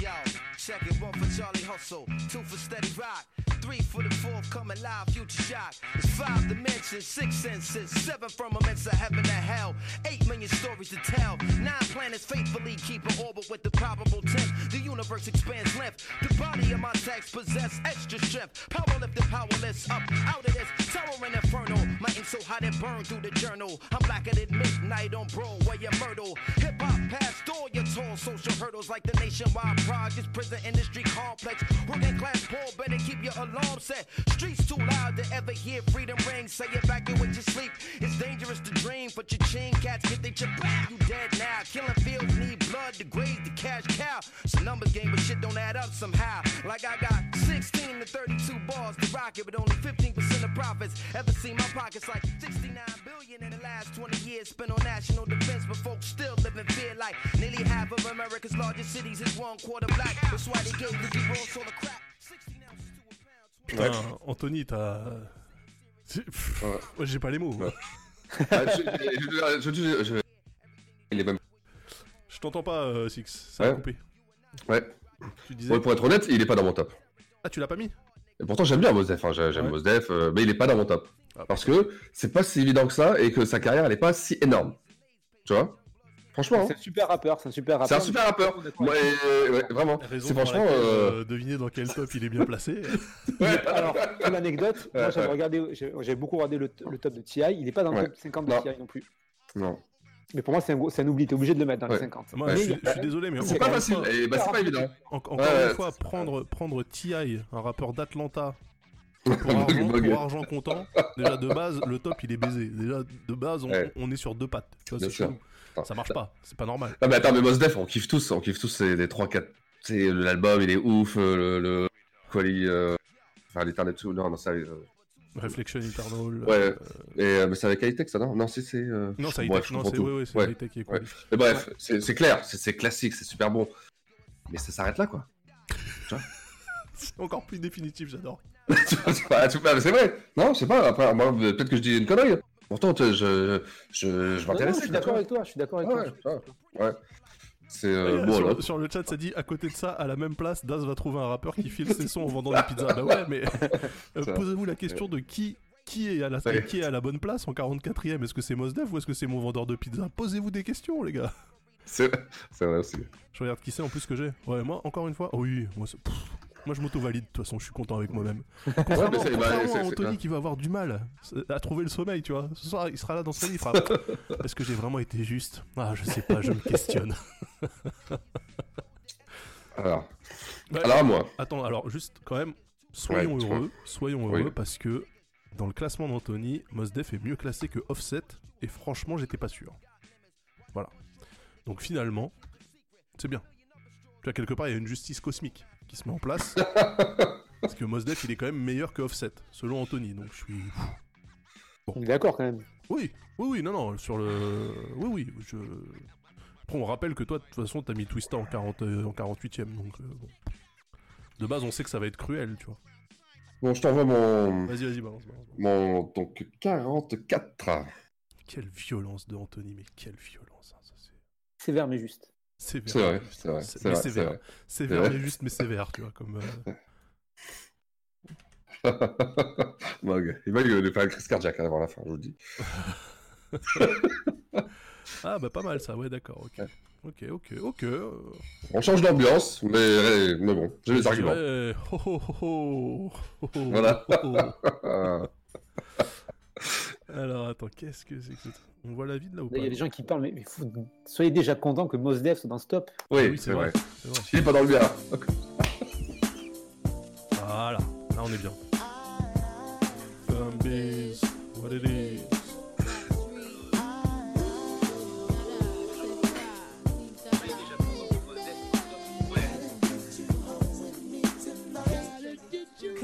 [SPEAKER 20] Yo, check it, one for Charlie Hustle, two for Steady Rock, three for the fourth coming live, Future Shock. It's five dimensions, six senses, seven firmaments of heaven to hell, eight million stories to tell, nine planets faithfully keep an orbit with the probable tenth. The universe expands length, the body of my text possess extra strength, power lift the powerless up out of this towering inferno. My ink so hot it burned through the journal. I'm blacker than midnight on Broadway and Myrtle. Hip hop passed all your tall social hurdles like the nationwide projects, prison industry complex. Working class poor, better keep your alarm set. Streets too loud to ever hear freedom ring. Say evacuate your sleep. It's dangerous to dream, but your chin cats get they chip. Bam, you dead now. Killing fields need blood to graze the cash cow. It's a numbers game, but shit don't add up somehow. Like I got 16 to 32 bars to rock it, but only 15% of profits ever seen my pockets like 69 billion in the last 20 years spent on national defense, but folks still live in fear like nearly half of America's largest cities is one quarter black. That's why they gave the D-Rolls all the crap.
[SPEAKER 5] Putain, Anthony, t'as. C'est- Pff, ouais, j'ai pas les mots.
[SPEAKER 6] Ah, je- je- je- je- je- je- Il est même.
[SPEAKER 5] Je t'entends pas, euh, Six. Ça a
[SPEAKER 6] Ouais.
[SPEAKER 5] coupé.
[SPEAKER 6] Ouais.
[SPEAKER 5] Tu disais-
[SPEAKER 6] Ouais, pour être honnête, il est pas dans mon top.
[SPEAKER 5] Ah, tu l'as pas mis
[SPEAKER 6] Et pourtant, j'aime bien Mosdef, hein, j'a- j'aime Mos Def, euh, mais il est pas dans mon top.
[SPEAKER 5] Ah,
[SPEAKER 6] Parce que c'est pas si évident que ça et que sa carrière, elle est pas si énorme. Tu vois Franchement.
[SPEAKER 7] C'est un super rappeur, c'est un super
[SPEAKER 6] C'est
[SPEAKER 7] rappeur.
[SPEAKER 6] un super rappeur. Ouais, ouais, vraiment.
[SPEAKER 5] Raison
[SPEAKER 6] C'est
[SPEAKER 5] pour
[SPEAKER 6] franchement.
[SPEAKER 5] laquelle,
[SPEAKER 6] euh,
[SPEAKER 5] euh, Deviner dans quel top il est bien placé.
[SPEAKER 7] Alors, pour l'anecdote, moi j'avais regardé, j'ai- j'avais beaucoup regardé le, le top de TI. Il n'est pas dans le
[SPEAKER 5] Ouais.
[SPEAKER 7] top 50 de
[SPEAKER 5] Non.
[SPEAKER 7] TI non plus.
[SPEAKER 6] Non.
[SPEAKER 7] Mais pour moi, c'est un, gros- c'est un oubli. T'es obligé de le mettre dans les 50.
[SPEAKER 5] Moi, je, suis, je suis désolé, mais
[SPEAKER 7] C'est
[SPEAKER 5] encore
[SPEAKER 7] pas
[SPEAKER 5] une
[SPEAKER 7] facile,
[SPEAKER 5] fois-
[SPEAKER 6] Eh,
[SPEAKER 7] et bah, c'est pas évident.
[SPEAKER 5] En- encore
[SPEAKER 7] Ouais,
[SPEAKER 5] une fois, prendre, prendre T.I., un rappeur d'Atlanta, pour, argent,
[SPEAKER 6] bug.
[SPEAKER 5] pour argent comptant, déjà de base, le top il est baisé. Déjà de base, on,
[SPEAKER 6] Ouais.
[SPEAKER 5] on est sur deux pattes. Tu vois,
[SPEAKER 6] Bien
[SPEAKER 5] c'est
[SPEAKER 6] sûr. Ah,
[SPEAKER 5] chelou. Ça marche pas, c'est pas normal.
[SPEAKER 6] Non mais attends, mais Mos Def, on kiffe tous, on kiffe tous les, les 3-4 C'est l'album, il est ouf. euh, Le, le Quali, euh, enfin l'Eternal Soul, non, non, ça. euh,
[SPEAKER 5] Reflection Eternal.
[SPEAKER 6] Ouais, et, euh, mais c'est avec Hightech ça, non Non, si c'est. euh,
[SPEAKER 5] Oh Non, c'est
[SPEAKER 6] bref,
[SPEAKER 5] Hightech,
[SPEAKER 6] je
[SPEAKER 5] non,
[SPEAKER 6] comprends
[SPEAKER 5] c'est-
[SPEAKER 6] tout.
[SPEAKER 5] ouais, ouais, c'est Hightech qui est cool.
[SPEAKER 6] Mais bref, c'est c'est clair, c'est- c'est classique, c'est super bon. Mais ça s'arrête là, quoi. Tu vois
[SPEAKER 5] C'est encore plus définitif, j'adore.
[SPEAKER 6] Tu vois, c'est pas- tu vois, mais c'est vrai Non, je sais pas, après, moi, peut-être que je dis une connerie. Pourtant, tu vois, je, je, je
[SPEAKER 7] Non, non,
[SPEAKER 6] m'intéresse.
[SPEAKER 7] je suis d'accord avec toi, je suis d'accord avec
[SPEAKER 6] toi. Ouais. C'est euh,
[SPEAKER 5] Regarde,
[SPEAKER 6] bon,
[SPEAKER 5] sur,
[SPEAKER 6] là.
[SPEAKER 5] sur le chat, ça dit à côté de ça, à la même place, Das va trouver un rappeur qui file ses sons en vendant des pizzas. Bah ouais, mais euh,
[SPEAKER 6] Ça.
[SPEAKER 5] posez-vous la question de qui qui est à la
[SPEAKER 6] Ouais.
[SPEAKER 5] qui est à la bonne place en 44e Est-ce que c'est Mos Def ou est-ce que c'est mon vendeur de pizza Posez-vous des questions, les gars.
[SPEAKER 6] C'est c'est vrai aussi.
[SPEAKER 5] Je regarde qui c'est en plus que j'ai. Ouais, moi encore une fois. oh oui, moi c'est- pff, moi je m'auto-valide. De toute façon, je suis content avec moi-même. Contrairement,
[SPEAKER 6] mais c'est- bah,
[SPEAKER 5] contrairement
[SPEAKER 6] c'est-
[SPEAKER 5] à
[SPEAKER 6] c'est-
[SPEAKER 5] Anthony qui va avoir du mal à trouver le sommeil, tu vois. Ce soir, il sera là dans sa lit. il fera, Est-ce que j'ai vraiment été juste Ah, je sais pas. Je me questionne.
[SPEAKER 6] Alors.
[SPEAKER 5] Ouais.
[SPEAKER 6] Alors, à moi.
[SPEAKER 5] Bah, Attends, alors juste quand même, soyons
[SPEAKER 6] Ouais, tu
[SPEAKER 5] heureux,
[SPEAKER 6] vois.
[SPEAKER 5] soyons
[SPEAKER 6] Oui.
[SPEAKER 5] heureux parce que dans le classement d'Anthony, Mos Def est mieux classé que Offset et franchement, j'étais pas sûr. Voilà. Donc finalement, c'est bien. Tu vois, quelque part, il y a une justice cosmique qui se met en place. parce que Mos Def, il est quand même meilleur que Offset, selon Anthony. Donc je suis.
[SPEAKER 7] On est d'accord quand même.
[SPEAKER 5] Oui, oui, oui, non, non, sur le. Oui, oui, je. Après, on rappelle que toi, de toute façon, t'as mis Twista en, 40, euh, en 48ème, donc. euh, bon. De base, on sait que ça va être cruel, tu vois.
[SPEAKER 6] Bon, je t'envoie mon.
[SPEAKER 5] Vas-y, vas-y, balance, balance.
[SPEAKER 6] Mon. Donc, 44.
[SPEAKER 5] Quelle violence de Anthony, mais quelle violence. hein, ça, c'est-
[SPEAKER 7] Sévère mais juste.
[SPEAKER 5] Sévère.
[SPEAKER 6] C'est vrai,
[SPEAKER 5] mais juste.
[SPEAKER 6] c'est vrai, c'est
[SPEAKER 5] mais
[SPEAKER 6] vrai,
[SPEAKER 5] sévère.
[SPEAKER 6] c'est vrai.
[SPEAKER 5] Sévère,
[SPEAKER 6] C'est vrai.
[SPEAKER 5] mais juste, mais sévère, tu vois, comme. euh,
[SPEAKER 6] Mog. Il va lui lui faire une crise cardiaque hein, avant la fin, je vous le dis.
[SPEAKER 5] Ah, bah, pas mal ça, ouais, d'accord, ok. Ok, ok, ok. euh,
[SPEAKER 6] On change d'ambiance, mais, mais bon, j'ai
[SPEAKER 5] je
[SPEAKER 6] les arguments.
[SPEAKER 5] dirais, oh, oh, oh, oh, oh,
[SPEAKER 6] Voilà.
[SPEAKER 5] oh, oh. Alors, attends, qu'est-ce que c'est que ça On voit la vide là ou
[SPEAKER 7] Là,
[SPEAKER 5] pas
[SPEAKER 7] il y a des gens qui parlent, mais, mais faut- soyez déjà contents que Mos Def soit dans ce top.
[SPEAKER 6] Oui,
[SPEAKER 5] Ah oui, c'est
[SPEAKER 6] c'est vrai.
[SPEAKER 5] vrai, c'est vrai.
[SPEAKER 6] Il est pas dans le bien. Ok.
[SPEAKER 5] Voilà, là on est bien. Zombies, what it is.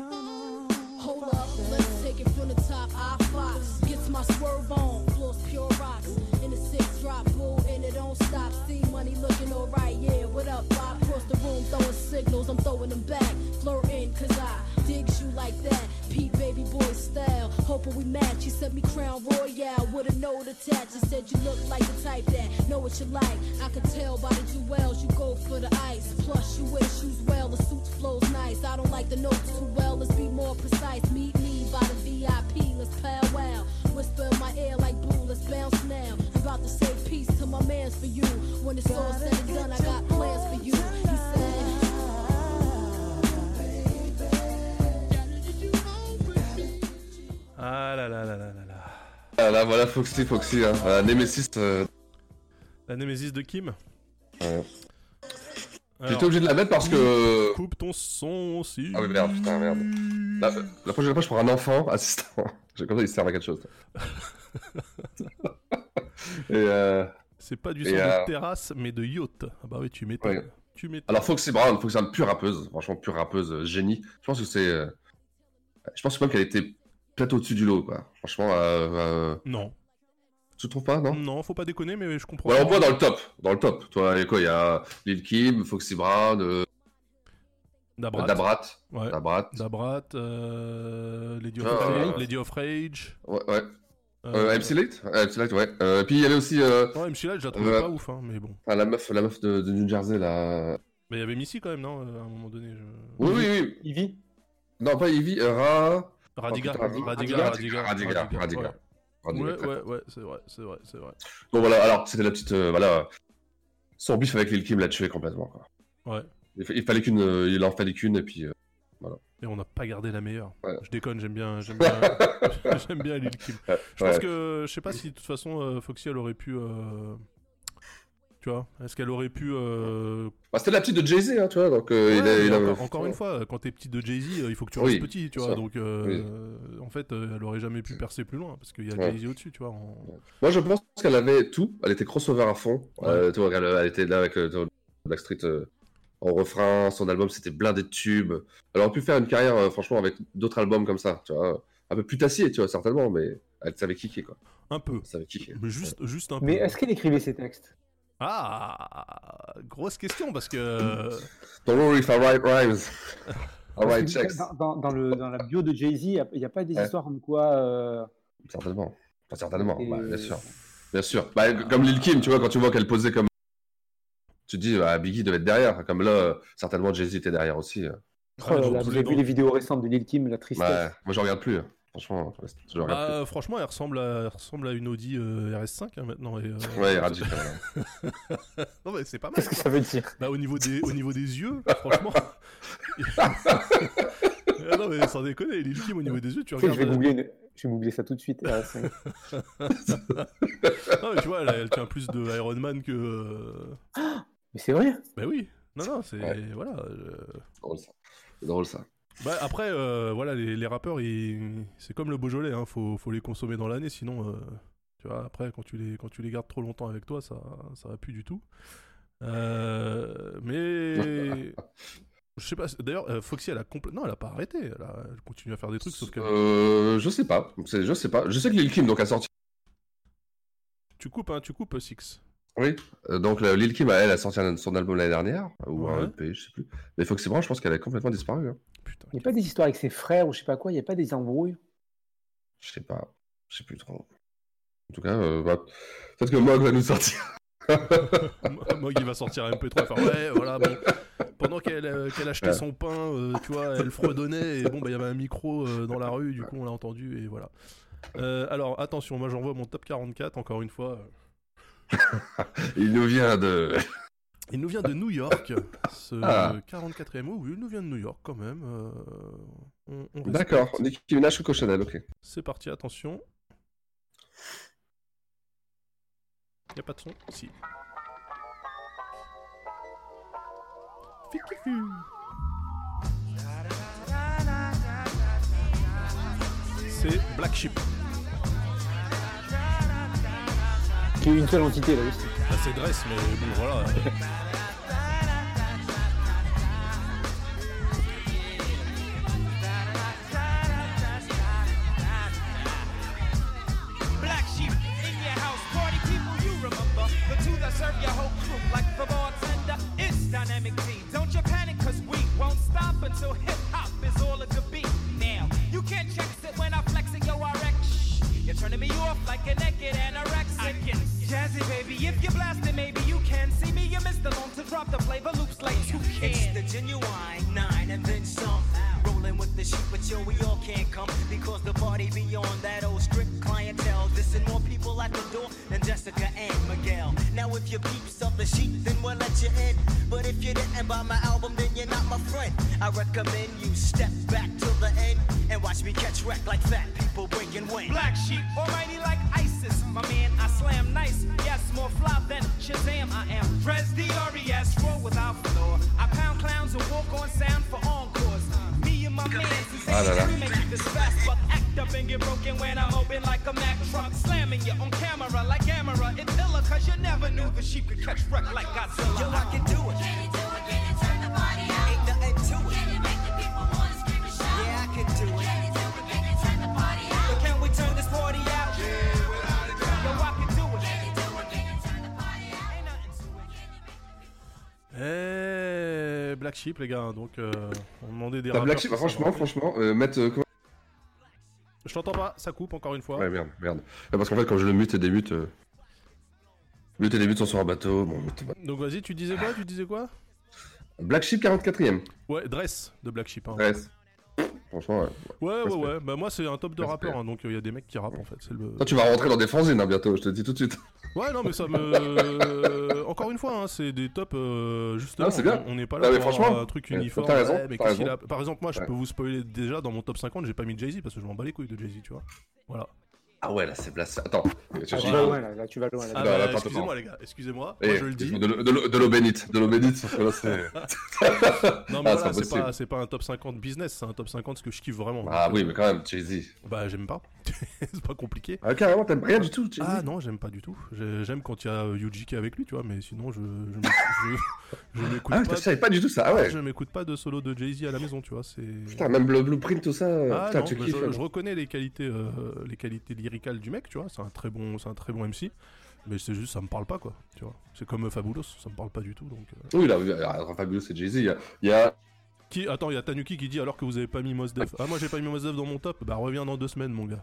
[SPEAKER 14] Hold up, let's take it from the top. I fox gets my swerve on, floors pure rocks. In the six drop, bull, and it don't stop. See money looking alright, yeah. What up, Bob? Cross the room, throwing signals, I'm throwing them back. Flirting, cause I dig you like that. Pete, baby boy style, hoping we match. You sent me crown royale with a note attached. and said you look like the type that know what you like. I could tell by the jewels you go for the ice. Plus you wear shoes well, the suit flows nice. I don't like the notes too well. Let's be more precise. Meet me by the VIP. Let's powwow. Whisper in my ear like blue. Let's bounce now. About to say peace to my man's for you. When it's all said and done, I got plans for you. He said.
[SPEAKER 5] Ah là là là là là là.
[SPEAKER 6] Ah, là, voilà Foxy, Foxy. Hein. Voilà, Nemesis. euh,
[SPEAKER 5] La Némésis de Kim
[SPEAKER 6] ouais.
[SPEAKER 5] Alors,
[SPEAKER 6] J'étais obligé de la mettre parce que.
[SPEAKER 5] Coupe ton son aussi.
[SPEAKER 6] Ah oui, merde, putain, merde. La, la prochaine fois, je prends un enfant assistant. Comme ça, il sert à quelque chose. Et, euh,
[SPEAKER 5] C'est pas du
[SPEAKER 6] et,
[SPEAKER 5] son
[SPEAKER 6] euh,
[SPEAKER 5] de terrasse, mais de yacht. Ah bah oui, tu m'étonnes.
[SPEAKER 6] Ouais.
[SPEAKER 5] Tu m'étonnes.
[SPEAKER 6] Alors, Foxy Brown, Foxy Brown, pure rappeuse, franchement, pure rappeuse, euh, génie. Je pense que c'est. euh, Je pense même qu'elle était peut-être au-dessus du lot, quoi. Franchement, euh, euh,
[SPEAKER 5] Non.
[SPEAKER 6] tu trouves pas, non
[SPEAKER 5] Non, faut pas déconner, mais je comprends.
[SPEAKER 6] Ouais, on voit dans le top, dans le top. Toi, il y a quoi Il y a Lil Kim, Foxy Brown, euh,
[SPEAKER 5] Dabrat.
[SPEAKER 6] Dabrat.
[SPEAKER 5] Ouais.
[SPEAKER 6] Dabrat.
[SPEAKER 5] Dabrat, euh, Lady, of
[SPEAKER 6] Ah,
[SPEAKER 5] Rage,
[SPEAKER 6] ouais.
[SPEAKER 5] Lady of Rage.
[SPEAKER 6] Ouais, ouais.
[SPEAKER 5] Euh,
[SPEAKER 6] Euh, MC Light Ouais, MC Light, ouais. Euh, puis il y avait aussi. Euh,
[SPEAKER 5] Ouais, MC Light, je la trouvais
[SPEAKER 6] euh,
[SPEAKER 5] pas ouf, hein, mais bon.
[SPEAKER 6] ah, la meuf, la meuf de, de New Jersey, là.
[SPEAKER 5] Mais il y avait Missy quand même, non euh, À un moment donné. je-
[SPEAKER 6] Oui, oui, oui.
[SPEAKER 7] Ivy
[SPEAKER 6] Non, pas Ivy, euh, Ra.
[SPEAKER 5] Radiga,
[SPEAKER 6] Oh, putain,
[SPEAKER 5] Radiga,
[SPEAKER 6] Radiga,
[SPEAKER 5] Radiga,
[SPEAKER 6] Radiga,
[SPEAKER 5] Radiga,
[SPEAKER 6] Radiga.
[SPEAKER 5] ouais.
[SPEAKER 6] Radiga,
[SPEAKER 5] Ouais,
[SPEAKER 6] très
[SPEAKER 5] ouais, ouais, c'est vrai, c'est vrai, c'est vrai.
[SPEAKER 6] Bon voilà, alors c'était la petite. euh, voilà. Son bif avec Lil Kim l'a tué complètement. Quoi.
[SPEAKER 5] Ouais.
[SPEAKER 6] Il, fa- il fallait qu'une. euh, il en fallait qu'une et puis. euh, voilà.
[SPEAKER 5] Et on n'a pas gardé la meilleure.
[SPEAKER 6] Ouais.
[SPEAKER 5] Je déconne, j'aime bien, j'aime bien, j'aime bien Lil Kim. Je pense
[SPEAKER 6] Ouais.
[SPEAKER 5] que, je sais pas si de toute façon, euh, Foxy, elle aurait pu, euh, tu vois, est-ce qu'elle aurait pu. euh,
[SPEAKER 6] Bah, c'était la petite de Jay-Z, hein, tu vois. Donc euh,
[SPEAKER 5] ouais,
[SPEAKER 6] il a.
[SPEAKER 5] mais
[SPEAKER 6] il a-
[SPEAKER 5] encore, encore une fois, euh, quand t'es petit de Jay Z, il faut que tu
[SPEAKER 6] Oui,
[SPEAKER 5] restes petit, tu vois.
[SPEAKER 6] ça.
[SPEAKER 5] Donc, euh, en fait, euh, elle aurait jamais pu percer plus loin parce qu'il y a
[SPEAKER 6] Ouais.
[SPEAKER 5] Jay Z au-dessus, tu vois. en-
[SPEAKER 6] Moi je pense qu'elle avait tout. Elle était crossover à fond.
[SPEAKER 5] Ouais.
[SPEAKER 6] Euh, tu vois, elle, elle était là avec euh, Blackstreet. euh, en refrain. Son album, c'était blindé de tubes. Elle aurait pu faire une carrière, euh, franchement, avec d'autres albums comme ça, tu vois. Un peu plus tassé, tu vois, certainement, mais elle savait kicker, quoi.
[SPEAKER 5] Un peu.
[SPEAKER 6] Elle savait kicker.
[SPEAKER 5] Mais juste, juste un peu.
[SPEAKER 7] Mais est-ce qu'elle écrivait ses textes
[SPEAKER 5] Ah, grosse question parce que.
[SPEAKER 6] Don't worry if I write rhymes. I
[SPEAKER 7] Parce
[SPEAKER 6] write
[SPEAKER 7] que
[SPEAKER 6] Ah checks.
[SPEAKER 7] Dans, dans- dans le, dans la bio de Jay-Z, il n'y a, pas des
[SPEAKER 6] Ouais.
[SPEAKER 7] histoires comme quoi. euh,
[SPEAKER 6] Certainement. Enfin, certainement,
[SPEAKER 7] Et- euh,
[SPEAKER 6] bah, bien sûr. Bien sûr. Bah, Comme Lil Kim, tu vois, quand tu vois qu'elle posait comme. Tu te dis, bah, Biggie devait être derrière. Comme là, euh, certainement Jay-Z était derrière aussi. euh.
[SPEAKER 5] Ah,
[SPEAKER 7] oh là là, vous avez vu les vidéos récentes de Lil Kim, la
[SPEAKER 6] Bah,
[SPEAKER 7] tristesse.
[SPEAKER 6] moi, je regarde plus. hein. Franchement, je le regarde
[SPEAKER 5] Bah, franchement, elle ressemble à, elle ressemble à une Audi euh, RS5 hein, maintenant. Et, euh,
[SPEAKER 6] plus. Ouais, Radji, voilà.
[SPEAKER 5] non, mais c'est pas mal.
[SPEAKER 7] Qu'est-ce que
[SPEAKER 5] quoi.
[SPEAKER 7] ça veut dire
[SPEAKER 5] Bah, au niveau des, au niveau des yeux, franchement. Ah non, mais sans déconner, Lil Kim, au niveau des yeux, tu
[SPEAKER 7] Tu sais,
[SPEAKER 5] regardes.
[SPEAKER 7] je, vais
[SPEAKER 5] euh,
[SPEAKER 7] googler une- je vais googler ça tout de suite. euh, c'est-
[SPEAKER 5] non, mais tu vois, elle, elle tient plus de Iron Man que. euh,
[SPEAKER 7] Mais c'est vrai
[SPEAKER 5] Bah oui. Non, non, c'est.
[SPEAKER 6] Ouais.
[SPEAKER 5] Voilà. euh,
[SPEAKER 6] Drôle, ça. C'est drôle ça.
[SPEAKER 5] Bah, après, euh, voilà, les, les rappeurs, ils... c'est comme le Beaujolais, hein, faut, faut les consommer dans l'année, sinon, euh, tu vois, après, quand tu, les, quand tu les gardes trop longtemps avec toi, ça, ça va plus du tout. Euh, mais. Je sais pas, d'ailleurs, euh, Foxy, elle a compl- Non, elle a pas arrêté, elle, a- elle continue à faire des trucs, sauf que.
[SPEAKER 6] Euh, je sais pas. C'est- Je sais pas. Je sais que Lil Kim donc a sorti.
[SPEAKER 5] Tu coupes, hein, tu coupes, euh, Six.
[SPEAKER 6] Oui. Euh, donc la- Lil Kim elle a sorti un- son album l'année dernière ou un
[SPEAKER 5] Ouais.
[SPEAKER 6] EP, je sais plus. Mais Foxy Brown, je pense qu'elle a complètement disparu. hein.
[SPEAKER 7] Il n'y a pas des histoires avec ses frères ou je sais pas quoi, il n'y a pas des embrouilles.
[SPEAKER 6] Je sais pas. Je sais plus trop. En tout cas, euh, bah, peut-être que Mog va nous sortir.
[SPEAKER 5] Mog, il va sortir un MP3, faire ouais, voilà, bon. Pendant qu'elle euh, qu'elle achetait
[SPEAKER 6] Ouais.
[SPEAKER 5] son pain, euh, tu vois, elle fredonnait, et bon, bah, il y avait un micro euh, dans la rue, du coup, on l'a entendu, et voilà. Euh, alors, attention, moi, j'envoie mon top 44, encore une fois.
[SPEAKER 6] Il nous vient de.
[SPEAKER 5] Il nous vient de New York, ce
[SPEAKER 6] Ah.
[SPEAKER 5] 44e, oh, oui, il nous vient de New York, quand même. euh, on- on respecte.
[SPEAKER 6] D'accord. Nicki Minaj Coco Chanel, ok.
[SPEAKER 5] C'est parti, attention. Y a pas de son Si. C'est Black Sheep.
[SPEAKER 7] Qui est une seule entité là aussi.
[SPEAKER 5] Là, Ah, c'est Dress, mais bon, voilà.
[SPEAKER 11] Black sheep in your house, party people you remember. The two that serve your whole crew, like the bartender, it's Dynamic D. Don't you panic, cause we won't stop until hip hop is all it could be. Now, you can't check it when I flex in your RX. You're turning me off like a naked anorexic. I get jazzy, baby. If you're blasted, maybe you can see me. You missed the long to drop the flavor loops like you can. It's the genuine nine and then some. Rolling with the sheep, but yo, we all can't come because the party be on that old strict clientele. This and more people at the door than Jessica and Miguel. Now, if you peeps up the sheep, then we'll let you in. But if you didn't buy my album, then you're not my friend. I recommend you step back till the end and watch me catch wreck like fat people breaking wings. Black sheep, almighty like ISIS, my man, I slam nice. Yes, more fly than Shazam, I am. Res D-R-E-S, E roll without floor. I pound clowns and walk on sound for encores. Me and my man,
[SPEAKER 6] Ah là là.
[SPEAKER 11] we make this fast, but act up and get broken when I'm open like a Mack truck. Slamming you on camera like Amara. It's illa cause you never knew the sheep could catch wreck like Godzilla. Yo, I can do it. Ain't nothing to it. Yeah, I can do it. Yo, can we turn this party out? Yo, I can do it. Ain't nothing to it.
[SPEAKER 5] Eh, Black Sheep, les gars, hein, donc euh, on demandait des
[SPEAKER 6] La
[SPEAKER 5] rappeurs.
[SPEAKER 6] Black Sheep, bah,
[SPEAKER 5] si ça leur
[SPEAKER 6] franchement,
[SPEAKER 5] plaît.
[SPEAKER 6] franchement, euh, mettre. euh, comment-
[SPEAKER 5] Je t'entends pas, ça coupe encore une fois.
[SPEAKER 6] Ouais, merde, merde. Ouais, parce qu'en fait, quand je le mute et débute. euh, Mute et débute, sont sur un bateau. Bon, mute-
[SPEAKER 5] Donc vas-y, tu disais quoi Tu disais quoi
[SPEAKER 6] Black Sheep 44ème.
[SPEAKER 5] Ouais, Dress de Black Sheep. hein.
[SPEAKER 6] Dress. Franchement, ouais.
[SPEAKER 5] Ouais, ouais,
[SPEAKER 6] Respect.
[SPEAKER 5] ouais. Bah, moi, c'est un top de
[SPEAKER 6] Respect.
[SPEAKER 5] rappeurs, hein, donc il y a des mecs qui rappent en fait. c'est Le...
[SPEAKER 6] Toi, tu vas rentrer dans des fanzines hein, bientôt, je te le dis tout de suite.
[SPEAKER 5] Ouais, non, mais ça me. Encore une fois, hein, c'est des tops. euh, justement,
[SPEAKER 6] Non, Ah, c'est bien.
[SPEAKER 5] on on n'est pas là
[SPEAKER 6] Non, mais
[SPEAKER 5] pour avoir
[SPEAKER 6] franchement, eh,
[SPEAKER 5] un truc
[SPEAKER 6] t'as-
[SPEAKER 5] uniforme.
[SPEAKER 6] t'as raison,
[SPEAKER 5] Ouais, mais
[SPEAKER 6] t'as
[SPEAKER 5] qu'est-ce qu'il
[SPEAKER 6] raison.
[SPEAKER 5] a- Par exemple, moi, je
[SPEAKER 6] Ouais.
[SPEAKER 5] peux vous spoiler déjà dans mon top 50, j'ai pas mis Jay-Z parce que je m'en bats les couilles de Jay-Z, tu vois. Voilà.
[SPEAKER 6] Ah ouais, là, c'est là, c'est- Attends.
[SPEAKER 7] Ah, tu vas loin, là, là, tu vas loin. là.
[SPEAKER 5] Ah
[SPEAKER 6] Non,
[SPEAKER 5] bah,
[SPEAKER 6] attends,
[SPEAKER 5] excusez-moi
[SPEAKER 6] attends.
[SPEAKER 5] les gars, excusez-moi,
[SPEAKER 6] Eh,
[SPEAKER 5] moi je le dis.
[SPEAKER 6] De l'eau- de l'eau de l'eau bénite, de l'eau bénite, parce que là, c'est.
[SPEAKER 5] non mais voilà,
[SPEAKER 6] Ah, c'est
[SPEAKER 5] c'est
[SPEAKER 6] impossible.
[SPEAKER 5] pas, c'est pas un top 50 business, c'est un top 50 ce que je kiffe vraiment.
[SPEAKER 6] Ah
[SPEAKER 5] Donc,
[SPEAKER 6] oui,
[SPEAKER 5] euh,
[SPEAKER 6] mais quand même, Jay-Z.
[SPEAKER 5] Bah j'aime pas, c'est pas compliqué.
[SPEAKER 6] Ah, carrément, t'aimes rien du tout,
[SPEAKER 5] Ah non, j'aime pas du tout. J'ai- J'aime quand il y a euh, Yuji qui est avec lui, tu vois, mais sinon je, je, je- je m'écoute
[SPEAKER 6] Ah,
[SPEAKER 5] pas.
[SPEAKER 6] je savais pas du tout ça, ah ouais.
[SPEAKER 5] Je m'écoute pas de solo de Jay-Z à la maison, tu vois, c'est...
[SPEAKER 6] Putain, même le blueprint, tout ça. euh,
[SPEAKER 5] Ah
[SPEAKER 6] putain,
[SPEAKER 5] non,
[SPEAKER 6] tu
[SPEAKER 5] bah,
[SPEAKER 6] kiffes.
[SPEAKER 5] je,
[SPEAKER 6] hein.
[SPEAKER 5] je reconnais les qualités, euh, les qualités lyricales du mec, tu vois. C'est un très bon, c'est un très bon MC, mais c'est juste ça me parle pas quoi, tu vois. C'est comme euh, Fabulous, ça me parle pas du tout donc. euh.
[SPEAKER 6] Oui, là, oui, ah, alors, Fabulous et Jay-Z. il y a- Il y a.
[SPEAKER 5] Qui, attends, il y a Tanuki qui dit alors que vous avez pas mis Mos Def. Ah moi j'ai pas mis Mos Def dans mon top. Bah reviens dans deux semaines mon gars,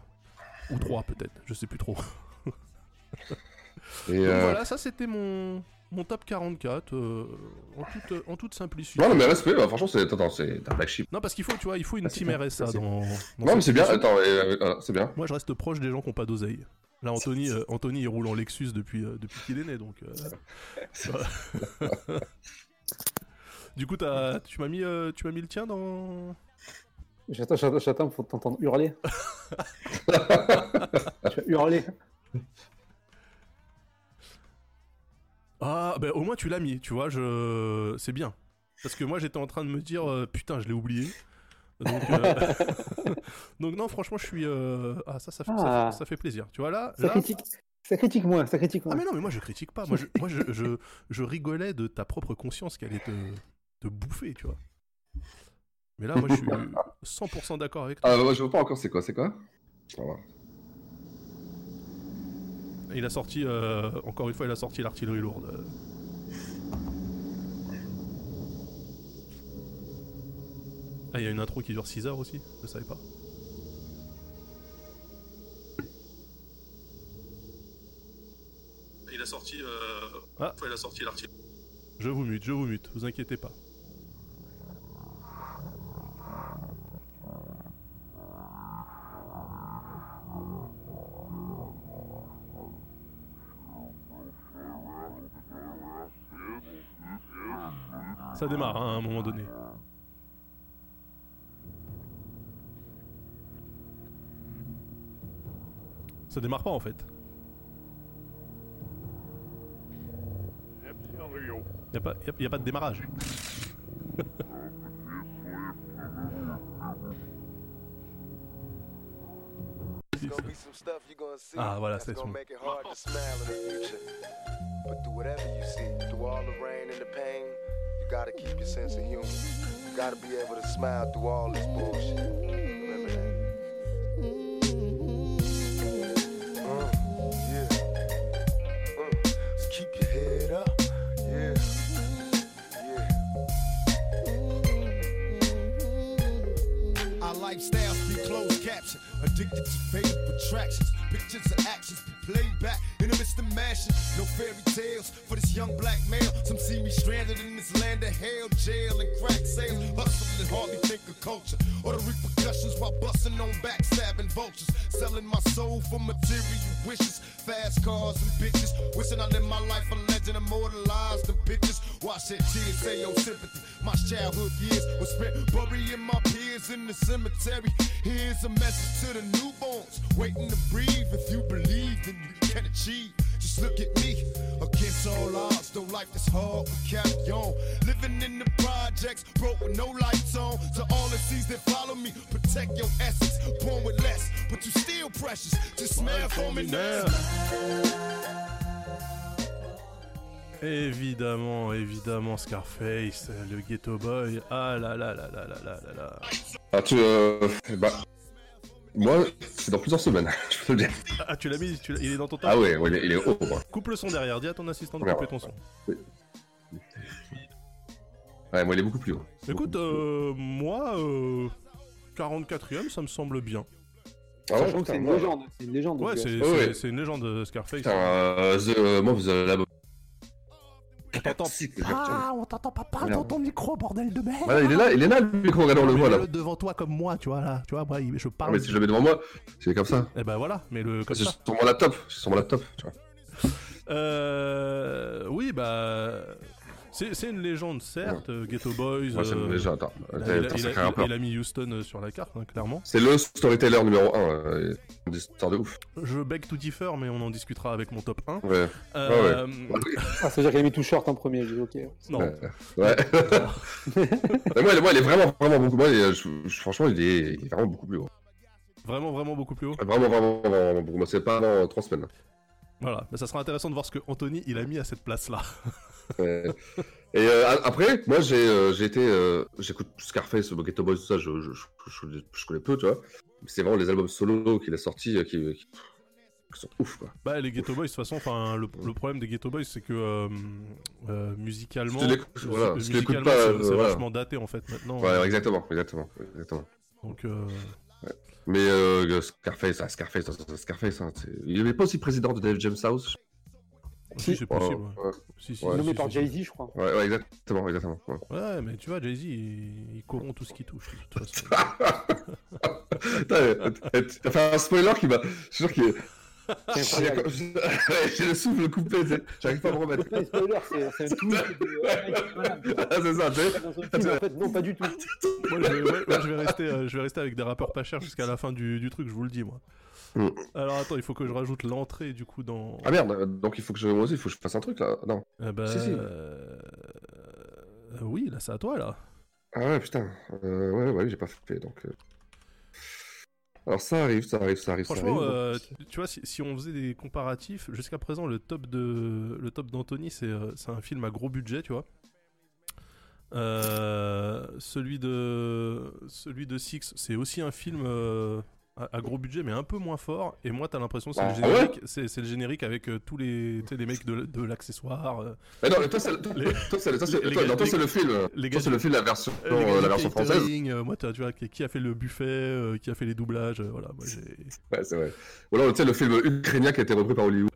[SPEAKER 5] ou trois peut-être, je sais plus trop.
[SPEAKER 6] et,
[SPEAKER 5] Donc
[SPEAKER 6] euh,
[SPEAKER 5] voilà, ça c'était mon mon top 44 euh, en toute en toute simplicité.
[SPEAKER 6] Non, non, mais respect, bah, franchement, c'est. Attends, c'est un black sheep.
[SPEAKER 5] Non, parce qu'il faut, tu vois, il faut une
[SPEAKER 7] Ah,
[SPEAKER 6] Merci,
[SPEAKER 5] team RSA
[SPEAKER 6] merci.
[SPEAKER 5] dans. dans
[SPEAKER 6] Non, mais
[SPEAKER 5] cette
[SPEAKER 6] c'est bien,
[SPEAKER 5] émission.
[SPEAKER 6] attends, et, euh, voilà, c'est bien.
[SPEAKER 5] Moi, je reste proche des gens qui n'ont pas d'oseille. Là, Anthony, euh, Anthony, il roule en Lexus depuis, euh, depuis qu'il est né, donc. euh, voilà. du coup, t'as- tu m'as mis, euh, tu m'as mis le tien dans.
[SPEAKER 7] J'attends, j'attends, j'attends pour t'entendre hurler. tu vas hurler.
[SPEAKER 5] Ah, ben au moins tu l'as mis, tu vois, je... c'est bien. Parce que moi, j'étais en train de me dire, euh, putain, je l'ai oublié. Donc, euh, donc non, franchement, je suis. euh, Ah, ça, ça fait, ça fait-
[SPEAKER 7] Ah.
[SPEAKER 5] ça fait plaisir. Tu vois là,
[SPEAKER 7] Ça
[SPEAKER 5] là-
[SPEAKER 7] critique. Ça critique moins, ça critique moins.
[SPEAKER 5] Ah mais non, mais moi je critique pas. Moi je, moi, je, je, je rigolais de ta propre conscience qui allait te, te bouffer, tu vois. Mais là, hein. moi je suis 100% d'accord avec toi.
[SPEAKER 6] Ah, moi, je vois pas encore, c'est quoi, c'est quoi Au revoir.
[SPEAKER 5] Il a sorti, euh, encore une fois, il a sorti l'artillerie lourde. Ah, il y a une intro qui dure 6 heures aussi, je savais pas. Il a sorti, ah. il a sorti l'artillerie. Je vous mute, je vous mute, vous inquiétez pas. Ça démarre hein, à un moment donné. Ça démarre pas en fait. Y a pas, y a- y a pas de démarrage.
[SPEAKER 21] There's gonna be some stuff you're gonna see
[SPEAKER 5] Ah, voilà, c'est
[SPEAKER 21] that's gonna
[SPEAKER 5] son.
[SPEAKER 21] make it hard to smile in the future. But through whatever you see, through all the rain and the pain, you gotta keep your sense of humor. You gotta be able to smile through all this bullshit. Remember that. Mm, yeah. Mm, just keep your head up. Yeah. Yeah.
[SPEAKER 22] Our lifestyles be closed captioned, addicted to fatal attractions. Pictures of actions be played back in the midst of mashing. No fairy tales for this young black male. Some see me stranded in this land of hell, jail, and crack sales. Hustling and hardly think of culture or the repercussions while busting on backstabbing vultures. Selling my soul for material wishes, fast cars and bitches. Wishing I lived my life a legend, immortalized in pictures. Why shed tears, say your sympathy. My childhood years was spent burying my peers in the cemetery. Here's a message to the newborns waiting to breathe. If you believe, then you can achieve. Just look at me against all odds. Though life is hard, we carry on. Living in the projects, broke with no lights on. To all the seas that follow me, protect your essence. Born with less, but you still precious. Just smile for me now.
[SPEAKER 5] Évidemment, évidemment, Scarface, euh, le Ghetto Boy. Ah là là là là là là là là.
[SPEAKER 6] Ah, tu. Euh... Bah. Moi, c'est dans plusieurs semaines, je peux te le dire.
[SPEAKER 5] Ah, tu l'as mis, tu l'as- il est dans ton top.
[SPEAKER 6] Ah ouais, ouais, il est- il est haut, hein. moi.
[SPEAKER 5] Coupe le son derrière, dis à ton assistant de
[SPEAKER 6] Merde.
[SPEAKER 5] couper ton son.
[SPEAKER 6] Ouais, moi, il est beaucoup plus haut.
[SPEAKER 5] Écoute, euh, moi, euh, 44ème, ça me semble bien.
[SPEAKER 6] Ah ouais,
[SPEAKER 7] Sachant que c'est une légende. C'est une légende.
[SPEAKER 5] Ouais,
[SPEAKER 7] donc,
[SPEAKER 5] c'est
[SPEAKER 7] euh,
[SPEAKER 5] c'est-
[SPEAKER 6] ouais.
[SPEAKER 5] c'est une légende euh, Scarface.
[SPEAKER 6] Putain, euh, The euh, Moth, The Lab.
[SPEAKER 5] On t'entend. Ah, on t'entend pas parler dans
[SPEAKER 6] Merde.
[SPEAKER 5] ton micro, bordel de merde.
[SPEAKER 6] Voilà, Ah, il est Bah, là, il est là, le micro, regarde, on le voit, là.
[SPEAKER 5] Mets-le devant toi comme moi, tu vois là. Tu vois, moi, il- je
[SPEAKER 6] Ah,
[SPEAKER 5] parle.
[SPEAKER 6] mais si je le mets devant moi, c'est comme ça.
[SPEAKER 5] Eh ben voilà, mais le comme
[SPEAKER 6] C'est
[SPEAKER 5] ça.
[SPEAKER 6] sur mon laptop, c'est sur mon laptop, tu vois.
[SPEAKER 5] Euh, oui, bah. C'est c'est une légende, certes, euh, Ghetto Boys.
[SPEAKER 6] Ouais, c'est une
[SPEAKER 5] euh,
[SPEAKER 6] légende, attends.
[SPEAKER 5] Il a,
[SPEAKER 6] T'es-
[SPEAKER 5] il a-
[SPEAKER 6] t'es
[SPEAKER 5] il a-
[SPEAKER 6] sacré rappeur.
[SPEAKER 5] il a mis Houston euh, sur la carte, hein, clairement.
[SPEAKER 6] C'est le storyteller numéro 1. Une histoire de ouf.
[SPEAKER 5] Je beg to differ, mais on en discutera avec mon top 1.
[SPEAKER 6] Ouais.
[SPEAKER 5] Euh,
[SPEAKER 7] Ah, c'est-à-dire qu'il a mis tout short en premier, j'ai dit ok.
[SPEAKER 5] Non.
[SPEAKER 6] Ouais. Euh, Ouais. Mais moi, il- moi, il est vraiment, vraiment beaucoup. Moi, il est- je- je- franchement, il est, il est vraiment beaucoup plus haut.
[SPEAKER 5] Vraiment, vraiment beaucoup plus haut.
[SPEAKER 6] Vraiment, vraiment, vraiment, vraiment beaucoup. Moi, c'est pas avant 3 semaines. hein.
[SPEAKER 5] Voilà, Bah, ça sera intéressant de voir ce que Anthony il a mis à cette place-là.
[SPEAKER 6] Ouais. Et euh, a- après, moi j'ai euh, j'ai été, euh, j'écoute Scarface, Ghetto Boys, tout ça, je, je, je- je- je connais peu, tu vois. Mais C'est vraiment les albums solo qu'il a sortis euh, qui, qui- qui sont ouf, quoi.
[SPEAKER 5] Bah, les Ghetto Boys, de toute façon, enfin, le, le problème des Ghetto Boys, c'est que euh, euh, musicalement,
[SPEAKER 6] Si tu l'écoutes-
[SPEAKER 5] euh,
[SPEAKER 6] voilà, si tu l'écoutes
[SPEAKER 5] musicalement,
[SPEAKER 6] pas,
[SPEAKER 5] c'est
[SPEAKER 6] euh,
[SPEAKER 5] c'est
[SPEAKER 6] voilà.
[SPEAKER 5] vachement daté en fait maintenant.
[SPEAKER 6] Ouais, exactement, exactement, exactement.
[SPEAKER 5] Donc, euh,
[SPEAKER 6] Ouais. Mais euh, Scarface, ah, Scarface, ah, Scarface, hein, c'est- il n'est pas aussi président de Dave James House
[SPEAKER 5] Si, c'est possible, ouais.
[SPEAKER 6] ouais.
[SPEAKER 5] Si, si,
[SPEAKER 6] Ouais.
[SPEAKER 5] si, Nommé si, par si.
[SPEAKER 7] Jay-Z, je crois.
[SPEAKER 6] Ouais, ouais, exactement, exactement. ouais.
[SPEAKER 5] ouais, mais tu vois, Jay-Z, il, il corrompt tout ce qui touche. de toute façon.
[SPEAKER 6] Ah, Putain, mais- T'as fait un spoiler qui m'a. Je suis sûr qu'il est.
[SPEAKER 5] C'est incroyable.
[SPEAKER 6] J'ai- J'ai le souffle coupé, tu sais. j'arrive pas à me remettre.
[SPEAKER 7] C'est pas un spoiler, c'est- c'est un twist
[SPEAKER 6] Ah, c'est ça, tu sais.
[SPEAKER 7] en fait, non, pas du tout.
[SPEAKER 5] moi, je, vais- ouais, ouais, je vais rester, euh, je vais rester avec des rappeurs pas chers jusqu'à la fin du, du truc, je vous le dis, moi.
[SPEAKER 6] Mm.
[SPEAKER 5] Alors, attends, il faut que je rajoute l'entrée du coup dans.
[SPEAKER 6] Ah merde, euh, donc il faut que je. Moi aussi, il faut que je fasse un truc là. Non.
[SPEAKER 5] Ah bah,
[SPEAKER 6] Si, si.
[SPEAKER 5] euh, euh, Oui, là, c'est à toi, là.
[SPEAKER 6] Ah ouais, putain. Euh, ouais, ouais, j'ai pas fait donc. euh. Alors ça arrive, ça arrive, ça arrive, ça
[SPEAKER 5] Franchement,
[SPEAKER 6] arrive.
[SPEAKER 5] euh, tu- tu vois, si, si on faisait des comparatifs, jusqu'à présent, le top de le top d'Anthony, c'est euh, c'est un film à gros budget, tu vois. Euh, celui de celui de Six, c'est aussi un film euh, à, à gros budget, mais un peu moins fort. Et moi, t'as l'impression que c'est le
[SPEAKER 6] Ah ouais
[SPEAKER 5] générique, c'est c'est le générique avec euh, tous les tu sais, les mecs de, de l'accessoire. euh,
[SPEAKER 6] Mais non, mais toi, c'est toi,
[SPEAKER 5] les-
[SPEAKER 6] toi, c'est- toi, c'est-
[SPEAKER 5] les
[SPEAKER 6] toi,
[SPEAKER 5] gars-
[SPEAKER 6] non, toi,
[SPEAKER 5] les-
[SPEAKER 6] c'est le film.
[SPEAKER 5] les
[SPEAKER 6] Toi,
[SPEAKER 5] gars
[SPEAKER 6] c'est le
[SPEAKER 5] du-
[SPEAKER 6] film, la version,
[SPEAKER 5] les gars
[SPEAKER 6] euh,
[SPEAKER 5] du
[SPEAKER 6] la version française.
[SPEAKER 5] catering, euh, moi, t'as- tu vois, qui qui a fait le buffet, euh, qui a fait les doublages, euh, voilà. Moi, j'ai
[SPEAKER 6] Ouais, c'est vrai. Ou alors, tu sais, le film ukrainien qui a été repris par Hollywood.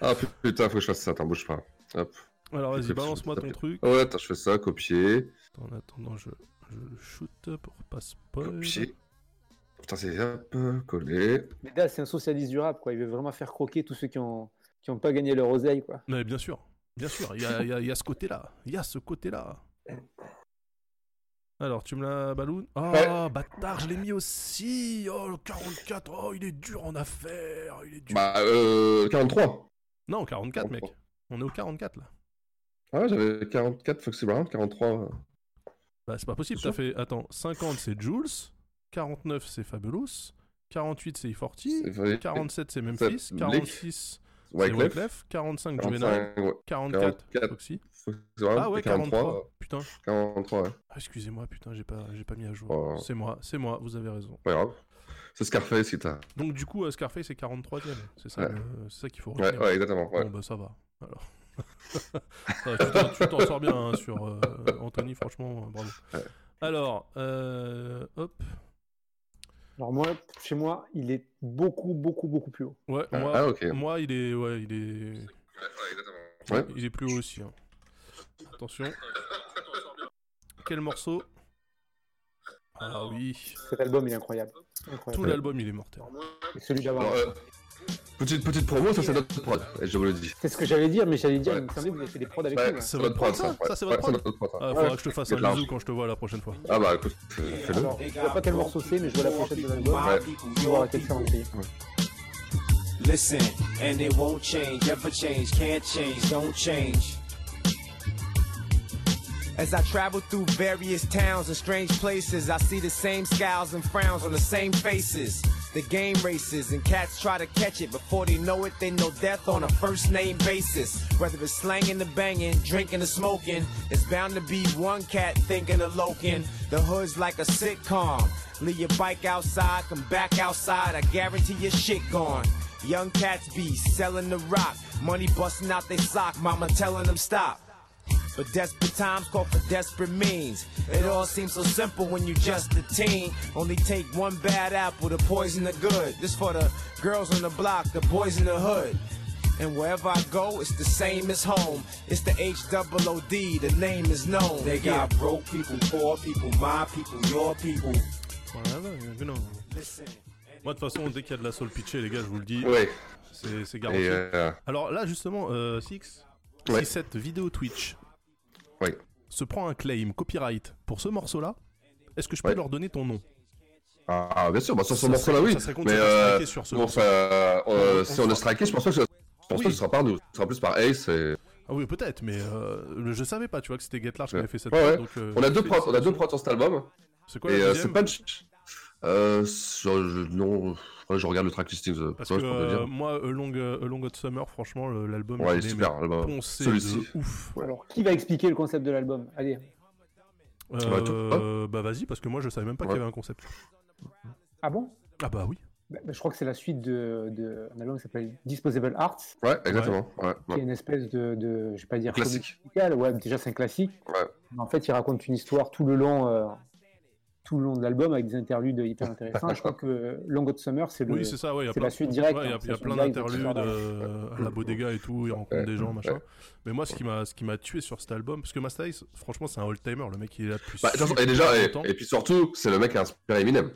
[SPEAKER 6] ah putain, faut que je fasse ça, attends, bouge pas. Hop.
[SPEAKER 5] Alors, vas-y,
[SPEAKER 6] Copie-
[SPEAKER 5] balance-moi ton truc. Euh.
[SPEAKER 6] Ouais, attends, je fais ça, copier.
[SPEAKER 5] En attendant, je, je le shoot pour pas spoil.
[SPEAKER 6] Copier. Putain, c'est hop, collé.
[SPEAKER 7] Mais Daz, c'est un socialiste du rap, quoi. Il veut vraiment faire croquer tous ceux qui ont, qui ont pas gagné leur oseille, quoi.
[SPEAKER 5] Mais bien sûr, bien sûr, il y a, il y a- il y a ce côté-là. Il y a ce côté-là. Alors, tu me l'as balloon Ah, bâtard, je l'ai mis aussi Oh, le 44 Oh, il est dur en affaires il est dur.
[SPEAKER 6] Bah, euh, 43.
[SPEAKER 5] Non, 44, mec. On est au 44, là.
[SPEAKER 6] Ah ouais, j'avais hein, 44 Foxy Brown, 43.
[SPEAKER 5] Bah, c'est pas possible, t'as fait... Attends, 50, c'est Jules. 49, c'est Fabulous. 48, c'est
[SPEAKER 6] C'est vrai.
[SPEAKER 5] E40. 47, c'est Memphis.
[SPEAKER 6] C'est Blake.
[SPEAKER 5] 46, c'est
[SPEAKER 6] Wyclef.
[SPEAKER 5] Wyclef. 45, Juvenal.
[SPEAKER 6] 45, ouais.
[SPEAKER 5] 44,
[SPEAKER 6] 44,
[SPEAKER 5] Foxy.
[SPEAKER 6] Foxy Brown,
[SPEAKER 5] Ah ouais,
[SPEAKER 6] et 43.
[SPEAKER 5] 43. Putain.
[SPEAKER 6] 43, ouais.
[SPEAKER 5] Ah, excusez-moi, putain, j'ai pas, j'ai pas mis à jour.
[SPEAKER 6] Oh.
[SPEAKER 5] C'est moi, c'est moi, vous avez raison.
[SPEAKER 6] Pas grave. C'est Scarface qui t'a.
[SPEAKER 5] Donc du coup, euh, Scarface c'est 43 e c'est ça,
[SPEAKER 6] Ouais.
[SPEAKER 5] le- c'est ça qu'il faut
[SPEAKER 6] Ouais,
[SPEAKER 5] retenir.
[SPEAKER 6] ouais, exactement, ouais.
[SPEAKER 5] Bon bah ça va. Alors, Ça va, tu t'en- tu t'en sors bien hein, sur euh, Anthony, franchement, euh, bravo.
[SPEAKER 6] Ouais.
[SPEAKER 5] Alors, euh, hop.
[SPEAKER 7] Alors moi, chez moi, il est beaucoup, beaucoup, beaucoup plus haut.
[SPEAKER 5] Ouais,
[SPEAKER 6] Ah,
[SPEAKER 5] moi,
[SPEAKER 6] ah, ok.
[SPEAKER 5] moi, il est, ouais, il est,
[SPEAKER 6] Ouais.
[SPEAKER 5] il est plus haut aussi. hein. Attention. Quel morceau Ah oui.
[SPEAKER 7] Cet album, il est incroyable.
[SPEAKER 5] Tout
[SPEAKER 7] Incroyable.
[SPEAKER 5] l'album, il est mortel.
[SPEAKER 7] Et celui d'avant.
[SPEAKER 6] Alors, euh, petite, petite promo, ça c'est notre prod, et je vous le dis.
[SPEAKER 7] C'est ce que j'allais dire, mais j'allais dire, il me semblait que vous avez fait des prods avec
[SPEAKER 6] Ouais,
[SPEAKER 7] nous. hein.
[SPEAKER 6] c'est votre prod, ça. ouais.
[SPEAKER 5] Ça, c'est votre
[SPEAKER 6] Ouais,
[SPEAKER 5] prod
[SPEAKER 6] notre prod, ça.
[SPEAKER 5] Ah, faudra
[SPEAKER 6] Ouais.
[SPEAKER 5] que je te fasse
[SPEAKER 6] Get
[SPEAKER 5] un
[SPEAKER 6] large.
[SPEAKER 5] bisou quand je te vois la prochaine fois.
[SPEAKER 6] Ah bah écoute, euh, fais-le.
[SPEAKER 7] Alors, je vois pas quel morceau c'est, mais je vois la prochaine de l'album.
[SPEAKER 6] Ouais.
[SPEAKER 7] Je vais voir à quel ça
[SPEAKER 1] Listen, and it won't change, ever change, can't change, don't change.
[SPEAKER 20] As I travel through various towns and strange places, I see the same scowls and frowns on the same faces. The game races and cats try to catch it before they know it. They know death on a first name basis. Whether it's slanging the banging, drinking the smoking, it's bound to be one cat thinking of loking. The hood's like a sitcom. Leave your bike outside, come back outside. I guarantee your shit gone. Young cats be selling the rock, money busting out they sock. Mama telling them stop. But desperate times call for desperate means. It all seems so simple when you just a teen. Only take one bad apple to poison the good. This for the girls on the block, the boys in the hood. And wherever I go, it's the same as home. It's the H-double-O-D, the name is known.
[SPEAKER 1] They got broke people, poor people, my people, your people.
[SPEAKER 5] Voilà, voilà, non. Moi, de toute façon, dès qu'il y a de la soul pitchée, les gars, je vous le dis.
[SPEAKER 6] Ouais.
[SPEAKER 5] C'est c'est garanti.
[SPEAKER 6] Et, euh,
[SPEAKER 5] Alors là, justement, euh, Six,
[SPEAKER 6] Ouais.
[SPEAKER 5] si cette vidéo Twitch
[SPEAKER 6] Ouais.
[SPEAKER 5] se prend un claim copyright pour ce morceau-là, est-ce que je peux
[SPEAKER 6] Ouais.
[SPEAKER 5] leur donner ton nom
[SPEAKER 6] Ah, bien sûr, bah, sur ce
[SPEAKER 5] Ça
[SPEAKER 6] morceau-là,
[SPEAKER 5] serait-
[SPEAKER 6] oui.
[SPEAKER 5] ça serait con de
[SPEAKER 6] Mais
[SPEAKER 5] se
[SPEAKER 6] euh,
[SPEAKER 5] striker sur ce
[SPEAKER 6] bon,
[SPEAKER 5] morceau. Ah,
[SPEAKER 6] ça, euh,
[SPEAKER 5] On-
[SPEAKER 6] si
[SPEAKER 5] on
[SPEAKER 6] on
[SPEAKER 5] fera-
[SPEAKER 6] est striké, je pense pas que ce, je pense
[SPEAKER 5] Oui.
[SPEAKER 6] pas que ce sera par nous, ce sera plus par Ace. Et...
[SPEAKER 5] Ah oui, peut-être, mais euh, je savais pas, tu vois, que c'était Get Large qui
[SPEAKER 6] Ouais.
[SPEAKER 5] avait fait cette
[SPEAKER 6] Ouais,
[SPEAKER 5] prod,
[SPEAKER 6] ouais.
[SPEAKER 5] donc, euh,
[SPEAKER 6] on a deux
[SPEAKER 5] c'est-
[SPEAKER 6] prods, on a
[SPEAKER 5] c'est-
[SPEAKER 6] deux prods sur cet album.
[SPEAKER 5] C'est quoi
[SPEAKER 6] Et
[SPEAKER 5] la
[SPEAKER 6] euh,
[SPEAKER 5] deuxième
[SPEAKER 6] c'est Punch. Euh, sur- je, non, faudrait que je regarde le track listing. euh,
[SPEAKER 5] Parce
[SPEAKER 6] tu
[SPEAKER 5] que
[SPEAKER 6] vois, je peux te
[SPEAKER 5] euh,
[SPEAKER 6] dire.
[SPEAKER 5] moi, A Long, euh, A Long Hot Summer, franchement, le- l'album,
[SPEAKER 6] Ouais,
[SPEAKER 5] je l'ai,
[SPEAKER 6] super,
[SPEAKER 5] mais
[SPEAKER 6] l'album.
[SPEAKER 5] poncé
[SPEAKER 6] Celui-ci.
[SPEAKER 5] de ouf.
[SPEAKER 7] Alors, qui va expliquer le concept de l'album Allez.
[SPEAKER 5] Euh,
[SPEAKER 6] Ouais, toi-
[SPEAKER 5] bah vas-y, parce que moi, je savais même pas qu'il y
[SPEAKER 6] Ouais.
[SPEAKER 5] avait un concept.
[SPEAKER 7] Ah bon
[SPEAKER 5] Ah bah oui.
[SPEAKER 7] Bah, bah, je crois que c'est la suite de, de un album qui s'appelle Disposable Arts.
[SPEAKER 6] Ouais, exactement. Ouais.
[SPEAKER 7] qui est une espèce de, de- je vais pas dire comédie
[SPEAKER 6] Classique.
[SPEAKER 7] musicale, ouais, déjà c'est un classique.
[SPEAKER 6] Ouais.
[SPEAKER 7] Mais en fait, il raconte une histoire tout le long, euh, tout le long de l'album avec des interludes hyper intéressants. je crois que Long Hot Summer, c'est le,
[SPEAKER 5] Oui, c'est ça, ouais. il y a
[SPEAKER 7] c'est
[SPEAKER 5] plein-
[SPEAKER 7] la suite directe.
[SPEAKER 5] ouais, Il y a,
[SPEAKER 7] hein,
[SPEAKER 5] il y a
[SPEAKER 7] c'est la
[SPEAKER 5] plein
[SPEAKER 7] suite directe,
[SPEAKER 5] d'interludes
[SPEAKER 7] etc.
[SPEAKER 5] euh, à la bodega et tout, il rencontre des gens, machin. Mais moi, ce qui m'a ce qui m'a tué sur cet album, parce que Master Ace, franchement, c'est un old-timer, le mec, il est là depuis.
[SPEAKER 6] Bah, de toute façon,
[SPEAKER 5] super
[SPEAKER 6] et déjà, et,
[SPEAKER 5] longtemps.
[SPEAKER 6] et puis surtout, c'est le mec qui a inspiré Eminem.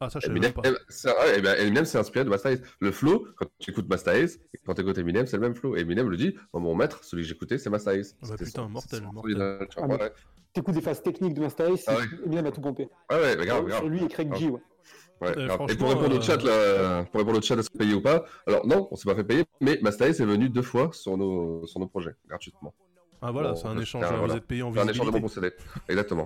[SPEAKER 5] Ah, ça, je savais
[SPEAKER 6] Eminem,
[SPEAKER 5] même pas.
[SPEAKER 6] c'est- ouais, eh ben, Eminem s'est inspiré de Master Ace. Le flow, quand tu écoutes Master Ace, et quand tu écoutes Eminem, c'est le même flow. Et Eminem le dit oh, Mon maître, celui que j'écoutais, c'est Master
[SPEAKER 5] Ah
[SPEAKER 6] Ace.
[SPEAKER 5] bah
[SPEAKER 6] C'était
[SPEAKER 5] putain,
[SPEAKER 6] son-
[SPEAKER 5] mortel,
[SPEAKER 6] son
[SPEAKER 5] mortel.
[SPEAKER 6] idole, tu vois,
[SPEAKER 7] Ah, mais
[SPEAKER 6] ouais.
[SPEAKER 7] T'écoutes des phases techniques de Master Ace,
[SPEAKER 6] Ah
[SPEAKER 7] c'est- Eminem a tout pompé.
[SPEAKER 6] Ouais, ouais, bah, grave, grave.
[SPEAKER 7] Sur lui et Craig G, ouais.
[SPEAKER 6] Ouais,
[SPEAKER 5] Euh,
[SPEAKER 6] grave. et
[SPEAKER 5] franchement,
[SPEAKER 6] pour répondre
[SPEAKER 5] euh,
[SPEAKER 6] au chat, là, pour répondre au chat, est-ce payé ou pas Alors non, on s'est pas fait payer, mais Master Ace est venu deux fois sur nos, sur nos projets, gratuitement.
[SPEAKER 5] Ah voilà,
[SPEAKER 6] Bon,
[SPEAKER 5] c'est un
[SPEAKER 6] euh,
[SPEAKER 5] échange,
[SPEAKER 6] ah,
[SPEAKER 5] vous
[SPEAKER 6] voilà.
[SPEAKER 5] êtes payé en
[SPEAKER 6] C'est un échange de bons
[SPEAKER 5] visibilité.
[SPEAKER 6] procédés, exactement.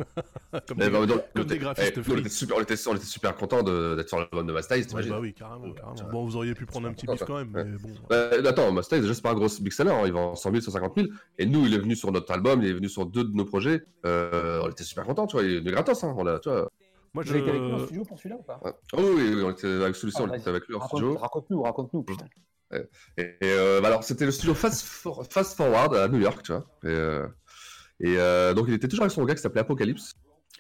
[SPEAKER 5] Comme
[SPEAKER 6] Eh
[SPEAKER 5] des-
[SPEAKER 6] ben, on- on
[SPEAKER 5] comme des
[SPEAKER 6] était-
[SPEAKER 5] graphistes
[SPEAKER 6] eh, nous, on,
[SPEAKER 5] free.
[SPEAKER 6] était super, on, était, on était super contents de- d'être sur l'album de Master Ace,
[SPEAKER 5] Ouais,
[SPEAKER 6] t'imagines
[SPEAKER 5] bah oui, carrément, carrément. Bon, vous auriez pu prendre un petit bif quand même, mais bon.
[SPEAKER 6] Bah, attends, Mustaine, déjà, c'est pas un gros big seller, hein, il vend 100 000, 150 000. Et nous, il est venu sur notre album, il est venu sur deux de nos projets. Euh, on était super contents, tu vois, il est venu gratos, hein, on l'a, tu vois.
[SPEAKER 5] Moi,
[SPEAKER 7] Vous avez été avec lui en studio pour celui-là ou pas
[SPEAKER 6] Ah, Oh oui, oui, on était avec celui-ci, on
[SPEAKER 7] Ah,
[SPEAKER 6] était avec lui en
[SPEAKER 7] raconte-
[SPEAKER 6] studio.
[SPEAKER 7] Raconte-nous, raconte-nous, putain.
[SPEAKER 6] Ouais. Et, et, euh, bah alors, c'était le studio Fast, For- Fast Forward à New York, tu vois. Et, euh, et, euh, donc, il était toujours avec son gars qui s'appelait Apocalypse,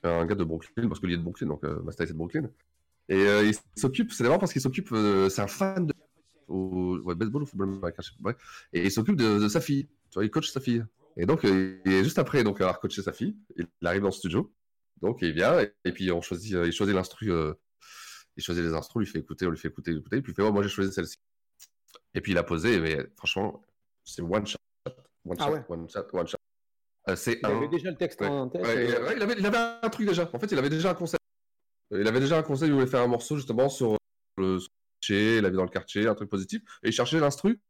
[SPEAKER 6] un gars de Brooklyn, parce que lui est de Brooklyn, donc euh, Master est de Brooklyn. Et euh, il s'occupe, c'est marrant parce qu'il s'occupe, euh, c'est un fan de au, ouais, baseball ou football américain, je sais pas, ouais. et il s'occupe de, de sa fille, tu vois, il coach sa fille. Et donc, euh, il est juste après donc, avoir coaché sa fille, il arrive dans le studio, donc il vient, et, et puis on choisit, euh, il choisit l'instru, euh, il choisit les instrus, on lui fait écouter, on lui fait écouter, écouter, et puis il fait, ouais, moi j'ai choisi celle-ci. Et puis il a posé, mais franchement, c'est one shot, one
[SPEAKER 7] Ah
[SPEAKER 6] shot,
[SPEAKER 7] ouais.
[SPEAKER 6] one shot, one shot. Euh, c'est
[SPEAKER 7] Il
[SPEAKER 6] un-
[SPEAKER 7] avait déjà le texte
[SPEAKER 6] Ouais.
[SPEAKER 7] en tête.
[SPEAKER 6] Ouais,
[SPEAKER 7] euh,
[SPEAKER 6] il- ouais, il, avait, il avait un truc déjà. En fait, il avait déjà un concept. Il avait déjà un concept. Il voulait faire un morceau justement sur euh, le sur le quartier, la vie dans le quartier, un truc positif. Et il cherchait l'instru.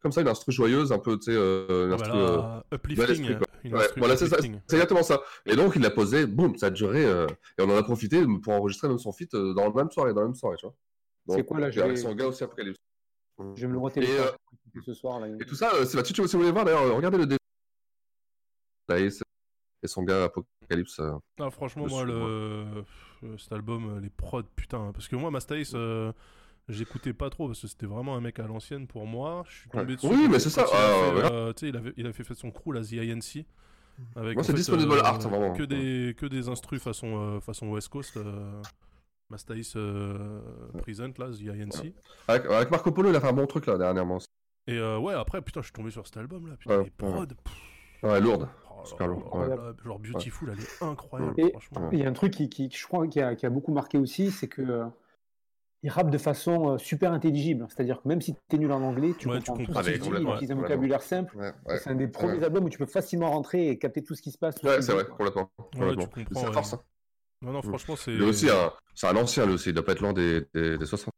[SPEAKER 6] Comme ça, une instru joyeuse, un peu, tu sais, euh, une
[SPEAKER 5] Ah bah
[SPEAKER 6] instru.
[SPEAKER 5] là,
[SPEAKER 6] euh,
[SPEAKER 5] uplifting,
[SPEAKER 6] bel esprit, quoi.
[SPEAKER 5] une
[SPEAKER 6] Ouais,
[SPEAKER 5] instru
[SPEAKER 6] voilà, c'est ça.
[SPEAKER 5] uplifting.
[SPEAKER 6] C'est exactement ça. Et donc, il l'a posé, boum, ça a duré. euh, et on en a profité pour enregistrer même son feat euh, dans la même soirée, dans la même soirée, tu vois.
[SPEAKER 7] C'est quoi, là,
[SPEAKER 6] et
[SPEAKER 7] je
[SPEAKER 6] Avec
[SPEAKER 7] vais-
[SPEAKER 6] son gars aussi, Apocalypse.
[SPEAKER 7] Je vais me le
[SPEAKER 6] Et,
[SPEAKER 7] retélécharger
[SPEAKER 6] euh,
[SPEAKER 7] ce soir. Là.
[SPEAKER 6] et tout ça, euh, c'est là-dessus, tu vois, si vous voulez voir, d'ailleurs, euh, regardez le dé. Thaïs et son gars Apocalypse. euh,
[SPEAKER 5] Ah, franchement,
[SPEAKER 6] dessus,
[SPEAKER 5] moi, le...
[SPEAKER 6] ouais.
[SPEAKER 5] euh, cet album, euh, les prods, putain. Parce que moi, Mastace, euh, j'écoutais pas trop parce que c'était vraiment un mec à l'ancienne pour moi. Je suis tombé
[SPEAKER 6] Ouais.
[SPEAKER 5] dessus.
[SPEAKER 6] Oui, mais
[SPEAKER 5] quand
[SPEAKER 6] c'est ça,
[SPEAKER 5] Il,
[SPEAKER 6] ah,
[SPEAKER 5] a fait,
[SPEAKER 6] ouais.
[SPEAKER 5] euh, tu sais, il, avait, il avait fait son crew, la The INC. Avec,
[SPEAKER 6] Moi,
[SPEAKER 5] en
[SPEAKER 6] c'est
[SPEAKER 5] fait,
[SPEAKER 6] Disposable
[SPEAKER 5] euh,
[SPEAKER 6] Art, vraiment.
[SPEAKER 5] Que des, que des instrus façon, euh, façon West Coast. Euh, Mastace euh, Present, là, The INC.
[SPEAKER 6] Avec, avec Marco Polo, il a fait un bon truc là dernièrement.
[SPEAKER 5] Et euh, ouais, après, putain, je suis tombé sur cet album là. Putain,
[SPEAKER 6] Ouais,
[SPEAKER 5] les prods.
[SPEAKER 6] ouais.
[SPEAKER 5] pff,
[SPEAKER 6] Ouais, lourde.
[SPEAKER 5] oh là
[SPEAKER 6] Super
[SPEAKER 5] là
[SPEAKER 6] lourde.
[SPEAKER 5] là
[SPEAKER 6] ouais.
[SPEAKER 5] là, Genre Beautiful, elle est incroyable,
[SPEAKER 7] Et
[SPEAKER 5] franchement.
[SPEAKER 7] il y a un truc qui, qui- je crois, qui a, qui a beaucoup marqué aussi, c'est que euh, il rappe de façon euh, super intelligible. C'est-à-dire que même si tu es nul en anglais, tu
[SPEAKER 5] Ouais, tu
[SPEAKER 7] comprends tout
[SPEAKER 5] comprends.
[SPEAKER 7] ce
[SPEAKER 5] Ah,
[SPEAKER 7] qu'il dit,
[SPEAKER 5] complètement,
[SPEAKER 7] il utilise un
[SPEAKER 5] ouais,
[SPEAKER 7] vocabulaire simple.
[SPEAKER 6] Ouais,
[SPEAKER 7] Et
[SPEAKER 6] ouais.
[SPEAKER 7] C'est un des premiers
[SPEAKER 6] Ouais.
[SPEAKER 7] albums où tu peux facilement rentrer et capter tout ce qui se passe. tout ce
[SPEAKER 6] Ouais,
[SPEAKER 7] qu'il
[SPEAKER 6] c'est
[SPEAKER 7] dit,
[SPEAKER 6] vrai,
[SPEAKER 7] quoi.
[SPEAKER 6] complètement.
[SPEAKER 5] Ouais,
[SPEAKER 6] complètement.
[SPEAKER 5] tu
[SPEAKER 6] C'est
[SPEAKER 5] comprends.
[SPEAKER 6] la
[SPEAKER 5] ouais.
[SPEAKER 6] force. hein.
[SPEAKER 5] Non, non, franchement, c'est.
[SPEAKER 6] Lui aussi, un- c'est un ancien, lui aussi. Il doit pas être loin des, des, des 60.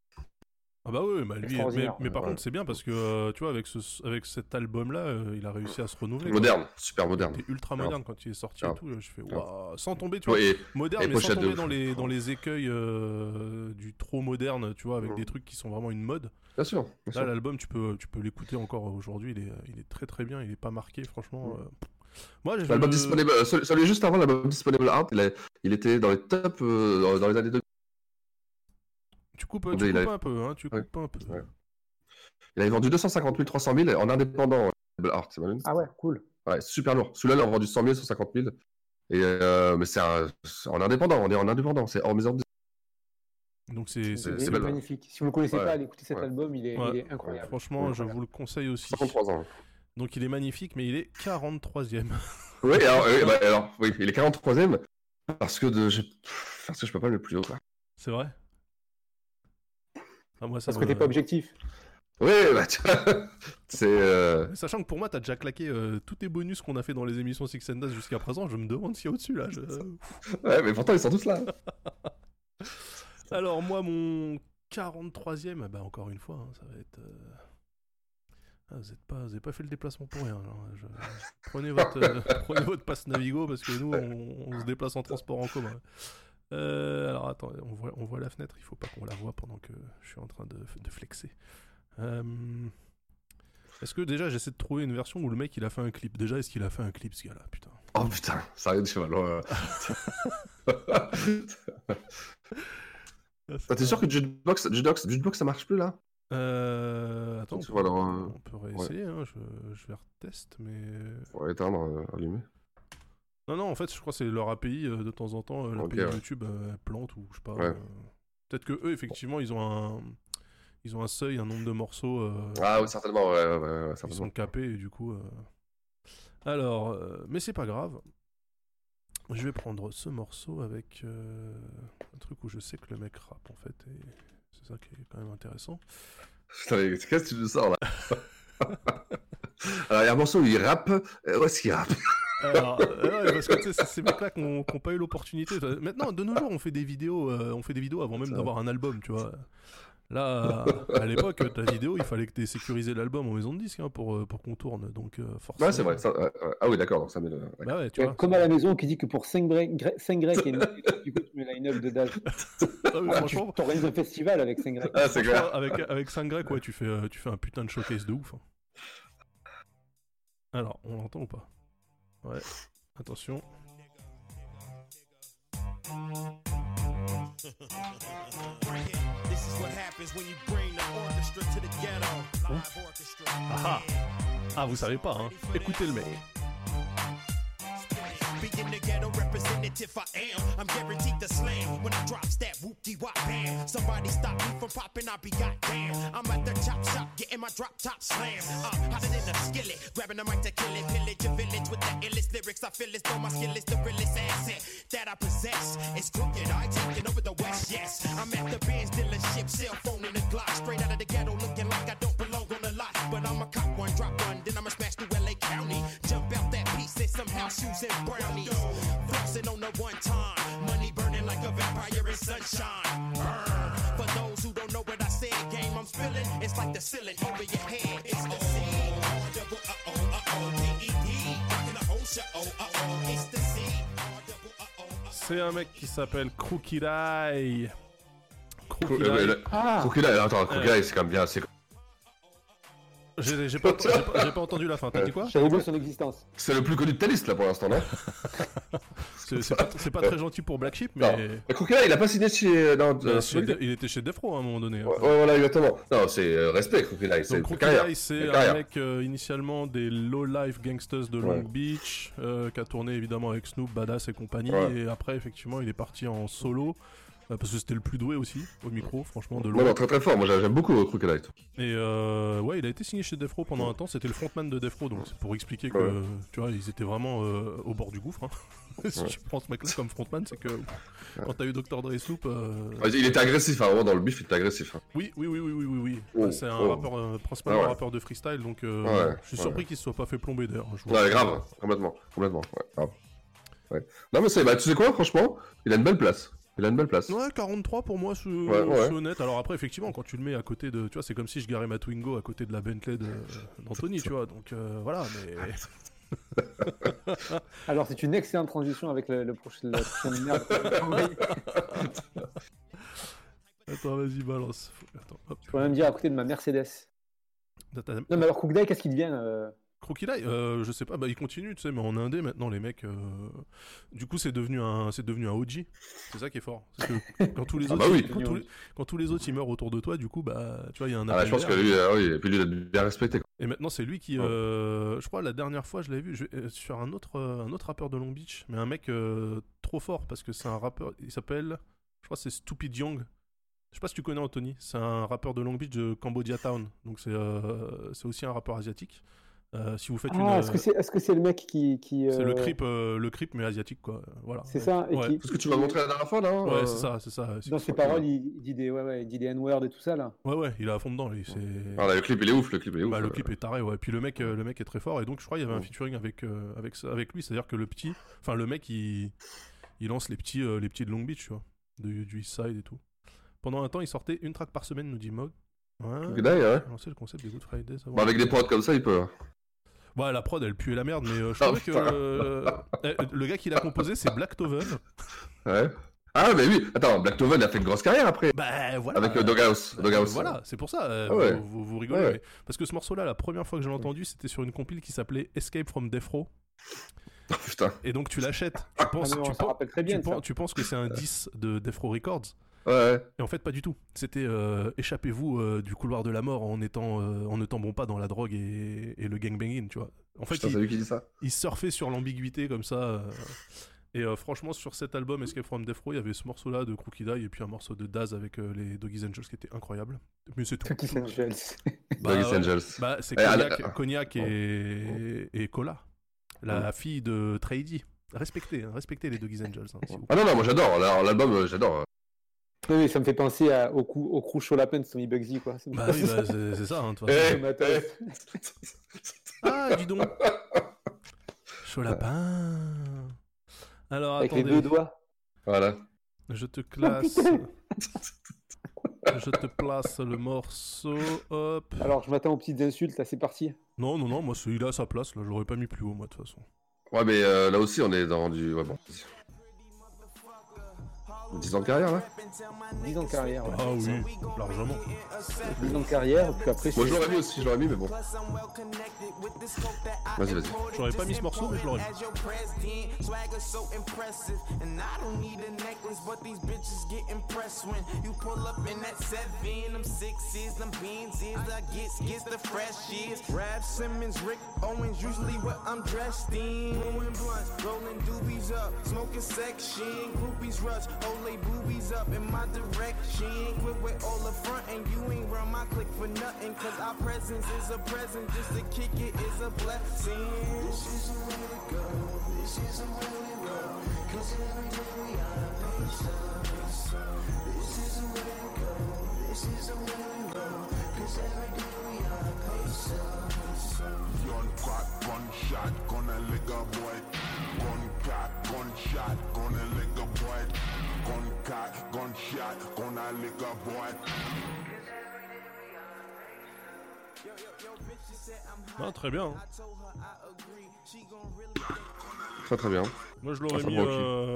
[SPEAKER 5] Ah bah oui, bah lui, mais,
[SPEAKER 7] Extraordinaire.
[SPEAKER 5] mais par
[SPEAKER 6] Ouais.
[SPEAKER 5] contre c'est bien parce que euh, tu vois avec ce avec cet album là, il a réussi à se renouveler. quoi.
[SPEAKER 6] Moderne, super moderne.
[SPEAKER 5] Il était ultra
[SPEAKER 6] Grave.
[SPEAKER 5] moderne quand il est sorti et
[SPEAKER 6] Grave.
[SPEAKER 5] tout. là, Je fais
[SPEAKER 6] Grave.
[SPEAKER 5] waouh, sans tomber tu vois,
[SPEAKER 6] Ouais, et-
[SPEAKER 5] moderne
[SPEAKER 6] et
[SPEAKER 5] mais sans
[SPEAKER 6] pochette de
[SPEAKER 5] tomber
[SPEAKER 6] ouf.
[SPEAKER 5] dans les dans les écueils euh, du trop moderne, tu vois, avec
[SPEAKER 6] Ouais.
[SPEAKER 5] des trucs qui sont vraiment une mode.
[SPEAKER 6] Mmh. Bien sûr. bien
[SPEAKER 5] Là
[SPEAKER 6] sûr.
[SPEAKER 5] l'album tu peux tu peux l'écouter encore aujourd'hui, il est il est très très bien, il est pas marqué franchement. euh. Moi j'ai
[SPEAKER 6] Mmh. L'album disponible, euh, celui, celui juste avant l'album disponible Art, il, a- il était dans les tops euh, dans, dans les années 2000.
[SPEAKER 5] Tu coupes, tu
[SPEAKER 6] Il
[SPEAKER 5] coupes
[SPEAKER 6] a-
[SPEAKER 5] un peu, hein, tu
[SPEAKER 6] Ouais.
[SPEAKER 5] coupes un peu.
[SPEAKER 6] Ouais. Il avait vendu 250 000, 300 000 en indépendant. euh, Label Art, t'imagines
[SPEAKER 7] Ah ouais, cool.
[SPEAKER 6] Ouais, super lourd. Celui-là, il a vendu 100 000, 150 000. Et euh, mais c'est un- c'est en indépendant, on est en indépendant, c'est en maison de
[SPEAKER 5] Donc c'est
[SPEAKER 6] C'est-
[SPEAKER 5] c'est-
[SPEAKER 7] Il est
[SPEAKER 5] c'est-
[SPEAKER 6] belle.
[SPEAKER 7] magnifique. Si vous ne le connaissez
[SPEAKER 6] Ouais,
[SPEAKER 7] pas, allez écouter cet
[SPEAKER 6] ouais.
[SPEAKER 7] album, il est,
[SPEAKER 5] ouais,
[SPEAKER 7] il est incroyable.
[SPEAKER 5] franchement, je vous le conseille aussi.
[SPEAKER 6] 53 ans.
[SPEAKER 5] Donc il est magnifique mais il est 43e.
[SPEAKER 6] Oui, alors, oui, bah, alors, oui, il est 43ème parce que de, je... parce que je peux pas le plus haut. Quoi.
[SPEAKER 5] C'est vrai Ah, moi, ça
[SPEAKER 7] Parce que
[SPEAKER 5] me-
[SPEAKER 7] t'es pas objectif.
[SPEAKER 6] Oui, bah tu vois, c'est. euh,
[SPEAKER 5] Sachant que pour moi, t'as déjà claqué euh, tous tes bonus qu'on a fait dans les émissions Six and Dust jusqu'à présent, je me demande s'il y a au-dessus là. je-
[SPEAKER 6] Ouais, mais pourtant ils sont tous là.
[SPEAKER 5] Alors, moi, mon 43ème, bah encore une fois, hein, ça va être. euh, ah, vous n'avez pas, vous êtes pas fait le déplacement pour rien. alors, hein, je- Prenez, votre, euh, prenez votre passe Navigo parce que nous, on, on se déplace en transport en commun. Euh, alors, attends, on voit, on voit la fenêtre, il faut pas qu'on la voit pendant que je suis en train de, de flexer. Euh, Est-ce que déjà j'essaie de trouver une version où le mec il a fait un clip Déjà, est-ce qu'il a fait un clip ce gars-là Putain.
[SPEAKER 6] Oh putain, sérieux, tu vas loin. Ah, T'es sûr que Jukebox, Jukebox, Jukebox ça marche plus là
[SPEAKER 5] Euh, attends, on
[SPEAKER 6] Tu
[SPEAKER 5] peut,
[SPEAKER 6] vois, alors, euh,
[SPEAKER 5] on peut
[SPEAKER 6] ouais.
[SPEAKER 5] réessayer, hein, je, je vais retest, mais.
[SPEAKER 6] On va éteindre, euh, allumer.
[SPEAKER 5] Non, non, en fait, je crois que c'est leur API euh, de temps en temps, euh, l'API
[SPEAKER 6] Ok, ouais.
[SPEAKER 5] YouTube euh, elle plante ou je sais pas.
[SPEAKER 6] Ouais.
[SPEAKER 5] euh, Peut-être que eux, effectivement, ils ont un, ils ont un seuil, un nombre de morceaux. euh,
[SPEAKER 6] Ah oui, certainement, ouais, ouais, ouais, ouais,
[SPEAKER 5] Ils sont
[SPEAKER 6] certainement.
[SPEAKER 5] capés et du coup. euh, Alors, euh, mais c'est pas grave. Je vais prendre ce morceau avec euh, un truc où je sais que le mec rappe en fait, et c'est ça qui est quand même intéressant.
[SPEAKER 6] Putain, mais qu'est-ce que tu nous sors là Alors, il y a un morceau où il rappe. Euh, Où est-ce qu'il rappe
[SPEAKER 5] Alors, euh, ouais, parce que tu sais, c'est ces mecs-là qui n'ont pas eu l'opportunité. Enfin, Maintenant, de nos jours, on fait des vidéos, euh, on fait des vidéos avant même d'avoir un album, tu vois. Là, à l'époque, ta vidéo, il fallait que tu aies sécurisé l'album en maison de disque hein, pour, euh, pour qu'on tourne. Donc, euh, forcément.
[SPEAKER 6] Ouais, c'est vrai. ça- ouais, ouais. Ah oui, d'accord, donc ça met le. d'accord.
[SPEAKER 5] Bah ouais, tu
[SPEAKER 7] Ouais,
[SPEAKER 5] vois.
[SPEAKER 7] Comme à la maison qui dit que pour 5 grecs, 5 grecs et une- du coup tu mets la line-up de Daz.
[SPEAKER 5] Ah, mais
[SPEAKER 7] Ah, tu
[SPEAKER 5] franchement,
[SPEAKER 7] t'organises un festival avec 5
[SPEAKER 6] Ah,
[SPEAKER 5] Ah,
[SPEAKER 7] grecs.
[SPEAKER 5] franchement, avec, avec 5 grecs, ouais, tu fais, euh, tu fais un putain de showcase de ouf. hein. Alors, on l'entend ou pas Ouais, attention.
[SPEAKER 2] This is what happens when you bring the orchestra to the ghetto. Live orchestra.
[SPEAKER 5] Ah ah Ah, vous savez pas, hein Écoutez le mec.
[SPEAKER 2] Being the ghetto representative, I am. I'm guaranteed to slam when I drops that whoop de wop bam. Somebody stop me from popping, I'll be goddamn. I'm at the chop shop getting my drop top slam. I'm hotter than a skillet, grabbing the mic to kill it. Pillage your village with the illest lyrics. I feel as though my skill is the realest asset that I possess. It's crooked, I taking over the west, yes. I'm at the Benz dealership, cell phone in the Glock. Straight out of the ghetto, looking like I don't belong on the lot. But I'm a cop one, drop one, then I'ma smash through LA County. Jump out that piece, there's somehow shoes and brownies. Flexing on the one time, money burning like a vampire in sunshine. Burn. For those who don't know what I said, game I'm spilling, it's like the ceiling over your head. It's the scene. Double uh oh, uh oh, K.E.D. Rocking the whole show, uh oh, it's the scene.
[SPEAKER 5] C'est un mec qui s'appelle Crookirai.
[SPEAKER 6] Cro- euh, mais le-
[SPEAKER 5] Ah
[SPEAKER 7] Ah.
[SPEAKER 6] Crocodile, attends, Crocodile, c'est quand même bien. C'est
[SPEAKER 5] Euh, J'ai j'ai pas, j'ai pas- j'ai pas entendu la fin, t'as dit quoi
[SPEAKER 7] J'avais oublié son existence.
[SPEAKER 6] euh, c'est le plus connu de ta liste là pour l'instant, non
[SPEAKER 5] C'est c'est pas, c'est pas très gentil pour Black Sheep,
[SPEAKER 6] Non.
[SPEAKER 5] mais.
[SPEAKER 6] Mais Crocodile, il a pas signé chez. Non,
[SPEAKER 5] Bah,
[SPEAKER 6] euh,
[SPEAKER 5] chez
[SPEAKER 6] chez-
[SPEAKER 5] De- il était chez Defro à un moment donné. hein.
[SPEAKER 6] Ouais, voilà, exactement. Non, c'est euh, respect, Crocodile. C'est
[SPEAKER 5] Donc
[SPEAKER 6] une
[SPEAKER 5] Crocodile,
[SPEAKER 6] carrière.
[SPEAKER 5] c'est
[SPEAKER 6] Une
[SPEAKER 5] un
[SPEAKER 6] carrière.
[SPEAKER 5] mec euh, initialement des low life gangsters de Long
[SPEAKER 6] Ouais.
[SPEAKER 5] Beach, euh, qui a tourné évidemment avec Snoop, Badass et compagnie,
[SPEAKER 6] Ouais.
[SPEAKER 5] et après effectivement il est parti en solo. euh, Parce que c'était le plus doué aussi au micro, franchement, de
[SPEAKER 6] Non,
[SPEAKER 5] loin.
[SPEAKER 6] non, très très fort. Moi, j'a- j'aime beaucoup euh, Crocodile.
[SPEAKER 5] Et euh, ouais, il a été signé chez Defro pendant un temps. C'était le frontman de Defro, donc c'est pour expliquer que
[SPEAKER 6] Bah Ouais.
[SPEAKER 5] tu vois, ils étaient vraiment euh, au bord du gouffre. hein. si
[SPEAKER 6] Ouais.
[SPEAKER 5] tu prends ce mec-là comme frontman, c'est que quand t'as eu Dr Dre et Snoop, euh,
[SPEAKER 6] Ah, Il était agressif, à un moment dans le bif, il était agressif. hein.
[SPEAKER 5] Oui, oui, oui, oui, oui, oui. oui.
[SPEAKER 6] Oh,
[SPEAKER 5] Bah, c'est un
[SPEAKER 6] oh.
[SPEAKER 5] rappeur, euh, principalement
[SPEAKER 6] Ah ouais.
[SPEAKER 5] un rappeur de freestyle, donc euh,
[SPEAKER 6] Ouais,
[SPEAKER 5] je suis
[SPEAKER 6] ouais.
[SPEAKER 5] surpris qu'il se soit pas fait plomber d'ailleurs. je vous-
[SPEAKER 6] Ouais, grave, complètement, complètement. Ouais, grave. Ouais. Non, mais c'est, bah, tu sais quoi, franchement, il a une belle place. Il a une belle place.
[SPEAKER 5] Ouais, 43 pour moi, c'est
[SPEAKER 6] Ouais, ouais.
[SPEAKER 5] c'est honnête. Alors après, effectivement, quand tu le mets à côté de. Tu vois, c'est comme si je garais ma Twingo à côté de la Bentley de- euh, d'Anthony, tu vois. Donc euh, voilà, mais.
[SPEAKER 7] Alors c'est une excellente transition avec le, le prochain la prochaine merde.
[SPEAKER 5] Attends, vas-y, balance. Faut- Attends, hop.
[SPEAKER 7] Je pourrais même dire à côté de ma Mercedes.
[SPEAKER 5] Attends,
[SPEAKER 7] Non mais alors Cookday, qu'est-ce qu'il devient euh,
[SPEAKER 5] Crocodile, euh, je sais pas, bah il continue, tu sais, mais en indé maintenant les mecs. euh, Du coup, c'est devenu un, c'est devenu un OG. C'est ça qui est fort. C'est que quand tous les
[SPEAKER 6] Ah
[SPEAKER 5] autres,
[SPEAKER 6] bah oui.
[SPEAKER 5] quand, tous les, quand tous les autres ils meurent autour de toi, du coup, bah tu vois, il y a un.
[SPEAKER 6] Ah,
[SPEAKER 5] appel
[SPEAKER 6] je pense que
[SPEAKER 5] d'air.
[SPEAKER 6] lui, euh, oui, et puis lui, il a bien respecté.
[SPEAKER 5] Et maintenant, c'est lui qui. euh, je crois, la dernière fois, je l'ai vu je- euh, sur un autre, euh, un autre rappeur de Long Beach, mais un mec euh, trop fort parce que c'est un rappeur. Il s'appelle. Je crois que c'est Stupid Young. Je sais pas si tu connais Anthony. C'est un rappeur de Long Beach de Cambodia Town. Donc, c'est euh, c'est aussi un rappeur asiatique. Euh, si vous faites une.
[SPEAKER 7] Ah, est-ce que c'est est -ce c'est le mec qui. qui
[SPEAKER 5] C'est
[SPEAKER 7] euh,
[SPEAKER 5] le creep, euh, le creep mais asiatique quoi. Voilà.
[SPEAKER 7] C'est ça, et qui- Parce que tu m'as montré la dernière fois, là,
[SPEAKER 5] Ouais,
[SPEAKER 7] euh,
[SPEAKER 5] c'est ça, c'est ça. Ah
[SPEAKER 7] Dans ses paroles, il, il dit des, ouais, ouais, il dit des N-word et tout ça, là.
[SPEAKER 5] Ouais, ouais, il est à fond dedans. Lui, c'est-
[SPEAKER 6] Ah, là, le clip, il est ouf, le clip, il est ouf.
[SPEAKER 5] Bah, le
[SPEAKER 6] Euh,
[SPEAKER 5] clip est taré, ouais. Puis le mec, euh, le mec est très fort. Et donc, je crois qu'il y avait un featuring avec, euh, avec, ça- avec lui. C'est-à-dire que le petit. Enfin, le mec, il, il lance les petits, euh, les petits de Long Beach, tu vois. Du, du East Side et tout. Pendant un temps, il sortait une track par semaine, nous dit Mog. Ouais.
[SPEAKER 6] Good day, ouais.
[SPEAKER 5] On sait le concept des Good Friday. ça,
[SPEAKER 6] Bah,
[SPEAKER 5] voilà.
[SPEAKER 6] avec des prods Ah, comme ça, il peut.
[SPEAKER 5] Bah, la prod, elle puait la merde, mais euh, je trouvais que. euh, euh, le gars qui l'a composé, c'est Black Toven.
[SPEAKER 6] Ouais. Ah, mais oui, attends, Black Toven a fait une grosse carrière après.
[SPEAKER 5] Bah, voilà.
[SPEAKER 6] Avec euh, Doghouse.
[SPEAKER 5] Euh,
[SPEAKER 6] Doghouse.
[SPEAKER 5] Voilà, c'est pour ça. euh,
[SPEAKER 6] Ah ouais.
[SPEAKER 5] vous, vous- vous rigolez.
[SPEAKER 6] Ouais.
[SPEAKER 5] mais- Parce que ce morceau-là, la première fois que je l'ai entendu, c'était sur une compile qui s'appelait Escape from Death Row.
[SPEAKER 6] putain.
[SPEAKER 5] Et donc tu l'achètes. Tu penses,
[SPEAKER 6] mais on
[SPEAKER 5] tu,
[SPEAKER 6] s'en
[SPEAKER 5] pen-
[SPEAKER 6] rappelle très bien
[SPEAKER 5] tu
[SPEAKER 6] de
[SPEAKER 5] pen-
[SPEAKER 6] Ah, ça.
[SPEAKER 5] tu penses que c'est un 10 de Death Row Records.
[SPEAKER 6] Ouais.
[SPEAKER 5] Et en fait, pas du tout. C'était euh, échappez-vous euh, du couloir de la mort en étant euh, en ne tombant pas dans la drogue et, et le gangbanging, tu vois. En fait,
[SPEAKER 6] Putain,
[SPEAKER 5] il,
[SPEAKER 6] c'est lui qui dit ça.
[SPEAKER 5] il surfait sur l'ambiguïté comme ça. euh, et euh, franchement, sur cet album Escape from Death Row, il y avait ce morceau-là de Crookie Die et puis un morceau de Daz avec euh, les Doggies Angels qui était incroyable. Mais c'est tout.
[SPEAKER 7] Cookies Angels.
[SPEAKER 5] Bah,
[SPEAKER 6] Doggies
[SPEAKER 5] ouais.
[SPEAKER 6] Angels.
[SPEAKER 5] Bah, c'est
[SPEAKER 6] Eh,
[SPEAKER 5] Cognac,
[SPEAKER 6] alors-
[SPEAKER 5] Cognac et, et Cola, la
[SPEAKER 6] Ouais.
[SPEAKER 5] fille de Trady. Respectez, hein, respectez les Doggies Angels. hein, s'il vous
[SPEAKER 6] Ah non, non, moi j'adore. Alors, l'album, euh, j'adore.
[SPEAKER 7] Non, mais ça me fait penser à, au, coup, au crew Cholapen de Tommy Bugsy, quoi. C'est
[SPEAKER 5] Bah oui, bah, c'est c'est ça, hein, de toute
[SPEAKER 7] Eh,
[SPEAKER 5] façon.
[SPEAKER 7] Matos.
[SPEAKER 5] Ah, dis donc Chaud lapin Bah. Alors,
[SPEAKER 7] Avec les
[SPEAKER 5] attendez.
[SPEAKER 7] deux doigts.
[SPEAKER 6] Voilà.
[SPEAKER 5] Je te classe. je te place le morceau. Hop.
[SPEAKER 7] Alors, je m'attends aux petites insultes, là, c'est parti.
[SPEAKER 5] Non, non, non, moi, c'est- il est à sa place, là. Je l'aurais pas mis plus haut, moi, de toute façon.
[SPEAKER 6] Ouais, mais euh, là aussi, on est dans du. Ouais, bon. vas-y. 10 ans de carrière, là
[SPEAKER 7] 10 ans de carrière, ouais.
[SPEAKER 5] Ah oui, largement.
[SPEAKER 7] 10 ans de carrière, puis après...
[SPEAKER 6] Moi, je l'aurais mis aussi, je l'aurais mis, mais bon. Vas-y, vas-y.
[SPEAKER 5] J'aurais pas mis ce morceau, mais je l'aurais mis.
[SPEAKER 3] as your president. Swagger so impressive. And I don't need a necklace, but these bitches get impressed when you pull up in that seven. Them sixes, them beans is I get gets the freshies. Rav Simmons, Rick Owens, usually what I'm dressed in. Blowing blunts, rolling doobies up, smoking section. Groupies rush, ole boobies up in my direction. Quit with all the front and you ain't run my click for nothing. Cause our presence is a present, just to kick it is a blessing. This is the way to go, this is the way we roll. Cause every day we are make This is the way to go, this is the way we roll. Cause every day we are make
[SPEAKER 23] Gun crack, gunshot, gonna lick a boy. Gun crack, gunshot, gonna lick a boy. Gun crack, gunshot, gonna lick a boy.
[SPEAKER 5] Ah, très bien. hein.
[SPEAKER 6] Très, très bien.
[SPEAKER 5] Moi, je
[SPEAKER 6] Ah,
[SPEAKER 5] l'aurais
[SPEAKER 6] ça
[SPEAKER 5] mis.
[SPEAKER 6] me va, ok.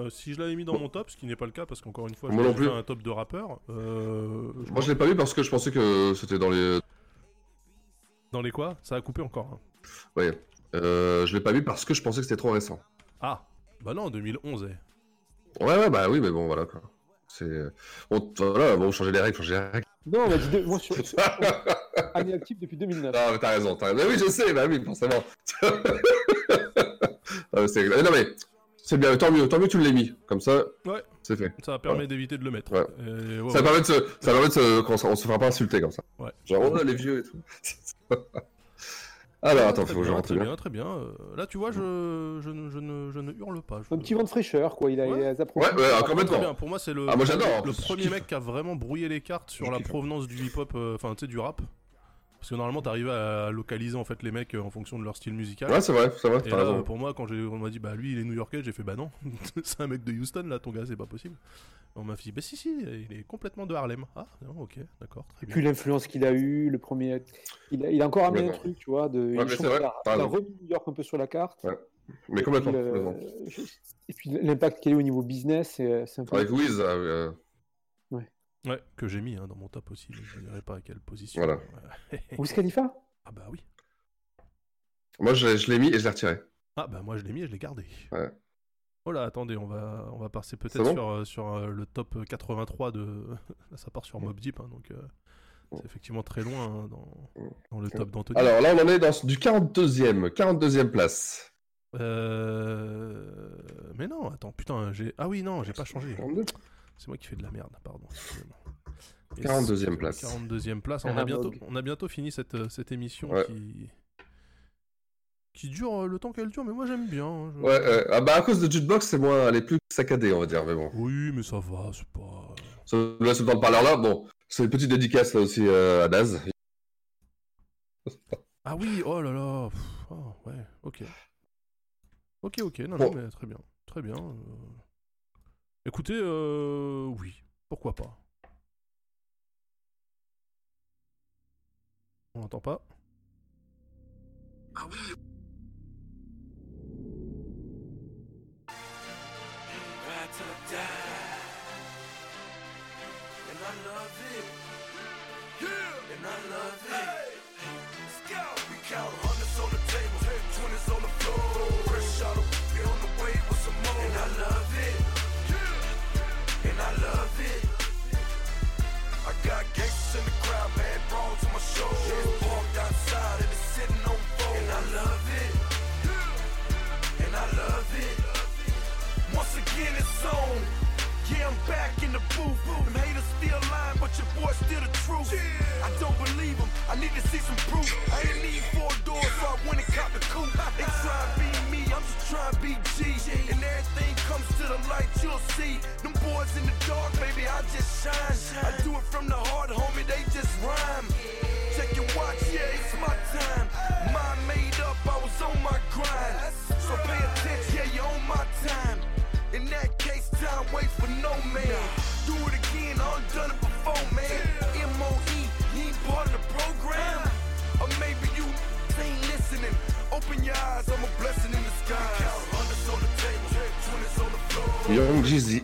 [SPEAKER 5] euh, si je l'avais mis dans mon top, ce qui n'est pas le cas, parce qu'encore une fois,
[SPEAKER 6] Moi
[SPEAKER 5] je
[SPEAKER 6] non
[SPEAKER 5] fait
[SPEAKER 6] plus.
[SPEAKER 5] un top de rappeur. euh, je
[SPEAKER 6] Moi,
[SPEAKER 5] pense-
[SPEAKER 6] je l'ai pas mis parce que je pensais que c'était dans les.
[SPEAKER 5] Dans les quoi Ça a coupé encore. hein.
[SPEAKER 6] Ouais. Euh, je l'ai pas mis parce que je pensais que c'était trop récent.
[SPEAKER 5] Ah Bah non, 2011. eh.
[SPEAKER 6] Ouais, ouais, bah oui, mais bon, voilà quoi. C'est. On... Voilà, bon, changer les règles, changer les règles.
[SPEAKER 7] Non, bah, dis deux, moi, sur... Année active depuis 2009.
[SPEAKER 6] Ah, mais t'as raison, t'as raison. Mais oui, je sais, bah oui, forcément. Ah, mais c'est- Non, mais c'est bien, tant mieux, tant mieux, tu l'aies mis. Comme ça,
[SPEAKER 5] Ouais.
[SPEAKER 6] c'est fait.
[SPEAKER 5] Ça permet d'éviter de le mettre.
[SPEAKER 6] Ouais.
[SPEAKER 5] Et ouais,
[SPEAKER 6] ça
[SPEAKER 5] ouais.
[SPEAKER 6] permet de se. Ça permet de se... qu'on se- On se fera pas insulter comme ça.
[SPEAKER 5] Ouais.
[SPEAKER 6] Genre, oh, les vieux et tout. Alors, Ah bah, attends,
[SPEAKER 5] Très
[SPEAKER 6] faut que je
[SPEAKER 5] bien,
[SPEAKER 6] rentre
[SPEAKER 5] très
[SPEAKER 6] hein. bien.
[SPEAKER 5] bien, très bien. Euh, Là, tu vois, je, je, ne, je ne- je ne hurle pas. je-
[SPEAKER 7] Un petit vent de fraîcheur, quoi. Il a, il a approché.
[SPEAKER 6] Ouais, ouais, ah, complètement.
[SPEAKER 5] Très bien, Pour moi, c'est le,
[SPEAKER 6] Ah, moi, j'adore, en
[SPEAKER 5] le
[SPEAKER 6] plus, je
[SPEAKER 5] premier
[SPEAKER 6] kiffe.
[SPEAKER 5] mec qui a vraiment brouillé les cartes sur la provenance du hip-hop, euh, enfin, tu sais, du rap. Parce que normalement, t'arrives à localiser en fait les mecs euh, en fonction de leur style musical.
[SPEAKER 6] Ouais, c'est vrai, c'est vrai,
[SPEAKER 5] Et
[SPEAKER 6] t'as
[SPEAKER 5] là,
[SPEAKER 6] raison.
[SPEAKER 5] euh, pour moi, quand j'ai- on m'a dit, bah lui, il est new-yorkais, j'ai fait, bah non, c'est un mec de Houston, là, ton gars, c'est pas possible. Et on m'a dit, bah si, si, il est complètement de Harlem. Ah, non, ok, d'accord, très
[SPEAKER 7] Et
[SPEAKER 5] bien.
[SPEAKER 7] puis l'influence qu'il a eue, le premier. Il a, il a encore amené un
[SPEAKER 5] Complètement.
[SPEAKER 7] truc, tu vois. De...
[SPEAKER 5] Ouais,
[SPEAKER 7] il
[SPEAKER 5] mais
[SPEAKER 7] je
[SPEAKER 5] c'est
[SPEAKER 7] trouve
[SPEAKER 5] vrai,
[SPEAKER 7] qu'il a-
[SPEAKER 5] t'as
[SPEAKER 7] il a
[SPEAKER 5] raison.
[SPEAKER 7] remis New York un peu sur la carte.
[SPEAKER 6] Ouais. Mais complètement,
[SPEAKER 7] Et puis, euh,
[SPEAKER 6] complètement.
[SPEAKER 7] Et puis l'impact qu'il a eu au niveau business, c'est c'est un peu.
[SPEAKER 6] Avec Wiz, ah, oui, euh,
[SPEAKER 5] Ouais, que j'ai mis hein, dans mon top aussi, mais je dirais pas à quelle position. Euh,
[SPEAKER 6] Voilà.
[SPEAKER 7] Wiz Khalifa
[SPEAKER 5] Ah bah oui.
[SPEAKER 6] moi je, je l'ai mis et je l'ai retiré.
[SPEAKER 5] Ah bah moi je l'ai mis et je l'ai gardé.
[SPEAKER 6] Ouais.
[SPEAKER 5] Oh là, attendez, on va, on va passer peut-être
[SPEAKER 6] C'est bon
[SPEAKER 5] sur, euh, sur euh, le top 83 de. Là, ça part sur Mob Deep, hein, donc euh, c'est effectivement très loin hein, dans, dans le top d'Anthony.
[SPEAKER 6] Mm. Alors là, on en est dans ce- du 42e, 42e place.
[SPEAKER 5] Euh, Mais non, attends, putain, j'ai. Ah oui, non, j'ai pas changé. C'est moi qui fais de la merde, pardon. excusez-moi. Et
[SPEAKER 6] 42e
[SPEAKER 5] c'est-
[SPEAKER 6] place.
[SPEAKER 5] 42e place. On
[SPEAKER 6] Ah,
[SPEAKER 5] a bientôt,
[SPEAKER 6] Vogue.
[SPEAKER 5] on a bientôt fini cette, euh, cette émission
[SPEAKER 6] Ouais.
[SPEAKER 5] qui. qui dure euh, le temps qu'elle dure, mais moi j'aime bien. hein, je-
[SPEAKER 6] Ouais, euh, ah bah à cause de Jukebox, c'est moins, elle est plus saccadée, on va dire, mais bon.
[SPEAKER 5] Oui, mais ça va, Oh, c'est pas.
[SPEAKER 6] Ça nous laisse le temps de parler là. Bon, c'est une petite dédicace là aussi euh, à Daz.
[SPEAKER 5] Ah oui, oh là là. pff, ah ouais, ok. Ok, ok, non, non,
[SPEAKER 6] Bon.
[SPEAKER 5] mais très bien. Très bien. euh. Écoutez, euh, oui, pourquoi pas. On n'entend pas.
[SPEAKER 3] Ride till I die. And I love it. Yeah. And I love it. Let's go. We count hundreds on the table, twenties on the floor. Fresh out of we on the way with some more. And I love it. Yeah. And I love it. I got gangsters in the crowd, mad brawls on my show. Yeah. Parked outside and it's sitting on four. And I love it. Yeah. And I love it. Once again, it's on. Yeah, I'm back in the booth. Them haters still lying, but your boy's still the truth. I don't believe them. I need to see some proof. I ain't need four doors, so I went and cop the coupe. They try to be me, I'm just trying to be G. And everything comes to the light, you'll see. Them boys in the dark, baby, I just shine. I do it from the heart, homie, they just rhyme. Check your watch, yeah, it's my time. Mind made up, I was on my grind. So pay attention, yeah, you're on my time. In that case, time waits for no man. Do it again, I done done it before, man. MOE, you ain't part of the program. Or maybe you ain't listening. Open your eyes, I'm a blessing in disguise. Count hundreds on the table, twenties on the floor.
[SPEAKER 6] Young Jeezy.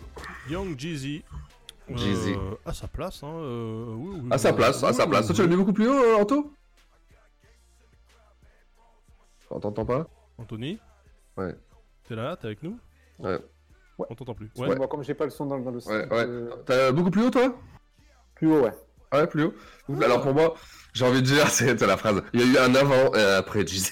[SPEAKER 5] Young Jeezy. Euh,
[SPEAKER 6] Jeezy.
[SPEAKER 5] à sa place, hein. euh, oui, oui,
[SPEAKER 6] À sa
[SPEAKER 5] oui,
[SPEAKER 6] place, à
[SPEAKER 5] oui,
[SPEAKER 6] sa
[SPEAKER 5] oui,
[SPEAKER 6] place. Toi, tu l'as
[SPEAKER 5] oui.
[SPEAKER 6] mis beaucoup plus haut, euh, Anto On t'entend pas
[SPEAKER 5] Anthony,
[SPEAKER 6] Ouais.
[SPEAKER 5] t'es là, t'es avec nous
[SPEAKER 6] Ouais.
[SPEAKER 5] On t'entend plus.
[SPEAKER 7] Ouais. Moi, comme j'ai pas le son dans, le- euh, dans le
[SPEAKER 6] Ouais, ouais. T'as beaucoup plus haut, toi Ah
[SPEAKER 7] Plus haut, ouais.
[SPEAKER 6] Ouais, plus haut. Donc, Alors pour moi, j'ai envie de dire, c'est c'est la phrase. Il y a eu un avant et un après Jeezy.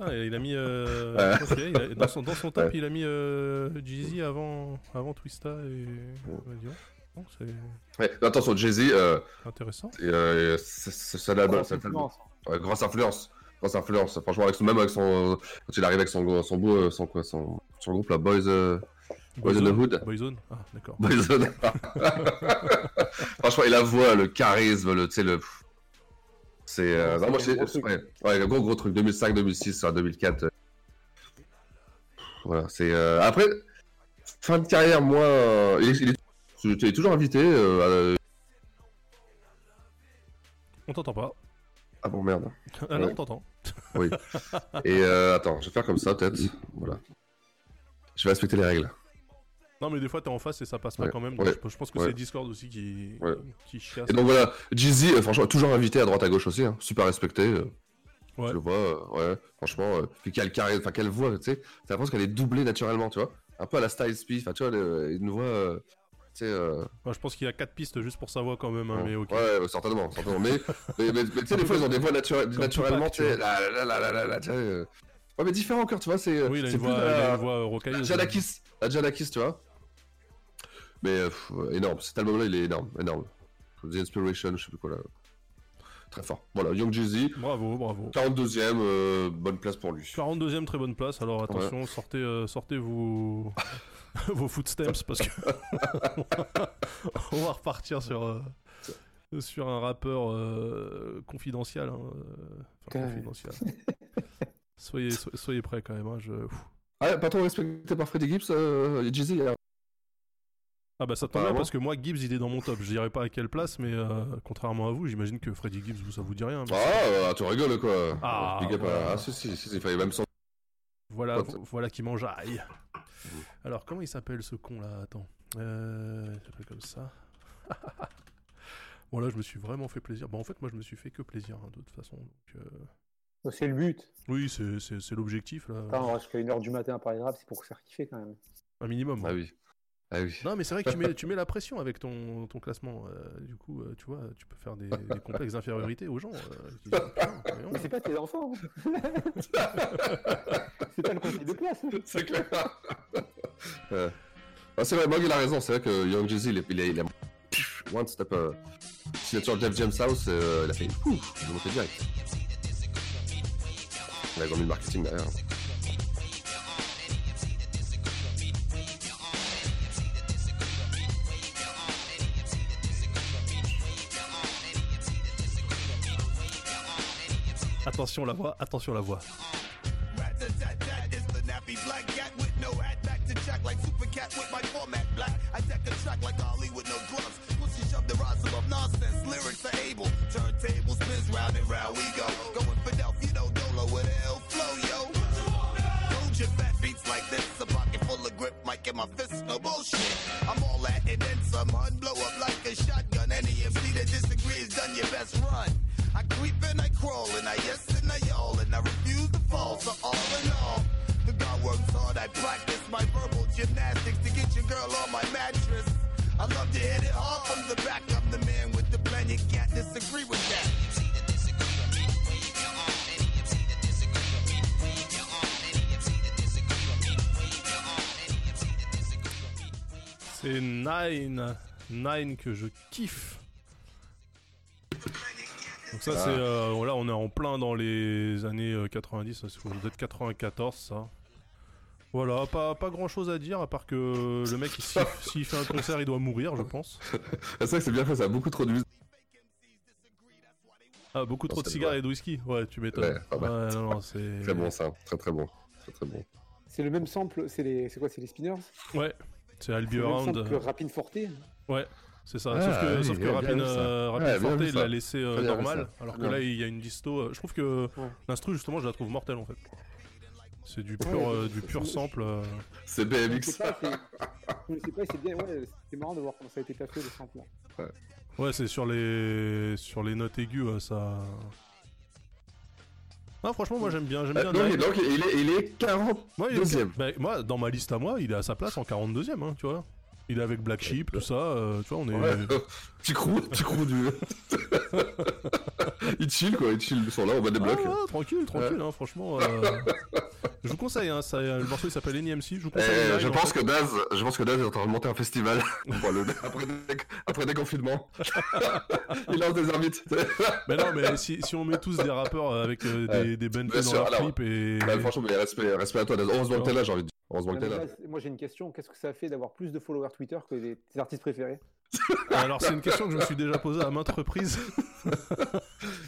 [SPEAKER 5] Ah, il a mis. euh,
[SPEAKER 6] Ouais.
[SPEAKER 5] je pense qu'il a- il a- dans, son, dans son top,
[SPEAKER 6] Ouais.
[SPEAKER 5] il a mis euh, Jeezy avant, avant Twista et. Ouais, dis donc. Bon, c'est
[SPEAKER 6] Ouais, mais attention, Jay-Z, euh,
[SPEAKER 5] intéressant.
[SPEAKER 6] et, euh, c'est- c'est c'est l'album,
[SPEAKER 5] Grosse
[SPEAKER 6] c'est l'album.
[SPEAKER 5] influence.
[SPEAKER 6] Ouais, grosse influence. Grosse influence. Franchement, avec son, même avec son. euh, Quand il arrive avec son, son, beau, euh, son, quoi, son, son groupe, là, Boys, euh, Boys in the
[SPEAKER 5] Boyzone.
[SPEAKER 6] Hood.
[SPEAKER 5] Boyzone. Ah, d'accord.
[SPEAKER 6] Boyzone. Franchement, et la voix, le charisme, le. Tu sais, le. C'est. euh, non, moi,
[SPEAKER 5] c'est un
[SPEAKER 6] c'est.
[SPEAKER 5] gros truc.
[SPEAKER 6] Ouais, ouais, le gros, gros truc. 2005, 2006, euh, 2004. euh. Voilà, c'est. euh, Après, fin de carrière, moi. euh, Il est, il est- il est toujours invité. euh, à-
[SPEAKER 5] On t'entend pas.
[SPEAKER 6] Ah bon, merde.
[SPEAKER 5] Ah là,
[SPEAKER 6] Ouais.
[SPEAKER 5] on t'entend.
[SPEAKER 6] Oui. Et euh, attends, je vais faire comme ça, peut-être. Voilà. Je vais respecter les règles.
[SPEAKER 5] Non, mais des fois, t'es en face et ça passe pas
[SPEAKER 6] Ouais,
[SPEAKER 5] quand même. donc
[SPEAKER 6] ouais,
[SPEAKER 5] je, je pense que
[SPEAKER 6] ouais.
[SPEAKER 5] c'est Discord aussi qui,
[SPEAKER 6] Ouais.
[SPEAKER 5] qui chiasse.
[SPEAKER 6] Et donc voilà, Jeezy, euh, franchement, toujours invité à droite à gauche aussi, hein, super respecté. euh,
[SPEAKER 5] Ouais.
[SPEAKER 6] Je le vois, euh, ouais, franchement, euh, puis quelle carré, enfin quelle voix, tu sais, t'as l'impression qu'elle est doublée naturellement, tu vois, un peu à la Style Speed, enfin tu vois, le- une voix, euh, tu sais, euh,
[SPEAKER 5] Ouais, je pense qu'il y a 4 pistes juste pour sa voix quand même, hein, mais ok.
[SPEAKER 6] ouais, ouais, certainement, certainement, mais, mais, mais- mais tu sais, des fois ils ont des voix naturel-
[SPEAKER 5] Comme
[SPEAKER 6] naturellement,
[SPEAKER 5] Tupac, tu
[SPEAKER 6] tu sais,
[SPEAKER 5] vois.
[SPEAKER 6] là, là, là, là, là, là, tu sais, euh, ouais, mais différent encore, tu vois, c'est,
[SPEAKER 5] Oui, il a
[SPEAKER 6] c'est
[SPEAKER 5] une voix,
[SPEAKER 6] plus
[SPEAKER 5] il a
[SPEAKER 6] la-
[SPEAKER 5] une voix euh, rocailleuse.
[SPEAKER 6] la Jadakis, la Jadakis, tu vois, mais euh, pff, énorme, cet album-là, il est énorme, énorme, The Inspiration, je sais plus quoi là, très fort, voilà, Young Jeezy,
[SPEAKER 5] Bravo, bravo.
[SPEAKER 6] 42ème, euh, bonne place pour lui.
[SPEAKER 5] 42 e très bonne place, alors attention, sortez, euh, sortez vos... vos footsteps parce que on va repartir sur, euh, sur un rappeur euh, confidentiel. hein, euh, enfin,
[SPEAKER 6] Putain.
[SPEAKER 5] confidentiel. soyez, so- soyez prêts quand même. hein, je... Ouh.
[SPEAKER 6] Ah, pas trop respecté par Freddy Gibbs, euh, Jeezy, il a-
[SPEAKER 5] Ah bah ça tombe bien
[SPEAKER 6] Apparemment.
[SPEAKER 5] parce que moi Gibbs il est dans mon top. Je dirais pas à quelle place, mais euh, contrairement à vous, j'imagine que Freddy Gibbs vous ça vous dit rien. mais-
[SPEAKER 6] Ah, euh, tu rigoles quoi
[SPEAKER 5] Ah,
[SPEAKER 6] Big up à-
[SPEAKER 5] voilà.
[SPEAKER 6] Ah, si, si, si, si, il fallait même s'en...
[SPEAKER 5] Voilà,
[SPEAKER 6] Pote.
[SPEAKER 5] vo- voilà qui m'enjaille.
[SPEAKER 7] Mmh.
[SPEAKER 5] Alors, comment il s'appelle ce con là Attends. Euh, il s'appelle comme ça. bon, là, je me suis vraiment fait plaisir. Bon, en fait, moi, je me suis fait que plaisir, hein, de toute façon. Donc, euh,
[SPEAKER 7] C'est le but.
[SPEAKER 5] Oui, c'est- c'est c'est l'objectif là.
[SPEAKER 7] Attends, on reste jusqu'à 1h du matin à parler de rap, c'est pour faire kiffer quand même.
[SPEAKER 5] Un minimum.
[SPEAKER 6] Ah oui. Ah oui.
[SPEAKER 5] Non, mais c'est vrai que tu mets, tu mets la pression avec ton, ton classement. euh, du coup, euh, tu vois, tu peux faire des, des complexes d'infériorité aux gens. euh, qui disent, Putain, voyons.
[SPEAKER 7] Mais c'est pas tes enfants. hein. c'est pas le conseil de classe. hein.
[SPEAKER 6] C'est clair. Euh, ah, c'est vrai, Mog il a raison, c'est vrai que Young Jeezy il est... Il est, il est- Pif, One step... Euh... Signature Jeff James House, euh, il a fait... Ouh, il est monté direct. Il a grand le marketing derrière.
[SPEAKER 5] Attention la voix, attention la voix.
[SPEAKER 4] Rat-a-tat-tat is the nappy black cat with no hat back to check like super cat with my format black. I deck a track like Ollie with no gloves. Pussy shove the rhymes of nonsense. Lyrics are able. Turntable spins round and round we go. Going for Delph, you know Dolo with L flow, yo. Hold your fat beats like this. A pocket full of grip, mic in my fist. No bullshit. I'm all that and then some hun. Blow up like a shotgun. Any MC that disagrees done your best run. I creep and I crawl and I yes and I all and I refuse to fall. So all in all, the God works hard. I practice my verbal gymnastics to get your girl on my mattress. I love to hit it hard from the back. I'm the man with the plan. You can't disagree with that.
[SPEAKER 5] C'est Nine. Nine que je kiffe. Donc ça
[SPEAKER 6] Ah.
[SPEAKER 5] c'est euh, là on est en plein dans les années euh, 90, ça c'est peut-être 94 ça. Voilà, pas, pas grand chose à dire à part que le mec il- s'il s'il fait un concert il doit mourir je pense.
[SPEAKER 6] C'est vrai que c'est bien fait, ça a beaucoup trop de musique.
[SPEAKER 5] Ah beaucoup trop de cigares et de whisky, ouais tu m'étonnes.
[SPEAKER 6] Ouais, pas mal.
[SPEAKER 5] Ouais, non, non, c'est...
[SPEAKER 6] Très bon ça, très très bon. Très très bon.
[SPEAKER 7] C'est le même sample, c'est les... c'est quoi, c'est les spinners
[SPEAKER 5] Ouais, c'est I'll Be
[SPEAKER 7] C'est le même
[SPEAKER 5] Around.
[SPEAKER 7] sample que Rapine Forte. hein.
[SPEAKER 5] Ouais, c'est ça.
[SPEAKER 6] Ah,
[SPEAKER 5] sauf que,
[SPEAKER 6] oui,
[SPEAKER 5] sauf que
[SPEAKER 6] bien
[SPEAKER 5] Rapin,
[SPEAKER 6] vu ça.
[SPEAKER 5] euh, Rapin
[SPEAKER 6] Ouais, bien
[SPEAKER 5] Forte,
[SPEAKER 6] vu
[SPEAKER 5] il
[SPEAKER 6] ça.
[SPEAKER 5] l'a laissé euh,
[SPEAKER 6] Très bien vu
[SPEAKER 5] normal.
[SPEAKER 6] ça.
[SPEAKER 5] Alors que
[SPEAKER 6] Bien.
[SPEAKER 5] là, il y a une disto. euh, je trouve que l'instru, justement, je la trouve mortelle en fait. C'est du pur,
[SPEAKER 7] Ouais,
[SPEAKER 5] euh,
[SPEAKER 7] c'est-
[SPEAKER 5] du
[SPEAKER 7] c'est-
[SPEAKER 5] pur
[SPEAKER 7] c'est-
[SPEAKER 5] sample. euh.
[SPEAKER 7] Je sais pas, c'est- Je sais pas, c'est bien, ouais, c'était marrant de voir comment ça a été taffé le sample.
[SPEAKER 5] Ouais, c'est sur les sur les notes aiguës, euh, ça. Ah, franchement, moi j'aime bien. J'aime
[SPEAKER 6] Euh,
[SPEAKER 5] bien
[SPEAKER 6] donc,
[SPEAKER 5] Nine.
[SPEAKER 6] il- donc, il est- il est 42e.
[SPEAKER 5] Bah, moi, dans ma liste à moi, il est à sa place en 42ème, hein, tu vois. Il est avec Black Sheep, tout ça, euh, tu vois, on est.
[SPEAKER 6] Ouais. petit crew, petit crew du. il chill quoi, il chill, ils sont là au bas des blocs.
[SPEAKER 5] Ah ouais, tranquille, tranquille,
[SPEAKER 6] Ouais.
[SPEAKER 5] hein, franchement. euh, je vous conseille, hein, ça- le morceau il s'appelle NMC. Je vous
[SPEAKER 6] Eh,
[SPEAKER 5] conseille. Nine,
[SPEAKER 6] je
[SPEAKER 5] en
[SPEAKER 6] pense
[SPEAKER 5] fait.
[SPEAKER 6] que Daz, je pense que Daz est en train de monter un festival pour le- après, des, après des confinements. il lance des arbitres.
[SPEAKER 5] Mais non, mais si, si on met tous des rappeurs avec euh, des,
[SPEAKER 6] Ouais.
[SPEAKER 5] des BNP
[SPEAKER 6] Bien
[SPEAKER 5] dans
[SPEAKER 6] sûr,
[SPEAKER 5] leur
[SPEAKER 6] alors,
[SPEAKER 5] clip et.
[SPEAKER 6] bah, franchement, mais respect, respect à toi, Daz. Heureusement que t'es là, j'ai envie de dire. Heureusement que
[SPEAKER 7] Non,
[SPEAKER 6] t'es
[SPEAKER 7] mais
[SPEAKER 6] là.
[SPEAKER 7] là, c'est- moi j'ai une question, qu'est-ce que ça fait d'avoir plus de followers Twitter que des, tes artistes préférés
[SPEAKER 5] Euh, Alors, c'est une question que je me suis déjà posée à maintes reprises.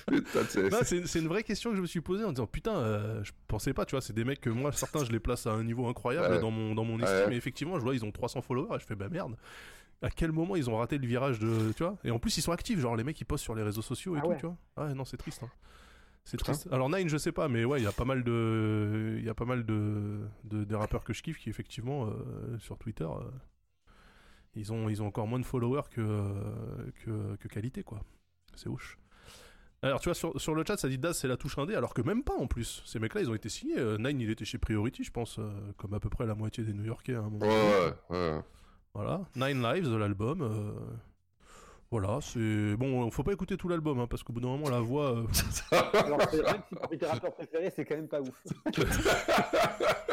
[SPEAKER 6] Putain, c'est-
[SPEAKER 5] Non, c'est c'est une vraie question que je me suis posée en disant putain, euh, je pensais pas, tu vois, c'est des mecs que moi, certains, je les place à un niveau incroyable
[SPEAKER 6] Ouais.
[SPEAKER 5] dans mon, dans mon
[SPEAKER 6] Ouais.
[SPEAKER 5] estime, et effectivement, je vois, ils ont 300 followers, et je fais bah merde, à quel moment ils ont raté le virage de. Tu vois Et en plus, ils sont actifs, genre les mecs, ils postent sur les réseaux sociaux et
[SPEAKER 6] Ah
[SPEAKER 5] tout,
[SPEAKER 6] ouais.
[SPEAKER 5] tu vois. Ouais, non, c'est triste, hein. C'est triste. Alors Nine, je sais pas, mais ouais, il y a pas mal de, il y a pas mal de, de- des rappeurs que je kiffe qui effectivement euh, sur Twitter, euh, ils ont, ils ont encore moins de followers que euh, que, que qualité quoi. C'est ouf. Alors tu vois sur, sur le chat ça dit Daz c'est la touche indé alors que même pas en plus ces mecs là ils ont été signés Euh, Nine il était chez Priority je pense euh, comme à peu près la moitié des New Yorkais à un moment
[SPEAKER 6] Ouais, ouais, ouais.
[SPEAKER 5] voilà Nine Lives de l'album euh, voilà c'est bon faut pas écouter tout l'album hein, parce qu'au bout d'un moment la voix euh,
[SPEAKER 7] Alors c'est- même si parmi tes rappeurs préférés, c'est quand même pas ouf.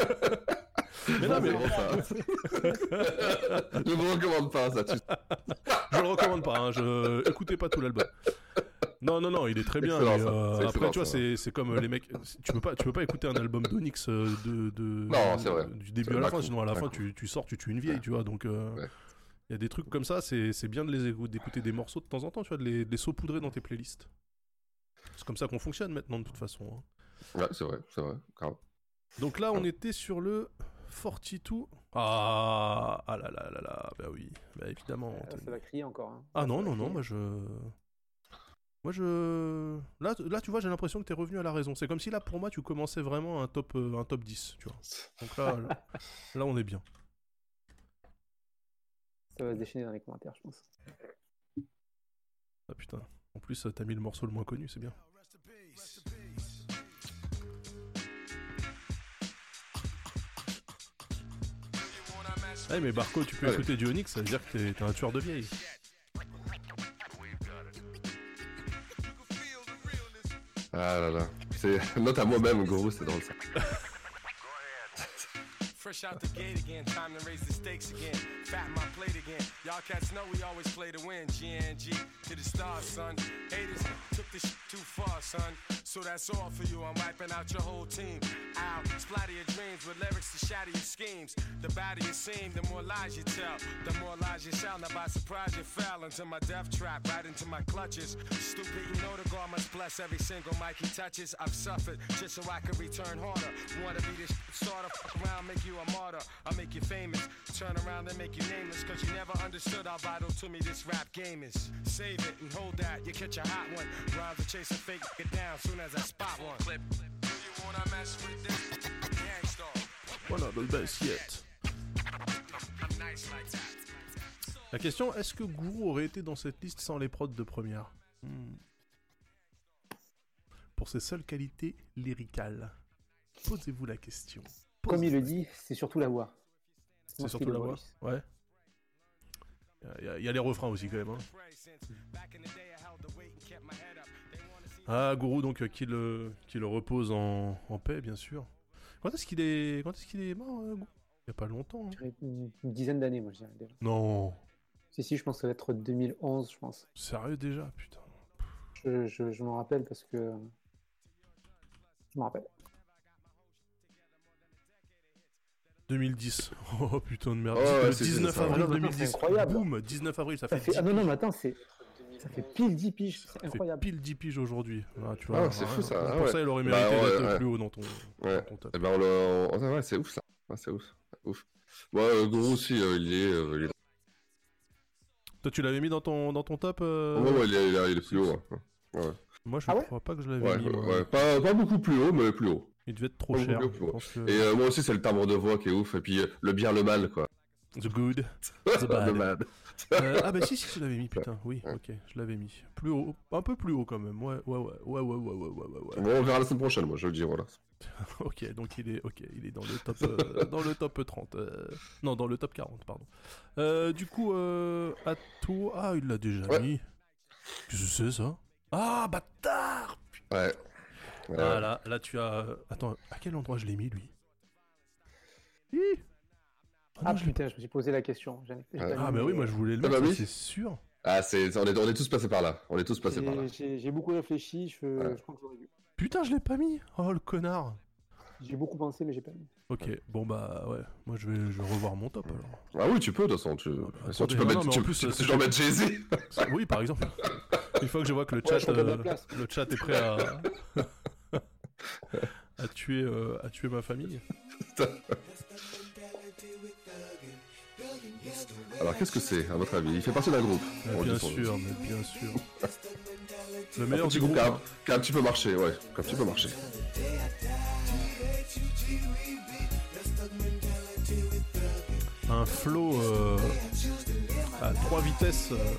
[SPEAKER 5] Mais non, mais-
[SPEAKER 6] Je vous recommande pas ça. tu-
[SPEAKER 5] je le recommande pas. hein, je... Écoutez pas tout l'album. Non, non, non, il est très bien.
[SPEAKER 6] Excellent,
[SPEAKER 5] mais,
[SPEAKER 6] ça.
[SPEAKER 5] euh,
[SPEAKER 6] C'est
[SPEAKER 5] après,
[SPEAKER 6] excellent,
[SPEAKER 5] tu vois,
[SPEAKER 6] ça.
[SPEAKER 5] c'est c'est comme euh, les mecs. Tu peux pas, tu peux pas écouter un album d'Onyx euh, de, de-
[SPEAKER 6] Non, c'est vrai.
[SPEAKER 5] du
[SPEAKER 6] C'est
[SPEAKER 5] début à la
[SPEAKER 6] d'un
[SPEAKER 5] fin,
[SPEAKER 6] coup,
[SPEAKER 5] sinon à la
[SPEAKER 6] d'un
[SPEAKER 5] fin,
[SPEAKER 6] coup.
[SPEAKER 5] tu, tu sors, tu tues une vieille, tu vois. Donc, euh, il y a des trucs comme ça, c'est c'est bien de les écou- d'écouter des morceaux de temps en temps, tu vois, de les, de les saupoudrer dans tes playlists. C'est comme ça qu'on fonctionne maintenant, de toute façon. hein.
[SPEAKER 6] Ouais, c'est vrai, c'est vrai. grave.
[SPEAKER 5] Donc là, on était sur le 42. Ah, ah là là là là, bah oui, bah évidemment.
[SPEAKER 7] Ah,
[SPEAKER 5] Anthony.
[SPEAKER 7] Ça va crier encore. hein.
[SPEAKER 5] Ah non,
[SPEAKER 7] Ça va
[SPEAKER 5] non, non,
[SPEAKER 7] crier.
[SPEAKER 5] moi je. Moi je. Là, t- là tu vois, j'ai l'impression que t'es revenu à la raison. C'est comme si là, pour moi, tu commençais vraiment un top, euh, un top 10, tu vois. Donc là, là, là, on est bien.
[SPEAKER 7] Ça va se déchaîner dans les commentaires, je pense.
[SPEAKER 5] Ah putain. En plus, euh, t'as mis le morceau le moins connu, c'est bien. Eh mais Barco, tu peux
[SPEAKER 6] Ouais.
[SPEAKER 5] écouter du Onyx, ça veut dire que t'es- t'es un tueur de vieilles.
[SPEAKER 6] Ah là là. C'est note à moi-même, gros, c'est drôle ça.
[SPEAKER 24] Fresh out the gate again, time to raise the stakes again. Fat my plate again. Y'all cats know we always play to win. GNG to the stars, son. Haters took this shit too far, son. So that's all for you. I'm wiping out your whole team. I'll splatter your dreams with lyrics to shatter your schemes. The badder you seem, the more lies you tell. The more lies you shall. Now by surprise you fell into my death trap, right into my clutches. Stupid, you know the God must bless every single mic he touches. I've suffered just so I can return harder. Wanna be this starter, fuck around, make you a martyr. I'll make you famous. Turn around and make you nameless. Cause you never understood how vital to me this rap game is. Save it and hold that, you catch a hot one. Rhymes are chasing fake, get down soon as I spot one. Clip, clip. Do you wanna mess with this? Gangstar.
[SPEAKER 5] One of the
[SPEAKER 7] bah,
[SPEAKER 5] best yet.
[SPEAKER 24] I'm nice like that.
[SPEAKER 5] La question, est-ce que Gourou aurait été dans cette liste sans les prods de première Hmm. Pour ses seules qualités lyricales. Posez-vous la question.
[SPEAKER 7] Comme il le dit, c'est surtout la voix.
[SPEAKER 5] C'est surtout la voix Ouais. Il y, a- y a les refrains aussi quand même. hein. Ah, Gourou, donc, euh, qui le, qui le repose en, en paix, bien sûr. Quand est-ce qu'il est, quand est, qu'il est mort, euh, Gourou Il n'y a pas longtemps. hein.
[SPEAKER 7] Une une dizaine d'années, moi, je dirais déjà.
[SPEAKER 5] Non.
[SPEAKER 7] Si, si, je pense que ça va être 2011, je pense.
[SPEAKER 5] Sérieux déjà, putain.
[SPEAKER 7] Je, je, je m'en rappelle parce que. Je m'en rappelle.
[SPEAKER 5] 2010. Oh putain de merde.
[SPEAKER 7] Oh, ouais,
[SPEAKER 5] le
[SPEAKER 7] c'est-
[SPEAKER 5] 19
[SPEAKER 7] c'est- c'est-
[SPEAKER 5] avril
[SPEAKER 7] c'est
[SPEAKER 5] 2010.
[SPEAKER 7] incroyable.
[SPEAKER 5] Boum, 19 avril, ça,
[SPEAKER 7] Ça
[SPEAKER 5] fait,
[SPEAKER 7] fait...
[SPEAKER 5] 10
[SPEAKER 7] Ah non, non, mais attends, c'est. Ça fait pile 10 piges, c'est
[SPEAKER 5] fait
[SPEAKER 7] incroyable.
[SPEAKER 5] pile 10 piges aujourd'hui. Ah, tu vois,
[SPEAKER 6] Ah, c'est
[SPEAKER 5] ouais,
[SPEAKER 6] fou ça.
[SPEAKER 5] Pour
[SPEAKER 6] ah ouais.
[SPEAKER 5] ça, il aurait
[SPEAKER 6] Bah,
[SPEAKER 5] mérité
[SPEAKER 6] ouais,
[SPEAKER 5] d'être
[SPEAKER 6] ouais.
[SPEAKER 5] plus haut dans ton.
[SPEAKER 6] Ouais. Eh ben, on le- on- ouais, c'est ouf ça. Ouais, c'est ouf. ouf. Ouais, euh, Gourou aussi, euh, il est. euh, il est-
[SPEAKER 5] Toi, tu l'avais mis dans ton, dans ton top euh,
[SPEAKER 6] Ouais, ouais, il est, il est- il est plus haut. hein. Ouais.
[SPEAKER 5] Moi, je crois pas que je l'avais
[SPEAKER 6] Ouais,
[SPEAKER 5] mis.
[SPEAKER 6] ouais,
[SPEAKER 5] moi.
[SPEAKER 6] ouais. Pas, pas beaucoup plus haut, mais plus haut.
[SPEAKER 5] Il devait être trop
[SPEAKER 6] Pas beaucoup
[SPEAKER 5] cher.
[SPEAKER 6] plus haut,
[SPEAKER 5] je
[SPEAKER 6] plus haut.
[SPEAKER 5] pense que-
[SPEAKER 6] Et euh, moi aussi, c'est le timbre de voix qui est ouf. Et puis euh, le bien, le mal, quoi.
[SPEAKER 5] The good,
[SPEAKER 6] the
[SPEAKER 5] the bad.
[SPEAKER 6] bad.
[SPEAKER 5] Euh, ah, bah si, si, je l'avais mis, putain. Oui, ok, je l'avais mis. Plus haut, un peu plus haut quand même. Ouais, ouais, ouais, ouais, ouais, ouais, ouais, ouais, ouais.
[SPEAKER 6] Bon, on verra la semaine prochaine, moi, je le dis, voilà.
[SPEAKER 5] ok, donc il est, ok, il est dans le top, euh, dans le top 30. euh, non, dans le top 40, pardon. Euh, du coup, euh, à toi. Ah, il l'a déjà mis. Qu'est-ce que c'est ça Ah, bâtard
[SPEAKER 6] Ouais. Ouais,
[SPEAKER 5] Ah
[SPEAKER 6] ouais.
[SPEAKER 5] là, là, tu as. Attends, à quel endroit je l'ai mis lui
[SPEAKER 7] Ah putain, je me suis posé la question. j'ai- j'ai pas
[SPEAKER 5] Ah,
[SPEAKER 7] mis,
[SPEAKER 5] mais oui,
[SPEAKER 7] euh,
[SPEAKER 5] moi je voulais le
[SPEAKER 6] T'as
[SPEAKER 5] mettre,
[SPEAKER 6] pas
[SPEAKER 5] ça,
[SPEAKER 6] mis
[SPEAKER 5] c'est sûr.
[SPEAKER 6] bah Ah, c'est, on, est, on est tous passés par là. On est tous passés par là.
[SPEAKER 7] j'ai- J'ai j'ai beaucoup réfléchi, je,
[SPEAKER 6] Ouais.
[SPEAKER 7] je crois que j'aurais dû.
[SPEAKER 5] Putain, je l'ai pas mis Oh, le connard
[SPEAKER 7] J'ai beaucoup pensé, mais j'ai pas mis.
[SPEAKER 5] Ok, bon bah ouais, moi je vais, je vais revoir mon top alors.
[SPEAKER 6] Ah oui, tu peux, de toute façon. Tu, de toute façon, tu peux
[SPEAKER 5] Attendez, non, non,
[SPEAKER 6] mettre,
[SPEAKER 5] mais
[SPEAKER 6] tu,
[SPEAKER 5] en plus,
[SPEAKER 6] tu
[SPEAKER 5] euh,
[SPEAKER 6] peux toujours
[SPEAKER 5] c'est-
[SPEAKER 6] mettre Jay-Z.
[SPEAKER 5] c'est- Oui, par exemple. Une fois que je vois que le
[SPEAKER 6] Ouais,
[SPEAKER 5] chat,
[SPEAKER 6] je prends pas ma
[SPEAKER 5] euh,
[SPEAKER 6] place.
[SPEAKER 5] le chat est prêt à, à tuer, euh, à tuer ma famille.
[SPEAKER 6] Alors, qu'est-ce que c'est, à votre avis Il fait partie d'un groupe.
[SPEAKER 5] Mais
[SPEAKER 6] on le
[SPEAKER 5] Euh, bien
[SPEAKER 6] dit pour nous.
[SPEAKER 5] sûr, mais bien sûr. Le
[SPEAKER 6] Un
[SPEAKER 5] meilleur
[SPEAKER 6] petit
[SPEAKER 5] du groupe.
[SPEAKER 6] qui a, qui a un petit peu marché, ouais. Qui a un petit peu marché.
[SPEAKER 5] Un flow euh, à trois vitesses. euh,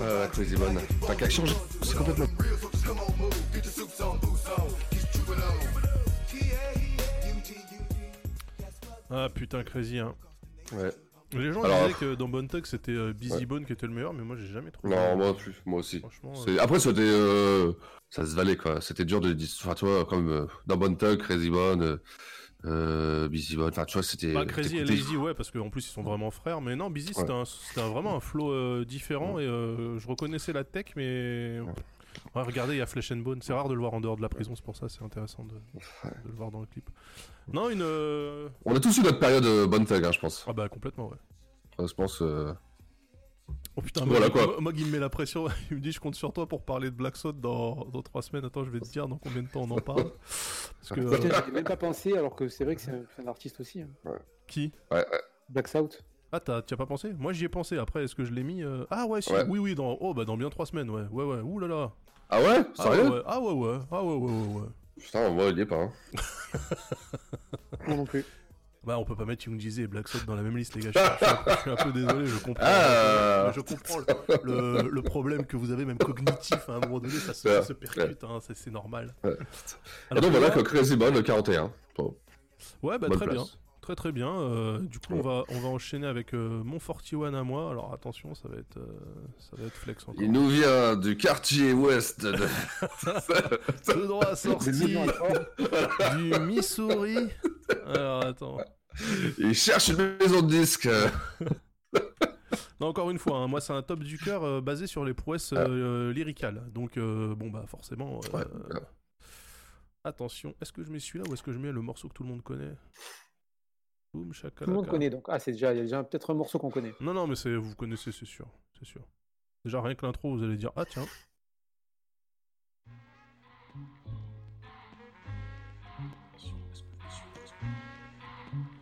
[SPEAKER 6] Ah, Crazy Bone. T'as qu'à changer. C'est complètement.
[SPEAKER 5] Ah putain, crazy. Hein.
[SPEAKER 6] Ouais.
[SPEAKER 5] Les gens
[SPEAKER 6] Alors,
[SPEAKER 5] disaient que dans Bon Tuck c'était euh, Busy
[SPEAKER 6] ouais.
[SPEAKER 5] Bone qui était le meilleur, mais moi j'ai jamais trouvé.
[SPEAKER 6] Non, moi, plus, moi aussi.
[SPEAKER 5] Franchement,
[SPEAKER 6] C'est-
[SPEAKER 5] euh,
[SPEAKER 6] Après, c'était. euh, Ça se valait, quoi. C'était dur de dire. Enfin, tu vois, comme euh, dans Bon Tug, Crazy Bone, euh, euh, Busy Bone. Enfin, tu vois, c'était.
[SPEAKER 5] Bah, Crazy et
[SPEAKER 6] t'écoutais-
[SPEAKER 5] Lazy, ouais, parce qu'en plus ils sont vraiment frères. Mais non, Busy,
[SPEAKER 6] Ouais.
[SPEAKER 5] c'était un- c'était un- vraiment un flow euh, différent. Et euh, je reconnaissais la tech, mais. Ouais, regardez, il y a Flesh and Bone. C'est rare de le voir en dehors de la prison, c'est pour ça, c'est intéressant de, de le voir dans le clip. Non, une. euh,
[SPEAKER 6] On a tous eu notre période euh, Bon Tug, hein, je pense.
[SPEAKER 5] Ah, bah, complètement, ouais.
[SPEAKER 6] Je pense. euh,
[SPEAKER 5] Oh putain,
[SPEAKER 6] Voilà,
[SPEAKER 5] Mog-
[SPEAKER 6] quoi.
[SPEAKER 5] Mo- Mog, il me met la pression. Il me dit Je compte sur toi pour parler de Black Sod dans, dans 3 semaines. Attends, je vais te dire dans combien de temps on en parle. Parce que. euh,
[SPEAKER 7] Putain, j'avais même pas pensé, alors que c'est vrai que c'est un, c'est un artiste aussi. hein.
[SPEAKER 5] Qui
[SPEAKER 6] Ouais,
[SPEAKER 7] Black South.
[SPEAKER 5] Ah, t'as- tu as pas pensé Moi, j'y ai pensé. Après, est-ce que je l'ai mis euh, Ah, ouais, si.
[SPEAKER 6] Ouais.
[SPEAKER 5] Oui, oui, dans... Oh, bah, dans bien 3 semaines, ouais. Ouais, ouais. Ouh là là.
[SPEAKER 6] Ah ouais
[SPEAKER 5] Ah
[SPEAKER 6] Sérieux
[SPEAKER 5] ouais, ah ouais, ouais. Ah ouais, ouais, ouais, ouais.
[SPEAKER 6] Putain, moi, il y est pas. hein.
[SPEAKER 7] Moi non plus.
[SPEAKER 5] Bah, on peut pas mettre Young Jeezy et Black Sock dans la même liste, les gars. Je suis, je suis un- je suis un peu désolé, je comprends. Euh,
[SPEAKER 6] Ah.
[SPEAKER 5] je comprends le, le- le problème que vous avez, même cognitif, hein, à un moment donné, ça se,
[SPEAKER 6] Ouais.
[SPEAKER 5] ça se percute, hein, c'est- c'est normal.
[SPEAKER 6] Ouais. Et
[SPEAKER 5] Alors
[SPEAKER 6] donc
[SPEAKER 5] que
[SPEAKER 6] voilà
[SPEAKER 5] là-
[SPEAKER 6] que Crazy Ball, le 41. Bon.
[SPEAKER 5] Ouais, bah
[SPEAKER 6] Bonne
[SPEAKER 5] très bien.
[SPEAKER 6] place.
[SPEAKER 5] Très très bien. Euh, du coup, on va, on va enchaîner avec euh, mon 41 à moi. Alors attention, ça va être, euh, ça va être flex encore.
[SPEAKER 6] Il nous vient du quartier ouest de...
[SPEAKER 5] Tout droit sorti du Missouri. Alors attends.
[SPEAKER 6] Il cherche une maison de Euh, disque.
[SPEAKER 5] Non, encore une fois, hein, moi c'est un top du cœur euh, basé sur les prouesses
[SPEAKER 6] Ah.
[SPEAKER 5] euh, lyricales. Donc euh, bon bah forcément. euh, Attention, est-ce que je mets celui-là ou est-ce que je mets le morceau que tout le monde connaît Boum,
[SPEAKER 7] Tout le monde
[SPEAKER 5] shakalaka.
[SPEAKER 7] connaît donc. Ah, c'est déjà, il y a déjà peut-être un morceau qu'on connaît.
[SPEAKER 5] Non, non, mais c'est- vous connaissez, c'est sûr. C'est sûr. Déjà, rien que l'intro, vous allez dire Ah, tiens.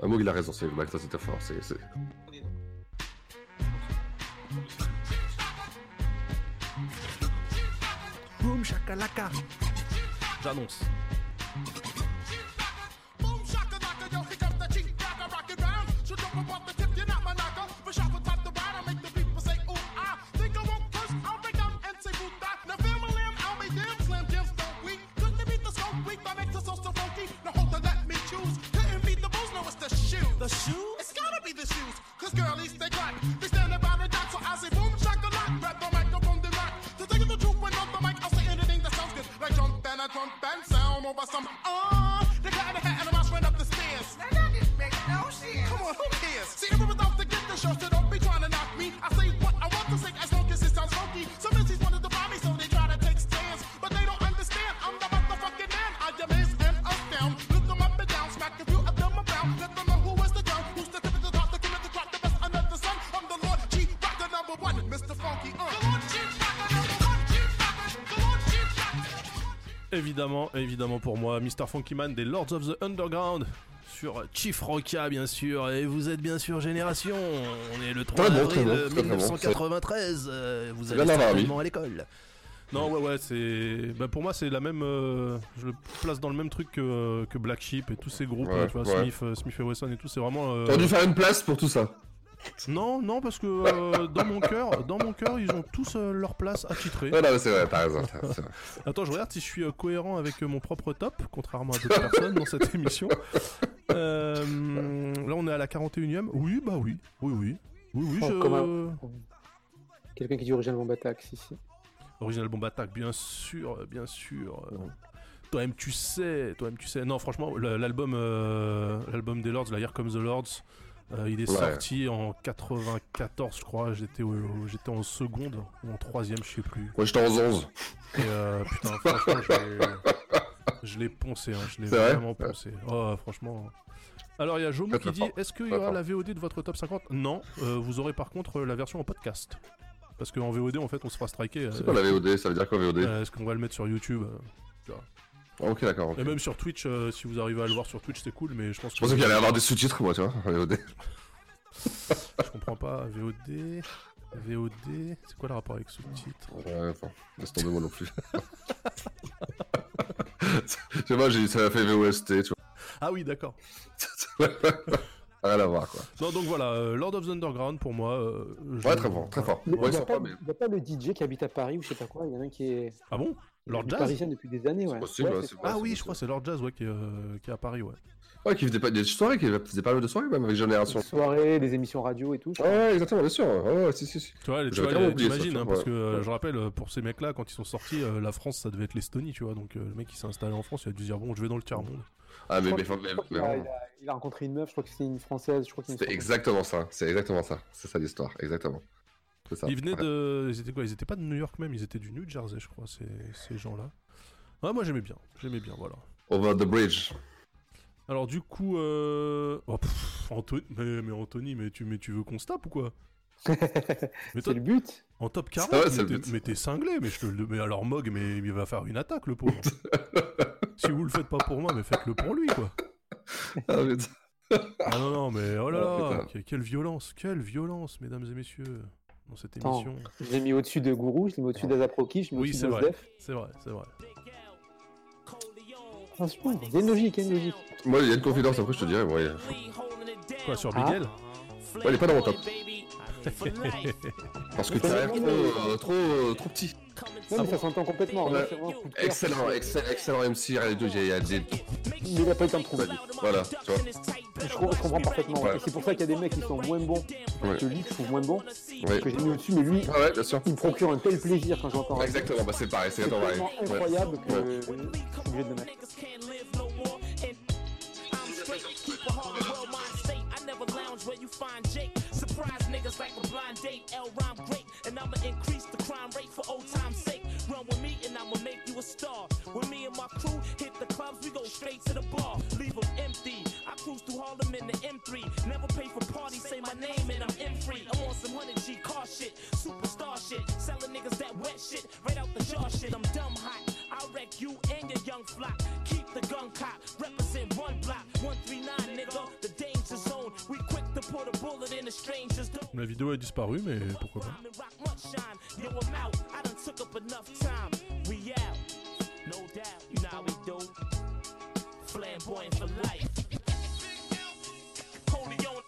[SPEAKER 6] Ah, Moog, il a raison, c'est Black, ça c'était fort. C'est, c'est...
[SPEAKER 25] Boom shakalaka.
[SPEAKER 5] J'annonce.
[SPEAKER 25] Boom shakalaka, yo, he got the cheek rocker, rock it round. So don't above the tip, you're not my knocker. For sure, top the ride, I make the people say, ooh, I think I won't curse, I'll break down and say, ooh, that. Now feel my limb, I'll be dim, slim, dim, don't weak. Couldn't beat the smoke weak, that makes us so funky. Now hold on, let me choose. Couldn't beat the booze, no, it's the shoes. The shoes? It's gotta be the shoes, cause girlies, they got. They stand about a dot, so I say, boom shakalaka, grab the microphone, they rock. To take the truth when on the mic, I'll say anything that sounds good. Like jump and I jump and sound over some, uh, they got a hat and a mouse went up the stairs. Now that didn't make no sense. Come on, who cares? See, everyone's out to get the show, so don't be trying to knock me. I say what I want to say as long as it sounds funky. Some MCs wanted to buy me, so they try to take stands. But they don't understand, I'm the motherfucking man. I amaze and astound. Look them up and down, smack a few of them around. Let them know who is the down, who's the tip of the top, the king of the crop, the best under the sun. I'm the Lord G, rock the number one, Mr. Funky. Uh. The Lord G, rock the number one, G, rock the Lord G, rock the
[SPEAKER 5] Évidemment, évidemment pour moi, Mr. Funkyman des Lords of the Underground. Sur Chief Roca, bien sûr. Et vous êtes bien sûr Génération. On est le 3
[SPEAKER 6] Très bon,
[SPEAKER 5] avril euh,
[SPEAKER 6] très bon, très, très bon.
[SPEAKER 5] 1993. euh, vous
[SPEAKER 6] C'est
[SPEAKER 5] allez
[SPEAKER 6] bien d'avoir
[SPEAKER 5] certainement
[SPEAKER 6] mis.
[SPEAKER 5] à l'école. Non, ouais, ouais, c'est. Bah, pour moi, c'est la même. euh, Je le place dans le même truc que, que Black Sheep et tous ces groupes,
[SPEAKER 6] Ouais,
[SPEAKER 5] là, tu vois,
[SPEAKER 6] ouais.
[SPEAKER 5] Smith, euh, Smith et Wesson et tout. C'est vraiment. euh,
[SPEAKER 6] T'aurais dû faire une place pour tout ça.
[SPEAKER 5] Non, non, parce que euh, dans mon cœur, dans mon cœur, ils ont tous euh, leur place attitrée.
[SPEAKER 6] Ouais, non, mais c'est vrai, t'as raison. t'as raison.
[SPEAKER 5] Attends, je regarde si je suis euh, cohérent avec euh, mon propre top, contrairement à d'autres personnes dans cette émission. Euh, là, on est à la 41 e Oui, bah oui. Oui, oui. Oui, oui,
[SPEAKER 7] Oh,
[SPEAKER 5] je-
[SPEAKER 7] comme un- Quelqu'un qui dit Original Bomb Attack, si, si.
[SPEAKER 5] Original Bomb Attack, bien sûr, euh, bien sûr. euh, Toi-même, tu sais. Toi-même, tu sais. Non, franchement, le- l'album euh, l'album des Lords, la Year Comes the Lords, euh, il est
[SPEAKER 6] Ouais.
[SPEAKER 5] sorti en 94, je crois. J'étais au- j'étais en seconde ou en troisième, je sais plus.
[SPEAKER 6] Moi, j'étais en 11.
[SPEAKER 5] Et euh, putain, franchement, j'ai- je l'ai poncé, hein, je l'ai
[SPEAKER 6] C'est vrai
[SPEAKER 5] vraiment poncé. Oh, franchement. Alors, il y a Jomo qui
[SPEAKER 6] Très
[SPEAKER 5] dit
[SPEAKER 6] fort.
[SPEAKER 5] Est-ce qu'il y
[SPEAKER 6] Très
[SPEAKER 5] aura
[SPEAKER 6] fort.
[SPEAKER 5] la VOD de votre top 50 Non, euh, vous aurez par contre euh, la version en podcast. Parce qu'en VOD, en fait, on se fera striker.
[SPEAKER 6] C'est quoi la VOD Ça veut dire quoi VOD
[SPEAKER 5] Euh, Est-ce qu'on va le mettre sur YouTube euh, tu vois.
[SPEAKER 6] Ah, Ok, d'accord. ok.
[SPEAKER 5] Et même sur Twitch, euh, si vous arrivez à le voir sur Twitch, c'est cool, mais je pense que.
[SPEAKER 6] Je pensais qu'il allait avoir des sous-titres, moi, tu vois. VOD.
[SPEAKER 5] Je comprends pas. VOD. VOD. C'est quoi le rapport avec sous-titre
[SPEAKER 6] Ouais, enfin, laisse tomber moi non plus. je sais pas, j'ai, ça a fait VOST, tu
[SPEAKER 5] Ah oui, d'accord.
[SPEAKER 6] vois. Rien à voir, Ah, quoi.
[SPEAKER 5] Non, donc voilà, euh, Lord of the Underground pour moi. euh, je-
[SPEAKER 6] Ouais, très fort, très fort.
[SPEAKER 7] Il
[SPEAKER 5] Ouais,
[SPEAKER 7] n'y a,
[SPEAKER 5] sympa,
[SPEAKER 7] pas-
[SPEAKER 5] mais-
[SPEAKER 7] y a pas le DJ qui habite à Paris ou je sais pas quoi, il y en a un qui est.
[SPEAKER 5] Ah bon Lord
[SPEAKER 7] Il est
[SPEAKER 5] Jazz
[SPEAKER 7] parisien depuis des années, ouais.
[SPEAKER 6] possible,
[SPEAKER 7] Ouais,
[SPEAKER 6] ouais,
[SPEAKER 7] c'est
[SPEAKER 6] c'est
[SPEAKER 7] ça.
[SPEAKER 5] Ah oui, je crois que c'est Lord Jazz ouais, qui, est, euh, qui est à Paris, ouais.
[SPEAKER 6] Ouais, qui faisait pas des soirées, qui faisait pas mal de soirées, même avec Génération.
[SPEAKER 7] Des soirées, des émissions radio et tout.
[SPEAKER 6] Ouais, ouais, exactement, bien sûr. Ouais, ouais, si, si, si.
[SPEAKER 5] Tu vois, les- tu
[SPEAKER 6] J'avais
[SPEAKER 5] vois,
[SPEAKER 6] carrément
[SPEAKER 5] les-
[SPEAKER 6] oublié ça,
[SPEAKER 5] t'imagines,
[SPEAKER 6] tu
[SPEAKER 5] hein,
[SPEAKER 6] vois,
[SPEAKER 5] parce que euh,
[SPEAKER 6] ouais.
[SPEAKER 5] je rappelle, euh, pour ces mecs-là, quand ils sont sortis, euh, la France, ça devait être l'Estonie, tu vois. Donc euh, le mec, il s'est installé en France, il a dû se dire, bon, je vais dans le tiers-monde.
[SPEAKER 6] Ah, mais,
[SPEAKER 7] Je
[SPEAKER 6] mais,
[SPEAKER 7] crois
[SPEAKER 6] mais-
[SPEAKER 7] qu'il- je crois qu'il
[SPEAKER 6] mais
[SPEAKER 7] a-
[SPEAKER 6] vraiment.
[SPEAKER 7] il, a, il a rencontré une meuf, je crois que c'était une française, je crois qu'il
[SPEAKER 6] c'est exactement ça, c'est exactement ça. C'est ça l'histoire, exactement. C'est ça.
[SPEAKER 5] Ils venaient
[SPEAKER 6] Ouais.
[SPEAKER 5] de. Ils étaient quoi Ils étaient pas de New York même, ils étaient du New Jersey, je crois, ces, ces gens-là. Ouais, moi, j'aimais bien, j'aimais bien, voilà.
[SPEAKER 6] Over the Bridge.
[SPEAKER 5] Alors du coup, euh... oh, pff, Anto- mais, mais Anthony, mais tu, mais tu veux qu'on se tape ou quoi C'est
[SPEAKER 7] le but
[SPEAKER 5] En top 40
[SPEAKER 6] C'est vrai, c'est
[SPEAKER 5] mais
[SPEAKER 6] le
[SPEAKER 5] t'es-
[SPEAKER 6] but.
[SPEAKER 5] Mais t'es cinglé, mais, je te le... mais alors Mog, mais il va faire une attaque le pauvre. si vous le faites pas pour moi, mais faites-le pour lui quoi.
[SPEAKER 6] Ah, putain.
[SPEAKER 5] Ah non, non, mais oh là
[SPEAKER 7] Ah,
[SPEAKER 5] là,
[SPEAKER 7] putain.
[SPEAKER 5] que- quelle violence, quelle violence, mesdames et messieurs, dans cette
[SPEAKER 7] Attends,
[SPEAKER 5] émission. Ah.
[SPEAKER 7] Je l'ai mis au-dessus de Gourou, je l'ai mis au-dessus d'Azaproki, je l'ai mis
[SPEAKER 5] Oui,
[SPEAKER 7] au-dessus
[SPEAKER 5] c'est
[SPEAKER 7] de
[SPEAKER 5] vrai,
[SPEAKER 7] Mos Def.
[SPEAKER 5] c'est vrai, c'est vrai.
[SPEAKER 7] Franchement, il y a une logique, il y a une logique.
[SPEAKER 6] Moi, il y a une confidence, après, je te dirais. Ouais.
[SPEAKER 5] Quoi, sur
[SPEAKER 7] Ah.
[SPEAKER 5] Miguel
[SPEAKER 6] Ouais, il est pas dans mon top. Parce que tu as l'air trop, euh, trop, euh, trop petit.
[SPEAKER 7] Non, mais ça s'entend complètement.
[SPEAKER 6] Ouais.
[SPEAKER 7] hein, c'est vraiment un coup de cœur.
[SPEAKER 6] Excellent, excellent, excellent MC, rien du tout, il y a des...
[SPEAKER 7] Mais il a pas eu le temps de trouver.
[SPEAKER 6] Voilà, tu vois.
[SPEAKER 7] Je, com- je comprends parfaitement.
[SPEAKER 6] Ouais.
[SPEAKER 7] Et c'est pour ça qu'il y a des mecs qui sont moins bons
[SPEAKER 6] Ouais.
[SPEAKER 7] que lui, qui sont moins bons.
[SPEAKER 6] Ouais.
[SPEAKER 7] Que j'ai mis au-dessus, mais lui,
[SPEAKER 6] Ah ouais, bien sûr.
[SPEAKER 7] il me procure un tel plaisir quand j'entends.
[SPEAKER 6] Exactement, bah c'est pareil, c'est
[SPEAKER 7] C'est
[SPEAKER 6] attends, pareil.
[SPEAKER 7] tellement
[SPEAKER 6] Ouais.
[SPEAKER 7] incroyable
[SPEAKER 5] Ah,
[SPEAKER 7] que
[SPEAKER 6] Ouais.
[SPEAKER 7] je suis obligé de le mettre.
[SPEAKER 9] Keep a hard well mind state. I never lounge where you find Jake. Surprise niggas like a blind date. L rhyme great, and I'ma increase the crime rate for old time's sake. Run with me, and I'ma make you a star. When me and my crew hit the clubs, we go straight to the bar. Leave 'em empty. I cruise through Harlem in the M3. Never pay for parties, say my name and I'm M free. I'm on some 100 G car shit, superstar shit. Selling niggas that wet shit, right out the jar shit. I'm dumb hot. I'll wreck you and your young flock. Keep the gun cop, represent one block, 139, nigga. The danger zone. We quick to put a bullet in a stranger's
[SPEAKER 6] euh,
[SPEAKER 9] door.
[SPEAKER 5] La vidéo a disparu, mais pourquoi pas
[SPEAKER 9] And rock much shine. Yo, I'm out. I done took up enough time. We out. No doubt, you know how we do. Flamboyant for life. Holy on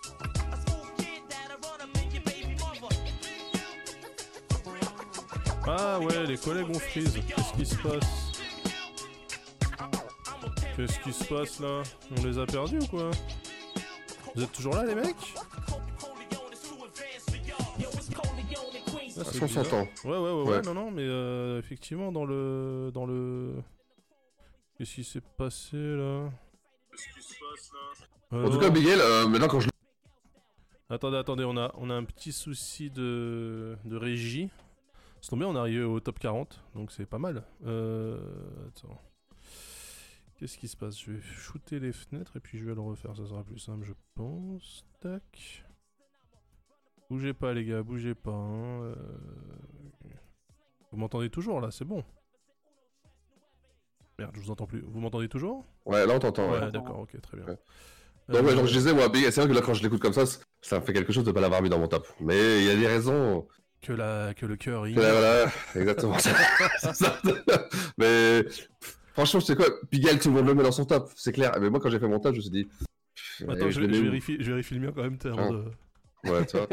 [SPEAKER 9] a school kid that I run up in your baby mother.
[SPEAKER 5] Ah ouais, les collègues ont freeze. Qu'est-ce qui se passe Qu'est-ce qui se passe là On les a perdus ou quoi Vous êtes toujours là les mecs Ah,
[SPEAKER 6] Ah,
[SPEAKER 5] c'est
[SPEAKER 6] on
[SPEAKER 5] bizarre.
[SPEAKER 6] s'entend.
[SPEAKER 5] Ouais, ouais, ouais, ouais,
[SPEAKER 6] Ouais.
[SPEAKER 5] non, non, mais euh, effectivement, dans le. Dans le. Qu'est-ce qui s'est passé là
[SPEAKER 6] En tout cas, Miguel, euh, maintenant quand je
[SPEAKER 5] euh, Attendez, attendez, on a, on a un petit souci de, de régie. C'est tombé, on est arrivé au top 40, donc c'est pas mal. Euh, attends. Qu'est-ce qui se passe Je vais shooter les fenêtres et puis je vais le refaire, ça sera plus simple, je pense. Tac. Bougez pas, les gars, bougez pas. hein. Euh, Vous m'entendez toujours là, c'est bon. Merde, je vous entends plus. Vous m'entendez toujours
[SPEAKER 6] Ouais, là on t'entend.
[SPEAKER 5] Ouais, d'accord, ok, très bien.
[SPEAKER 6] Ouais. Donc, Bah
[SPEAKER 5] Euh,
[SPEAKER 6] ouais, donc je disais, moi, Big, c'est vrai que là, quand je l'écoute comme ça, c- ça me fait quelque chose de pas l'avoir mis dans mon top. Mais il y a des raisons.
[SPEAKER 5] Que, la, que le cœur il.
[SPEAKER 6] Ouais, voilà, exactement. C'est ça. Mais franchement, je sais quoi, Pigalle, tout le monde le met dans son top, c'est clair. Mais moi, quand j'ai fait mon top, je me suis dit. pff,
[SPEAKER 5] Attends,
[SPEAKER 6] eh,
[SPEAKER 5] je,
[SPEAKER 6] le mets
[SPEAKER 5] je
[SPEAKER 6] où
[SPEAKER 5] vérifie, je vérifie le mien quand même, t'es avant
[SPEAKER 6] Hein.
[SPEAKER 5] de-
[SPEAKER 6] Ouais, tu vois.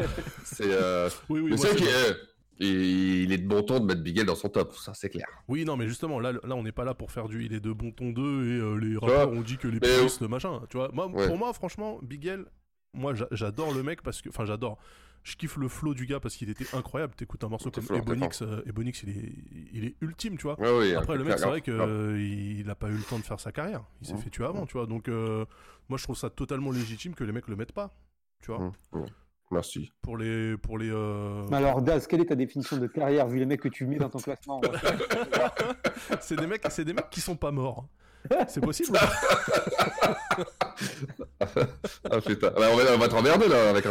[SPEAKER 6] C'est. euh,
[SPEAKER 5] Oui, oui,
[SPEAKER 6] Mais
[SPEAKER 5] moi,
[SPEAKER 6] c'est vrai
[SPEAKER 5] c'est
[SPEAKER 6] qu'il est- euh, il- il est de bon ton de mettre Bigel dans son top, ça, c'est clair.
[SPEAKER 5] Oui, non, mais justement, là, là on n'est pas là pour faire du il est de bon ton 2 et euh, les rappeurs
[SPEAKER 6] vois,
[SPEAKER 5] ont dit que les
[SPEAKER 6] mais-
[SPEAKER 5] puristes, le machin. Tu vois, moi,
[SPEAKER 6] Ouais.
[SPEAKER 5] pour moi, franchement, Bigel, moi j'a- j'adore le mec parce que. Enfin, j'adore. Je kiffe le flow du gars parce qu'il était incroyable. T'écoutes un morceau comme
[SPEAKER 6] fort, t'es
[SPEAKER 5] Ebonix, euh, Ebonix, il est, il est ultime, tu vois.
[SPEAKER 6] Ouais, ouais,
[SPEAKER 5] Après, le
[SPEAKER 6] clair,
[SPEAKER 5] mec, c'est
[SPEAKER 6] grave,
[SPEAKER 5] vrai que
[SPEAKER 6] grave.
[SPEAKER 5] euh, il n'a pas eu le temps de faire sa carrière. Il s'est
[SPEAKER 6] Mmh.
[SPEAKER 5] fait tuer avant, tu vois. Donc, euh, moi, je trouve ça totalement légitime que les mecs le mettent pas, tu vois.
[SPEAKER 6] Mmh, mmh. Merci.
[SPEAKER 5] Pour les, pour les. euh,
[SPEAKER 7] Mais alors, Daz, quelle est ta définition de carrière vu les mecs que tu mets dans ton classement
[SPEAKER 5] c'est des mecs, c'est des mecs qui sont pas morts. C'est possible. ou pas
[SPEAKER 6] Ah putain, Bah, on, va, on va t'emmerder là avec un.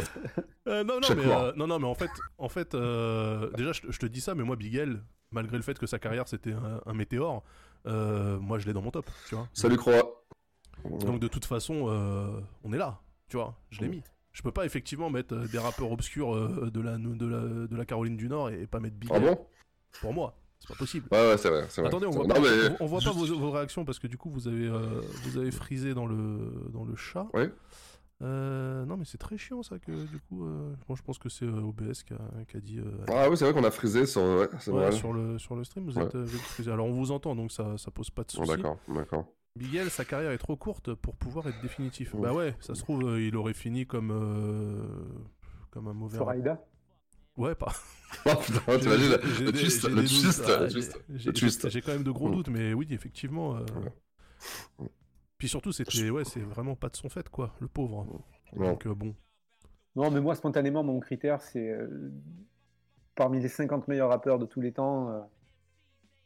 [SPEAKER 5] Euh, non, non,
[SPEAKER 6] Chaque
[SPEAKER 5] mais,
[SPEAKER 6] mois.
[SPEAKER 5] euh, non, non, mais en fait, en fait euh, déjà, je, te- je te dis ça, mais moi, Bigel, malgré le fait que sa carrière c'était un, un météore, euh, moi, je l'ai dans mon top, tu vois.
[SPEAKER 6] Salut Croix.
[SPEAKER 5] Donc, de toute façon, euh, on est là, tu vois, je l'ai mis. Je peux pas effectivement mettre euh, des rappeurs obscurs euh, de, la, de, la, de la Caroline du Nord et, pas mettre Bigel.
[SPEAKER 6] Ah bon
[SPEAKER 5] Pour moi, c'est pas possible.
[SPEAKER 6] Ouais, ouais, c'est vrai, c'est vrai.
[SPEAKER 5] Attendez, on voit
[SPEAKER 6] Non,
[SPEAKER 5] pas,
[SPEAKER 6] mais-
[SPEAKER 5] on- on voit pas vos, vos réactions parce que du coup, vous avez, euh, vous avez frisé dans le, dans le chat.
[SPEAKER 6] Ouais.
[SPEAKER 5] Euh, non, mais c'est très chiant ça que du coup. euh, bon, je pense que c'est euh, OBS qui a, qui a dit. euh,
[SPEAKER 6] Ah oui, c'est vrai qu'on a frisé sur. Ouais, c'est
[SPEAKER 5] Ouais,
[SPEAKER 6] vrai.
[SPEAKER 5] sur, le, sur le stream, vous
[SPEAKER 6] Ouais.
[SPEAKER 5] êtes, euh, vous êtes frisé. Alors on vous entend donc ça, ça pose pas de
[SPEAKER 6] Bon,
[SPEAKER 5] soucis.
[SPEAKER 6] d'accord, d'accord.
[SPEAKER 5] Miguel, sa carrière est trop courte pour pouvoir être définitif.
[SPEAKER 6] Ouais.
[SPEAKER 5] Bah ouais, ça se trouve, euh, il aurait fini comme. euh, comme un mauvais.
[SPEAKER 7] Soraïda
[SPEAKER 5] Ouais, pas.
[SPEAKER 6] Oh putain,
[SPEAKER 5] J'ai-
[SPEAKER 6] t'imagines
[SPEAKER 5] j'ai- j'ai
[SPEAKER 6] le
[SPEAKER 5] des-
[SPEAKER 6] twist,
[SPEAKER 5] j'ai
[SPEAKER 6] le
[SPEAKER 5] des doutes.
[SPEAKER 6] twist,
[SPEAKER 5] Ah,
[SPEAKER 6] le
[SPEAKER 5] j'ai-
[SPEAKER 6] twist,
[SPEAKER 5] j'ai-
[SPEAKER 6] le twist.
[SPEAKER 5] J'ai quand même de gros
[SPEAKER 6] Mm.
[SPEAKER 5] doutes, mais oui, effectivement. euh, Puis surtout, c'était ouais, c'est vraiment pas de son fait, quoi, le pauvre. Donc euh, bon.
[SPEAKER 7] Non, mais moi, spontanément, mon critère, c'est euh, parmi les 50 meilleurs rappeurs de tous les temps. euh,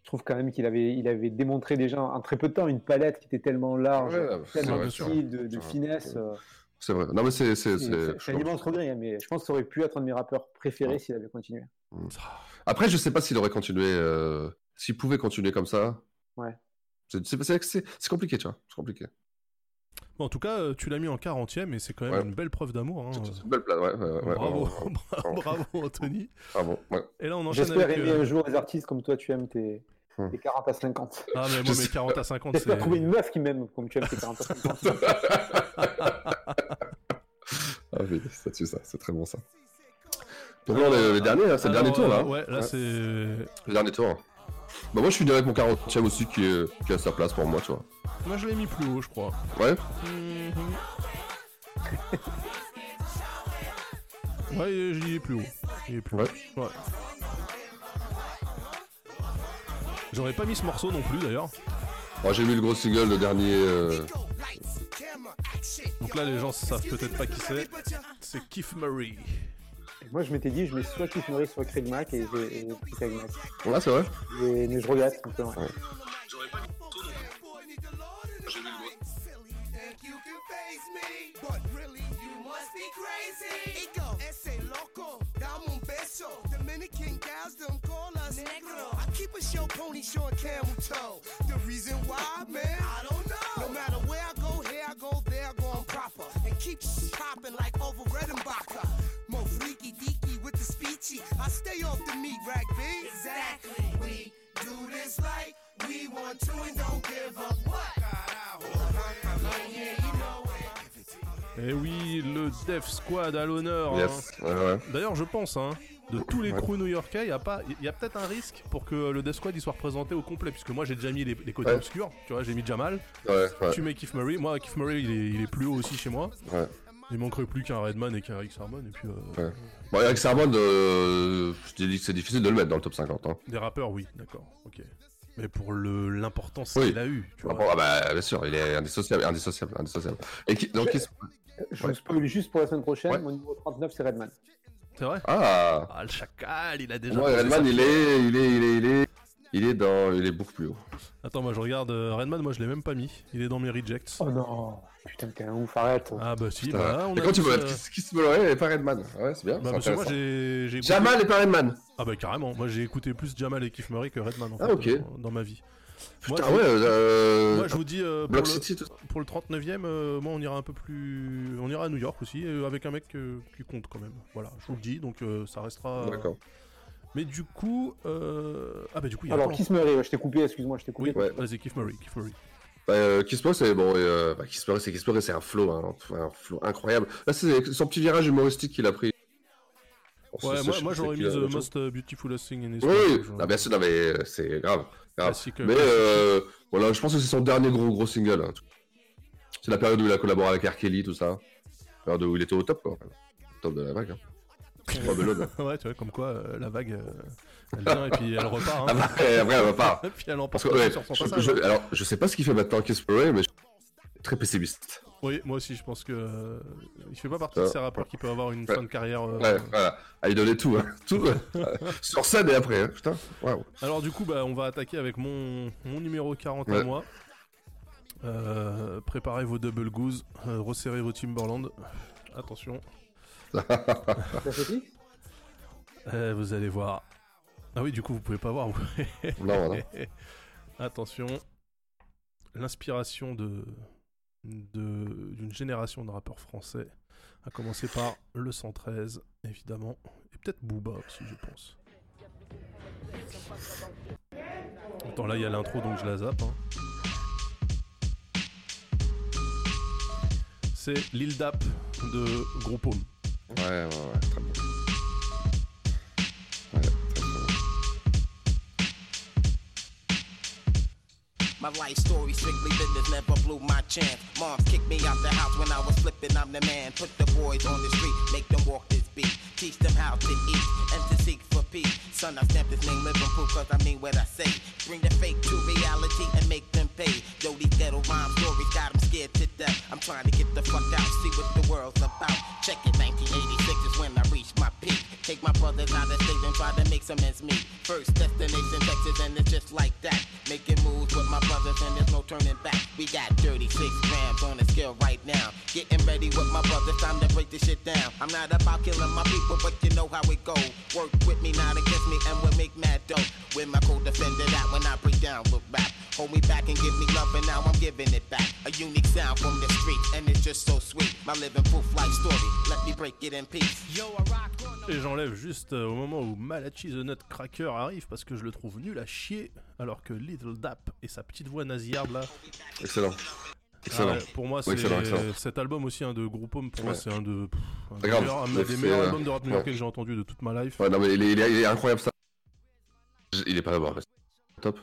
[SPEAKER 7] je trouve quand même qu'il avait, il avait démontré déjà en très peu de temps une palette qui était tellement large,
[SPEAKER 6] Ouais, c'est
[SPEAKER 7] tellement
[SPEAKER 6] vrai,
[SPEAKER 7] de
[SPEAKER 6] c'est
[SPEAKER 7] style,
[SPEAKER 6] vrai.
[SPEAKER 7] de, de
[SPEAKER 6] C'est vrai.
[SPEAKER 7] finesse. euh,
[SPEAKER 6] C'est vrai. Non, mais c'est. c'est-
[SPEAKER 7] et
[SPEAKER 6] c'est-
[SPEAKER 7] C'est c'est un immense regret, hein, mais je pense que ça aurait pu être un de mes rappeurs préférés s'il avait continué.
[SPEAKER 6] Après, je sais pas s'il aurait continué. euh, S'il pouvait continuer comme ça.
[SPEAKER 7] Ouais.
[SPEAKER 6] C'est- C'est c'est- c'est- c'est compliqué, tu vois. C'est compliqué.
[SPEAKER 5] Bon, en tout cas, euh, tu l'as mis en 40 e et c'est quand même
[SPEAKER 6] Ouais.
[SPEAKER 5] une belle preuve d'amour. hein.
[SPEAKER 6] C'est une belle place, ouais. ouais, ouais, ouais,
[SPEAKER 5] Bravo,
[SPEAKER 6] ouais, ouais.
[SPEAKER 5] bravo Anthony.
[SPEAKER 6] Ah, Bravo, ouais.
[SPEAKER 5] Et là, on enchaîne
[SPEAKER 7] Ah J'espère
[SPEAKER 5] avec,
[SPEAKER 7] aimer
[SPEAKER 5] euh,
[SPEAKER 7] un jour les artistes comme toi, tu aimes tes,
[SPEAKER 6] Hmm.
[SPEAKER 7] Des 40 à 50.
[SPEAKER 5] Ah, mais moi, mes 40 à 50,
[SPEAKER 7] J'espère
[SPEAKER 5] c'est-
[SPEAKER 7] trouver une meuf qui m'aime comme tu aimes tes 40 à 50.
[SPEAKER 6] Ah oui, ça tue ça, c'est très bon ça. Donc là, on est le dernier, là, c'est le
[SPEAKER 5] Alors,
[SPEAKER 6] dernier tour là.
[SPEAKER 5] euh,
[SPEAKER 6] hein.
[SPEAKER 5] Ouais, là, c'est. euh,
[SPEAKER 6] Le dernier tour. hein. Bah, moi je suis avec mon 40 aussi qui, est- qui a sa place pour moi, tu vois.
[SPEAKER 5] Moi, je l'ai mis plus haut, je crois. Mm-hmm.
[SPEAKER 6] Ouais
[SPEAKER 5] Ouais, il est plus haut. Il est plus haut. Ouais. J'aurais pas mis ce morceau non plus d'ailleurs.
[SPEAKER 6] Moi j'ai mis le gros single, le dernier. euh,
[SPEAKER 5] Donc là, les gens savent peut-être pas qui c'est. C'est Keith Murray.
[SPEAKER 7] Moi, je m'étais dit, je mets soit Keith Murray, soit Craig Mack, et j'ai et j'ai pris Craig Mack.
[SPEAKER 6] Ouais, c'est vrai.
[SPEAKER 7] Et- mais je regrette un peu. ouais.
[SPEAKER 2] Think you can face me, but really you must be crazy. Ego, ese loco, dame un beso. Dominican gals them call us negro. I keep a show pony showing camel toe. The reason why, man, I don't know. No matter where I go, here I go, there I go, I'm proper. And keep popping like over Redenbacher. Mo freaky deaky with the speechy. I stay off the meat rack, B. Exactly. We do this like we want to and don't give up what?
[SPEAKER 5] Et Eh oui, le Def Squad à l'honneur.
[SPEAKER 6] Yes,
[SPEAKER 5] hein.
[SPEAKER 6] ouais, ouais.
[SPEAKER 5] D'ailleurs, je pense, hein, de tous les
[SPEAKER 6] Ouais.
[SPEAKER 5] crews new-yorkais, il y a pas, il y a peut-être un risque pour que le Death Squad il soit représenté au complet, puisque moi j'ai déjà mis les, les côtés
[SPEAKER 6] Ouais.
[SPEAKER 5] obscurs. Tu vois, j'ai mis Jamal.
[SPEAKER 6] Ouais, ouais.
[SPEAKER 5] Tu mets Keith Murray. Moi, Keith Murray, il est, il est plus haut aussi chez moi.
[SPEAKER 6] Ouais.
[SPEAKER 5] Il manquerait plus qu'un Redman et qu'un Rick Sermon, et puis euh,
[SPEAKER 6] ouais. Bon, Eric Sermon, euh, je t'ai dit que c'est difficile de le mettre dans le top 50. Hein.
[SPEAKER 5] des rappeurs, oui, d'accord, ok. Mais pour le l'importance
[SPEAKER 6] Oui.
[SPEAKER 5] qu'il a eu, tu vois.
[SPEAKER 6] Bon, ah bah, bien sûr, il est indissociable, indissociable, indissociable. Et qui, donc, qui se-
[SPEAKER 7] Je me spoil juste pour la semaine prochaine. Mon numéro 39, c'est Redman.
[SPEAKER 5] C'est vrai
[SPEAKER 6] Ah,
[SPEAKER 5] Ah, le chacal, il a déjà.
[SPEAKER 6] moi,
[SPEAKER 5] posé
[SPEAKER 6] Redman,
[SPEAKER 5] sa
[SPEAKER 6] il
[SPEAKER 5] pierre.
[SPEAKER 6] est, il est, il est, il est, il est dans, il est beaucoup plus haut.
[SPEAKER 5] Attends, moi je regarde euh, Redman, moi je l'ai même pas mis. Il est dans mes rejects.
[SPEAKER 7] Oh non Putain, t'es un ouf, arrête
[SPEAKER 5] Ah bah si,
[SPEAKER 6] Putain.
[SPEAKER 5] bah là, on
[SPEAKER 6] Et
[SPEAKER 5] a.
[SPEAKER 6] quand tu
[SPEAKER 5] tous,
[SPEAKER 6] veux
[SPEAKER 5] euh,
[SPEAKER 6] mettre Kiss- Kiss Murray et pas Redman, ouais, c'est bien.
[SPEAKER 5] Bah
[SPEAKER 6] c'est
[SPEAKER 5] parce que moi
[SPEAKER 6] intéressant.
[SPEAKER 5] j'ai. j'ai écouté-
[SPEAKER 6] Jamal et pas Redman.
[SPEAKER 5] Ah bah carrément, moi j'ai écouté plus Jamal et Keith Murray que Redman en
[SPEAKER 6] Ah,
[SPEAKER 5] fait,
[SPEAKER 6] ok.
[SPEAKER 5] euh, dans ma vie. Moi,
[SPEAKER 6] Putain,
[SPEAKER 5] je-
[SPEAKER 6] ouais, euh,
[SPEAKER 5] moi je vous dis euh, pour,
[SPEAKER 6] Block
[SPEAKER 5] le,
[SPEAKER 6] City,
[SPEAKER 5] pour le 39ème, euh, moi on ira un peu plus, on ira à New York aussi euh, avec un mec euh, qui compte quand même. Voilà, je vous le dis, donc euh, ça restera. euh,
[SPEAKER 6] D'accord.
[SPEAKER 5] Mais du coup, euh... ah bah du coup il y a.
[SPEAKER 7] Alors,
[SPEAKER 5] attends.
[SPEAKER 7] Kiss Murray, ouais, je t'ai coupé, excuse-moi, je t'ai coupé.
[SPEAKER 5] Oui, vas-y Keith Murray, Keith Murray.
[SPEAKER 6] Bah, euh, Kiss Murray, c'est bon, et, euh, bah, Kiss Murray, c'est Kiss Murray, c'est un flow, hein, un flow incroyable. Là, c'est son petit virage humoristique qu'il a pris. Bon,
[SPEAKER 5] Ouais,
[SPEAKER 6] c'est-
[SPEAKER 5] moi,
[SPEAKER 6] c'est-
[SPEAKER 5] moi
[SPEAKER 6] c'est
[SPEAKER 5] j'aurais
[SPEAKER 6] qu'il
[SPEAKER 5] mis
[SPEAKER 6] a-
[SPEAKER 5] The Most euh, Beautiful Thing in His
[SPEAKER 6] Oui,
[SPEAKER 5] Life,
[SPEAKER 6] oui.
[SPEAKER 5] je-
[SPEAKER 6] Non, bien sûr, non, mais euh, c'est grave. grave.
[SPEAKER 5] Classique, euh,
[SPEAKER 6] Mais euh, voilà, je pense que c'est son dernier gros gros single. hein. C'est la période où il a collaboré avec R. Kelly, tout ça. La période où il était au top, quoi. Top de la vague. Hein. Top de l'aude.
[SPEAKER 5] ouais, tu vois, comme quoi euh, la vague euh, elle vient et puis elle repart. hein.
[SPEAKER 6] Ah, bah, Après, après, elle repart.
[SPEAKER 5] puis elle emporte
[SPEAKER 6] Parce que, ouais,
[SPEAKER 5] sur son
[SPEAKER 6] je-
[SPEAKER 5] passage.
[SPEAKER 6] je-
[SPEAKER 5] hein.
[SPEAKER 6] alors, je sais pas ce qu'il fait maintenant, Kiss Murray, mais je suis très pessimiste.
[SPEAKER 5] Oui, moi aussi, je pense que euh, il fait pas partie de
[SPEAKER 6] Euh,
[SPEAKER 5] ces rappeurs qui peuvent avoir une
[SPEAKER 6] ouais.
[SPEAKER 5] fin de carrière. euh,
[SPEAKER 6] Ouais, voilà. Ah, il donnait tout, hein. tout euh, sur scène et après. hein. Putain, waouh.
[SPEAKER 5] Alors du coup, bah, on va attaquer avec mon, mon numéro 40 à
[SPEAKER 6] Ouais.
[SPEAKER 5] moi. Euh, préparez vos double goose, euh, resserrez vos Timberland. Attention. Euh, vous allez voir. Ah oui, du coup, vous pouvez pas voir. vous.
[SPEAKER 6] Non, non.
[SPEAKER 5] Attention. L'inspiration de de- d'une génération de rappeurs français, à commencer par le 113, évidemment, et peut-être Booba aussi, je pense. Attends, là, il y a l'intro, donc je la zappe. hein. C'est Lil Dap de Gros Paume.
[SPEAKER 6] Ouais, ouais, ouais, très bien.
[SPEAKER 12] My life story strictly business never blew my chance. Mom kicked me out the house when I was flipping. I'm the man. Put the boys on the street, make them walk this beat. Teach them how to eat and to seek for peace. Son, I stamped his name Liverpool cause I mean what I say. Bring the fake to reality and make them pay. Yo, these ghetto rhyme stories got 'em scared to death. I'm trying to get the fuck out, see what the world's about. Check it, 1986 is when I reached my peak. Take my brothers out of state and try to make some ends meet. First destination Texas and it's just like that. Making moves with my brothers and there's no turning back. We got 36 grams on the scale right now. Getting ready with my brothers, time to break this shit down. I'm not about killing my people, but you know how it go. Work with me, not against me, and we'll make mad dough. With my co-defender that when I break down with rap. Hold me back and give me love, and now I'm giving it back. A unique sound from the street, and it's just so sweet. My living proof life story, let me break it in peace.
[SPEAKER 2] Yo, I rock on
[SPEAKER 5] Et j'enlève juste euh, au moment où Malachi the Nutcracker arrive parce que je le trouve nul à chier, alors que Little Dap et sa petite voix nasillarde là.
[SPEAKER 6] Excellent. Excellent.
[SPEAKER 5] Ah ouais, pour moi,
[SPEAKER 6] Oui,
[SPEAKER 5] c'est
[SPEAKER 6] excellent, excellent.
[SPEAKER 5] cet album aussi un de Group Homme. Pour moi,
[SPEAKER 6] Ouais.
[SPEAKER 5] c'est un de pff, un des
[SPEAKER 6] Grave.
[SPEAKER 5] meilleurs, un
[SPEAKER 6] Ouais,
[SPEAKER 5] des
[SPEAKER 6] c'est,
[SPEAKER 5] meilleurs
[SPEAKER 6] euh,
[SPEAKER 5] albums de rap
[SPEAKER 6] ouais.
[SPEAKER 5] new-yorkais que j'ai entendu de toute ma life.
[SPEAKER 6] Ouais, non, mais il est, il est- il est incroyable ça. Je- Il est pas d'abord, top.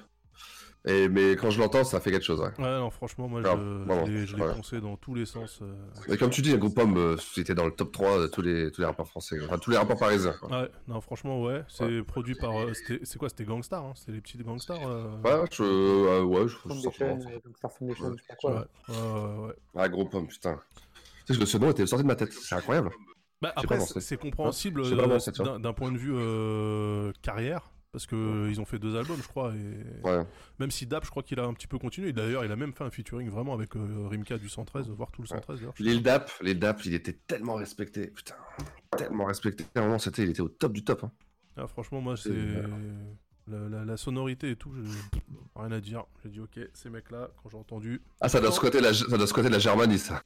[SPEAKER 6] Et, mais quand je l'entends, ça fait quelque chose. Ouais.
[SPEAKER 5] Ouais, non, franchement, moi, je,
[SPEAKER 6] Grave, vraiment,
[SPEAKER 5] je l'ai- je l'ai
[SPEAKER 6] ouais.
[SPEAKER 5] poncé dans tous les sens. euh.
[SPEAKER 6] Et comme tu dis, Groupe Homme, euh, c'était dans le top 3 de tous les, tous les rappeurs français, quoi. enfin tous les rappeurs parisiens. Quoi.
[SPEAKER 5] Ouais, non, franchement, ouais. C'est produit par. euh, c'était- c'est quoi C'était Gangstar, hein C'était les petits Gangstar euh,
[SPEAKER 6] Ouais, je. euh, ouais, je.
[SPEAKER 7] Foundation, euh, donc Star Foundation, je sais pas quoi.
[SPEAKER 5] Ouais. Ouais, ouais.
[SPEAKER 6] Ah, gros pomme, putain. Tu sais que ce nom était sorti de ma tête, c'est incroyable.
[SPEAKER 5] Bah,
[SPEAKER 6] J'ai
[SPEAKER 5] après,
[SPEAKER 6] pas
[SPEAKER 5] c'est
[SPEAKER 6] pensé.
[SPEAKER 5] c'est compréhensible
[SPEAKER 6] J'ai pas
[SPEAKER 5] euh,
[SPEAKER 6] pensé, tu vois.
[SPEAKER 5] d'un- d'un point de vue euh, carrière, parce que ils ont fait deux albums, je crois. Et...
[SPEAKER 6] Ouais.
[SPEAKER 5] Même si Dap, je crois qu'il a un petit peu continué. Et D'ailleurs, il a même fait un featuring vraiment avec euh, Rimka du 113, voire tout le 113 d'ailleurs.
[SPEAKER 6] L'île d'Ap, l'île d'Ap, il était tellement respecté, putain, tellement respecté. À un moment, c'était, il était au top du top. Hein.
[SPEAKER 5] Ah, franchement, moi, c'est. La, la- la sonorité et tout, je- rien à dire. J'ai dit, ok, ces mecs-là, quand j'ai entendu.
[SPEAKER 6] Ah, ça doit, se côté la, ça doit se côté la Germanie, ça.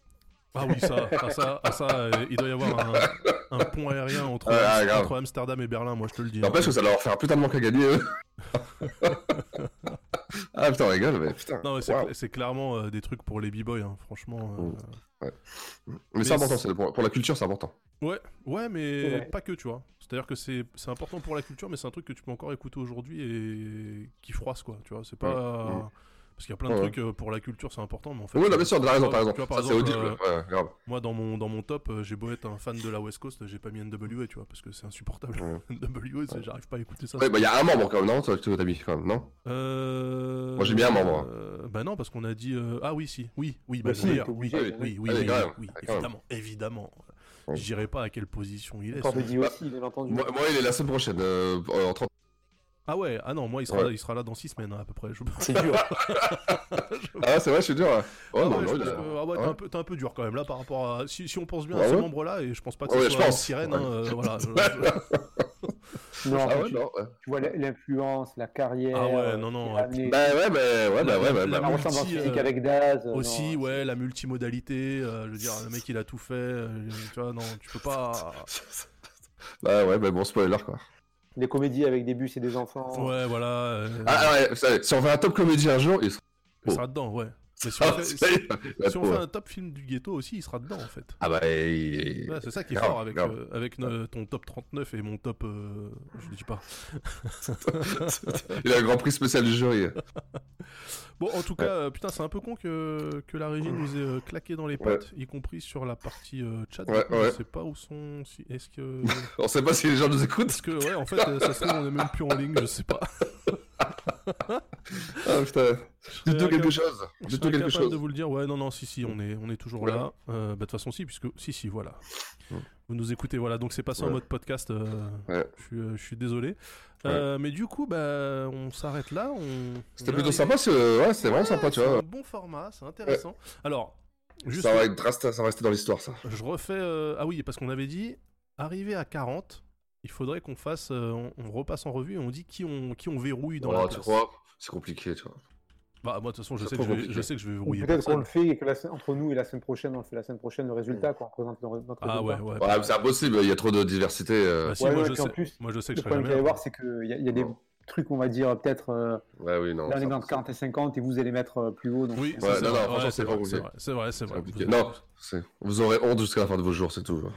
[SPEAKER 5] Ah oui, ça, ah, ça, ah, ça euh, il doit y avoir un, un pont aérien entre,
[SPEAKER 6] Ah, grave.
[SPEAKER 5] entre Amsterdam et Berlin, moi je te le dis.
[SPEAKER 6] N'empêche
[SPEAKER 5] hein.
[SPEAKER 6] que ça leur fera putain de manque à gagner, eux. ah, putain, on rigole, mais putain.
[SPEAKER 5] Non, mais c'est
[SPEAKER 6] waouh.
[SPEAKER 5] cl- c'est clairement euh, des trucs pour les b-boys, hein, franchement.
[SPEAKER 6] Mm.
[SPEAKER 5] euh,
[SPEAKER 6] Ouais. Mais,
[SPEAKER 5] Mais
[SPEAKER 6] c'est important,
[SPEAKER 5] c'est-
[SPEAKER 6] c'est- pour, pour la culture, c'est important.
[SPEAKER 5] Ouais, ouais, mais
[SPEAKER 6] Ouais.
[SPEAKER 5] pas que, tu vois. C'est-à-dire que c'est c'est important pour la culture, mais c'est un truc que tu peux encore écouter aujourd'hui et qui froisse, quoi. Tu vois, c'est pas.
[SPEAKER 6] Ouais. Ouais.
[SPEAKER 5] Parce qu'il y a plein de
[SPEAKER 6] Ouais.
[SPEAKER 5] trucs euh, pour la culture, c'est important, mais en fait. euh,
[SPEAKER 6] Oui, non, bien sûr, t'as raison,
[SPEAKER 5] tu vois,
[SPEAKER 6] t'as raison.
[SPEAKER 5] Tu vois, par
[SPEAKER 6] Ça, c'est
[SPEAKER 5] exemple,
[SPEAKER 6] audible,
[SPEAKER 5] euh,
[SPEAKER 6] ouais, grave.
[SPEAKER 5] moi, dans mon, dans mon top, euh, j'ai beau être un fan de la West Coast, j'ai pas mis NWA, tu vois, parce que c'est insupportable. NWA, c'est- j'arrive pas à écouter ça.
[SPEAKER 6] Ouais, bah, il y a un membre quand même, non Toi, que t'as mis quand même, non
[SPEAKER 5] Euh...
[SPEAKER 6] Moi, j'ai mis un membre. hein.
[SPEAKER 5] Euh, bah non, parce qu'on a dit. euh, Ah oui, si. Oui, oui, bah,
[SPEAKER 6] Bah si,
[SPEAKER 5] d'ailleurs,
[SPEAKER 6] t'es
[SPEAKER 5] oui,
[SPEAKER 6] obligé,
[SPEAKER 5] oui,
[SPEAKER 6] quand
[SPEAKER 5] oui,
[SPEAKER 6] même.
[SPEAKER 5] oui,
[SPEAKER 6] Allez,
[SPEAKER 5] oui,
[SPEAKER 6] quand même.
[SPEAKER 5] oui,
[SPEAKER 6] Allez, quand
[SPEAKER 5] évidemment, évidemment. euh, Je dirais pas à quelle position il est.
[SPEAKER 7] Encore
[SPEAKER 5] ce-
[SPEAKER 7] Buddy aussi, bien entendu.
[SPEAKER 6] Moi, moi, il est la semaine prochaine, euh, en 30
[SPEAKER 5] Ah ouais, ah non, moi, il sera,
[SPEAKER 6] Ouais.
[SPEAKER 5] il sera là dans 6 semaines, hein, à peu près. je-
[SPEAKER 6] C'est dur. Ah ouais, c'est vrai, je suis dur. Ouais,
[SPEAKER 5] Ah
[SPEAKER 6] Ouais,
[SPEAKER 5] ouais,
[SPEAKER 6] non,
[SPEAKER 5] je
[SPEAKER 6] non,
[SPEAKER 5] pense
[SPEAKER 6] il a-
[SPEAKER 5] que- ah ouais, t'es
[SPEAKER 6] ouais.
[SPEAKER 5] un peu- t'es un, peu dur quand même là par rapport à si, si on pense bien
[SPEAKER 6] Ah
[SPEAKER 5] à ces
[SPEAKER 6] ouais Ah
[SPEAKER 5] membres-là et je pense pas que
[SPEAKER 6] Ouais,
[SPEAKER 5] ce
[SPEAKER 6] je
[SPEAKER 5] soit
[SPEAKER 6] pense.
[SPEAKER 5] une sirène
[SPEAKER 6] Ouais.
[SPEAKER 5] hein, euh, voilà. je-
[SPEAKER 7] Non,
[SPEAKER 5] Ah
[SPEAKER 7] en fait,
[SPEAKER 5] ouais,
[SPEAKER 7] tu,
[SPEAKER 5] non, ouais.
[SPEAKER 7] tu vois la- l'influence, la carrière.
[SPEAKER 5] Ah ouais, non,
[SPEAKER 7] euh,
[SPEAKER 5] non.
[SPEAKER 7] qui est amenée.
[SPEAKER 6] Bah ouais, mais ouais, bah ouais, bah,
[SPEAKER 5] la
[SPEAKER 6] bah,
[SPEAKER 5] multi,
[SPEAKER 7] ressemblance physique
[SPEAKER 5] euh,
[SPEAKER 7] avec Daz, euh,
[SPEAKER 5] aussi,
[SPEAKER 7] non.
[SPEAKER 5] ouais, la multimodalité. euh, je veux dire, le mec, il a tout fait. euh, tu vois, non, tu peux pas. euh,
[SPEAKER 6] Bah ouais, mais bon, spoiler quoi.
[SPEAKER 7] Des comédies avec des bus et des enfants.
[SPEAKER 5] Ouais, voilà. euh,
[SPEAKER 6] Ah ouais, vous savez, si on fait un top comédie un jour, il sera.
[SPEAKER 5] Il sera dedans, ouais. Mais si
[SPEAKER 6] Ah,
[SPEAKER 5] on fait,
[SPEAKER 6] ça y est,
[SPEAKER 5] si-
[SPEAKER 6] la
[SPEAKER 5] si on
[SPEAKER 6] peau,
[SPEAKER 5] fait
[SPEAKER 6] ouais.
[SPEAKER 5] un top film du ghetto aussi, il sera dedans en fait.
[SPEAKER 6] Ah bah, il est.
[SPEAKER 5] Ouais, c'est ça qui est
[SPEAKER 6] grave,
[SPEAKER 5] fort avec,
[SPEAKER 6] grave.
[SPEAKER 5] euh, avec no- ton top 39 et mon top. euh, je le dis pas.
[SPEAKER 6] Il a un grand prix spécial du jury.
[SPEAKER 5] Bon, en tout cas, euh, putain, c'est un peu con que, que la régie nous ait euh, claqué dans les pattes, y compris sur la partie euh, chat.
[SPEAKER 6] Ouais,
[SPEAKER 5] Je
[SPEAKER 6] ouais.
[SPEAKER 5] sais pas où sont. si- Est-ce que.
[SPEAKER 6] On sait pas si les gens nous écoutent.
[SPEAKER 5] Parce que, ouais, en fait, euh, ça se trouve, on est même plus en ligne, je sais pas.
[SPEAKER 6] Ah putain. Dites-nous
[SPEAKER 5] serais
[SPEAKER 6] quelque
[SPEAKER 5] incapable-
[SPEAKER 6] chose.
[SPEAKER 5] je
[SPEAKER 6] Dites-nous
[SPEAKER 5] serais
[SPEAKER 6] quelque
[SPEAKER 5] incapable
[SPEAKER 6] chose.
[SPEAKER 5] de vous le dire. Ouais, non, non, si, si, on est, on est toujours
[SPEAKER 6] Ouais.
[SPEAKER 5] là. Euh, bah, De toute façon, si, puisque. Si, si, voilà. Vous nous écoutez, voilà. Donc, c'est passé en
[SPEAKER 6] Ouais.
[SPEAKER 5] mode podcast. euh, je, suis, euh, je suis désolé.
[SPEAKER 6] Ouais.
[SPEAKER 5] Euh, mais du coup, bah, on s'arrête là. On...
[SPEAKER 6] C'était
[SPEAKER 5] on
[SPEAKER 6] plutôt
[SPEAKER 5] arrive-
[SPEAKER 6] sympa, c'est ouais, c'était vraiment sympa, tu
[SPEAKER 5] c'est
[SPEAKER 6] vois.
[SPEAKER 5] un bon format, c'est intéressant. Alors, juste-
[SPEAKER 6] ça, va être rasta- ça va rester dans l'histoire, ça.
[SPEAKER 5] Je refais. euh, Ah oui, parce qu'on avait dit, arrivé à 40, il faudrait qu'on fasse. euh, on, on repasse en revue et on dit qui on, qui on verrouille dans
[SPEAKER 6] Oh,
[SPEAKER 5] la
[SPEAKER 6] tu
[SPEAKER 5] place.
[SPEAKER 6] crois C'est compliqué, tu vois.
[SPEAKER 5] Bah, moi, de toute façon, je sais,
[SPEAKER 6] C'est
[SPEAKER 5] que
[SPEAKER 6] trop
[SPEAKER 5] je, vais,
[SPEAKER 6] compliqué.
[SPEAKER 5] je sais que je vais
[SPEAKER 7] Ou
[SPEAKER 5] verrouiller.
[SPEAKER 7] peut-être qu'on
[SPEAKER 5] personne.
[SPEAKER 7] le fait et que la se- entre nous et la semaine prochaine, on le fait la semaine prochaine, le résultat, quoi. On présente le- notre
[SPEAKER 5] Ah
[SPEAKER 7] résultat.
[SPEAKER 6] Mm. Ouais, mais c'est impossible, il y a trop de diversité. euh.
[SPEAKER 5] Bah, si,
[SPEAKER 7] Ouais,
[SPEAKER 5] moi,
[SPEAKER 7] ouais,
[SPEAKER 5] je
[SPEAKER 7] puis en
[SPEAKER 5] sais-
[SPEAKER 7] plus,
[SPEAKER 5] moi, je sais que
[SPEAKER 7] le
[SPEAKER 5] je serai
[SPEAKER 7] problème
[SPEAKER 5] jamais
[SPEAKER 7] qu'il va y
[SPEAKER 5] là.
[SPEAKER 7] avoir, c'est qu'il y a, il y a des trucs, on va dire, peut-être. euh,
[SPEAKER 6] Ouais, oui, non.
[SPEAKER 7] Là, on
[SPEAKER 6] ça-
[SPEAKER 7] est dans 40 et 50 et vous allez mettre euh, plus haut. Donc,
[SPEAKER 5] Oui,
[SPEAKER 6] Ouais, non, non,
[SPEAKER 5] vrai,
[SPEAKER 6] franchement,
[SPEAKER 5] ouais, vrai,
[SPEAKER 6] c'est pas
[SPEAKER 5] c'est
[SPEAKER 6] compliqué.
[SPEAKER 5] vrai, c'est vrai, c'est vrai.
[SPEAKER 6] compliqué.
[SPEAKER 5] Vous avez-
[SPEAKER 6] Non, c'est- vous aurez honte jusqu'à la fin de vos jours, c'est tout. hein.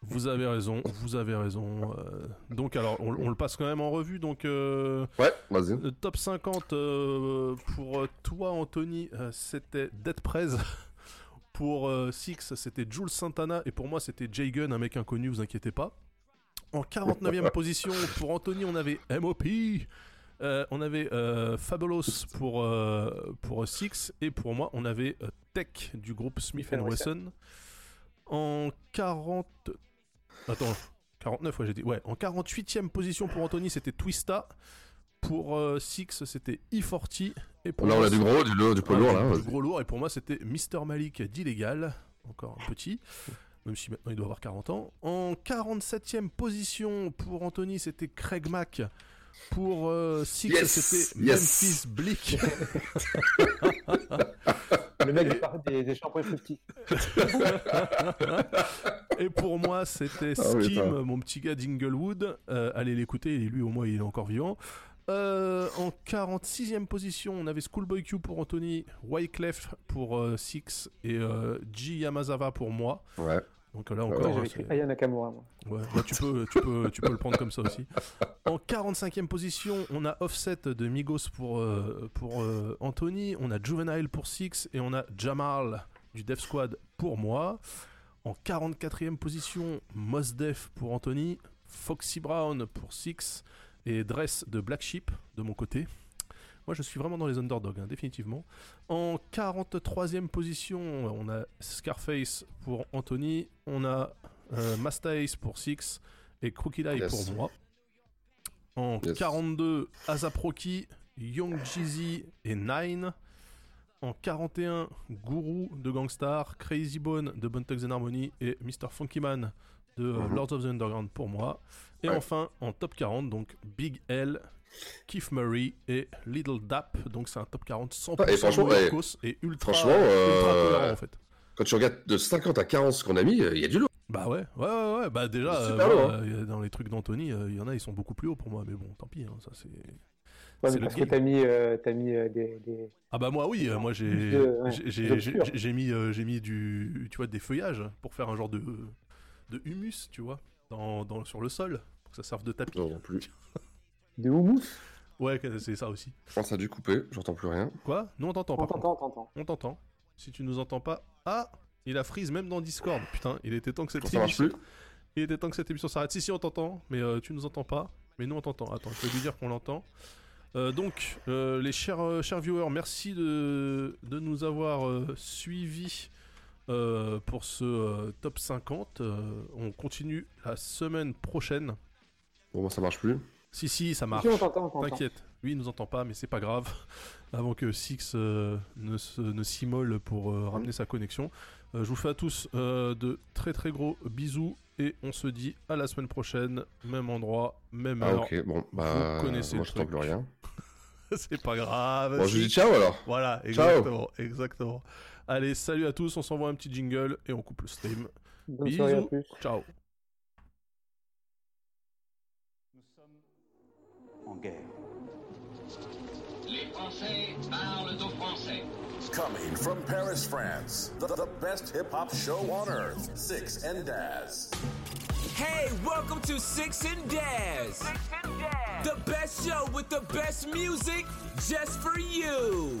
[SPEAKER 5] Vous avez raison, vous avez raison. euh, donc, alors, on, on le passe quand même en revue. Donc, euh,
[SPEAKER 6] Ouais, vas-y.
[SPEAKER 5] le top 50 euh, pour euh, toi, Anthony, euh, c'était Dead Prez. Pour euh, Six, c'était Jules Santana. Et pour moi, c'était Jay Gunn, un mec inconnu, vous inquiétez pas. En 49e position, pour Anthony, on avait MOP. euh, on avait euh, Fabulous pour, euh, pour Six. Et pour moi, on avait euh, Tech du groupe Smith
[SPEAKER 7] Smith and
[SPEAKER 5] Wesson. En 40. Attends, 49, ouais, j'ai dit. Ouais, en 48e position pour Anthony, c'était Twista. Pour euh, Six, c'était E40. Et pour
[SPEAKER 6] Là, on
[SPEAKER 5] moi,
[SPEAKER 6] a du
[SPEAKER 5] c'est-
[SPEAKER 6] gros, du lourd, du poids
[SPEAKER 5] Ouais,
[SPEAKER 6] lourd, là,
[SPEAKER 5] Du
[SPEAKER 6] vas-y.
[SPEAKER 5] gros lourd. Et pour moi, c'était Mister Malik d'illégal. Encore un petit. Même si maintenant il doit avoir 40 ans. En 47e position pour Anthony, c'était Craig Mack. Pour euh, Six,
[SPEAKER 6] Yes,
[SPEAKER 5] c'était
[SPEAKER 6] yes.
[SPEAKER 5] Memphis Bleak.
[SPEAKER 7] Le mec il parle des, des shampoings fructis.
[SPEAKER 5] Hein Et pour moi, c'était
[SPEAKER 7] Ah oui,
[SPEAKER 5] Skim,
[SPEAKER 7] putain.
[SPEAKER 5] mon petit gars d'Inglewood. Euh, allez l'écouter, et lui au moins il est encore vivant. Euh, en 46e position, on avait Schoolboy Q pour Anthony, Wyclef pour euh, Six et euh, G Yamazawa pour moi.
[SPEAKER 6] Ouais.
[SPEAKER 5] Donc euh, là
[SPEAKER 7] Ah Ouais,
[SPEAKER 5] encore, hein,
[SPEAKER 7] J'avais écrit
[SPEAKER 5] c'est-
[SPEAKER 7] Aya Nakamura. Moi.
[SPEAKER 5] Ouais, bah, tu, peux, tu, peux, tu peux le prendre comme ça aussi. En 45e position, on a Offset de Migos pour, euh, pour euh, Anthony, on a Juvenile pour Six et on a Jamal du Dev Squad pour moi. En 44e position, Mos Def pour Anthony, Foxy Brown pour Six et Dress de Black Sheep de mon côté. Moi, je suis vraiment dans les underdogs, hein, définitivement. En 43e position, on a Scarface pour Anthony, on a euh, Masta Ace pour Six et Crooked Eye
[SPEAKER 6] Yes.
[SPEAKER 5] pour moi. En 42, Azaproki, Young Jeezy et Nine. En 41, Guru de Gangstar, Crazy Bone de Bone Thugs and Harmony et Mr. Funkyman de euh,
[SPEAKER 6] Mhm.
[SPEAKER 5] Lords of the Underground pour moi. Et
[SPEAKER 6] Ouais.
[SPEAKER 5] enfin, en top 40, donc Big L, Keith Murray et Little Dap. Donc c'est un top 40 100%
[SPEAKER 6] Et franchement, ouais.
[SPEAKER 5] Locos et ultra,
[SPEAKER 6] franchement
[SPEAKER 5] ultra
[SPEAKER 6] euh,
[SPEAKER 5] cohérent, en fait.
[SPEAKER 6] quand tu regardes de 50 à 40 ce qu'on a mis, euh, il y a du lot.
[SPEAKER 5] Bah ouais, ouais, ouais, ouais. bah déjà,
[SPEAKER 6] C'est
[SPEAKER 5] euh,
[SPEAKER 6] super
[SPEAKER 5] moi,
[SPEAKER 6] lourd, hein.
[SPEAKER 5] euh, dans les trucs d'Anthony, euh, il y en a, ils sont beaucoup plus hauts pour moi, mais bon, tant pis, hein, ça c'est.
[SPEAKER 7] Ouais,
[SPEAKER 5] c'est
[SPEAKER 7] mais
[SPEAKER 5] le
[SPEAKER 7] parce que
[SPEAKER 5] game.
[SPEAKER 7] t'as mis, euh, t'as mis euh, des, des-
[SPEAKER 5] Ah bah moi oui, euh, moi j'ai
[SPEAKER 7] De- ouais,
[SPEAKER 5] j'ai- j'ai-
[SPEAKER 7] de
[SPEAKER 5] j'ai-
[SPEAKER 7] pur.
[SPEAKER 5] j'ai mis euh, j'ai mis du tu vois des feuillages pour faire un genre de de humus, tu vois, dans, dans- sur le sol pour que ça serve de tapis.
[SPEAKER 6] Non, non plus.
[SPEAKER 7] des houmous.
[SPEAKER 5] Ouais, que- c'est ça aussi.
[SPEAKER 6] Je pense que ça a dû couper, j'entends plus rien.
[SPEAKER 5] Quoi Nous on t'entend
[SPEAKER 7] On
[SPEAKER 5] par
[SPEAKER 7] t'entend, on
[SPEAKER 5] contre.
[SPEAKER 7] t'entend.
[SPEAKER 5] On t'entend. Si tu nous entends pas, ah, il a freeze même dans Discord. Putain, il était temps que cette
[SPEAKER 6] Ça marche
[SPEAKER 5] émission Il était temps que cette émission s'arrête. Si si on t'entend, mais euh, tu nous entends pas, mais nous on t'entend. Attends, je vais lui dire qu'on l'entend. Euh, donc, euh, les chers, euh, chers viewers, merci de, de nous avoir euh, suivis euh, pour ce euh, top 50. Euh, on continue la semaine prochaine.
[SPEAKER 6] Bon, moi ça marche plus.
[SPEAKER 5] Si, si, ça marche.
[SPEAKER 7] Si, on t'entend, on t'entend.
[SPEAKER 5] T'inquiète. Lui, il nous entend pas, mais c'est pas grave. Avant que Six euh, ne se- ne s'immole pour
[SPEAKER 7] Mhm.
[SPEAKER 5] euh, ramener sa connexion. Euh, je vous fais à tous euh, de très très gros bisous et on se dit à la semaine prochaine. Même endroit, même
[SPEAKER 6] Ah,
[SPEAKER 5] heure.
[SPEAKER 6] ok, bon, bah,
[SPEAKER 5] Vous connaissez
[SPEAKER 6] moi,
[SPEAKER 5] le
[SPEAKER 6] je t'entends
[SPEAKER 5] truc.
[SPEAKER 6] plus rien.
[SPEAKER 5] c'est pas grave.
[SPEAKER 6] Bon, je
[SPEAKER 5] Six.
[SPEAKER 6] dis ciao, alors.
[SPEAKER 5] Voilà,
[SPEAKER 6] Ciao.
[SPEAKER 5] exactement. Exactement. Allez, salut à tous. On s'envoie un petit jingle et on coupe le stream.
[SPEAKER 7] Bonne
[SPEAKER 5] bisous.
[SPEAKER 7] soirée, à plus.
[SPEAKER 5] Ciao.
[SPEAKER 13] en guerre. Les Français parlent aux Français.
[SPEAKER 16] Coming from Paris, France, the, the best hip hop show on earth, Six and Daz.
[SPEAKER 13] Hey, welcome to Six and Daz. The best show with the best music just for you.